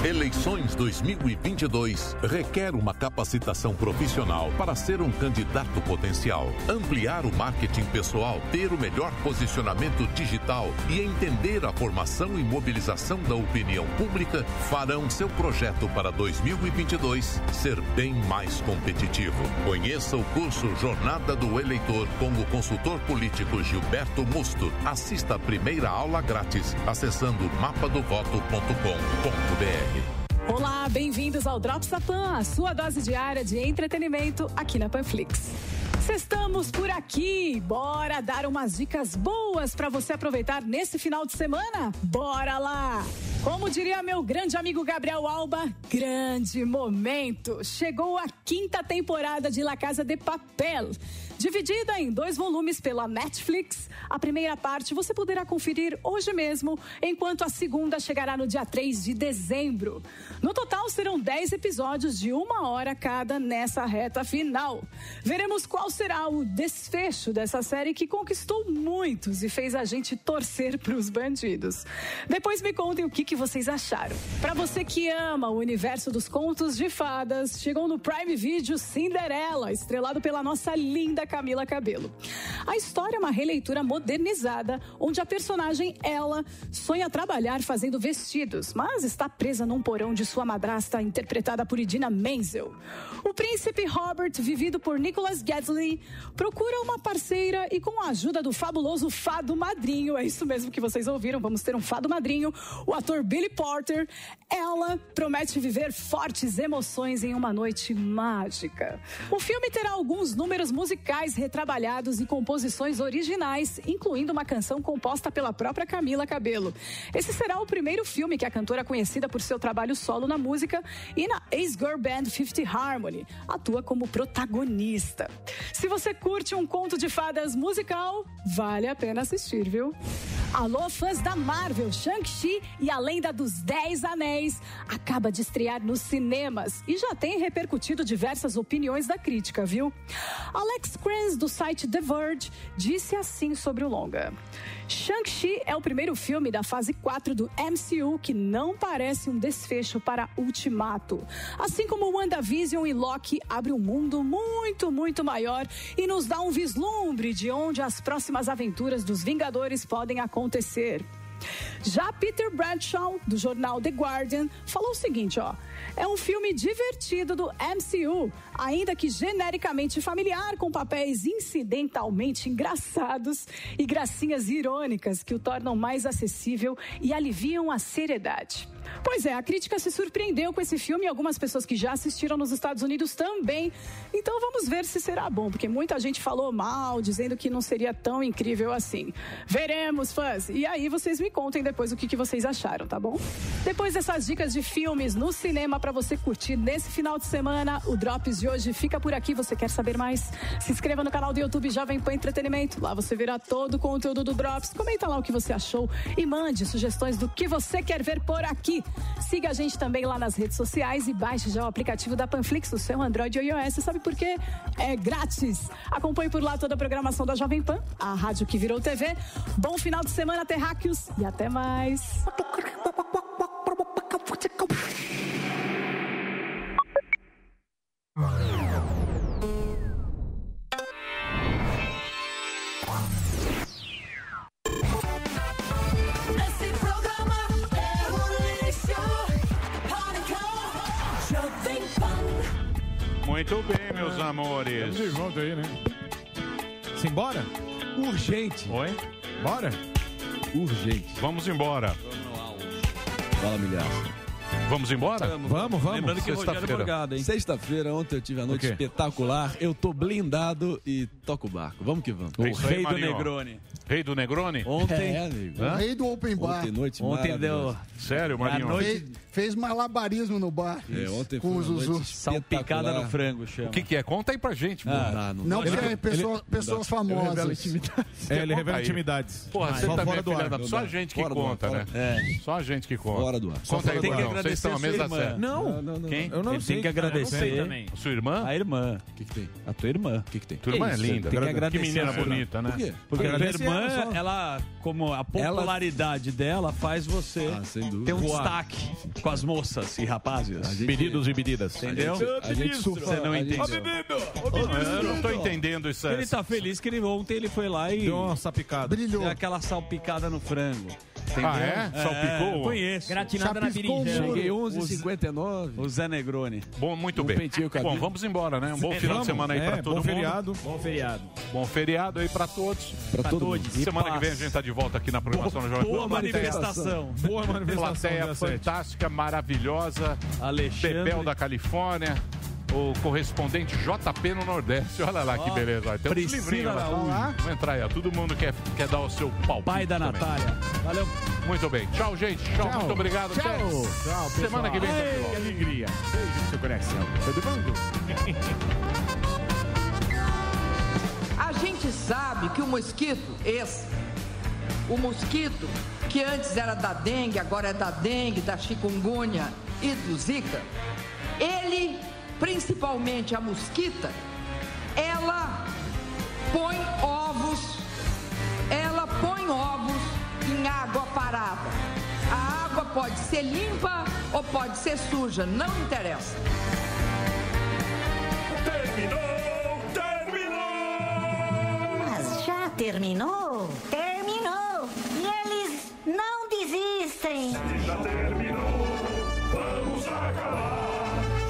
Speaker 29: Ele
Speaker 28: eleições 2022 requer uma capacitação profissional para ser um candidato potencial, ampliar o marketing pessoal, ter o melhor posicionamento digital e entender a formação e mobilização da opinião pública farão seu projeto para 2022 ser bem mais competitivo. Conheça o curso Jornada do Eleitor com o consultor político Gilberto Musto. Assista a primeira aula grátis acessando mapadovoto.com.br.
Speaker 21: Olá, bem-vindos ao Drops da Pan, a sua dose diária de entretenimento aqui na Panflix. Estamos por aqui, bora dar umas dicas boas para você aproveitar nesse final de semana? Bora lá! Como diria meu grande amigo Gabriel Alba, grande momento! Chegou a quinta temporada de La Casa de Papel. Dividida em dois volumes pela Netflix, a primeira parte você poderá conferir hoje mesmo, enquanto a segunda chegará no dia 3 de dezembro. No total, serão 10 episódios de uma hora cada nessa reta final. Veremos qual será o desfecho dessa série que conquistou muitos e fez a gente torcer para os bandidos. Depois me contem o que, que vocês acharam. Para você que ama o universo dos contos de fadas, chegou no Prime Video Cinderela, estrelado pela nossa linda Camila Cabelo. A história é uma releitura modernizada, onde a personagem ela sonha trabalhar fazendo vestidos, mas está presa num porão de sua madrasta, interpretada por Idina Menzel. O príncipe Robert, vivido por Nicholas Gadsby, procura uma parceira e, com a ajuda do fabuloso fado madrinho, é isso mesmo que vocês ouviram, vamos ter um fado madrinho, o ator Billy Porter, ela promete viver fortes emoções em uma noite mágica. O filme terá alguns números musicais retrabalhados e composições originais, incluindo uma canção composta pela própria Camila Cabelo. Esse será o primeiro filme que a cantora, conhecida por seu trabalho solo na música e na Ace Girl Band 50 Harmony, atua como protagonista. Se você curte um conto de fadas musical, vale a pena assistir, viu? Alô, fãs da Marvel, Shang-Chi e a Lenda dos Dez Anéis acaba de estrear nos cinemas e já tem repercutido diversas opiniões da crítica, viu? Alex Kranz, do site The Verge, disse assim sobre o longa. Shang-Chi é o primeiro filme da fase 4 do MCU que não parece um desfecho para Ultimato. Assim como WandaVision e Loki abre um mundo muito, muito maior e nos dá um vislumbre de onde as próximas aventuras dos Vingadores podem acontecer acontecer. Já Peter Bradshaw, do jornal The Guardian, falou o seguinte, ó: "É um filme divertido do MCU, ainda que genericamente familiar com papéis incidentalmente engraçados e gracinhas irônicas que o tornam mais acessível e aliviam a seriedade." Pois é, a crítica se surpreendeu com esse filme e algumas pessoas que já assistiram nos Estados Unidos também. Então vamos ver se será bom, porque muita gente falou mal, dizendo que não seria tão incrível assim. Veremos, fãs. E aí vocês me contem depois o que, que vocês acharam, tá bom? Depois dessas dicas de filmes no cinema para você curtir nesse final de semana, o Drops de hoje fica por aqui. Você quer saber mais? Se inscreva no canal do YouTube Jovem Pan Entretenimento. Lá você verá todo o conteúdo do Drops. Comenta lá o que você achou e mande sugestões do que você quer ver por aqui. Siga a gente também lá nas redes sociais e baixe já o aplicativo da Panflix no seu Android ou iOS. Sabe por quê? É grátis. Acompanhe por lá toda a programação da Jovem Pan, a rádio que virou TV. Bom final de semana, terráqueos, e até mais.
Speaker 25: Esse programa é um lixo. Pânico, Jovem Pan.
Speaker 3: Muito bem, meus amores.
Speaker 7: Estamos de volta aí, né? Simbora? Urgente. Oi? Bora? Urgente.
Speaker 3: Vamos embora.
Speaker 2: Fala, milhaço.
Speaker 3: Vamos embora?
Speaker 2: Vamos, vamos.
Speaker 8: Lembrando que é
Speaker 16: é
Speaker 8: Rogério Sexta-feira. Morgado, hein?
Speaker 2: Sexta-feira, ontem eu tive a noite
Speaker 8: O quê?
Speaker 2: espetacular. Eu tô blindado e toco o barco. Vamos que vamos.
Speaker 3: É isso aí, Marinho. Rei do Negroni?
Speaker 2: Ontem- É, amigo.
Speaker 3: Hã?
Speaker 9: O rei do open bar.
Speaker 2: Ontem noite
Speaker 9: Ontem deu-
Speaker 2: maravilhosa.
Speaker 3: Sério, Marinho?
Speaker 9: Fez, fez malabarismo no bar.
Speaker 2: É, ontem
Speaker 9: com
Speaker 2: foi
Speaker 9: o
Speaker 2: uma
Speaker 9: Zuzu.
Speaker 2: noite Salpicada espetacular. no frango,
Speaker 3: O que, que é? Conta aí pra gente, mano.
Speaker 9: Não, porque é pessoa- pessoas famosas.
Speaker 3: É,
Speaker 7: ele revela
Speaker 3: Aí.
Speaker 7: intimidades.
Speaker 3: Porra,
Speaker 7: Ah,
Speaker 3: você
Speaker 7: só
Speaker 3: também,
Speaker 7: fora do
Speaker 3: filha
Speaker 7: ar.
Speaker 3: da- Só a gente que
Speaker 7: Fora do ar,
Speaker 3: conta, né?
Speaker 7: fora-
Speaker 3: Só a gente que conta.
Speaker 2: Fora do ar.
Speaker 3: Conta aí,
Speaker 7: Tem que
Speaker 3: Guarão.
Speaker 7: agradecer
Speaker 3: Vocês estão à
Speaker 8: sua
Speaker 3: mesa
Speaker 8: irmã.
Speaker 3: certa.
Speaker 8: Não.
Speaker 3: Quem?
Speaker 8: Eu não Ele sei, tem que cara, eu não sei agradecer também.
Speaker 3: Sua irmã?
Speaker 8: A irmã.
Speaker 3: O que, tem?
Speaker 8: A tua irmã.
Speaker 3: O que, tem?
Speaker 8: Que
Speaker 3: Tua irmã é
Speaker 8: isso,
Speaker 3: linda.
Speaker 8: Tem que agradecer.
Speaker 3: que menina
Speaker 8: a sua irmã.
Speaker 3: bonita, né?
Speaker 8: Por quê? Porque a minha irmã, ela, como a popularidade dela, faz você ter um
Speaker 28: Voar.
Speaker 8: destaque com as moças e rapazes.
Speaker 28: Pedidos e medidas.
Speaker 8: Entendeu?
Speaker 28: A gente surfa,
Speaker 8: Você não
Speaker 28: a gente-
Speaker 8: entendeu.
Speaker 28: Ó, menino!
Speaker 8: Eu não tô
Speaker 3: entendendo isso.
Speaker 8: Ele tá feliz que ele ontem ele foi lá e.
Speaker 28: Deu uma sapicada. Brilhou.
Speaker 8: Deu aquela salpicada no frango. Entendeu?
Speaker 28: Ah, é? Salpicou?
Speaker 8: Conheço.
Speaker 28: Gratinada na Chapiscou o berinjela. muro.
Speaker 8: Cheguei
Speaker 28: Os-
Speaker 8: 11h59. O Zé Negroni.
Speaker 3: Bom, muito
Speaker 8: Um
Speaker 3: bem. Bom, vamos embora, né? Um bom
Speaker 8: É,
Speaker 3: final
Speaker 8: vamos.
Speaker 3: de semana aí
Speaker 8: É,
Speaker 3: pra todo
Speaker 8: bom
Speaker 3: mundo.
Speaker 8: feriado.
Speaker 3: Bom feriado. Bom feriado aí pra todos.
Speaker 8: Pra Pra todo todos. mundo. E
Speaker 3: Semana que
Speaker 8: paz.
Speaker 3: vem a gente tá de volta aqui na programação da Jovem Pan.
Speaker 8: boa
Speaker 3: Plateia-
Speaker 8: manifestação. Boa manifestação,
Speaker 3: Plateia
Speaker 8: dia sete.
Speaker 3: fantástica, maravilhosa.
Speaker 8: Alexandre.
Speaker 3: Bebel da Califórnia. O correspondente JP no Nordeste. Olha lá que
Speaker 8: Ó,
Speaker 3: beleza. Olha, Tem uns
Speaker 8: Priscila
Speaker 3: livrinhos lá.
Speaker 8: Araújo.
Speaker 3: Vamos entrar aí. ó. Todo mundo quer, quer dar o seu palpite.
Speaker 8: Pai da
Speaker 3: também.
Speaker 8: Natália. Valeu.
Speaker 3: Muito bem. Tchau, gente. Tchau. Muito obrigado.
Speaker 8: Tchau.
Speaker 3: Até
Speaker 8: Tchau,
Speaker 3: Semana
Speaker 8: pessoal.
Speaker 3: que vem. tá
Speaker 8: Ei,
Speaker 3: de volta.
Speaker 8: que
Speaker 7: alegria. Beijo no seu coração. Todo mundo?
Speaker 2: A gente sabe que o mosquito, esse, o mosquito que antes era da dengue, agora é da dengue, da chikungunya e do zika, ele, principalmente a mosquita, ela põe ovos, ela põe ovos em água parada. A água pode ser limpa ou pode ser suja, não interessa.
Speaker 10: Terminou! Terminou!
Speaker 26: Mas já terminou? Terminou! E eles não desistem!
Speaker 10: Já terminou! Vamos acabar!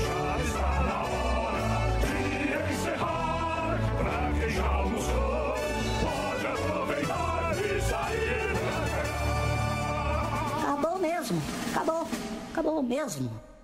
Speaker 10: Já está na hora de encerrar! Pra quem já almoçou, pode aproveitar e sair pra cá!
Speaker 26: Acabou É mesmo! Acabou! Acabou mesmo!